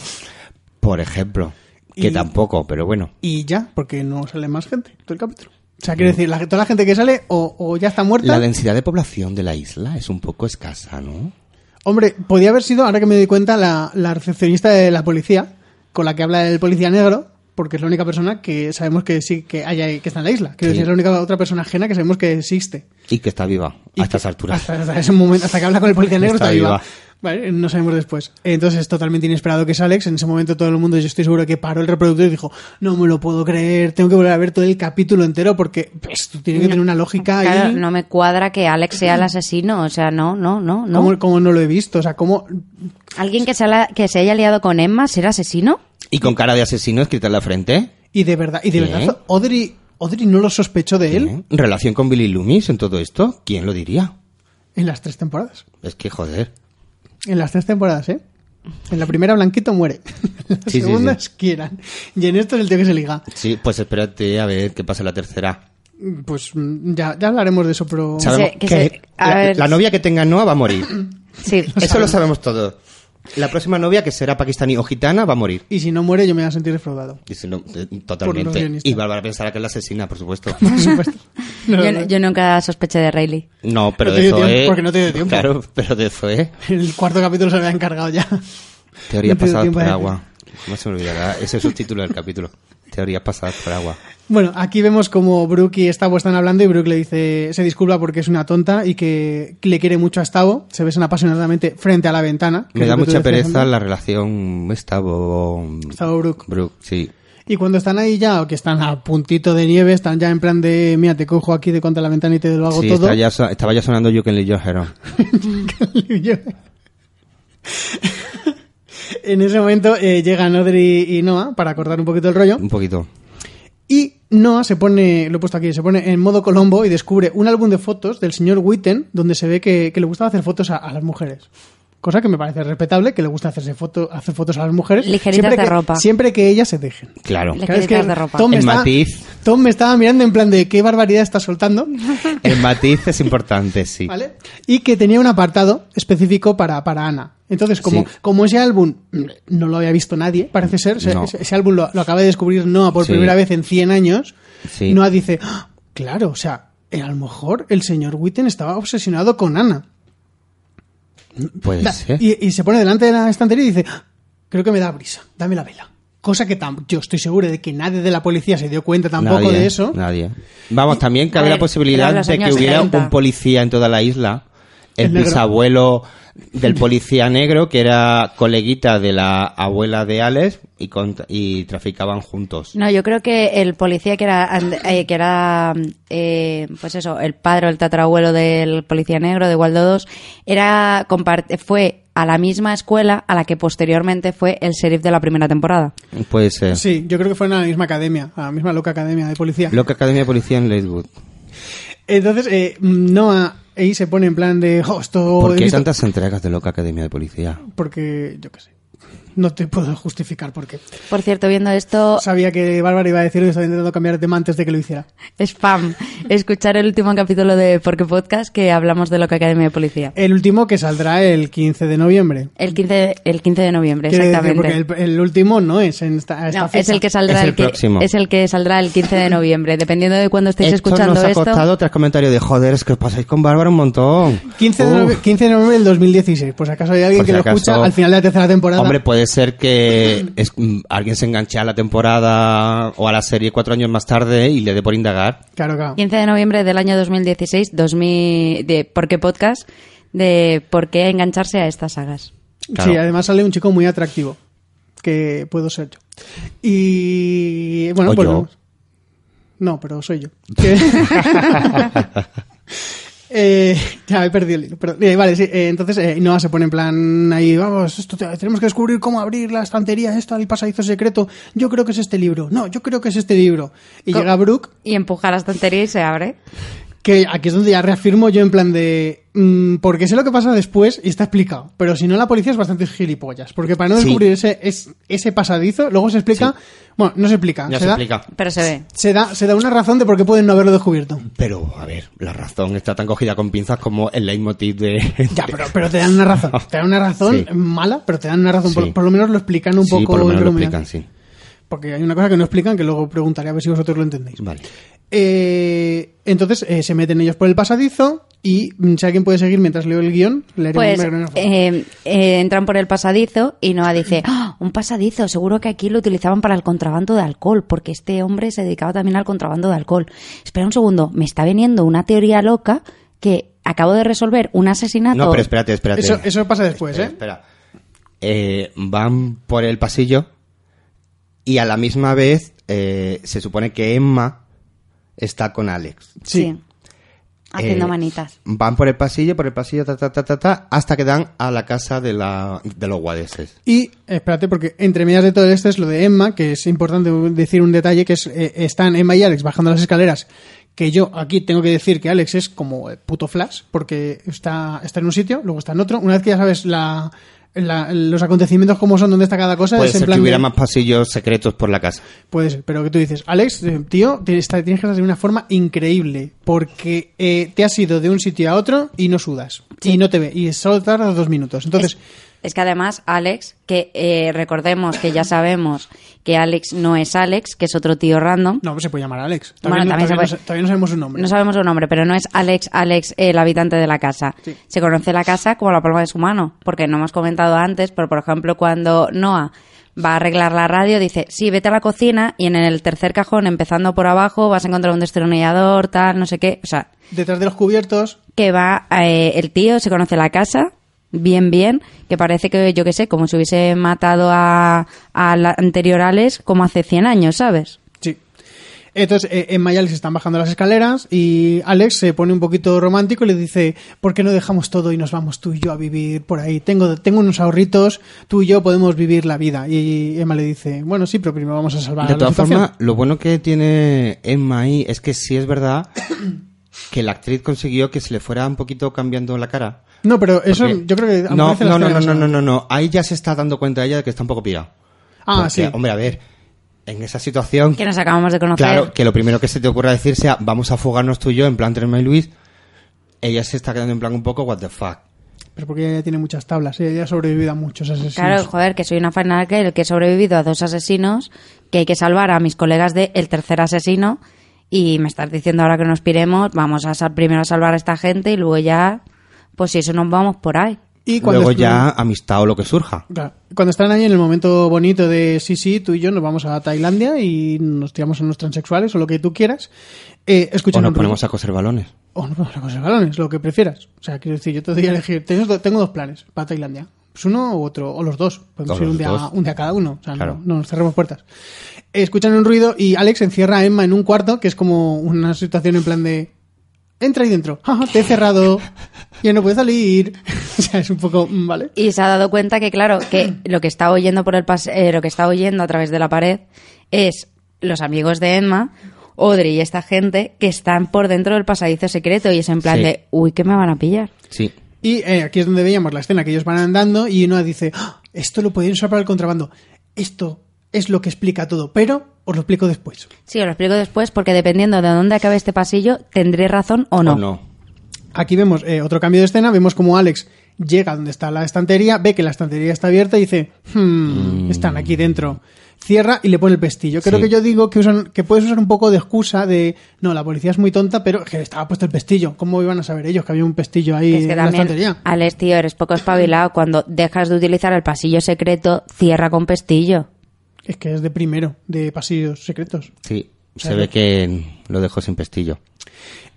S4: por ejemplo, que
S2: Y-
S4: tampoco, pero bueno.
S2: Y ya, porque no sale más gente, todo el capítulo. O sea, quiero decir, la- toda la gente que sale o, o ya está muerta.
S4: Mm. La densidad de población de la isla es un poco escasa, ¿no?
S2: Hombre, podía haber sido, ahora que me doy cuenta, la, la recepcionista de la policía, con la que habla el policía negro, porque es la única persona que sabemos que sí que hay ahí- que está en la isla. Quiero
S4: Sí.
S2: decir, es la única otra persona ajena que sabemos que existe.
S4: Y que está viva
S2: Y que-
S4: a estas alturas.
S2: Hasta, hasta ese momento, hasta que habla con el policía negro
S4: Está
S2: está, viva.
S4: viva.
S2: Vale, no sabemos después. Entonces es totalmente inesperado que es Alex. En ese momento todo el mundo, yo estoy seguro que paró el reproductor y dijo, no me lo puedo creer, tengo que volver a ver todo el capítulo entero porque esto tiene que tener una lógica
S3: Claro,
S2: ahí.
S3: no me cuadra que Alex sea el asesino. O sea, no, no, no, no.
S2: ¿Cómo, cómo no lo he visto? O sea, ¿cómo
S3: ¿Alguien que se, la- que se haya liado con Emma será asesino?
S4: Y con cara de asesino escrita en la frente.
S2: Y de verdad, y de
S4: Bien.
S2: verdad, Audrey, Audrey no lo sospechó de él
S4: ¿eh? ¿Relación con Billy Loomis en todo esto? ¿Quién lo diría?
S2: en las tres temporadas.
S4: Es que joder.
S2: En las tres temporadas, ¿eh? En la primera Blanquito muere. En la
S4: Sí, sí,
S2: segunda
S4: sí.
S2: es Kieran. Y en esto es el tío que se liga.
S4: Sí, pues espérate a ver qué pasa en la tercera.
S2: Pues mm, ya, ya hablaremos de eso, pero...
S3: Sabe-
S4: Sabemos
S3: que
S4: que
S3: se- a
S4: la,
S3: ver.
S4: la novia que tenga Noah va a morir.
S3: Sí.
S4: Eso lo sabemos todos. La próxima novia, que será pakistaní o gitana, va a morir.
S2: Y si no muere yo me voy a sentir defraudado.
S4: Y si no, eh,
S2: los
S4: totalmente.
S2: guionistas.
S4: Y Bárbara pensará que es la asesina, por supuesto.
S2: Por supuesto. No,
S3: Yo,
S2: no.
S3: yo nunca sospeché de Rayleigh.
S4: No, pero
S2: No te
S4: de
S2: dio
S4: Zoe-
S2: tiempo, porque no te dio tiempo.
S4: Claro, pero de Zoe.
S2: El cuarto capítulo se lo había encargado ya.
S4: Teoría
S2: No te dio
S4: pasada
S2: tiempo
S4: por
S2: de-
S4: agua. No se me olvidará. Ese es el título del capítulo. Teorías pasadas por agua.
S2: Bueno, aquí vemos como Brooke y Stavo están hablando y Brooke le dice, se disculpa porque es una tonta y que le quiere mucho a Stavo. Se besan apasionadamente frente a la ventana. que
S4: Me
S2: es
S4: da
S2: lo que tú
S4: mucha
S2: decías
S4: pereza
S2: antes.
S4: la relación Estavo...
S2: Stavo-Brooke.
S4: Brooke, sí.
S2: Y cuando están ahí ya, o que están a puntito de nieve, están ya en plan de, mira, te cojo aquí de contra la ventana y te lo hago
S4: Sí,
S2: todo.
S4: está ya so- estaba ya sonando You Can Leave Your Head On.
S2: en ese momento eh, llegan Audrey y Noah para cortar un poquito el rollo.
S4: Un poquito.
S2: Y Noah se pone, lo he puesto aquí, se pone en modo Colombo y descubre un álbum de fotos del señor Witten donde se ve que, que le gustaba hacer fotos a, a las mujeres. Cosa que me parece respetable, que le gusta hacerse foto, hacer fotos a las mujeres.
S3: Ligeritas
S2: siempre
S3: de
S2: que-
S3: ropa.
S2: Siempre que ellas se dejen.
S4: Claro.
S3: Le- Ligeritas de ropa.
S2: Tom, me
S4: El
S2: estaba-
S4: matiz.
S2: Tom me estaba mirando en plan de qué barbaridad está soltando.
S4: El matiz es importante, sí.
S2: ¿Vale? Y que tenía un apartado específico para, para Ana. Entonces, como,
S4: Sí.
S2: como ese álbum mm, no lo había visto nadie, parece ser, ese-
S4: No.
S2: ese, ese álbum lo, lo acaba de descubrir Noah por
S4: Sí.
S2: primera vez en 100 años,
S4: Sí.
S2: Noah dice, "Ah, claro, o sea, eh, a lo mejor el señor Witten estaba obsesionado con Ana.
S4: Puede
S2: Da-
S4: ser.
S2: y, y se pone delante de la estantería y dice, "Ah, creo que me da brisa, dame la vela. Cosa que tam- yo estoy seguro de que nadie de la policía se dio cuenta tampoco
S4: Nadie,
S2: de eso.
S4: Nadie. Vamos, también cabe
S3: A
S4: la
S3: ver,
S4: posibilidad
S3: pero los
S4: de que
S3: años
S4: hubiera
S3: 30.
S4: un policía en toda la isla. El,
S2: El negro.
S4: bisabuelo del policía negro, que era coleguita de la abuela de Alex y, con- y traficaban juntos.
S3: No, yo creo que el policía que era, and- eh, que era eh, pues eso, el padre o el tatarabuelo del policía negro de Waldo 2, era, compart- fue a la misma escuela a la que posteriormente fue el sheriff de la primera temporada.
S4: Puede ser.
S2: Sí, yo creo que fueron a la misma academia, a la misma loca academia de policía.
S4: Loca Academia de Policía en Lakewood.
S2: Entonces, eh, Noah ahí se pone en plan de, "Jo, esto
S4: ¿Por
S2: Oh, he
S4: qué
S2: visto-".
S4: tantas entregas de Loca Academia de Policía?
S2: Porque, yo qué sé. No te puedo justificar por qué.
S3: Por cierto, viendo esto,
S2: Sabía que Bárbara iba a decirlo y estaba intentando cambiar de tema antes de que lo hiciera.
S3: spam, escuchar el último capítulo de Porque Podcast que hablamos de lo que Academia de Policía.
S2: El último que saldrá el 15 de noviembre.
S3: El 15 de, el 15 de noviembre,
S2: Quiero decir,
S3: exactamente.
S2: porque el, el último no es en esta, a esta
S3: No,
S2: fecha.
S3: es el que saldrá
S4: Es el
S3: que,
S4: próximo.
S3: es el que saldrá el 15 de noviembre, dependiendo de cuándo estéis
S4: esto
S3: escuchando
S4: nos ha
S3: esto.
S4: costado tres comentarios de joder, es que os pasáis con Bárbara un montón.
S2: 15 de,
S4: Uf.
S2: novie- 15 de noviembre del 2016. Pues acaso hay alguien
S4: Por
S2: que
S4: si
S2: lo
S4: acaso-
S2: escucha al final de la tercera temporada.
S4: Hombre, puede ser que es- mm, alguien se enganche a la temporada o a la serie cuatro años más tarde y le dé por indagar.
S2: Claro, claro.
S3: 15 de noviembre del año 2016, 2000, de ¿Por qué podcast? De por qué engancharse a estas sagas.
S4: Claro.
S2: Sí, además sale un chico muy atractivo. Que puedo ser yo. Y bueno,
S4: O
S2: pues.
S4: yo.
S2: no. No, pero soy yo. Que- Eh, ya he perdido el hilo. perdón. Eh, vale, sí. eh, entonces eh, Noah se pone en plan ahí, vamos, esto te- tenemos que descubrir cómo abrir la estantería, esto, el pasadizo secreto. Yo creo que es este libro. No, yo creo que es este libro. Y
S3: Co-
S2: llega Brooke
S3: Y empuja la estantería y se abre.
S2: que aquí es donde ya reafirmo yo en plan de. mm, porque sé lo que pasa después y está explicado. Pero si no, la policía es bastante gilipollas. Porque para no
S4: Sí.
S2: descubrir ese, es- ese pasadizo, luego se explica. Bueno, no se explica.
S4: Ya se,
S2: da,
S4: explica.
S3: Pero se ve.
S2: Se da, se da una razón de por qué pueden no haberlo descubierto.
S4: Pero, a ver, la razón está tan cogida con pinzas como el leitmotiv de...
S2: Ya, pero, pero te dan una razón. Te dan una razón
S4: Sí.
S2: mala, pero te dan una razón.
S4: Sí.
S2: Por, por lo menos lo explican un
S4: sí,
S2: poco.
S4: por lo menos
S2: entre
S4: lo
S2: comillas.
S4: explican, sí.
S2: Porque hay una cosa que no explican que luego preguntaré a ver si vosotros lo entendéis.
S4: Vale.
S2: Eh, entonces eh, se meten ellos por el pasadizo y mm, si alguien puede seguir mientras leo el guión, leeré
S3: Pues
S2: un gran-
S3: eh, eh, entran por el pasadizo y Noah dice, "Ah, un pasadizo, seguro que aquí lo utilizaban para el contrabando de alcohol, porque este hombre se dedicaba también al contrabando de alcohol. Espera un segundo, me está viniendo una teoría loca que acabo de resolver un asesinato.
S4: No, pero espérate, espérate.
S2: Ah, oh. Eso, eso pasa después,
S4: Espera,
S2: ¿eh?
S4: espera. Eh, van por el pasillo y a la misma vez eh, se supone que Emma está con Alex.
S3: Sí.
S2: Sí.
S3: Haciendo
S4: Eh,
S3: manitas.
S4: Van por el pasillo, por el pasillo, ta, ta, ta, ta, ta, hasta que dan a la casa de, la, de los guadeses.
S2: Y espérate, porque entre medias de todo esto es lo de Emma, que es importante decir un detalle, que es eh, están Emma y Alex bajando las escaleras. Que yo aquí tengo que decir que Alex es como eh, puto flash, porque está, está en un sitio, luego está en otro. Una vez que ya sabes la, la- los acontecimientos como son, dónde está cada cosa,
S4: Puede
S2: es en
S4: ser
S2: plan
S4: que hubiera
S2: de-
S4: más pasillos secretos por la casa.
S2: Puede ser, pero que tú dices, Alex, eh, tío, tienes tienes que estar de una forma increíble, porque eh, te has ido de un sitio a otro y no sudas, y no te ve, y solo tardas dos minutos. Entonces,
S3: Es, es que además, Alex, que eh, recordemos que ya sabemos que Alex no es Alex, que es otro tío random.
S2: No, se puede llamar Alex. Todavía,
S3: Bueno,
S2: no,
S3: también se
S2: todavía no
S3: puede-
S2: sa- todavía no sabemos su nombre.
S3: No sabemos su nombre, pero no es Alex, Alex, el habitante de la casa.
S2: Sí.
S3: Se conoce la casa como la palma de su mano, porque no hemos comentado antes, pero por ejemplo, cuando Noah va a arreglar la radio, dice, sí, vete a la cocina y en el tercer cajón, empezando por abajo, vas a encontrar un destornillador, tal, no sé qué. O sea,
S2: Detrás de los cubiertos,
S3: que va eh, el tío, se conoce la casa, bien, bien, que parece que, yo qué sé, como si hubiese matado a, a la anterior Alex como hace 100 años, ¿sabes?
S2: Sí. Entonces, eh, en Miami se están bajando las escaleras y Alex se pone un poquito romántico y le dice, ¿por qué no dejamos todo y nos vamos tú y yo a vivir por ahí? Tengo, tengo unos ahorritos, tú y yo podemos vivir la vida. Y Emma le dice, bueno, sí, pero primero vamos a salvar
S4: De
S2: la
S4: todas
S2: situación".
S4: formas, lo bueno que tiene Emma ahí es que sí es verdad que la actriz consiguió que se le fuera un poquito cambiando la cara.
S2: No, pero eso
S4: Porque-
S2: yo creo que...
S4: No,
S2: aparece en la escena
S4: no, no, no, no,
S2: pasada.
S4: no, no, no. Ahí ya se está dando cuenta ella de que está un poco pillado.
S2: Ah,
S4: Porque,
S2: sí.
S4: Hombre, a ver, en esa situación,
S3: Que nos acabamos de conocer.
S4: claro, que lo primero que se te ocurra decir sea vamos a fugarnos tú y yo en plan Telma y Luis, ella se está quedando en plan un poco what the fuck.
S2: Pero porque ella tiene muchas tablas, ella ya ha sobrevivido a muchos asesinos.
S3: Claro, joder, que soy una final que el que he sobrevivido a dos asesinos, que hay que salvar a mis colegas de el tercer asesino y me estás diciendo ahora que nos piremos, vamos a sal- primero a salvar a esta gente y luego ya, pues si eso nos vamos por ahí.
S2: y cuando
S4: Luego
S2: estu-
S4: ya amistad o lo que surja.
S2: Claro. Cuando están ahí en el momento bonito de sí, sí, tú y yo nos vamos a Tailandia y nos tiramos a unos transexuales o lo que tú quieras, eh,
S4: O
S2: escuchan
S4: nos
S2: un ruido.
S4: ponemos a coser balones.
S2: O nos vamos a coser balones, lo que prefieras. O sea, quiero decir, yo te doy a elegir. Tengo, do- tengo dos planes para Tailandia. Pues uno u otro, o los dos. Podemos
S4: O
S2: ir
S4: los
S2: un día,
S4: dos.
S2: un día cada uno. O sea, no-
S4: Claro.
S2: no, nos cerremos puertas. Escuchan un ruido y Alex encierra a Emma en un cuarto, que es como una situación en plan de... Entra ahí dentro. Ajá, te he cerrado. Ya no puedes salir. o sea, es un poco... mm, Vale.
S3: Y se ha dado cuenta que, claro, que lo que está oyendo por el pas- eh, lo que está oyendo a través de la pared es los amigos de Emma, Audrey y esta gente que están por dentro del pasadizo secreto y es en plan
S4: Sí.
S3: de, uy, que me van a pillar.
S4: Sí.
S2: Y eh, aquí es donde veíamos la escena que ellos van andando y Noah dice, "¡Ah! esto lo pueden usar para el contrabando. Esto es lo que explica todo, pero os lo explico después.
S3: Sí, os lo explico después porque dependiendo de dónde acabe este pasillo, tendré razón o no.
S4: O no.
S2: Aquí vemos eh, otro cambio de escena, vemos como Alex llega donde está la estantería, ve que la estantería está abierta y dice, "Hmm, están aquí dentro. Cierra y le pone el pestillo. Creo
S4: Sí.
S2: que yo digo que, usan- que puedes usar un poco de excusa de, no, la policía es muy tonta, pero que estaba puesto el pestillo. ¿Cómo iban a saber ellos que había un pestillo ahí
S3: Que es que
S2: en la
S3: también,
S2: estantería?
S3: Alex, tío, eres poco espabilado. Cuando dejas de utilizar el pasillo secreto, cierra con pestillo.
S2: Es que es de primero, de pasillos secretos.
S4: Sí. Se ve que lo dejó sin pestillo.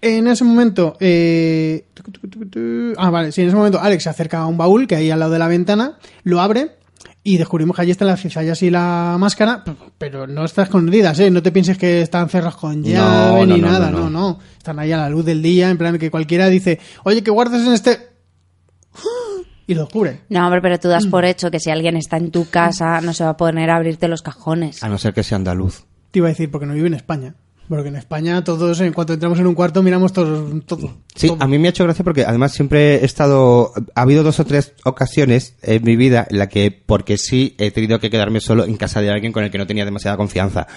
S2: En ese momento, eh... tucu, tucu, tucu, tu- ah, vale, sí, en ese momento Alex se acerca a un baúl que hay al lado de la ventana, lo abre y descubrimos que allí están las cizallas y la máscara, p- pero no están escondidas, ¿eh? No te pienses que están cerradas con llave
S4: no,
S2: ni
S4: no,
S2: nada, no
S4: no,
S2: no.
S4: no.
S2: Están ahí a la luz del día, en plan que cualquiera dice, oye, ¿qué guardas en este...? Y lo cubre.
S3: No, hombre, pero tú das
S2: Mm.
S3: por hecho que si alguien está en tu casa, no se va a poner a abrirte los cajones.
S4: A no ser que sea andaluz.
S2: Te iba a decir, porque no vive en España. Porque en España todos, en cuanto entramos en un cuarto, miramos todos, todo.
S4: Sí,
S2: todo.
S4: a mí me ha hecho gracia porque además siempre he estado. Ha habido dos o tres ocasiones en mi vida en la que, porque sí, he tenido que quedarme solo en casa de alguien con el que no tenía demasiada confianza.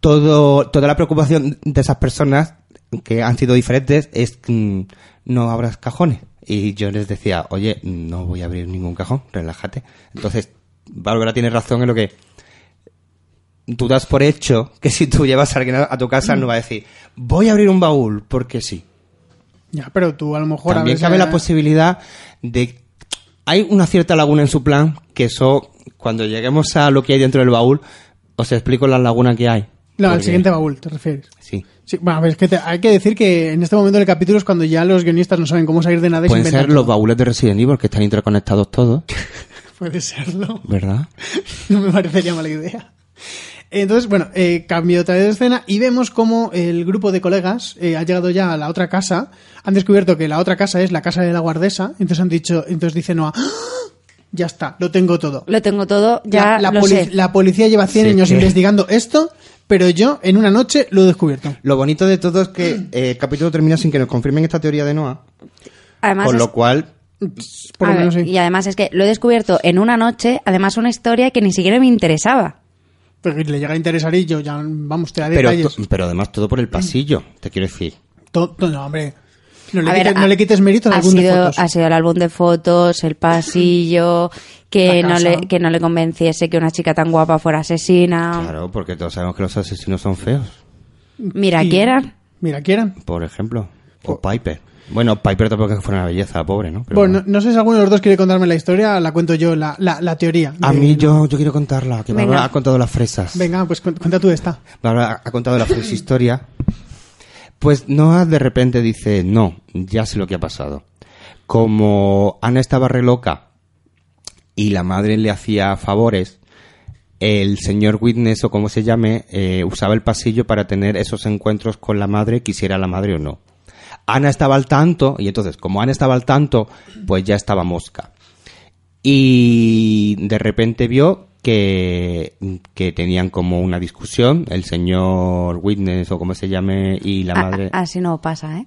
S4: Todo, toda la preocupación de esas personas que han sido diferentes es mm, no abras cajones. Y yo les decía, oye, no voy a abrir ningún cajón, relájate. Entonces, Bárbara tiene razón en lo que tú das por hecho que si tú llevas a alguien a a tu casa no va a decir, voy a abrir un baúl porque sí.
S2: Ya, pero tú a lo mejor...
S4: También
S2: abres
S4: cabe
S2: a-
S4: la posibilidad de... Hay una cierta laguna en su plan, que eso, cuando lleguemos a lo que hay dentro del baúl, os explico la laguna que hay.
S2: No, al
S4: Porque-
S2: siguiente baúl, te refieres.
S4: Sí.
S2: Sí, bueno, a ver, es que te- hay que decir que en este momento del capítulo es cuando ya los guionistas no saben cómo salir de nada y se
S4: Pueden ser
S2: inventan
S4: los
S2: todo.
S4: baúles de Resident Evil, que están interconectados todos,
S2: Puede serlo.
S4: ¿verdad?
S2: No me parecería mala idea. Entonces, bueno, eh, cambio otra vez de escena y vemos cómo el grupo de colegas eh, ha llegado ya a la otra casa. Han descubierto que la otra casa es la casa de la guardesa. Entonces han dicho, entonces dice Noah, "¡Ah! ya está, lo tengo todo.
S3: Lo tengo todo, ya
S2: la, la
S3: lo
S2: poli-
S3: sé.
S2: la policía lleva 100
S4: Sí,
S2: años
S4: que-
S2: investigando esto, pero yo en una noche lo he descubierto.
S4: Lo bonito de todo es que eh, el capítulo termina sin que nos confirmen esta teoría de Noah,
S3: Además,
S4: con
S3: es-
S4: lo cual...
S2: Por
S3: a
S2: lo
S3: ver,
S2: menos sí.
S3: Y además es que lo he descubierto en una noche, además una historia que ni siquiera me interesaba.
S2: Pero le llega a interesar y yo ya, vamos, te da
S4: Pero,
S2: detalles.
S4: to- pero además todo por el pasillo, te quiero decir.
S2: To- to- no, hombre. No le,
S3: A
S2: quites,
S3: ver,
S2: no
S3: ha-
S2: le quites mérito al
S3: ha
S2: álbum de
S3: sido-
S2: fotos.
S3: Ha sido el álbum de fotos, el pasillo, que,
S2: La
S3: no
S2: casa.
S3: le, que no le convenciese que una chica tan guapa fuera asesina.
S4: Claro, porque todos sabemos que los asesinos son feos,
S3: Mira,
S2: Y-
S3: quieran.
S2: Mira, quieran.
S4: por ejemplo.
S8: O Piper. Bueno, Piper tampoco es que fuera una belleza, pobre, ¿no? Pero-
S2: Bueno, no, no sé si alguno de los dos quiere contarme la historia, la cuento yo, la, la, la teoría.
S4: A
S2: de-
S4: mí yo, yo quiero contarla, que
S3: Venga.
S4: Bárbara ha contado las fresas.
S2: Venga, pues cu- cuenta tú esta.
S4: Bárbara ha contado la feliz historia. Pues Noah de repente dice, no, ya sé lo que ha pasado. Como Ana estaba re loca y la madre le hacía favores, el señor Witness o como se llame eh, usaba el pasillo para tener esos encuentros con la madre, quisiera la madre o no. Ana estaba al tanto y entonces como Ana estaba al tanto, pues ya estaba mosca y de repente vio que, que tenían como una discusión, el señor Witness o como se llame y la
S3: A-
S4: madre...
S3: a- así no pasa, ¿eh?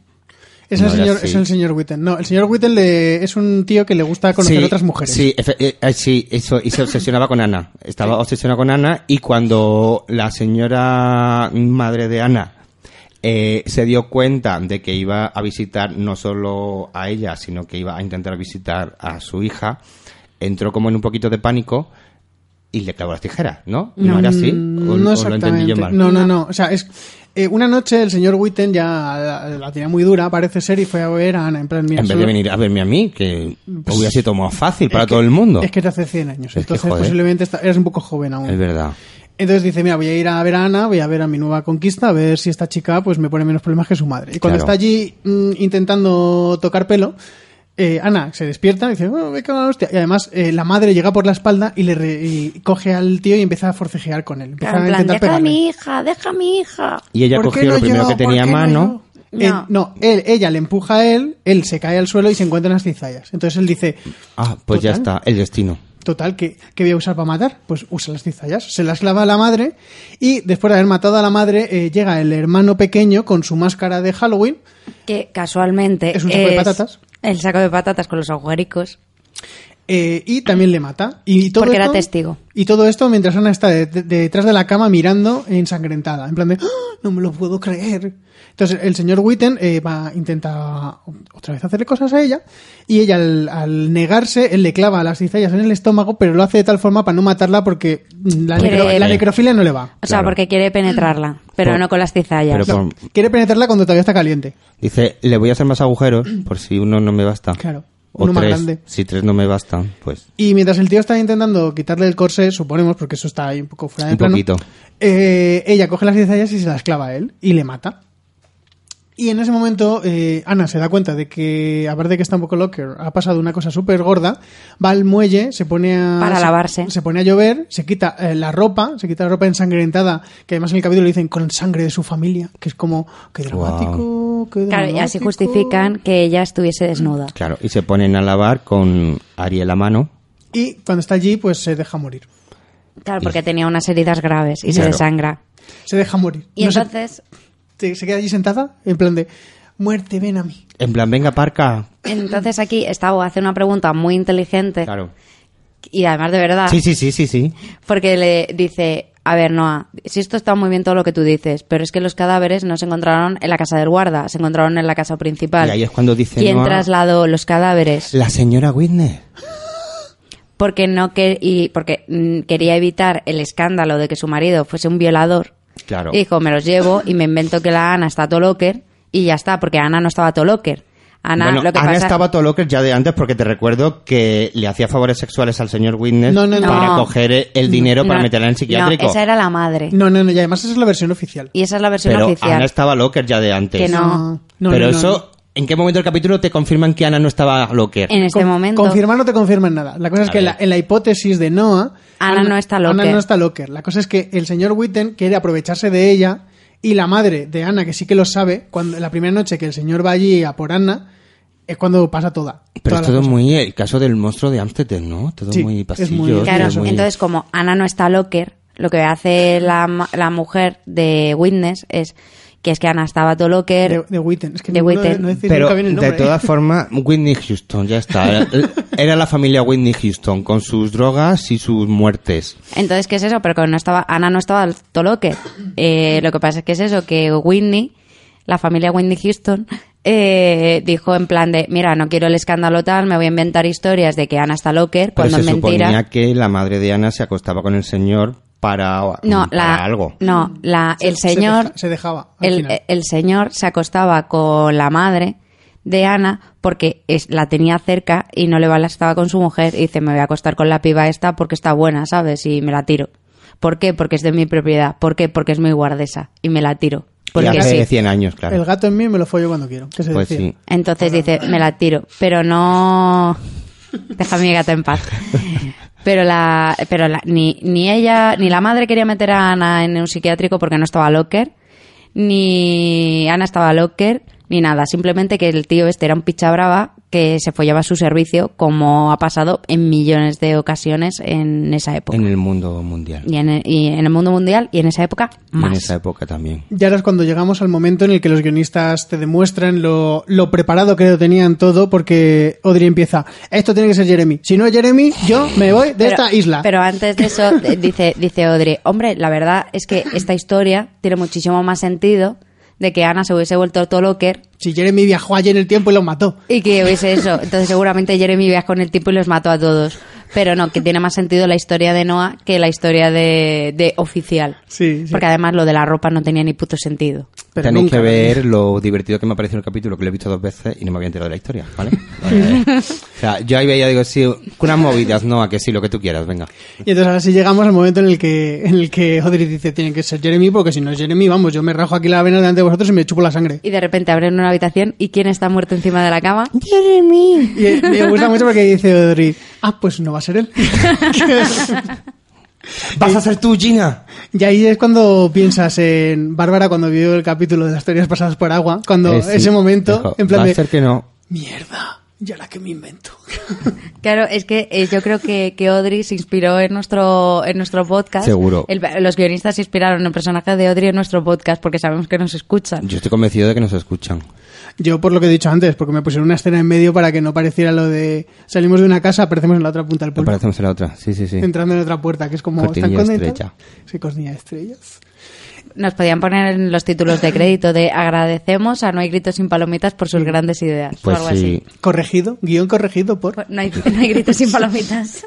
S2: Es, el
S4: No, ya
S2: señor,
S4: sí.
S2: es el señor Witten. No, el señor Witten le- es un tío que le gusta conocer
S4: Sí,
S2: otras mujeres.
S4: Sí, efe- eh, eh, sí, eso, y se obsesionaba con Ana. Estaba obsesionada con Ana y cuando la señora madre de Ana eh, se dio cuenta de que iba a visitar no solo a ella, sino que iba a intentar visitar a su hija, entró como en un poquito de pánico y le clavó las tijeras, ¿no? ¿No, era así? ¿O, o
S2: Mm, no
S4: lo entendí
S2: exactamente.
S4: yo mal?
S2: No, no, no. O sea, es. eh, una noche el señor Witten ya la, la tenía muy dura, parece ser, y fue a ver a Ana. En plan, mira,
S4: en vez de
S2: solo-
S4: venir a verme a mí, que hubiera sido más fácil
S2: Pues
S4: para
S2: es que-
S4: todo el mundo.
S2: Es que te hace 100 años.
S4: que,
S2: entonces,
S4: joder.
S2: posiblemente esta- eres un poco joven aún.
S4: Es verdad.
S2: Entonces dice, mira, voy a ir a ver a Ana, voy a ver a mi nueva conquista, a ver si esta chica pues me pone menos problemas que su madre. Y cuando
S4: Claro.
S2: está allí mm, intentando tocar pelo, eh, Ana se despierta y dice, "Oh, me cago en la hostia. Y además eh, la madre llega por la espalda y le re- y coge al tío y empieza a forcejear con él. Empieza
S3: Claro, en
S2: a
S3: plan,
S2: intentar
S3: "Deja a
S2: pegarle".
S5: Mi hija, deja a mi hija.
S4: Y ella
S2: ¿Por qué
S4: cogió lo
S2: no
S4: primero
S2: yo?
S4: que tenía a
S2: ¿Por qué no
S4: mano.
S2: yo? Eh,
S3: No.
S2: no, él, ella le empuja a él, él se cae al suelo y se encuentra unas cizallas. Entonces él dice,
S4: Ah, pues ya
S2: Total.
S4: está, el destino.
S2: Total, ¿qué, qué voy a usar para matar? Pues usa las cizallas. Se las clava a la madre y después de haber matado a la madre eh, llega el hermano pequeño con su máscara de Halloween.
S3: Que casualmente.
S2: Es un saco de patatas.
S3: El saco de patatas con los agujericos.
S2: Eh, y también le mata. Y todo
S3: Porque era
S2: esto-
S3: testigo.
S2: Y todo esto mientras Ana está de- de- detrás de la cama mirando ensangrentada. En plan de, "¡Ah! no me lo puedo creer. Entonces el señor Witten eh, va, intenta otra vez hacerle cosas a ella. Y ella al, al negarse, él le clava las cizallas en el estómago, pero lo hace de tal forma para no matarla porque mm, la,
S3: Quiere-
S2: necro- la necrofilia no le va.
S3: O sea,
S4: Claro.
S3: porque quiere
S2: Mm.
S3: penetrarla, pero
S4: Por-
S3: no con las cizallas.
S4: pero por-
S2: Ah, No, quiere penetrarla cuando todavía está caliente.
S4: Dice, le voy a hacer más agujeros por si uno no me basta.
S2: Claro,
S4: O
S2: uno más
S4: tres.
S2: grande.
S4: Si tres no me bastan, pues.
S2: Y mientras el tío está intentando quitarle el corsé, suponemos, porque eso está ahí un poco fuera de
S4: Un
S2: plano,
S4: poquito.
S2: eh, ella coge las cizallas y se las clava a él y le mata. Y en ese momento, eh, Ana se da cuenta de que, a ver de que está un poco locker, ha pasado una cosa súper gorda, va al muelle, se pone a...
S3: Para
S2: se-
S3: lavarse.
S2: Se pone a llover, se quita eh, la ropa, se quita la ropa ensangrentada, que además en el capítulo le dicen con sangre de su familia, que es como, qué dramático, qué
S3: Claro, y así
S2: dramático.
S3: justifican que ella estuviese desnuda.
S4: Claro, y se ponen a lavar con Ariel a mano.
S2: Y cuando está allí, pues se deja morir.
S3: Claro, porque tenía unas heridas graves y se
S4: Claro.
S3: desangra.
S2: Se deja morir.
S3: Y
S2: No se-
S3: entonces,
S2: te- se queda allí sentada en plan de muerte ven a mí
S4: En plan, venga, parca.
S3: entonces aquí Estavo hace una pregunta muy inteligente
S4: Claro.
S3: y además de
S2: Ah.
S3: verdad,
S4: Sí, sí, sí, sí, sí.
S3: porque le dice, a ver, Noah, si esto está muy bien todo lo que tú dices, pero es que los cadáveres no se encontraron en la casa del guarda, se encontraron en la casa principal.
S4: Y ahí es cuando dice
S3: ¿Quién
S4: Noah-
S3: trasladó los cadáveres?
S4: La señora Whitney.
S3: porque no que y porque mm, quería evitar el escándalo de que su marido fuese un violador.
S4: Claro.
S3: Y dijo, me los llevo y me invento que la Ana está toloker y ya está, porque Ana no estaba toloker. Ana,
S4: bueno,
S3: lo que
S4: Ana
S3: pasa-
S4: estaba todo loca ya de antes porque te recuerdo que le hacía favores sexuales al señor Witness
S2: No, no, no.
S4: para
S3: No.
S4: coger el dinero para
S3: No,
S4: meterla en el psiquiátrico.
S3: no, esa era la madre.
S2: no no no y además esa es la versión oficial
S3: Y esa es la versión
S4: Pero
S3: oficial.
S4: Ana estaba locker ya de antes.
S3: Que no.
S2: no,
S4: Pero
S2: no, no,
S4: eso,
S2: no.
S4: ¿en qué momento del capítulo te confirman que Ana no estaba locker?
S3: En este
S2: Con-
S3: momento.
S2: confirmar no te confirman nada la cosa es
S4: A
S2: que en
S4: ver.
S2: la, en la hipótesis de Noah
S3: Ana no está locker.
S2: Ana no está locker la cosa es que el señor Witten quiere aprovecharse de ella y la madre de Ana que sí que lo sabe cuando la primera noche que el señor va allí a por Ana es cuando pasa toda
S8: Pero
S2: toda
S8: es
S2: la
S8: todo
S2: cosa.
S8: muy el caso del monstruo de Ámsterdam, ¿no? Todo
S2: Sí,
S8: muy
S2: es
S8: pasillos.
S2: muy-
S3: Claro,
S8: todo muy-
S3: entonces como Ana no está locker, lo que hace la, ma- la mujer de Witness es que es que Ana estaba todo locker.
S2: de, de Witten es que
S3: De
S2: no- no-
S3: Witten.
S2: no decir
S4: Pero
S2: nunca bien el
S4: de
S2: nombre ¿eh?
S4: todas formas, Whitney Houston, ya está. Era la familia Whitney Houston con sus drogas y sus muertes.
S3: Entonces, ¿qué es eso? Pero que no estaba, Ana no estaba al toloque. Eh, lo que pasa es que es eso, que Whitney, la familia Whitney Houston, eh, dijo en plan de, mira, no quiero el escándalo tal, me voy a inventar historias de que Ana está locker,
S4: Pero
S3: cuando
S4: se
S3: Pues es mentira.
S4: suponía que la madre de Ana se acostaba con el señor para,
S3: No,
S4: para
S3: la,
S4: algo.
S3: No, la, el
S2: Se- se
S3: señor.
S2: deja- se dejaba, al
S3: El, eh,
S2: final.
S3: el señor se acostaba con la madre de Ana porque es, la tenía cerca y no le estaba con su mujer y dice, me voy a acostar con la piba esta porque está buena, ¿sabes? Y me la tiro. ¿Por qué? Porque es de mi propiedad. ¿Por qué? Porque es muy guardesa y me la tiro.
S4: Y
S3: Porque
S4: hace
S3: sí.
S4: 100 años,
S2: El
S4: claro.
S2: gato en mí me lo follo cuando quiero. ¿Qué se
S4: Pues
S2: decía?
S4: sí.
S3: Entonces dice, me la tiro, pero no... Deja a mi gata en paz. Pero la, pero la, ni, ni ella, ni la madre quería meter a Ana en un psiquiátrico porque no estaba Locker, ni Ana estaba Locker, ni nada. Simplemente que el tío este era un picha brava que se follaba su servicio, como ha pasado en millones de ocasiones en esa época.
S4: En el mundo mundial.
S3: y, en el, y en el mundo mundial y en esa época
S4: Y
S3: más.
S4: En esa época también.
S2: Y ahora es cuando llegamos al momento en el que los guionistas te demuestran lo, lo preparado que lo tenían todo, porque Audrey empieza, esto tiene que ser Jeremy. Si no es Jeremy, yo me voy de esta isla.
S3: Pero antes de eso, eh, dice, dice Audrey, hombre, la verdad es que esta historia tiene muchísimo más sentido de que Ana se hubiese vuelto locker
S2: Si Jeremy viajó allí en el tiempo y los mató.
S3: y que hubiese eso. Entonces seguramente Jeremy viajó en el tiempo y los mató a todos. Pero no, que tiene más sentido la historia de Noah que la historia de, de oficial.
S2: Sí, sí.
S3: Porque además lo de la ropa no tenía ni puto sentido.
S2: Pero
S4: Tenéis
S2: nunca lo
S4: que ver lo divertido que me ha parecido el capítulo, que lo he visto dos veces y no me había enterado de la historia, ¿vale? Vale, vale. o sea, yo ahí veía, digo, sí, unas movidas, no, a que sí, lo que tú quieras, venga.
S2: Y entonces ahora sí llegamos al momento en el que en el que Audrey dice tiene que ser Jeremy porque si no es Jeremy, vamos, yo me rajo aquí la vena delante de vosotros y me chupo la sangre.
S3: Y de repente abren una habitación y ¿quién está muerto encima de la cama?
S2: Y eh, me gusta mucho porque dice Audrey, ah, pues no va a ser él.
S4: ¡Vas a ser tú, Gina!
S2: y ahí es cuando piensas en Bárbara cuando vio el capítulo de las teorías pasadas por agua, cuando
S4: Eh, sí.
S2: ese momento,
S4: Dijo,
S2: en plan
S4: va
S2: de,
S4: a ser que no.
S2: mierda, ya la que me invento.
S3: Claro, es que eh, yo creo que, que Audrey se inspiró en nuestro, en nuestro podcast.
S4: Seguro.
S3: El- los guionistas se inspiraron en el personaje de Audrey en nuestro podcast porque sabemos que nos escuchan.
S4: Yo estoy convencido de que nos escuchan.
S2: Yo por lo que he dicho antes, porque me pusieron una escena en medio para que no pareciera lo de salimos de una casa, aparecemos en la otra punta del pueblo.
S4: Aparecemos en la otra, sí, sí, sí.
S2: Entrando en otra puerta, que es como... ¿están
S4: Cortinilla
S2: conectados?
S4: estrella.
S2: Sí, cortinilla de estrellas.
S3: Nos podían poner en los títulos de crédito de agradecemos a No hay gritos sin palomitas por sus grandes ideas.
S4: Pues
S3: o algo
S4: sí.
S2: Corregido, guión corregido por...
S3: así. No hay, no hay gritos sin palomitas.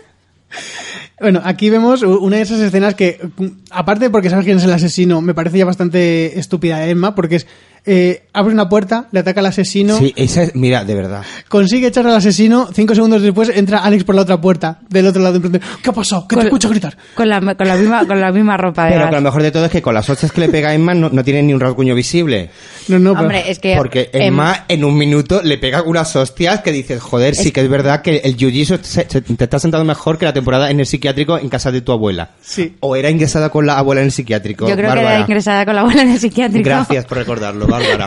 S2: Bueno, aquí vemos u- una de esas escenas que, mm, aparte porque sabes quién es el asesino, me parece ya bastante estúpida Emma, porque es, eh, abre una puerta, le ataca al asesino,
S4: Sí, esa es, mira, de verdad.
S2: consigue echar al asesino, cinco segundos después entra Alex por la otra puerta, del otro lado, en plan de, ¿qué ha pasado? Que te
S3: Con-
S2: escucho gritar.
S3: Con la, con la misma, con la misma ropa de
S4: Pero que lo mejor de todo es que con las hostias que le pega a Emma no, no tiene ni un rasguño visible.
S2: No, no, pero-
S3: Hombre, es que...
S4: Porque
S3: em,
S4: Emma en un minuto le pega unas hostias que dices, joder, sí que es verdad que el jiu-jitsu se- se- te está sentando mejor que la temporada en el psiquiátrico en casa de tu abuela.
S2: Sí.
S4: O era ingresada con la abuela en el psiquiátrico.
S3: yo creo que
S4: Bárbara.
S3: era ingresada con la abuela en el psiquiátrico.
S4: Gracias por recordarlo, Bárbara.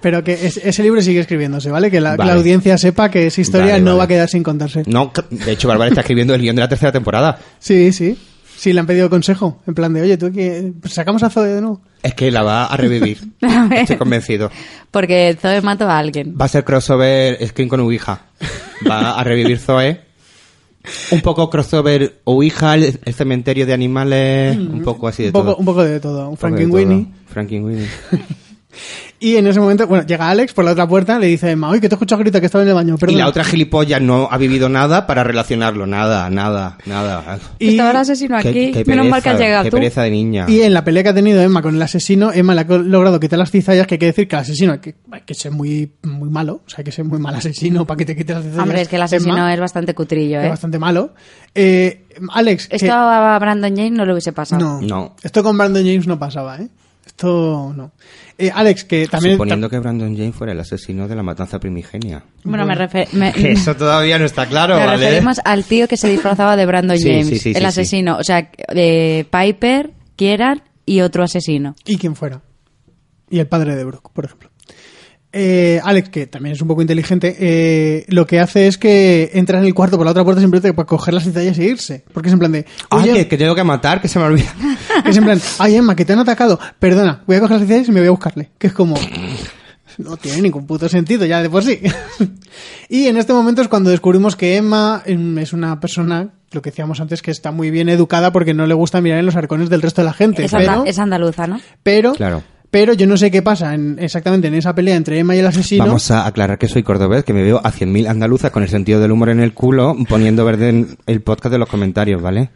S2: pero que es- ese libro sigue escribiéndose, ¿vale? Que la, que la
S4: Vale.
S2: audiencia sepa que esa historia
S4: Vale,
S2: no
S4: vale.
S2: va a quedar sin contarse.
S4: No, de hecho, Bárbara está escribiendo el guión de la tercera temporada.
S2: Sí, sí. Sí, le han pedido consejo, en plan de, oye, tú que pues sacamos a Zoe de nuevo.
S4: Es que la va a revivir.
S3: A ver.
S4: Estoy convencido.
S3: Porque Zoe mató a alguien.
S4: Va a ser crossover Screen con Ouija. Va a revivir Zoe. Un poco crossover Ouija, el, el cementerio de animales, un poco así
S2: Mm.
S4: de
S2: Un poco,
S4: todo.
S2: un poco de todo. Un
S4: Un poco de
S2: Frankenweenie.
S4: todo. Frankenweenie.
S2: Y en ese momento, bueno, llega Alex por la otra puerta, le dice a Emma, oye, que te escucho gritar que estaba en el baño, perdón.
S4: Y la otra gilipollas no ha vivido nada para relacionarlo. Nada, nada, nada.
S2: Y-
S3: Estaba el asesino aquí. Menos mal que has llegado
S4: qué
S3: tú.
S4: pereza de niña.
S2: Y en la pelea que ha tenido Emma con el asesino, Emma le ha co- logrado quitar las cizallas, que hay que decir que el asesino hay que, hay que ser muy, muy malo, o sea, hay que ser muy mal asesino para que te quite las cizallas.
S3: Hombre, es que el asesino
S2: Emma,
S3: es bastante cutrillo,
S2: es
S3: ¿eh?
S2: bastante malo. Eh, Alex, que-
S3: Esto a Brandon James no lo hubiese pasado.
S2: no,
S4: No.
S2: Esto con Brandon James no pasaba, ¿eh? Esto no. Eh, Alex, que también...
S4: Suponiendo que Brandon James fuera el asesino de la matanza primigenia.
S3: Bueno, me, refer- me-
S4: Que eso todavía no está claro,
S3: nos
S4: ¿vale? ¿eh?
S3: referimos al tío que se disfrazaba de Brandon
S4: Sí,
S3: James,
S4: sí, sí,
S3: el
S4: sí,
S3: asesino. O sea, de Piper, Kieran y otro asesino.
S2: y quien fuera. Y el padre de Brooke, por ejemplo. Eh, Alex, que también es un poco inteligente, eh, lo que hace es que entra en el cuarto por la otra puerta simplemente para coger las cizallas e irse. Porque es en plan de.
S4: Ah,
S2: "Oye,
S4: que, que tengo que matar, que se me olvida.
S2: que es en plan, ay Emma, que te han atacado. Perdona, voy a coger las cizallas y me voy a buscarle. Que es como. No tiene ningún puto sentido ya de por sí. y en este momento es cuando descubrimos que Emma em, es una persona, lo que decíamos antes, que está muy bien educada porque no le gusta mirar en los arcones del resto de la gente.
S3: Es, anda-
S2: pero-
S3: es andaluza, ¿no?
S2: pero,
S4: Claro.
S2: pero yo no sé qué pasa en- exactamente en esa pelea entre Emma y el asesino.
S4: Vamos a aclarar que soy cordobés, que me veo a 100.000 andaluzas con el sentido del humor en el culo, poniendo verde en el podcast de los comentarios, ¿vale?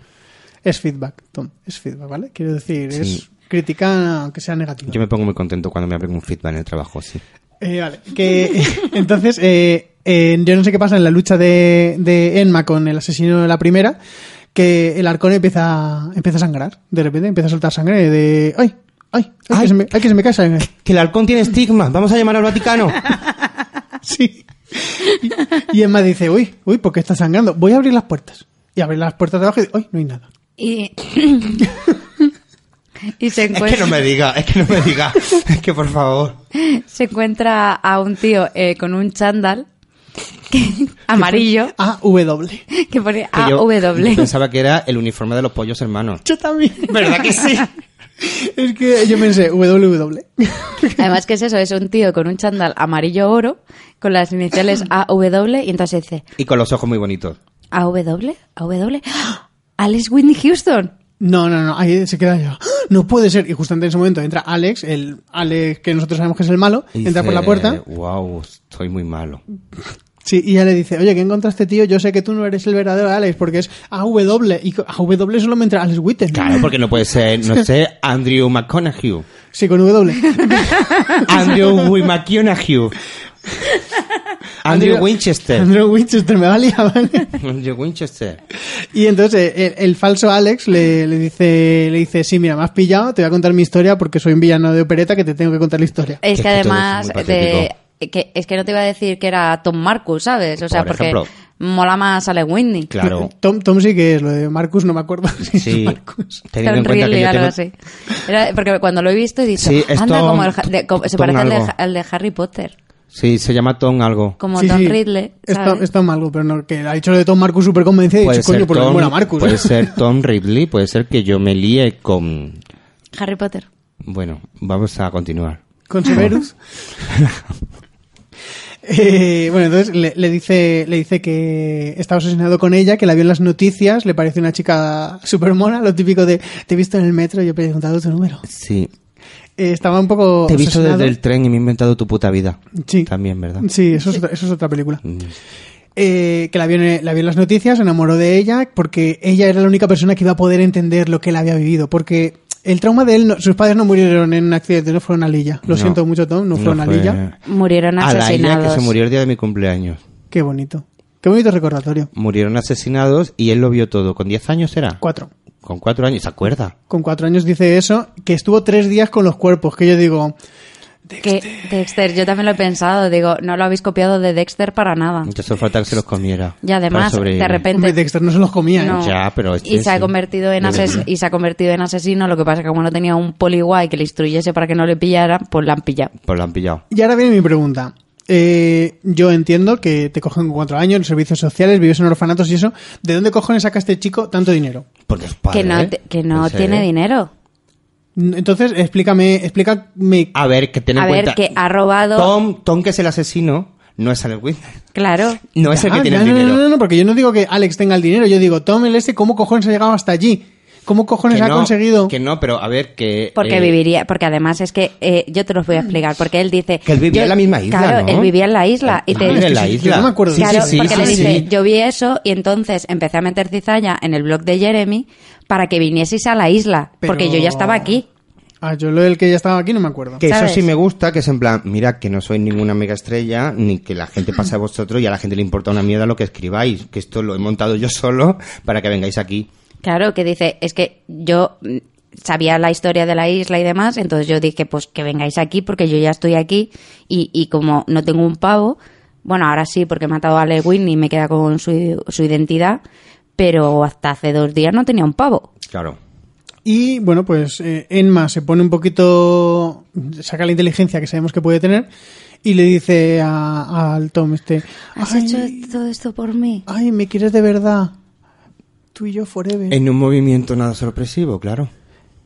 S2: Es feedback, Tom. Es feedback, ¿vale? Quiero decir, es
S4: Sí.
S2: crítica aunque sea negativa.
S4: Yo me pongo muy contento cuando me abren un feedback en el trabajo, sí.
S2: Eh, vale, que entonces eh, eh, yo no sé qué pasa en la lucha de, de Enma con el asesino de la primera, que el arcón empieza, empieza a sangrar, de repente empieza a soltar sangre de ¡ay! ¡ay! ¡ay! que,
S6: Ay.
S2: se me, ay, que se me cae sangre!
S6: Que el halcón tiene estigma. Vamos a llamar al Vaticano.
S2: Sí. Y, y Emma dice, uy, uy, ¿por qué está sangrando? Voy a abrir las puertas. Y abre las puertas de abajo y dice, uy, no hay nada.
S3: Y, y se,
S6: es que
S3: encuentra,
S6: no me diga, es que no me diga. Es que por favor.
S3: se encuentra a un tío eh, con un chándal que- amarillo
S2: Ah, W.
S3: que pone
S4: Que yo- yo
S3: AW.
S4: pensaba que era el uniforme de los pollos hermanos.
S2: Yo también. ¿Verdad que sí? Es que yo pensé, WW.
S3: Además, que es eso? Es un tío con un chándal amarillo oro con las iniciales AW y entonces dice
S4: Y con los ojos muy bonitos.
S3: AW, AW, ¡Ah! Alex Whitney Houston.
S2: No, no, no, ahí se queda yo. ¡Ah! No puede ser. Y justamente en ese momento entra Alex, el Alex que nosotros sabemos que es el malo,
S4: Y
S2: entra por la
S4: dice,
S2: puerta.
S4: Wow, estoy muy malo.
S2: Sí, y ya le dice, oye, ¿qué encontraste, tío? Yo sé que tú no eres el verdadero Alex porque es AW. Y con AW solo me entra Alex Witten.
S4: Claro, porque no puede ser, no sé, Andrew McConaughey.
S2: Sí, con W.
S4: Andrew Wi- McConaughey. Andrew Winchester.
S2: Andrew Winchester me va a liar, ¿vale?
S4: Andrew Winchester.
S2: Y entonces eh, el, el falso Alex le, le dice, le dice, sí, mira, me has pillado, te voy a contar mi historia porque soy un villano de opereta que te tengo que contar la historia.
S3: Es
S4: Que
S3: que
S4: es que todo es
S3: además de,
S4: muy patético.
S3: que, es que no te iba a decir que era Tom Marcus, ¿sabes? O sea,
S4: Por
S3: porque
S4: ejemplo.
S3: mola más Alex Whitney.
S4: Claro.
S2: Tom, Tom sí que es, lo de Marcus no me acuerdo. si es
S4: Sí.
S2: Marcus.
S4: Teniendo en
S3: Tom
S4: cuenta que
S3: Ridley,
S4: yo
S3: algo así.
S4: tengo-
S3: Era- porque cuando lo he visto he dicho,
S4: Sí, es
S3: anda
S4: Tom-
S3: como el, ja- de- como- se
S4: Tom
S3: parece al de,
S4: algo.
S3: Ja- al de Harry Potter,
S4: Sí, se llama Tom algo.
S3: como
S2: Sí,
S3: Tom
S2: sí.
S3: Ridley.
S2: Es
S3: ¿sabes?
S2: Tom, es Tom algo, pero no, que ha dicho lo de Tom Marcus súper convencido y he
S4: Puede
S2: dicho, coño,
S4: ser,
S2: por lo
S4: Tom,
S2: menos era Marcus.
S4: puede ser Tom Ridley, puede ser que yo me líe con...
S3: Harry Potter.
S4: Bueno, vamos a continuar.
S2: Con Severus. Eh, bueno, entonces le, le dice le dice que estaba obsesionado con ella, que la vio en las noticias, le parece una chica súper mona, lo típico de te he visto en el metro y yo he preguntado tu número.
S4: Sí.
S2: Eh, estaba un poco.
S4: Te he visto
S2: obsesionado.
S4: desde el tren y me he inventado tu puta vida.
S2: Sí.
S4: También, ¿verdad?
S2: Sí, eso es, otra- eso es otra película.
S4: Mm.
S2: Eh, que la vio, en, la vio en las noticias, se enamoró de ella, porque ella era la única persona que iba a poder entender lo que él había vivido. Porque el trauma de él, no- sus padres no murieron en un accidente, no fueron a Lilla. Lo
S4: No.
S2: siento mucho, Tom, no fueron a
S4: fue-
S2: Lilla.
S3: Murieron
S4: A la Illa,
S3: asesinados.
S4: que se murió el día de mi cumpleaños.
S2: Qué bonito. Qué bonito recordatorio.
S4: Murieron asesinados y él lo vio todo. ¿Con 10 años era?
S2: Cuatro.
S4: Con 4 años, ¿se acuerda?
S2: Con cuatro años dice eso, que estuvo tres días con los cuerpos, que yo digo,
S3: Que Dexter, yo también lo he pensado, digo, no lo habéis copiado de Dexter para nada.
S4: Entonces solo falta que se los comiera.
S3: Y además,
S4: para sobrevivir.
S3: de repente...
S2: hombre, Dexter no se los comía, ¿eh?
S3: no.
S4: Ya, pero este
S3: y se ha
S4: sí.
S3: convertido en
S4: De
S3: ases-
S4: verdad.
S3: y se ha convertido en asesino lo que pasa que como no tenía un poli guay que le instruyese para que no le pillara pues la han pillado
S4: Pues lo han pillado.
S2: Y ahora viene mi pregunta. Eh, yo entiendo que te cogen con cuatro años en servicios sociales, vives en orfanatos y eso. ¿De dónde cojones saca este chico tanto dinero?
S4: Porque es padre,
S3: que no
S4: ¿eh?
S3: te- que no
S4: En serio.
S3: tiene dinero
S2: N- Entonces, explícame, explícame.
S4: A ver, que ten en
S3: A ver,
S4: cuenta.
S3: que ha robado-
S4: Tom, Tom, que es el asesino, no es Alex Winter.
S3: claro
S4: No es el que
S2: Ah,
S4: tiene
S2: ya,
S4: el
S2: no,
S4: dinero.
S2: No, no, no, porque yo no digo que Alex tenga el dinero, yo digo, Tom el este, ¿cómo cojones ha llegado hasta allí? ¿Cómo cojones
S4: Que
S2: ha
S4: no,
S2: conseguido?
S4: Que no, pero a ver, que.
S3: porque
S4: eh,
S3: viviría porque además es que eh, yo te los voy a explicar porque él dice
S4: Que él vivía
S3: yo-
S4: en la misma isla.
S3: claro
S4: ¿no?
S3: él vivía en la isla y
S4: Él
S3: te
S4: vive en
S2: Ah, Sí,
S4: la
S2: sí, sí,
S4: isla.
S2: yo no me acuerdo.
S4: Sí, sí,
S3: Claro,
S4: sí,
S3: porque
S4: sí,
S3: le
S4: sí,
S3: dice,
S4: sí.
S3: yo vi eso y entonces empecé a meter cizalla en el blog de Jeremy para que vinieseis a la isla,
S2: Pero-
S3: porque yo ya estaba aquí.
S2: Ah, yo lo del que ya estaba aquí no me acuerdo.
S6: Que
S3: ¿Sabes?
S6: eso sí me gusta, que es en plan, mira, que no soy ninguna mega estrella, ni que la gente pase a vosotros y a la gente le importa una mierda lo que escribáis, que esto lo he montado yo solo para que vengáis aquí.
S3: Claro, que dice, es que yo mm, sabía la historia de la isla y demás, entonces yo dije, pues que vengáis aquí porque yo ya estoy aquí y, y como no tengo un pavo, bueno, ahora sí porque he matado a Alex Whitney y me queda con su, su identidad, pero hasta hace dos días no tenía un pavo.
S4: Claro.
S2: Y bueno, pues eh, Enma se pone un poquito. saca la inteligencia que sabemos que puede tener y le dice a- al Tom este.
S5: ¿Has
S2: "Ay,
S5: hecho todo esto por mí?
S2: Ay, me quieres de verdad. Tú y yo forever.
S4: En un movimiento nada sorpresivo, claro.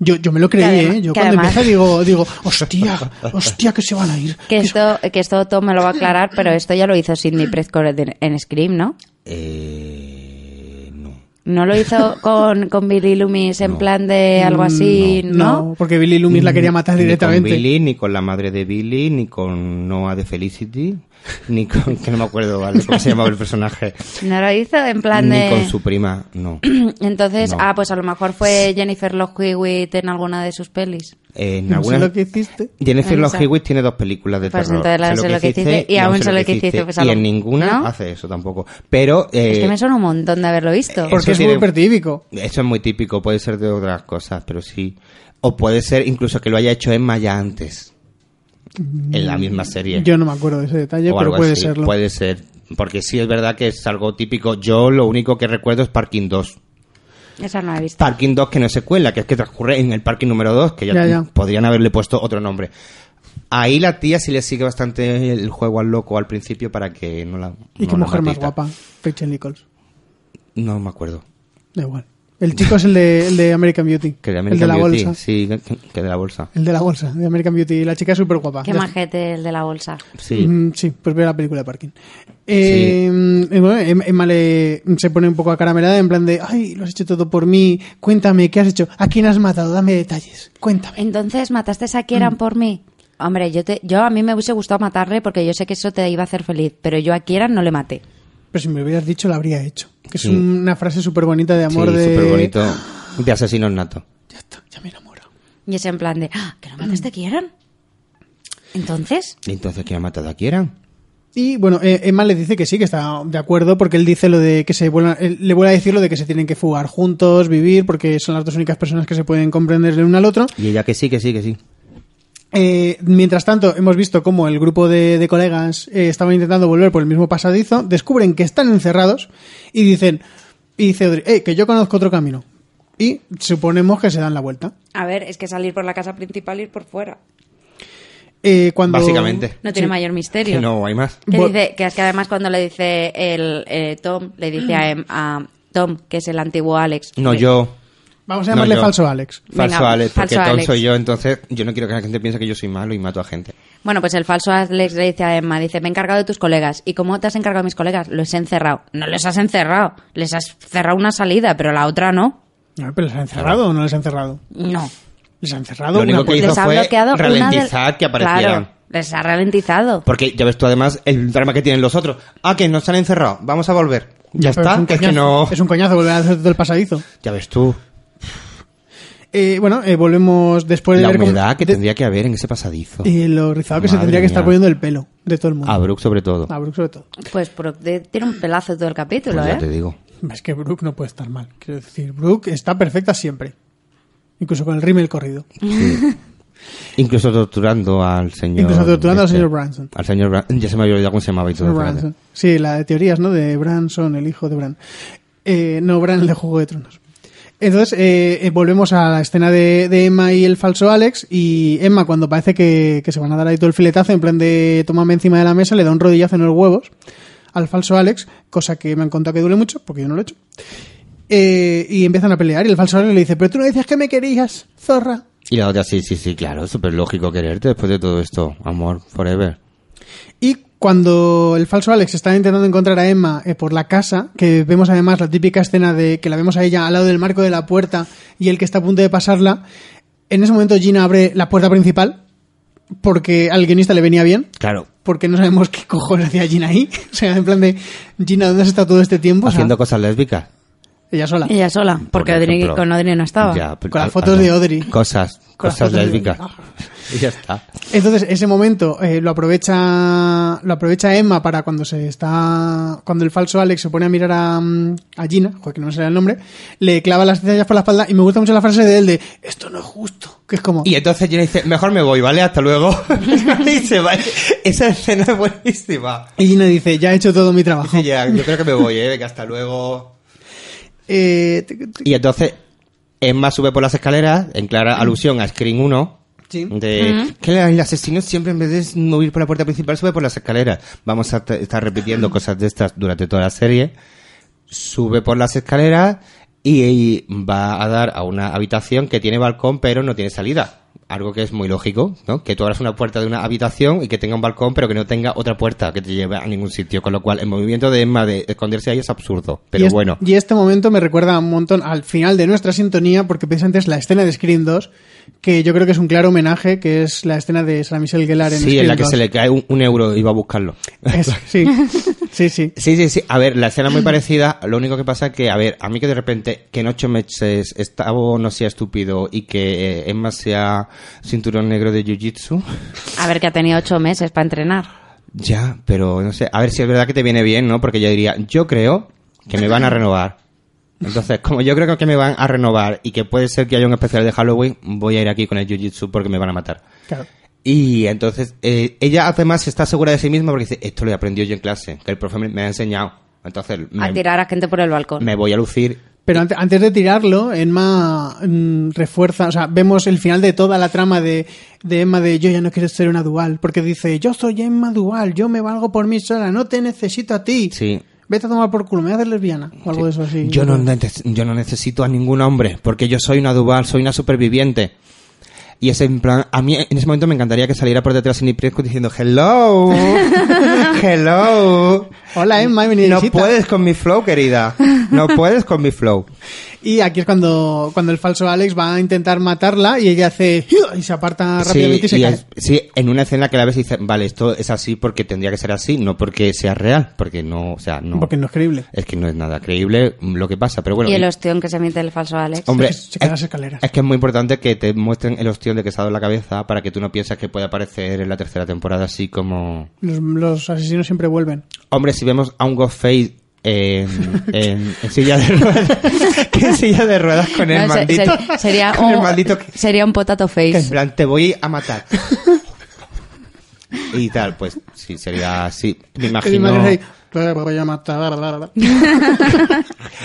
S2: Yo, yo me lo creí,
S3: Que adem-
S2: ¿eh? Yo
S3: que
S2: cuando
S3: además-
S2: empieza digo, digo, hostia, hostia, que se van a ir.
S3: Que esto, que esto Tom me lo va a aclarar, pero esto ya lo hizo Sidney Prescott en, en Scream, ¿no?
S4: Eh. No.
S3: No lo hizo con, con Billy Loomis en plan de algo
S4: Mm,
S3: así, ¿no?
S2: porque Billy Loomis la quería matar
S4: Ni Mm, con
S2: directamente.
S4: Billy, ni con la madre de Billy, ni con Noah de Felicity, ni con, que no me acuerdo, ¿vale? ¿Cómo se llamaba el personaje?
S3: No lo hizo en plan
S4: ni
S3: de...
S4: con su prima, no.
S3: Entonces,
S4: No.
S3: ah, pues a lo mejor fue Jennifer Love Hewitt en alguna de sus pelis.
S4: Eh, en
S2: No sé
S4: alguna-
S2: lo que hiciste.
S4: Jennifer
S3: En
S4: Love
S3: esa.
S4: Hewitt tiene dos películas de
S3: Pues
S4: terror.
S3: entonces la
S4: Sé
S3: sé lo que hiciste y aún
S4: sé
S3: sé lo que hiciste, pues,
S4: y
S3: algo-
S4: en ninguna
S3: ¿no?
S4: hace eso tampoco. Pero eh,
S3: es que me suena un montón de haberlo visto.
S4: eh,
S2: Porque es
S4: tiene-
S2: súper típico.
S4: eso es muy típico, puede ser de otras cosas, pero sí. O puede ser incluso que lo haya hecho Emma ya antes, en la misma serie.
S2: Mm, Yo no me acuerdo de ese detalle,
S4: o
S2: pero
S4: algo
S2: puede
S4: así.
S2: serlo.
S4: Puede ser. Porque sí es verdad que es algo típico. Yo lo único que recuerdo es Parking 2.
S3: Esa no la he visto.
S4: Parking 2 que no es secuela, que es que transcurre en el parking número 2, que ya,
S2: Ya, ya.
S4: podrían haberle puesto otro nombre. Ahí la tía sí le sigue bastante el juego al loco al principio para que no la...
S2: Y
S4: no
S2: qué
S4: la
S2: mujer más
S4: matiza.
S2: guapa, Rachel Nichols.
S4: No me acuerdo.
S2: Da igual. El chico es el de, el de American Beauty.
S4: Que de
S2: el de
S4: American
S2: la
S4: Beauty,
S2: bolsa.
S4: Sí, que- que de la bolsa.
S2: El de la bolsa, de American Beauty. La chica es súper guapa.
S3: Qué majete el de la bolsa.
S4: Sí.
S2: Mm, sí, pues veo la película de Parking. Eh, eh, bueno, Em- Emma le- se pone un poco acaramelada en plan de, ay, lo has hecho todo por mí, cuéntame, ¿qué has hecho? ¿A quién has matado? Dame detalles, cuéntame.
S3: Entonces, ¿mataste a
S4: Mm.
S3: Kieran por mí? Hombre, yo, te, yo a mí me hubiese gustado matarle porque yo sé que eso te iba a hacer feliz, pero yo a Kieran no le maté.
S2: Pero si me hubieras dicho, lo habría hecho. Que es
S4: Sí.
S2: una frase súper bonita de amor
S4: sí,
S2: de...
S4: súper bonito. De asesinos nato.
S2: Ya está, ya me enamoro.
S3: Y es en plan de, "Ah, ¿que no mataste a Kieran? Entonces,
S4: ¿Y entonces quién ha matado a Kieran?
S2: Y bueno, eh, Emma le dice que sí, que está de acuerdo, porque él dice lo de que se vuelvan- él- le vuelve a decir lo de que se tienen que fugar juntos, vivir, porque son las dos únicas personas que se pueden comprender el uno al otro.
S4: Y ella que sí, que sí, que sí.
S2: Eh, mientras tanto, hemos visto cómo el grupo de, de colegas eh, estaban intentando volver por el mismo pasadizo, descubren que están encerrados y dicen, y dice Audrey, "Eh, que yo conozco otro camino. Y suponemos que se dan la vuelta.
S3: a ver, es que salir por la casa principal y ir por fuera.
S2: Eh, cuando,
S4: Básicamente.
S3: No tiene mayor misterio.
S4: Que no hay más.
S3: Que,
S2: Bo-
S3: dice, que es que además cuando le dice el eh, Tom, le dice a, Em- a Tom, que es el antiguo Alex.
S4: No,
S3: que-
S4: yo.
S2: Vamos a llamarle
S4: No, yo.
S2: falso Alex.
S3: Venga,
S4: Falso Alex, porque
S3: falso
S4: Tom
S3: Alex.
S4: soy yo, entonces yo no quiero que la gente piense que yo soy malo y mato a gente.
S3: Bueno, pues el falso Alex le dice a Emma, dice, me he encargado de tus colegas. ¿Y cómo te has encargado de mis colegas? Los he encerrado. No les has encerrado. Les has cerrado una salida, pero la otra no.
S2: No, pero les ha encerrado o no les ha encerrado.
S3: No.
S2: Les ha
S4: Lo
S2: encerrado.
S4: único
S2: una
S4: que hizo
S3: les ha
S4: fue
S3: bloqueado una del-
S4: ralentizar que aparecieran.
S3: Claro, les ha ralentizado.
S4: Porque ya ves tú además el drama que tienen los otros. Ah, que nos han encerrado, vamos a volver. Ya
S2: Pero
S4: está, que es que
S2: coñazo,
S4: no...
S2: Es un coñazo volver a hacer todo el pasadizo.
S4: Ya ves tú
S2: Eh, bueno, eh, volvemos después de
S4: la
S2: ver cómo-
S4: humedad que
S2: de-
S4: tendría que haber en ese pasadizo.
S2: Y lo rizado que se
S4: Madre
S2: tendría que estar
S4: mía. Ah,
S2: poniendo el pelo de todo el mundo.
S4: A Brooke sobre todo.
S2: A Brooke sobre todo.
S3: Pues pero te- tiene un pelazo todo el capítulo,
S4: Pues ya te
S3: ¿eh?
S4: digo.
S2: Es que Brooke no puede estar mal. Quiero decir, Brooke está perfecta siempre. Incluso con el rímel corrido.
S4: Incluso torturando al señor... este.
S2: Incluso torturando al señor Branson.
S4: Al señor Branson. Ya se me había olvidado cómo se llamaba. y todo, fíjate.
S2: Branson. Sí, la de teorías, ¿no? De Branson, el hijo de Bran. Eh, no, Bran, el de Juego de Tronos. Entonces, eh, eh, volvemos a la escena de, de Emma y el falso Alex. Y Emma, cuando parece que, que se van a dar ahí todo el filetazo, en plan de tómame encima de la mesa, le da un rodillazo en los huevos al falso Alex, cosa que me han contado que duele mucho, porque yo no lo he hecho. Eh, y empiezan a pelear y el falso Alex le dice, pero tú no decías que me querías, zorra.
S4: Y la otra, sí, sí, sí, claro, súper lógico quererte después de todo esto. Amor, forever.
S2: Y cuando el falso Alex está intentando encontrar a Emma eh, por la casa, que vemos además la típica escena de que la vemos a ella al lado del marco de la puerta y el que está a punto de pasarla, en ese momento Gina abre la puerta principal porque al guionista le venía bien,
S4: Claro.
S2: porque no sabemos qué cojones hacía Gina ahí. O sea, en plan de, Gina, ¿dónde has estado todo este tiempo? O sea,
S4: Haciendo cosas lésbicas.
S2: ella sola.
S3: Ella sola, porque
S4: Por
S3: Audrey-
S4: ejemplo.
S3: con Audrey no estaba.
S4: Ya, pero-
S2: Con las
S4: ah,
S2: fotos
S4: ah,
S2: de Audrey.
S4: Cosas,
S2: Con las
S4: cosas
S2: fotos de
S4: lésbicas.
S2: Audrey.
S4: Y ya está.
S2: Entonces, ese momento eh, lo aprovecha lo aprovecha Emma para cuando se está cuando el falso Alex se pone a mirar a, mm, a Gina, joder, que no me sale el nombre, le clava las cejas por la espalda y me gusta mucho la frase de él de esto no es justo, que es como
S4: Y entonces Jenny dice, mejor me voy, ¿vale? Hasta luego. y se va. Esa escena es buenísima.
S2: y Gina dice, ya he hecho todo mi trabajo.
S4: Dice, ya, yo creo que me voy, ¿eh? Venga, hasta luego.
S2: Eh, tic, tic,
S4: Y entonces Emma sube por las escaleras, en clara alusión a Screen 1.
S2: sí.
S4: De que el asesino siempre en vez de no ir por la puerta principal sube por las escaleras. Vamos a t- estar repitiendo cosas de estas durante toda la serie. Sube por las escaleras y, y va a dar a una habitación que tiene balcón pero no tiene salida. Algo que es muy lógico, ¿no? Que tú abras una puerta de una habitación y que tenga un balcón, pero que no tenga otra puerta que te lleve a ningún sitio. Con lo cual, el movimiento de Emma de esconderse ahí es absurdo. Pero
S2: y es-
S4: bueno.
S2: Y este momento me recuerda un montón al final de nuestra sintonía, porque precisamente es la escena de Scream 2, que yo creo que es un claro homenaje, que es la escena de Sarah Michelle Gellar en
S4: Sí,
S2: Scream
S4: en la que
S2: 2.
S4: se le cae un, un euro y va a buscarlo.
S2: Es- sí, sí, sí.
S4: Sí, sí, sí. A ver, la escena es muy parecida. Lo único que pasa es que, a ver, a mí que de repente que en ocho meses Estavo no sea estúpido y que eh, Emma sea cinturón negro de jiu-jitsu.
S3: A ver, que ha tenido ocho meses para entrenar.
S4: Ya, pero no sé. A ver si es verdad que te viene bien, ¿no? Porque yo diría, yo creo que me van a renovar. Entonces, como yo creo que me van a renovar y que puede ser que haya un especial de Halloween, voy a ir aquí con el jiu-jitsu porque me van a matar.
S2: Claro.
S4: Y entonces, eh, ella además está segura de sí misma porque dice, esto lo he aprendido yo en clase, que el profe me, me ha enseñado. Entonces,
S3: A
S4: me,
S3: tirar a gente por el balcón.
S4: me voy a lucir.
S2: Pero ante- antes de tirarlo, Emma mm, refuerza, o sea, vemos el final de toda la trama de, de Emma de yo ya no quiero ser una dual, porque dice yo soy Emma dual, yo me valgo por mí sola, no te necesito a ti.
S4: Sí.
S2: Vete a tomar por culo, me haces lesbiana o algo de eso así.
S4: Yo no, neces- yo no necesito a ningún hombre, porque yo soy una Duval, soy una superviviente. Y es en plan, a mí en ese momento me encantaría que saliera por detrás Sidney Prescott diciendo hello, hello.
S2: Hola Emma, he venido de
S4: No
S2: visita.
S4: puedes con mi flow, querida. No puedes con mi flow.
S2: Y aquí es cuando, cuando el falso Alex va a intentar matarla y ella hace y se aparta Ah, rápidamente y se
S4: y
S2: cae.
S4: es- sí, en una escena que la ves y dices, vale, esto es así porque tendría que ser así, no porque sea real, porque no, o sea, no.
S2: Porque no es creíble.
S4: Es que no es nada creíble lo que pasa, pero bueno.
S3: y el
S4: y-
S3: ostión que se emite el falso Alex.
S4: Hombre,
S2: Se- se caen las escaleras.
S4: es que es muy importante que te muestren el ostión de que se ha dado en la cabeza para que tú no pienses que puede aparecer en la tercera temporada así como...
S2: Los, los asesinos siempre vuelven.
S4: Hombre, si vemos a un Ghostface en, en, en silla de ruedas, que en silla de ruedas con el
S3: No, se-
S4: maldito...
S3: se- sería,
S4: con el
S3: un,
S4: maldito que,
S3: sería un potato
S4: que en
S3: face.
S4: plan, te voy a matar. Y tal, pues sí, sería así. Me
S2: Y
S4: imagino...
S2: Maggie ahí, "Te voy a matar, bla, bla, bla".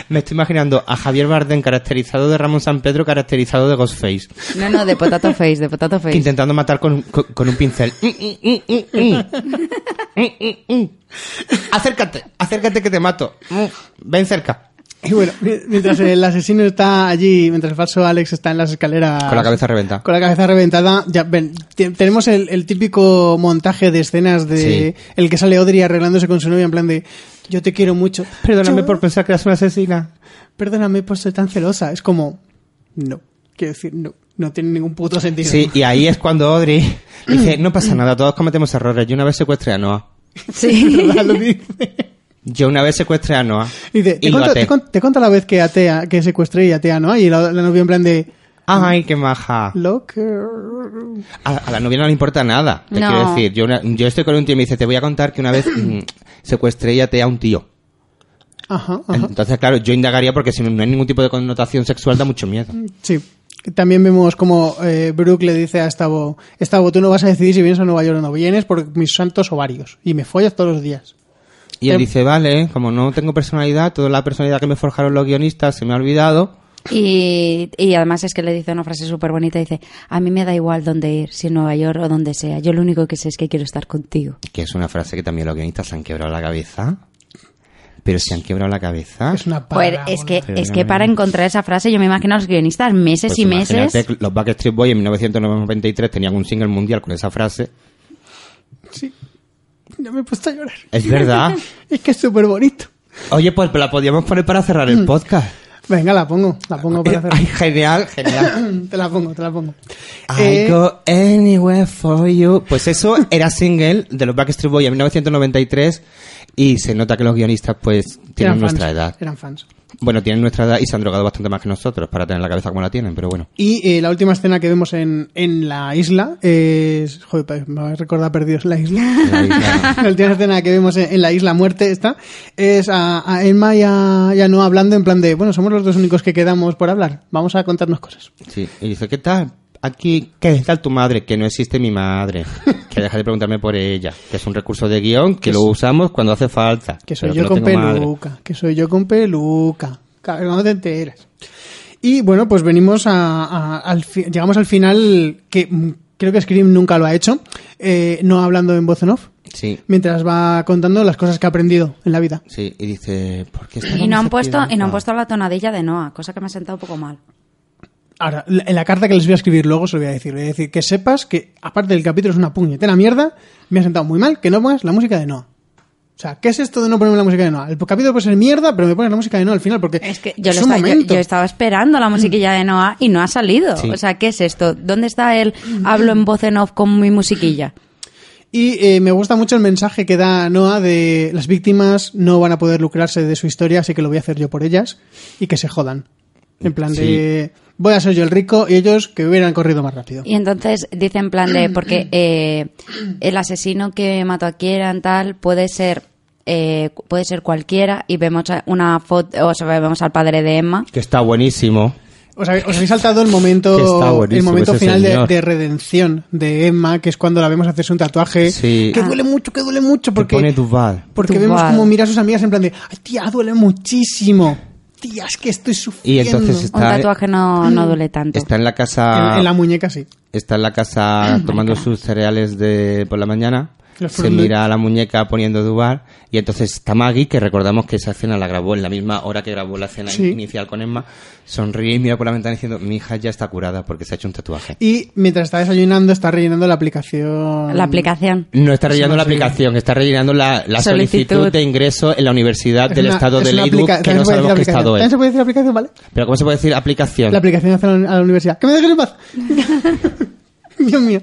S4: Me estoy imaginando a Javier Bardem caracterizado de Ramón San Pedro, caracterizado de Ghostface.
S3: No, no, de potato face, de potato
S4: que
S3: face.
S4: intentando matar con, con- con un pincel. Mm, mm, mm, mm, mm. Mm, mm, mm. Acércate, acércate que te mato. Mm, Ven cerca.
S2: Y bueno, mi- mientras el asesino está allí, mientras el falso Alex está en las escaleras.
S4: Con la cabeza reventada.
S2: Con la cabeza reventada, ya ven, te- tenemos el, el típico montaje de escenas de el que sale Audrey arreglándose con su novia en plan de yo te quiero mucho. Yo-
S4: pensar que eras una asesina.
S2: Perdóname por ser tan celosa. Es como no, quiero decir, no, no tiene ningún puto sentido.
S4: Sí, y ahí es cuando Audrey dice, no pasa nada, todos cometemos errores. Yo una vez secuestré a Noah.
S3: Sí.
S2: ¿Verdad? Lo dice.
S4: Yo una vez secuestré a Noah.
S2: Y dice, te,
S4: lo
S2: cuento,
S4: até.
S2: te cuento- te cuento la vez que atea, que secuestré y atea, ¿no? Y la, la novia en plan de
S4: Ay, qué maja.
S2: Locker.
S4: A, a la novia no le importa nada. Te
S3: No.
S4: quiero decir, yo, una- yo estoy con un tío y me dice, te voy a contar que una vez mm, secuestré y até a un tío.
S2: Ajá, ajá.
S4: Entonces, claro, yo indagaría porque si no hay ningún tipo de connotación sexual da mucho miedo.
S2: Sí. También vemos como eh, Brooke le dice a Estavo, Estavo, tú no vas a decidir si vienes a Nueva York o no vienes por mis santos ovarios y me follas todos los días.
S4: Y él
S2: Em-
S4: dice, vale, como no tengo personalidad, toda la personalidad que me forjaron los guionistas se me ha olvidado.
S3: Y, y además es que le dice una frase súper bonita. Dice, a mí me da igual dónde ir, si en Nueva York o donde sea. Yo lo único que sé es que quiero estar contigo.
S4: Que es una frase que también los guionistas se han quebrado la cabeza. Pero se han quebrado la cabeza.
S2: Es una
S3: Pues
S2: parábola.
S3: es que,
S4: Pero
S3: es que para encontrar esa frase yo me imagino a los guionistas meses
S4: Pues
S3: y
S4: imagínate,
S3: meses.
S4: Los Backstreet Boys en 1993 tenían un single mundial con esa frase.
S2: Ya me he puesto a llorar.
S4: Es verdad.
S2: Es que es súper bonito.
S4: Oye, pues la podíamos poner para cerrar el podcast. Eh,
S2: Venga, la pongo. La pongo Mm. para hacer.
S4: Ay, genial, genial.
S2: te la pongo, te la pongo.
S4: I
S2: Eh,
S4: go anywhere for you. Pues eso era single de los Backstreet Boys en 1993 y se nota que los guionistas pues tienen
S2: eran
S4: nuestra
S2: fans,
S4: edad.
S2: Eran fans.
S4: Bueno, tienen nuestra edad y se han drogado bastante más que nosotros para tener la cabeza como la tienen, pero bueno.
S2: Y eh, la última escena que vemos en, en la isla es... Joder, pa- me habéis recordado perdidos la isla.
S4: La isla-
S2: la última escena que vemos en, en la isla muerte esta es a, a Emma y a, y a Noah hablando en plan de, bueno, somos los dos únicos que quedamos por hablar. Vamos a contarnos cosas.
S4: sí. Y dice, ¿qué tal? Aquí, ¿qué tal tu madre? Que no existe mi madre. Que deja de preguntarme por ella. Que es un recurso de guión que lo usamos cuando hace falta.
S2: Que soy
S4: pero
S2: yo
S4: no
S2: con
S4: tengo madre.
S2: peluca, que soy yo con peluca. Claro, no te enteras. Y bueno, pues venimos a, a- al fi- llegamos al final que mm, creo que Scream nunca lo ha hecho, eh, no hablando en voz en off,
S4: Sí,
S2: mientras va contando las cosas que ha aprendido en la vida.
S4: sí. Y dice, ¿por qué está
S3: Y
S4: tan
S3: no han puesto, y no
S4: decepcionada?
S3: han puesto la tonadilla de Noah, cosa que me ha sentado un poco mal.
S2: Ahora, la- en la carta que les voy a escribir luego se lo voy a decir. Le voy a decir que sepas que, aparte del capítulo, es una puñetera mierda. Me ha sentado muy mal que no pongas la música de Noah. O sea, ¿qué es esto de no ponerme la música de Noah? El capítulo puede ser mierda, pero me pones la música de Noah al final porque
S3: Es que yo,
S2: es
S3: lo
S2: un
S3: estaba, yo-
S2: momento.
S3: yo estaba esperando la musiquilla de Noah y no ha salido.
S4: Sí.
S3: O sea, ¿qué es esto? ¿Dónde está el hablo en voz en off con mi musiquilla?
S2: Y eh, me gusta mucho el mensaje que da Noah de las víctimas no van a poder lucrarse de su historia, así que lo voy a hacer yo por ellas y que se jodan. En plan de voy a ser yo el rico y ellos que hubieran corrido más rápido.
S3: Y entonces dice en plan de, porque eh, el asesino que mató a Kieran tal puede ser eh, cu- puede ser cualquiera y vemos a- una foto, o sea, vemos al padre de Emma.
S4: Que está buenísimo.
S2: Os habéis, os habéis saltado el
S4: Que está
S2: momento, el
S4: buenísimo
S2: momento
S4: ese
S2: final de,
S4: señor.
S2: de redención de Emma, que es cuando la vemos hacerse un tatuaje.
S4: Sí.
S2: Que duele mucho, que duele mucho, porque,
S4: Porque pone Duval.
S2: porque
S3: Duval.
S2: vemos como mira a sus amigas en plan de, ay, tía, duele muchísimo. Tía, es que estoy
S4: Y
S2: sufriendo.
S4: entonces
S3: Un
S4: está, eh,
S3: tatuaje no, no duele tanto.
S4: está en la casa
S2: en, en la muñeca, sí.
S4: está en la casa tomando sus cereales de por la mañana.
S2: Los
S4: Se
S2: Fruit Loops.
S4: mira a la muñeca poniendo Duval y entonces está Maggie, que recordamos que esa escena la grabó en la misma hora que grabó la escena
S2: Sí.
S4: inicial con Emma, sonríe y mira por la ventana diciendo, mi hija ya está curada porque se ha hecho un tatuaje.
S2: Y mientras está desayunando, está rellenando la aplicación.
S3: La aplicación.
S4: No está rellenando
S2: Sí,
S4: la
S2: sí.
S4: aplicación, está rellenando la, la solicitud.
S3: Solicitud.
S4: de ingreso en la Universidad
S2: Es
S4: del
S2: una-
S4: Estado
S2: es
S4: de
S2: una
S4: Leiduk,
S2: aplica-
S4: que
S2: también
S4: no
S2: se puede
S4: sabemos qué
S2: decir aplicación.
S4: estado
S2: También
S4: es.
S2: se puede decir aplicación, ¿vale?
S4: Pero ¿cómo se puede decir aplicación?
S2: La aplicación hace a la, a la universidad. ¡Que me dejes en paz! Dios mío.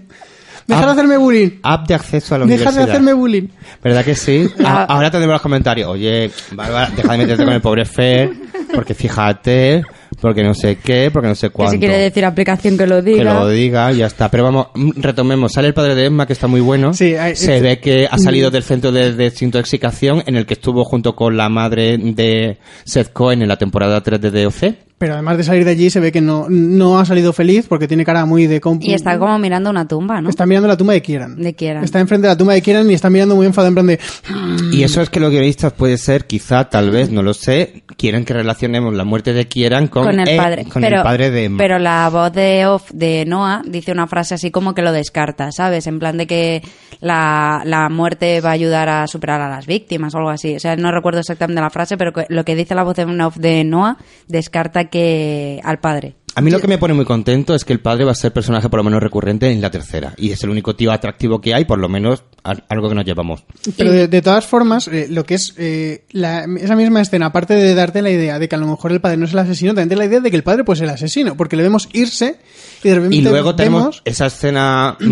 S2: Dejad de
S4: Ah.
S2: hacerme bullying.
S4: App de acceso a la
S2: Dejad de
S4: universidad.
S2: hacerme bullying.
S4: ¿Verdad que sí?
S3: Ah.
S4: A- Ahora tendremos los comentarios. Oye, Bárbara, deja de meterte con el pobre Fer, porque fíjate, porque no sé qué, porque no sé
S3: Que
S4: cuánto.
S3: si quiere decir aplicación que lo diga.
S4: Que lo diga, ya está. Pero vamos, mm, retomemos. Sale el padre de Emma, que está muy bueno.
S2: Sí, hay-
S4: Se
S2: es-
S4: ve que
S3: Mm.
S4: ha salido del centro de desintoxicación en el que estuvo junto con la madre de Seth Cohen en la temporada 3 de DOC.
S2: Pero además de salir de allí, se ve que no, no ha salido feliz porque tiene cara muy de compu.
S3: Y está como mirando una tumba, ¿no?
S2: Está mirando la tumba de Kieran.
S3: De Kieran.
S2: Está enfrente de la tumba de Kieran y está mirando muy enfadado en plan de... Mm.
S4: Y eso es que los guionistas puede ser, quizá, tal vez, no lo sé, quieren que relacionemos la muerte de Kieran con,
S3: con el
S4: eh,
S3: padre.
S4: con el
S3: pero,
S4: padre de Emma.
S3: pero la voz de off de Noah dice una frase así como que lo descarta, ¿sabes? En plan de que la, la muerte va a ayudar a superar a las víctimas o algo así. O sea, no recuerdo exactamente la frase, pero que- lo que dice la voz en off de Noah descarta que al padre.
S4: A mí lo que me pone muy contento es que el padre va a ser personaje por lo menos recurrente en la tercera. Y es el único tío atractivo que hay, por lo menos al- algo que nos llevamos.
S2: Pero
S3: Y-
S2: de, de todas formas, eh, lo que es eh, la- esa misma escena, aparte de darte la idea de que a lo mejor el padre no es el asesino, también te da la idea de que el padre pues es el asesino, porque le vemos irse y de repente
S4: Y luego tenemos
S2: vemos-
S4: esa escena mm,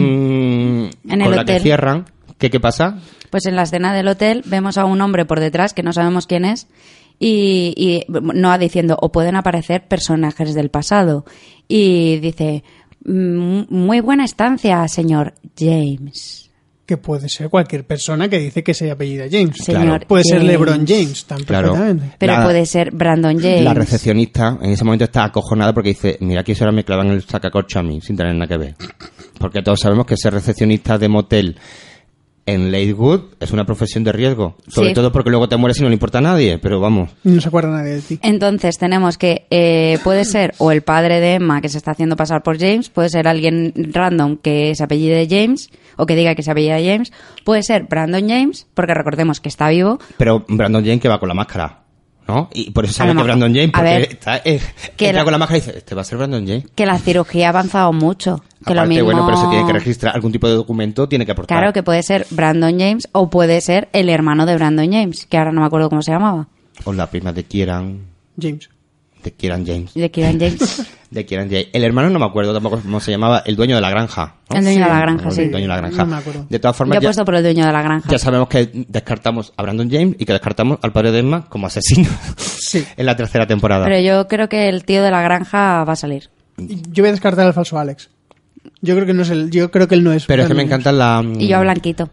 S3: En el
S4: con la que
S3: hotel.
S4: cierran. ¿Qué, ¿Qué pasa?
S3: Pues en la escena del hotel vemos a un hombre por detrás que no sabemos quién es y, y Noah diciendo o pueden aparecer personajes del pasado y dice "Mm, muy buena estancia señor James
S2: que puede ser cualquier persona que dice que se apellida James.
S3: Señor Claro.
S2: Puede ser
S3: James.
S2: LeBron James, tan
S4: Claro.
S2: perfectamente.
S3: pero
S4: La-
S3: puede ser Brandon James
S4: La recepcionista en ese momento está acojonada porque dice, mira, aquí ahora me clavan el sacacorcho a mí, sin tener nada que ver. Porque todos sabemos que ser recepcionista de motel en Lakewood es una profesión de riesgo. Sobre
S3: Sí.
S4: todo porque luego te mueres y no le importa a nadie, pero vamos.
S2: No se acuerda nadie de ti.
S3: entonces tenemos que eh, puede ser o el padre de Emma que se está haciendo pasar por James, puede ser alguien random que se apellide James o que diga que se apellida James, puede ser Brandon James, porque recordemos que está vivo,
S4: Pero Brandon James que va con la máscara, ¿no? Y por eso
S3: A
S4: sabe
S3: lo
S4: que
S3: mejor-
S4: Brandon James,
S3: a
S4: porque
S3: ver,
S4: está, eh,
S3: que
S4: entra
S3: la-
S4: con la máscara y dice, este va a ser Brandon James.
S3: que la cirugía ha avanzado mucho. Que lo
S4: Aparte,
S3: mismo...
S4: bueno, pero se tiene que registrar algún tipo de documento, tiene que aportar.
S3: Claro, que puede ser Brandon James o puede ser el hermano de Brandon James, que ahora no me acuerdo cómo se llamaba.
S4: O la prima de Kieran,
S2: James.
S4: de Kieran James.
S3: De Kieran James.
S4: De Kieran Jay. El hermano no me acuerdo tampoco cómo se llamaba, el dueño de la granja. ¿no?
S3: El dueño de la granja, sí.
S4: El dueño de la granja.
S2: No me acuerdo.
S4: De todas
S3: Yo
S4: formas,
S3: he
S4: ya,
S3: puesto por el dueño de la granja.
S4: ya sabemos que descartamos a Brandon James y que descartamos al padre de Emma como asesino
S2: Sí.
S4: en la tercera temporada.
S3: Pero yo creo que el tío de la granja va a salir.
S2: Yo voy a descartar al falso Alex. Yo creo que no es el, yo creo que él no es.
S4: Pero es que me
S2: Brandon
S4: encanta la... mm,
S3: Y yo a Blanquito.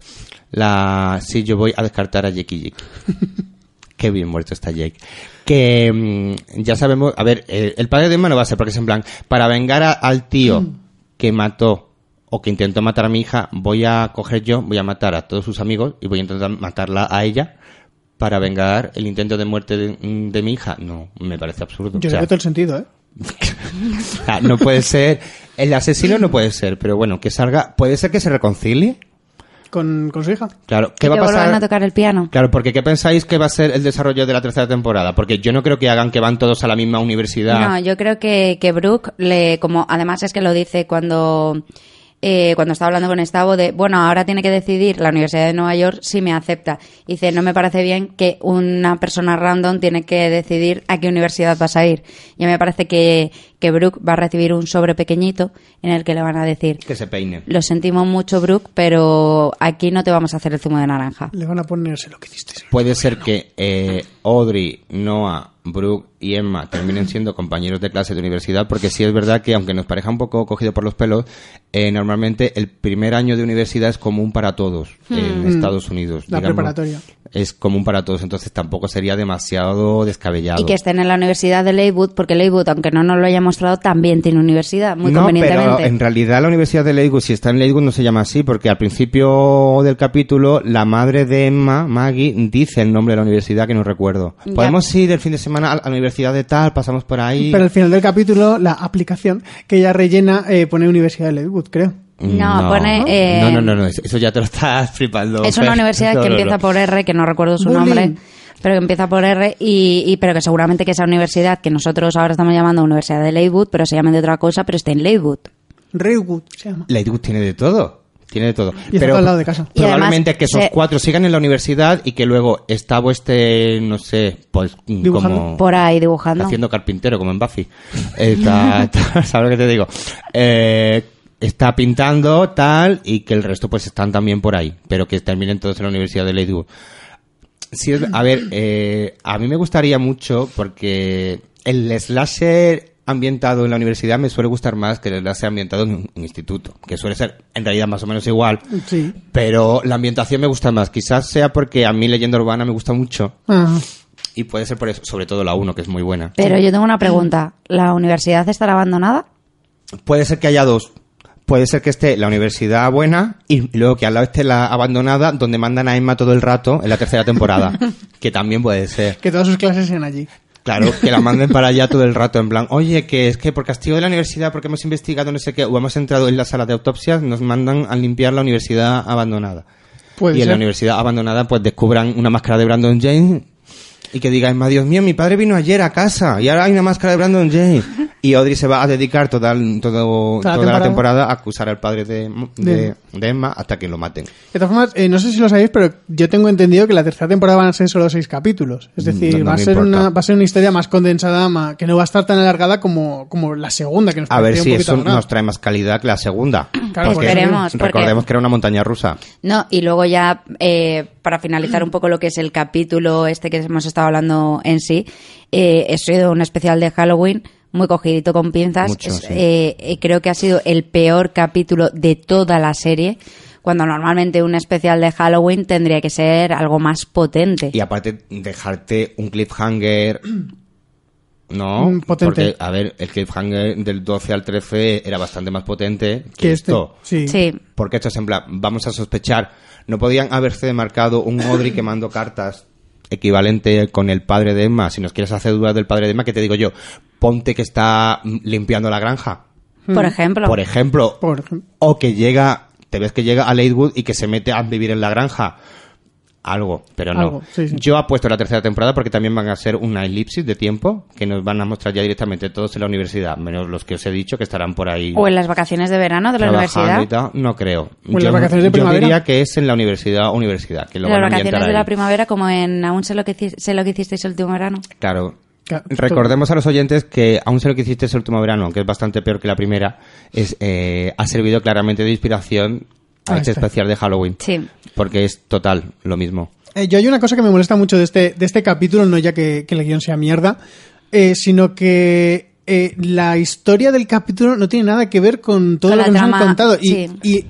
S4: La... Sí, yo voy a descartar a Jake y Jake. Qué bien muerto está Jake. Que mm, ya sabemos... A ver, eh, el padre de Emma no va a ser porque es en plan... Para vengar a- al tío
S2: Mm.
S4: que mató o que intentó matar a mi hija, voy a coger yo, voy a matar a todos sus amigos y voy a intentar matarla a ella para vengar el intento de muerte de, mm, de mi hija. No, me parece absurdo.
S2: James. Yo
S4: O
S2: le
S4: sea,
S2: veo todo el sentido, ¿eh?
S4: o sea, no puede ser... El asesino no puede ser, pero bueno, que salga... Puede ser que se reconcilie.
S2: con, con su hija.
S4: Claro,
S3: Que
S4: ¿qué va a
S3: vuelvan a
S4: pasar?
S3: tocar el piano.
S4: Claro, porque ¿qué pensáis que va a ser el desarrollo de la tercera temporada? Porque yo no creo que hagan que van todos a la misma universidad.
S3: No, yo creo que, que Brooke, le, como además es que lo dice cuando, eh, cuando estaba hablando con Estavo, de bueno, ahora tiene que decidir la Universidad de Nueva York si me acepta. Y dice, no me parece bien que una persona random tiene que decidir a qué universidad vas a ir. Y me parece que, que Brooke va a recibir un sobre pequeñito en el que le van a decir,
S4: Que se peine.
S3: lo sentimos mucho, Brooke, pero aquí no te vamos a hacer el zumo de naranja.
S2: Le van a ponerse lo que hiciste. señor.
S4: Puede ser que eh, Audrey, Noah, Brooke y Emma terminen siendo compañeros de clase de universidad, porque sí es verdad que aunque nos parezca un poco cogido por los pelos, eh, normalmente el primer año de universidad es común para todos
S3: Hmm.
S4: en Estados Unidos.
S2: La
S4: digamos.
S2: preparatoria.
S4: Es común para todos, entonces tampoco sería demasiado descabellado.
S3: Y que estén en la Universidad de Leywood, porque Leywood, aunque no nos lo haya mostrado, también tiene universidad, muy
S4: no,
S3: convenientemente.
S4: pero en realidad la Universidad de Lakewood, si está en Lakewood, no se llama así, porque al principio del capítulo, la madre de Emma, Maggie, dice el nombre de la universidad que no recuerdo.
S3: Ya.
S4: Podemos ir el fin de semana a la universidad de tal, pasamos por ahí.
S2: Pero al final del capítulo, la aplicación que ella rellena eh, pone Universidad de Lakewood, creo.
S3: No, pone, eh,
S4: Mm, No, no, no, no, eso ya te lo estás flipando.
S3: Es una
S4: Fer.
S3: universidad
S4: No,
S3: que
S4: no, no.
S3: empieza por R, que no recuerdo su
S2: Bullying.
S3: nombre, pero que empieza por R, y, y- pero que seguramente que esa universidad que nosotros ahora estamos llamando Universidad de Leywood, pero se llama de otra cosa, pero está en Leywood.
S2: Raywood se llama.
S4: Lakewood tiene de todo. Tiene de todo.
S2: Y está
S4: Pero
S2: al lado de casa.
S3: Y además,
S4: probablemente que esos
S3: se-
S4: cuatro sigan en la universidad y que luego estaba este, no sé, pues mm,
S2: Dibujando.
S4: como...
S3: Por ahí
S4: Está
S3: dibujando.
S4: haciendo carpintero, como en Buffy. Está, está- ¿Sabes lo que te digo? Eh, está pintando, tal, y que el resto pues están también por ahí, pero que terminen todos en la Universidad de Lakewood. Sí, es- a ver, eh, a mí me gustaría mucho porque el slasher ambientado en la universidad me suele gustar más que el slasher ambientado en un un instituto, que suele ser en realidad más o menos igual,
S2: Sí.
S4: pero la ambientación me gusta más. Quizás sea porque a mí leyenda urbana me gusta mucho
S2: Ajá.
S4: y puede ser por eso, sobre todo la 1, que es muy buena.
S3: Pero yo tengo una pregunta. ¿La universidad estará abandonada?
S4: puede ser que haya dos. Puede ser que esté la universidad buena y luego que al lado esté la abandonada, donde mandan a Emma todo el rato en la tercera temporada. que también puede ser.
S2: Que todas sus clases sean allí.
S4: Claro, que la manden para allá todo el rato, en plan, oye, que es que por castigo de la universidad, porque hemos investigado no sé qué, o hemos entrado en la sala de autopsias, nos mandan a limpiar la universidad abandonada.
S2: Puede
S4: y en la
S2: ser.
S4: universidad abandonada, pues descubran una máscara de Brandon James y que diga, Emma, Dios mío, mi padre vino ayer a casa y ahora hay una máscara de Brandon James. Y Audrey se va a dedicar toda, el- todo-
S2: Toda
S4: toda
S2: la
S4: la
S2: temporada.
S4: temporada a acusar al padre de,
S2: De-
S4: de, de Emma hasta que lo maten.
S2: De todas formas, eh, no sé si lo sabéis, pero yo tengo entendido que la tercera temporada van a ser solo seis capítulos. Es decir,
S4: Mm, No, no
S2: va, a
S4: me
S2: ser
S4: importa.
S2: una, va a ser una historia más condensada, ma- que no va a estar tan alargada como, como la segunda, que nos
S4: A ver
S2: parecía un
S4: si
S2: poquito
S4: eso
S2: alargada.
S4: nos trae más calidad que la segunda.
S2: Claro,
S4: Porque
S3: Esperemos, porque-
S4: Recordemos que era una montaña rusa.
S3: No, y luego ya, eh, para finalizar un poco lo que es el capítulo este que hemos estado hablando en sí, eh, he sido un especial de Halloween muy cogidito con pinzas.
S4: Mucho,
S3: Es,
S4: sí.
S3: eh, eh, creo que ha sido el peor capítulo de toda la serie, cuando normalmente un especial de Halloween tendría que ser algo más potente.
S4: Y aparte, dejarte un cliffhanger. No,
S2: Mm, potente.
S4: porque, a ver, el cliffhanger del 12 al 13 era bastante más potente que,
S2: Que este-
S4: esto.
S2: sí.
S3: Sí.
S4: Porque esto es en plan, vamos a sospechar. No podían haberse demarcado un Audrey quemando cartas equivalente con el padre de Emma. Si nos quieres hacer dudas del padre de Emma, que te digo yo, ponte que está mm, limpiando la granja.
S3: Por ejemplo.
S4: Por ejemplo,
S2: Por ejemplo.
S4: o que llega, te ves que llega a Lakewood y que se mete a vivir en la granja. Algo, pero no.
S2: Algo, sí, sí.
S4: Yo apuesto a la tercera temporada porque también van a ser una elipsis de tiempo que nos van a mostrar ya directamente todos en la universidad, menos los que os he dicho que estarán por ahí
S3: o en las vacaciones de verano de la
S4: trabajando y
S3: universidad.
S4: tal. No creo.
S2: en las vacaciones de
S4: yo
S2: primavera?
S4: diría que es en la universidad universidad, que lo
S3: Las
S4: van a ambientar
S3: vacaciones de
S4: ahí.
S3: la primavera, como en Aún sé lo que, hici- sé lo que hicisteis el último verano.
S4: Claro.
S2: Claro,
S4: Recordemos a los oyentes que, aún sé lo que hiciste el último verano, aunque es bastante peor que la primera, es, eh, ha servido claramente de inspiración a
S2: Ah,
S4: este
S2: está.
S4: especial de Halloween.
S3: Sí.
S4: Porque es total lo mismo.
S2: Eh, yo hay una cosa que me molesta mucho de este, de este capítulo, no ya que, que el guión sea mierda, eh, sino que eh, la historia del capítulo no tiene nada que ver con todo
S3: Con
S2: lo
S3: la
S2: que nos han
S3: trama,
S2: contado. Y,
S3: sí.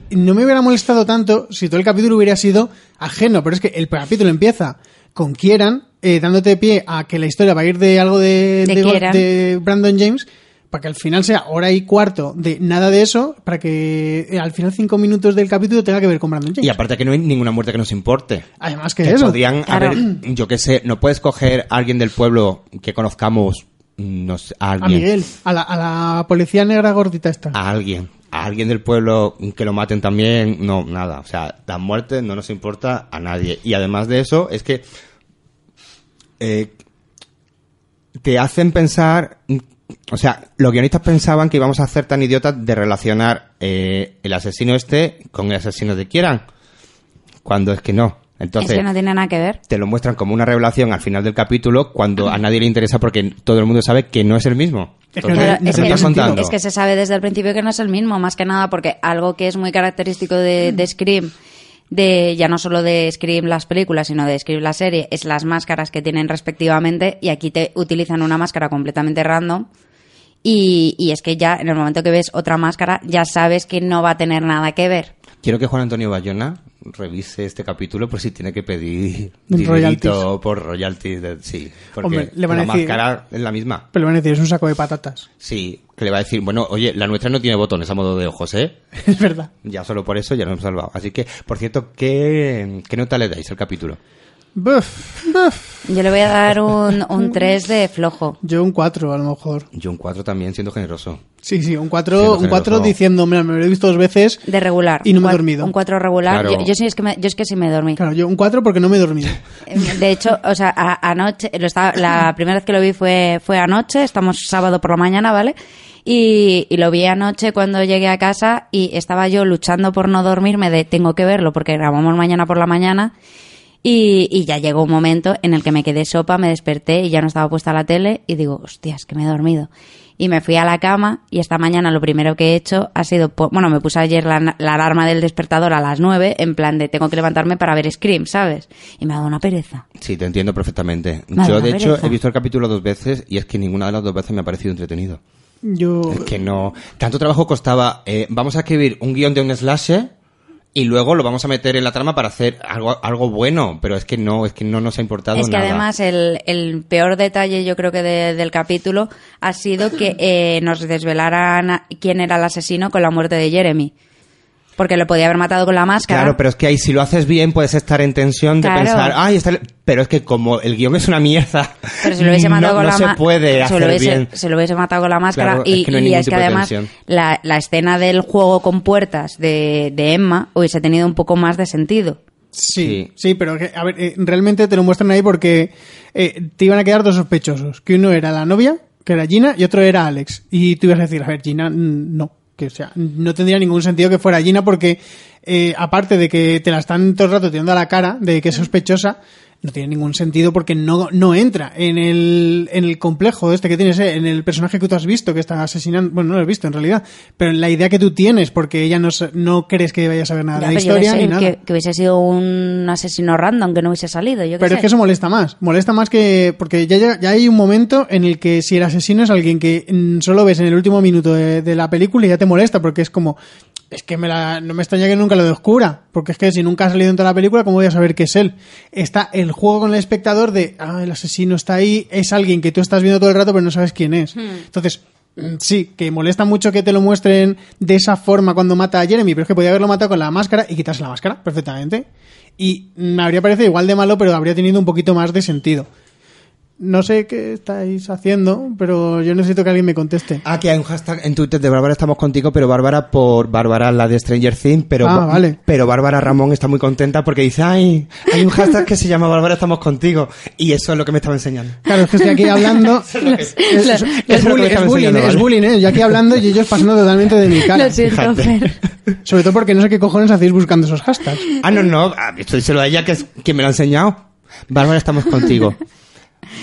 S2: y no me hubiera molestado tanto si todo el capítulo hubiera sido ajeno, pero es que el capítulo empieza con Kieran, eh, dándote pie a que la historia va a ir de algo de,
S3: De Kieran.
S2: de Brandon James. Para que al final sea hora y cuarto de nada de eso, para que eh, al final cinco minutos del capítulo tenga que ver con Brandon James.
S4: Y aparte que no hay ninguna muerte que nos importe.
S2: Además que,
S4: Que
S2: eso.
S4: podrían
S3: Claro.
S4: haber, yo qué sé, no puedes coger a alguien del pueblo que conozcamos, mm, no sé, a
S2: A
S4: alguien. Ah.
S2: Miguel, a la, a la policía negra gordita esta.
S4: A alguien. a alguien del pueblo que lo maten también, no, nada. O sea, la muerte no nos importa a nadie. Y además de eso, es que eh, te hacen pensar, o sea, los guionistas pensaban que íbamos a hacer tan idiotas de relacionar eh, el asesino este con el asesino de Kieran, cuando es que no. Entonces,
S3: es que no tiene nada que ver.
S4: te lo muestran como una revelación al final del capítulo cuando a nadie le interesa porque todo el mundo sabe que no es el mismo.
S2: Es que no-
S4: Entonces,
S3: Pero
S2: no
S4: ¿qué
S3: es,
S4: me
S3: que,
S2: tiene
S4: estás contando?
S3: es que se sabe desde el principio que no es el mismo, más que nada porque algo que es muy característico de, de Scream, de ya no solo de Scream las películas, sino de Scream la serie, es las máscaras que tienen respectivamente y aquí te utilizan una máscara completamente random y, y es que ya en el momento que ves otra máscara ya sabes que no va a tener nada que ver.
S4: Quiero que Juan Antonio Bayona revise este capítulo por si tiene que pedir
S2: Royalties.
S4: dinerito por royalties. de- sí, porque
S2: Hombre, le van a
S4: la
S2: decir-
S4: máscara es la misma.
S2: Pero van a decir, es un saco de patatas.
S4: Sí, que le va a decir, bueno, oye, la nuestra no tiene botones a modo de ojos, ¿eh?
S2: Es verdad.
S4: Ya solo por eso ya nos hemos salvado. Así que, por cierto, ¿qué, qué nota le dais al capítulo?
S2: Buf, buf.
S3: Yo le voy a dar un, un 3 de flojo.
S2: Yo un 4, a lo mejor.
S4: Yo un 4 también, siendo generoso.
S2: Sí, sí, un
S4: Siendo
S2: 4 un cuatro
S4: generoso.
S2: diciendo, mira, me lo he visto dos veces.
S3: De regular.
S2: Y no me he
S3: Cuat-
S2: dormido.
S3: Un 4 regular.
S4: Claro.
S3: Yo, yo sí es que me- yo es que sí me dormí.
S2: Claro, yo un 4 porque no me he dormido.
S3: Eh, De hecho, o sea, a- anoche, lo estaba- la primera vez que lo vi fue, fue anoche, estamos sábado por la mañana, ¿vale? Y, y lo vi anoche cuando llegué a casa y estaba yo luchando por no dormirme de tengo que verlo porque grabamos mañana por la mañana. Y, y ya llegó un momento en el que me quedé sopa, me desperté y ya no estaba puesta la tele y digo, hostias, que me he dormido. Y me fui a la cama y esta mañana lo primero que he hecho ha sido, po- bueno, me puse ayer la, la alarma del despertador a las 9 en plan de tengo que levantarme para ver Scream, ¿sabes? Y me ha dado una pereza.
S4: Sí, te entiendo perfectamente.
S3: Madre,
S4: Yo, de
S3: la
S4: hecho,
S3: pereza.
S4: he visto el capítulo dos veces y es que ninguna de las dos veces me ha parecido entretenido.
S2: Yo...
S4: Es que no. Tanto trabajo costaba. eh, vamos a escribir un guión de un slasher y luego lo vamos a meter en la trama para hacer algo, algo bueno. Pero es que no, es que no nos ha importado
S3: Es que
S4: nada.
S3: además el, el peor detalle yo creo que de- del capítulo ha sido que eh, nos desvelaran a- quién era el asesino con la muerte de Jeremy. Porque lo podía haber matado con la máscara.
S4: Claro, pero es que ahí si lo haces bien puedes estar en tensión de
S3: Claro.
S4: pensar, ay, está... el-". pero es que como el guión es una mierda,
S3: Pero se lo hubiese matado
S4: no,
S3: con
S4: no
S3: la
S4: se
S3: ma-
S4: puede
S3: se
S4: hacer
S3: lo hubiese,
S4: bien.
S3: se lo hubiese matado con la máscara.
S4: Claro,
S3: y
S4: es que no hay
S3: y
S4: ningún
S3: es que
S4: tipo de
S3: además
S4: tensión.
S3: la, la escena del juego con puertas de, de Emma hubiese tenido un poco más de sentido.
S2: Sí,
S4: Sí.
S2: sí, pero que- a ver, eh, realmente te lo muestran ahí porque eh, te iban a quedar dos sospechosos, que uno era la novia, que era Gina, y otro era Alex. Y tú ibas a decir, a ver, Gina, mm, no, que o sea, no tendría ningún sentido que fuera Gina porque eh, aparte de que te la están todo el rato tirando a la cara de que es sospechosa, no tiene ningún sentido porque no, no entra en el, en el complejo este que tienes, eh, en el personaje que tú has visto que está asesinando, bueno, no lo has visto en realidad, pero en la idea que tú tienes porque ella no, sa- no crees que vaya a saber nada
S3: Ya,
S2: de la
S3: pero yo qué
S2: historia
S3: sé,
S2: ni nada.
S3: que, que hubiese sido un asesino random que no hubiese salido. Yo qué
S2: Pero es
S3: sé.
S2: que eso molesta más. Molesta más que. Porque ya, ya, ya hay un momento en el que si el asesino es alguien que mm, solo ves en el último minuto de, de la película y ya te molesta, porque es como. Es que me la- no me extraña que nunca lo descubra. Porque es que si nunca ha salido en toda la película, ¿cómo voy a saber que es él? Está el juego con el espectador de. Ah, el asesino está ahí, es alguien que tú estás viendo todo el rato, pero no sabes quién es.
S3: Hmm.
S2: Entonces. mm, Sí, que molesta mucho que te lo muestren de esa forma cuando mata a Jeremy, pero es que podía haberlo matado con la máscara y quitarse la máscara perfectamente. Y me habría parecido igual de malo, pero habría tenido un poquito más de sentido. No sé qué estáis haciendo, pero yo necesito que alguien me conteste.
S4: Ah, que hay un hashtag en Twitter de Bárbara estamos contigo, pero Bárbara por Bárbara la de Stranger Things, pero
S2: Ah, vale.
S4: pero Bárbara Ramón está muy contenta porque dice, "Ay, hay un hashtag que se llama Bárbara estamos contigo" y eso es lo que me estaba enseñando.
S2: Claro, es que estoy aquí hablando. es, es-
S4: las-
S2: es
S4: las-
S2: bullying,
S4: las-
S2: es bullying,
S4: ¿vale?
S2: es bullying, ¿eh? Yo aquí hablando y ellos pasando totalmente de mi cara.
S3: Lo siento, Fer.
S2: Sobre todo porque no sé qué cojones hacéis buscando esos hashtags.
S4: Ah, no, no, ah, esto díselo a ella que es quien me lo ha enseñado. Bárbara estamos contigo.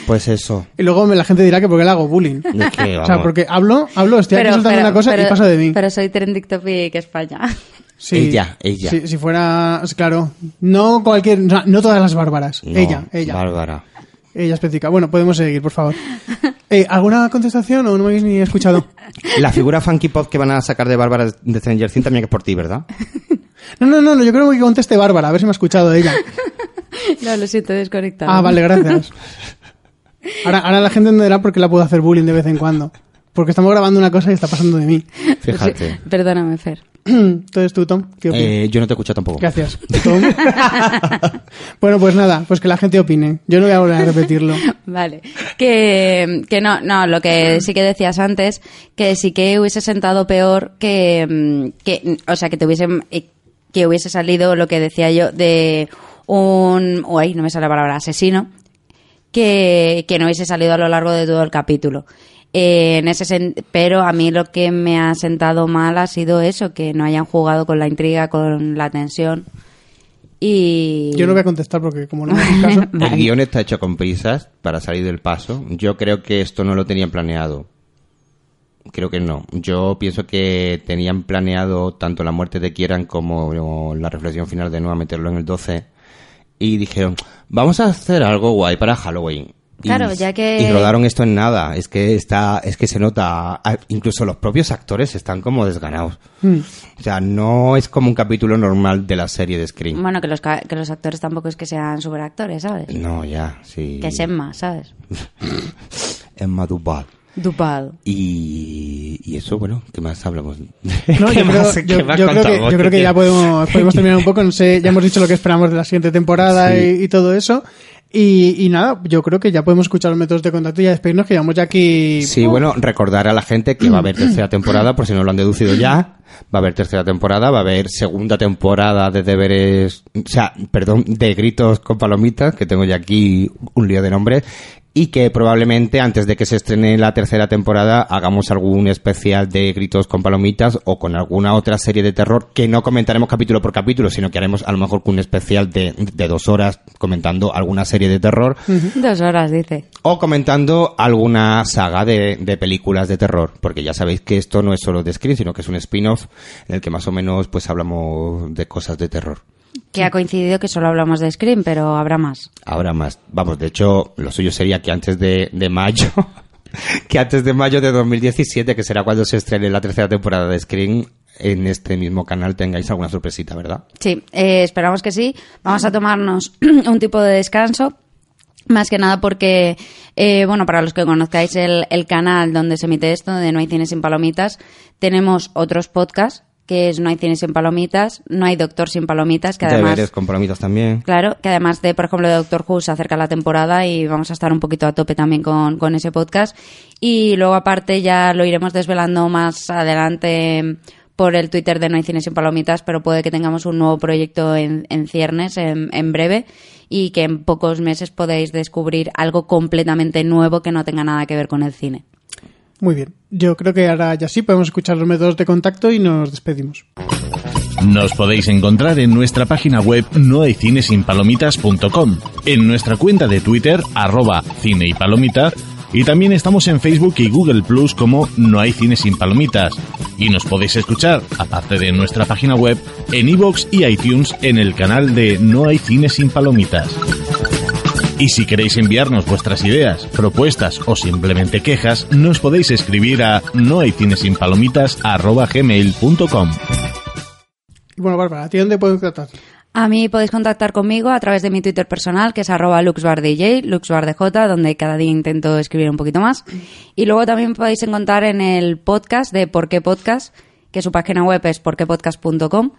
S4: Pues eso.
S2: Y luego me- la gente dirá que por qué le hago bullying.
S4: Es que,
S2: O sea,
S4: vamos.
S2: porque hablo, hablo, estoy aquí soltando una cosa y
S3: pero-
S2: pasa de mí.
S3: Pero soy trending topic España.
S2: Sí.
S4: Ella, ella.
S2: Si, si fuera, claro, no cualquier, no, no todas las bárbaras.
S4: No,
S2: ella, ella.
S4: Bárbara.
S2: Ella especifica. Bueno, podemos seguir, por favor. Eh, ¿Alguna contestación o no me habéis ni escuchado?
S4: La figura funky pop que van a sacar de Bárbara de Stranger Things también que es por ti, ¿verdad?
S2: No, no, no, no, yo creo que conteste Bárbara, a ver si me ha escuchado ella.
S3: No, lo siento, desconectado.
S2: Ah, vale, gracias. Ahora, ahora la gente entenderá por qué la puedo hacer bullying de vez en cuando. Porque estamos grabando una cosa y está pasando de mí.
S4: Fíjate.
S3: Sí, Perdóname, Fer.
S2: Entonces tú, Tom, ¿qué opinas?
S4: Eh, yo no te he escuchado tampoco.
S2: Gracias, Tom. bueno, pues nada, pues que la gente opine. Yo no voy a volver a repetirlo.
S3: Vale. Que, que no, no, lo que sí que decías antes, que sí que hubiese sentado peor que, mm, que o sea, que te hubiesen, eh, que hubiese salido lo que decía yo de un, uy, no me sale la palabra, asesino, que, que no hubiese salido a lo largo de todo el capítulo. Eh, en ese sen- pero a mí lo que me ha sentado mal ha sido eso, que no hayan jugado con la intriga, con la tensión. Y
S2: Yo no voy a contestar porque como no me haces caso...
S3: Vale.
S4: El guión está hecho con prisas para salir del paso. Yo creo que esto no lo tenían planeado. Creo que no. Yo pienso que tenían planeado tanto la muerte de Kieran como la reflexión final de Noah meterlo en el 12. Y dijeron, vamos a hacer algo guay para Halloween. Y-
S3: Claro, ya que-
S4: Y rodaron esto en nada. Es que está, es que se nota. Ah, Incluso los propios actores están como desganados.
S3: Hmm.
S4: O sea, no es como un capítulo normal de la serie de Scream.
S3: Bueno, que los, ca- que los actores tampoco es que sean superactores, ¿sabes?
S4: No, ya, sí.
S3: Que sean más, ¿sabes?
S4: Emma Duval.
S3: Dupado.
S4: Y, y eso, bueno, ¿qué más hablamos?
S2: No,
S4: ¿Qué
S2: yo, creo,
S4: más-
S2: yo-
S4: qué más
S2: yo creo que,
S4: contamos?
S2: yo creo que ya
S4: ¿Qué-
S2: podemos, podemos terminar un poco. No sé, ya hemos dicho lo que esperamos de la siguiente temporada y, y todo eso. Y, y nada, yo creo que ya podemos escuchar los métodos de contacto y ya despedirnos, que llevamos ya aquí.
S4: Sí, bueno, recordar a la gente que va a haber tercera temporada, por si no lo han deducido ya. Va a haber tercera temporada, va a haber segunda temporada de deberes, o sea, perdón, de gritos con palomitas, que tengo ya aquí un lío de nombres. Y que probablemente antes de que se estrene la tercera temporada hagamos algún especial de gritos con palomitas o con alguna otra serie de terror que no comentaremos capítulo por capítulo, sino que haremos a lo mejor un especial de, de dos horas comentando alguna serie de terror
S3: Dos horas, dice.
S4: o comentando alguna saga de, de películas de terror, porque ya sabéis que esto no es solo de Scream, sino que es un spin-off en el que más o menos pues hablamos de cosas de terror.
S3: Que ha coincidido que solo hablamos de Scream, pero habrá más.
S4: Ahora más, vamos, de hecho, lo suyo sería que antes de, de mayo, que antes de mayo de 2017, que será cuando se estrene la tercera temporada de Scream, en este mismo canal tengáis alguna sorpresita, ¿verdad?
S3: Sí, eh, esperamos que sí. Vamos a tomarnos un tipo de descanso. Más que nada porque, eh, bueno, para los que conozcáis el, el canal donde se emite esto, de No hay cine sin palomitas, tenemos otros podcasts, que es No hay cine sin palomitas, No hay doctor sin palomitas, que además...
S4: Deberes, compromisos también.
S3: Claro, que además de, por ejemplo, de Doctor Who se acerca la temporada y vamos a estar un poquito a tope también con, con ese podcast. Y luego, aparte, ya lo iremos desvelando más adelante por el Twitter de No hay cine sin palomitas, pero puede que tengamos un nuevo proyecto en, en ciernes en, en breve y que en pocos meses podéis descubrir algo completamente nuevo que no tenga nada que ver con el cine.
S2: Muy bien. Yo creo que ahora ya sí podemos escuchar los métodos de contacto y nos despedimos.
S9: Nos podéis encontrar en nuestra página web nohaycinesinpalomitas.com, en nuestra cuenta de Twitter, arroba cine y palomita, y también estamos en Facebook y Google Plus como No hay cine sin palomitas. Y nos podéis escuchar, aparte de nuestra página web, en iVoox y iTunes en el canal de No hay cine sin palomitas. Y si queréis enviarnos vuestras ideas, propuestas o simplemente quejas, nos podéis escribir a nohaycinesinpalomitas.gmail.com.
S2: Y bueno, Bárbara, ¿a ti dónde podemos tratar?
S3: A mí podéis contactar conmigo a través de mi Twitter personal, que es arroba luxbardj, luxbardj, donde cada día intento escribir un poquito más. Y luego también podéis encontrar en el podcast de Por qué Podcast, que su página web es porquepodcast.com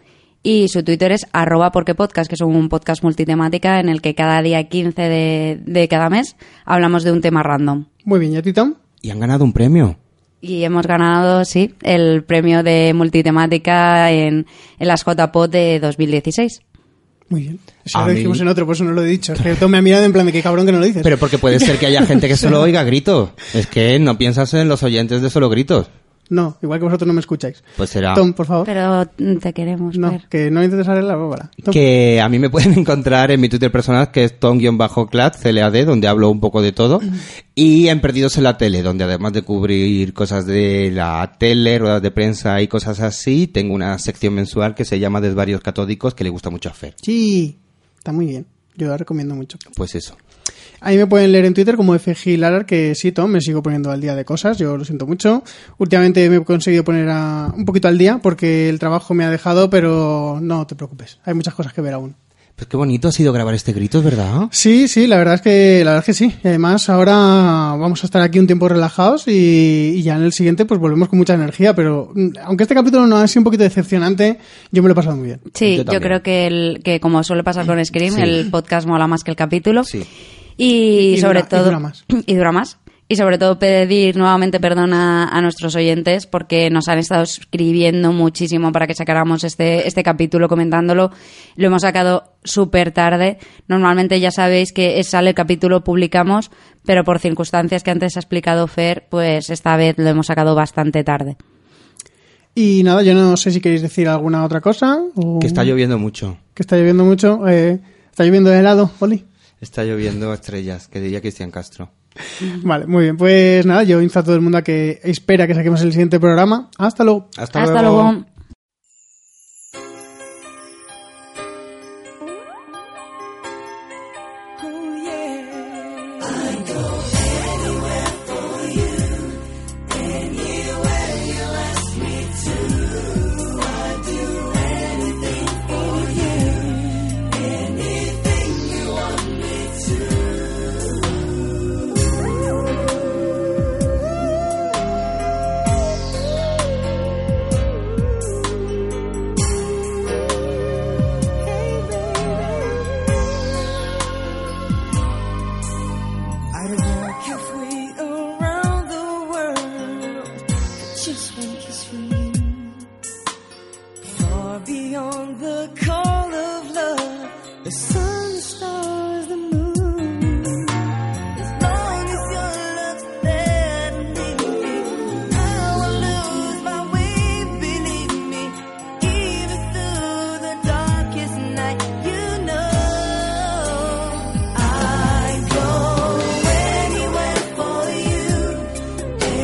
S3: y su Twitter es arroba porquepodcast, que es un podcast multitemática en el que cada día 15 de, de cada mes hablamos de un tema random.
S2: Muy bien, ¿y a ti, Tom?
S4: Y han ganado un premio.
S3: Y hemos ganado, sí, el premio de multitemática en, en las JPod de 2016.
S2: Muy bien. Eso
S4: A
S2: lo
S4: mí-
S2: dijimos en otro, por eso no lo he dicho. Es que Tom me ha mirado en plan de que cabrón que no lo dices.
S4: Pero porque puede ser que haya gente que solo oiga gritos. Es que no piensas en los oyentes de solo gritos.
S2: No, igual que vosotros no me escucháis.
S4: Pues será.
S2: Tom, por favor.
S3: Pero mm, te queremos
S2: Oh. No,
S3: ver.
S2: que no intentes arreglar la Bárbara. Tom.
S4: Que a mí me pueden encontrar en mi Twitter personal, que es tom-clat, CLAD, donde hablo un poco de todo. Y en Perdidos en la Tele, donde además de cubrir cosas de la tele, ruedas de prensa y cosas así, tengo una sección mensual que se llama Desvarios Catódicos, que le gusta mucho a Fer.
S2: Sí, está muy bien. Yo la recomiendo mucho.
S4: Pues eso.
S2: Ahí me pueden leer en Twitter como FG Larar, que sí, Tom, me sigo poniendo al día de cosas, yo lo siento mucho. Últimamente me he conseguido poner a- un poquito al día porque el trabajo me ha dejado, pero no te preocupes, hay muchas cosas que ver aún.
S6: Pues qué bonito ha sido grabar este grito, es verdad.
S2: Sí, sí, la verdad es que la verdad es que sí. Y además ahora vamos a estar aquí un tiempo relajados y, y ya en el siguiente pues volvemos con mucha energía. Pero mm, aunque este capítulo no ha sido un poquito decepcionante, yo me lo he pasado muy bien.
S3: Sí,
S6: Yo
S3: yo,
S6: también.
S3: creo que, el, que como suele pasar con Scream,
S6: Sí.
S3: el podcast mola más que el capítulo.
S6: Sí.
S3: Y,
S2: Y
S3: sobre
S2: dura- y
S3: todo...
S2: dura más.
S3: Y dura más. Y sobre todo pedir nuevamente perdón a, a nuestros oyentes porque nos han estado escribiendo muchísimo para que sacáramos este, este capítulo comentándolo. Lo hemos sacado súper tarde. Normalmente ya sabéis que es- sale el capítulo, publicamos, pero por circunstancias que antes ha explicado Fer, pues esta vez lo hemos sacado bastante tarde.
S2: Y nada, yo no sé si queréis decir alguna otra cosa. o-
S6: Que está lloviendo mucho.
S2: que está lloviendo mucho. eh, está lloviendo de helado, Oli.
S6: Está lloviendo estrellas, que diría Cristian Castro.
S2: Vale, muy bien. Pues nada, yo insto a todo el mundo a que espera que saquemos el siguiente programa. Hasta luego.
S6: Hasta,
S3: Hasta luego.
S10: I'd walk halfway around the world just one kiss from you. Far beyond the call of love, the sun, the stars, the moon. As long as your love's there to lead me, I will lose my way. Believe me, even through the darkest night, you know. I'd go anywhere for you,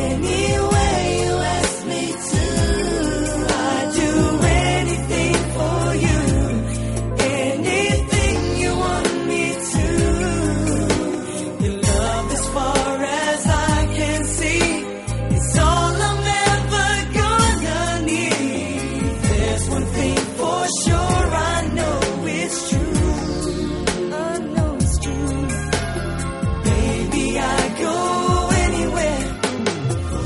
S10: anywhere you ask me to. I'd do anything for you, anything you want me to. Your love as far as I can see, it's all I'm ever gonna need. There's one thing for sure, I know it's true. I know it's true. Baby, I go anywhere for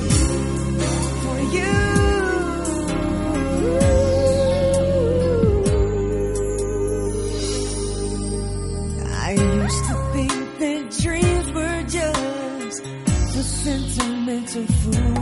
S10: you. I used to think that dreams were just for sentimental fools. Oh,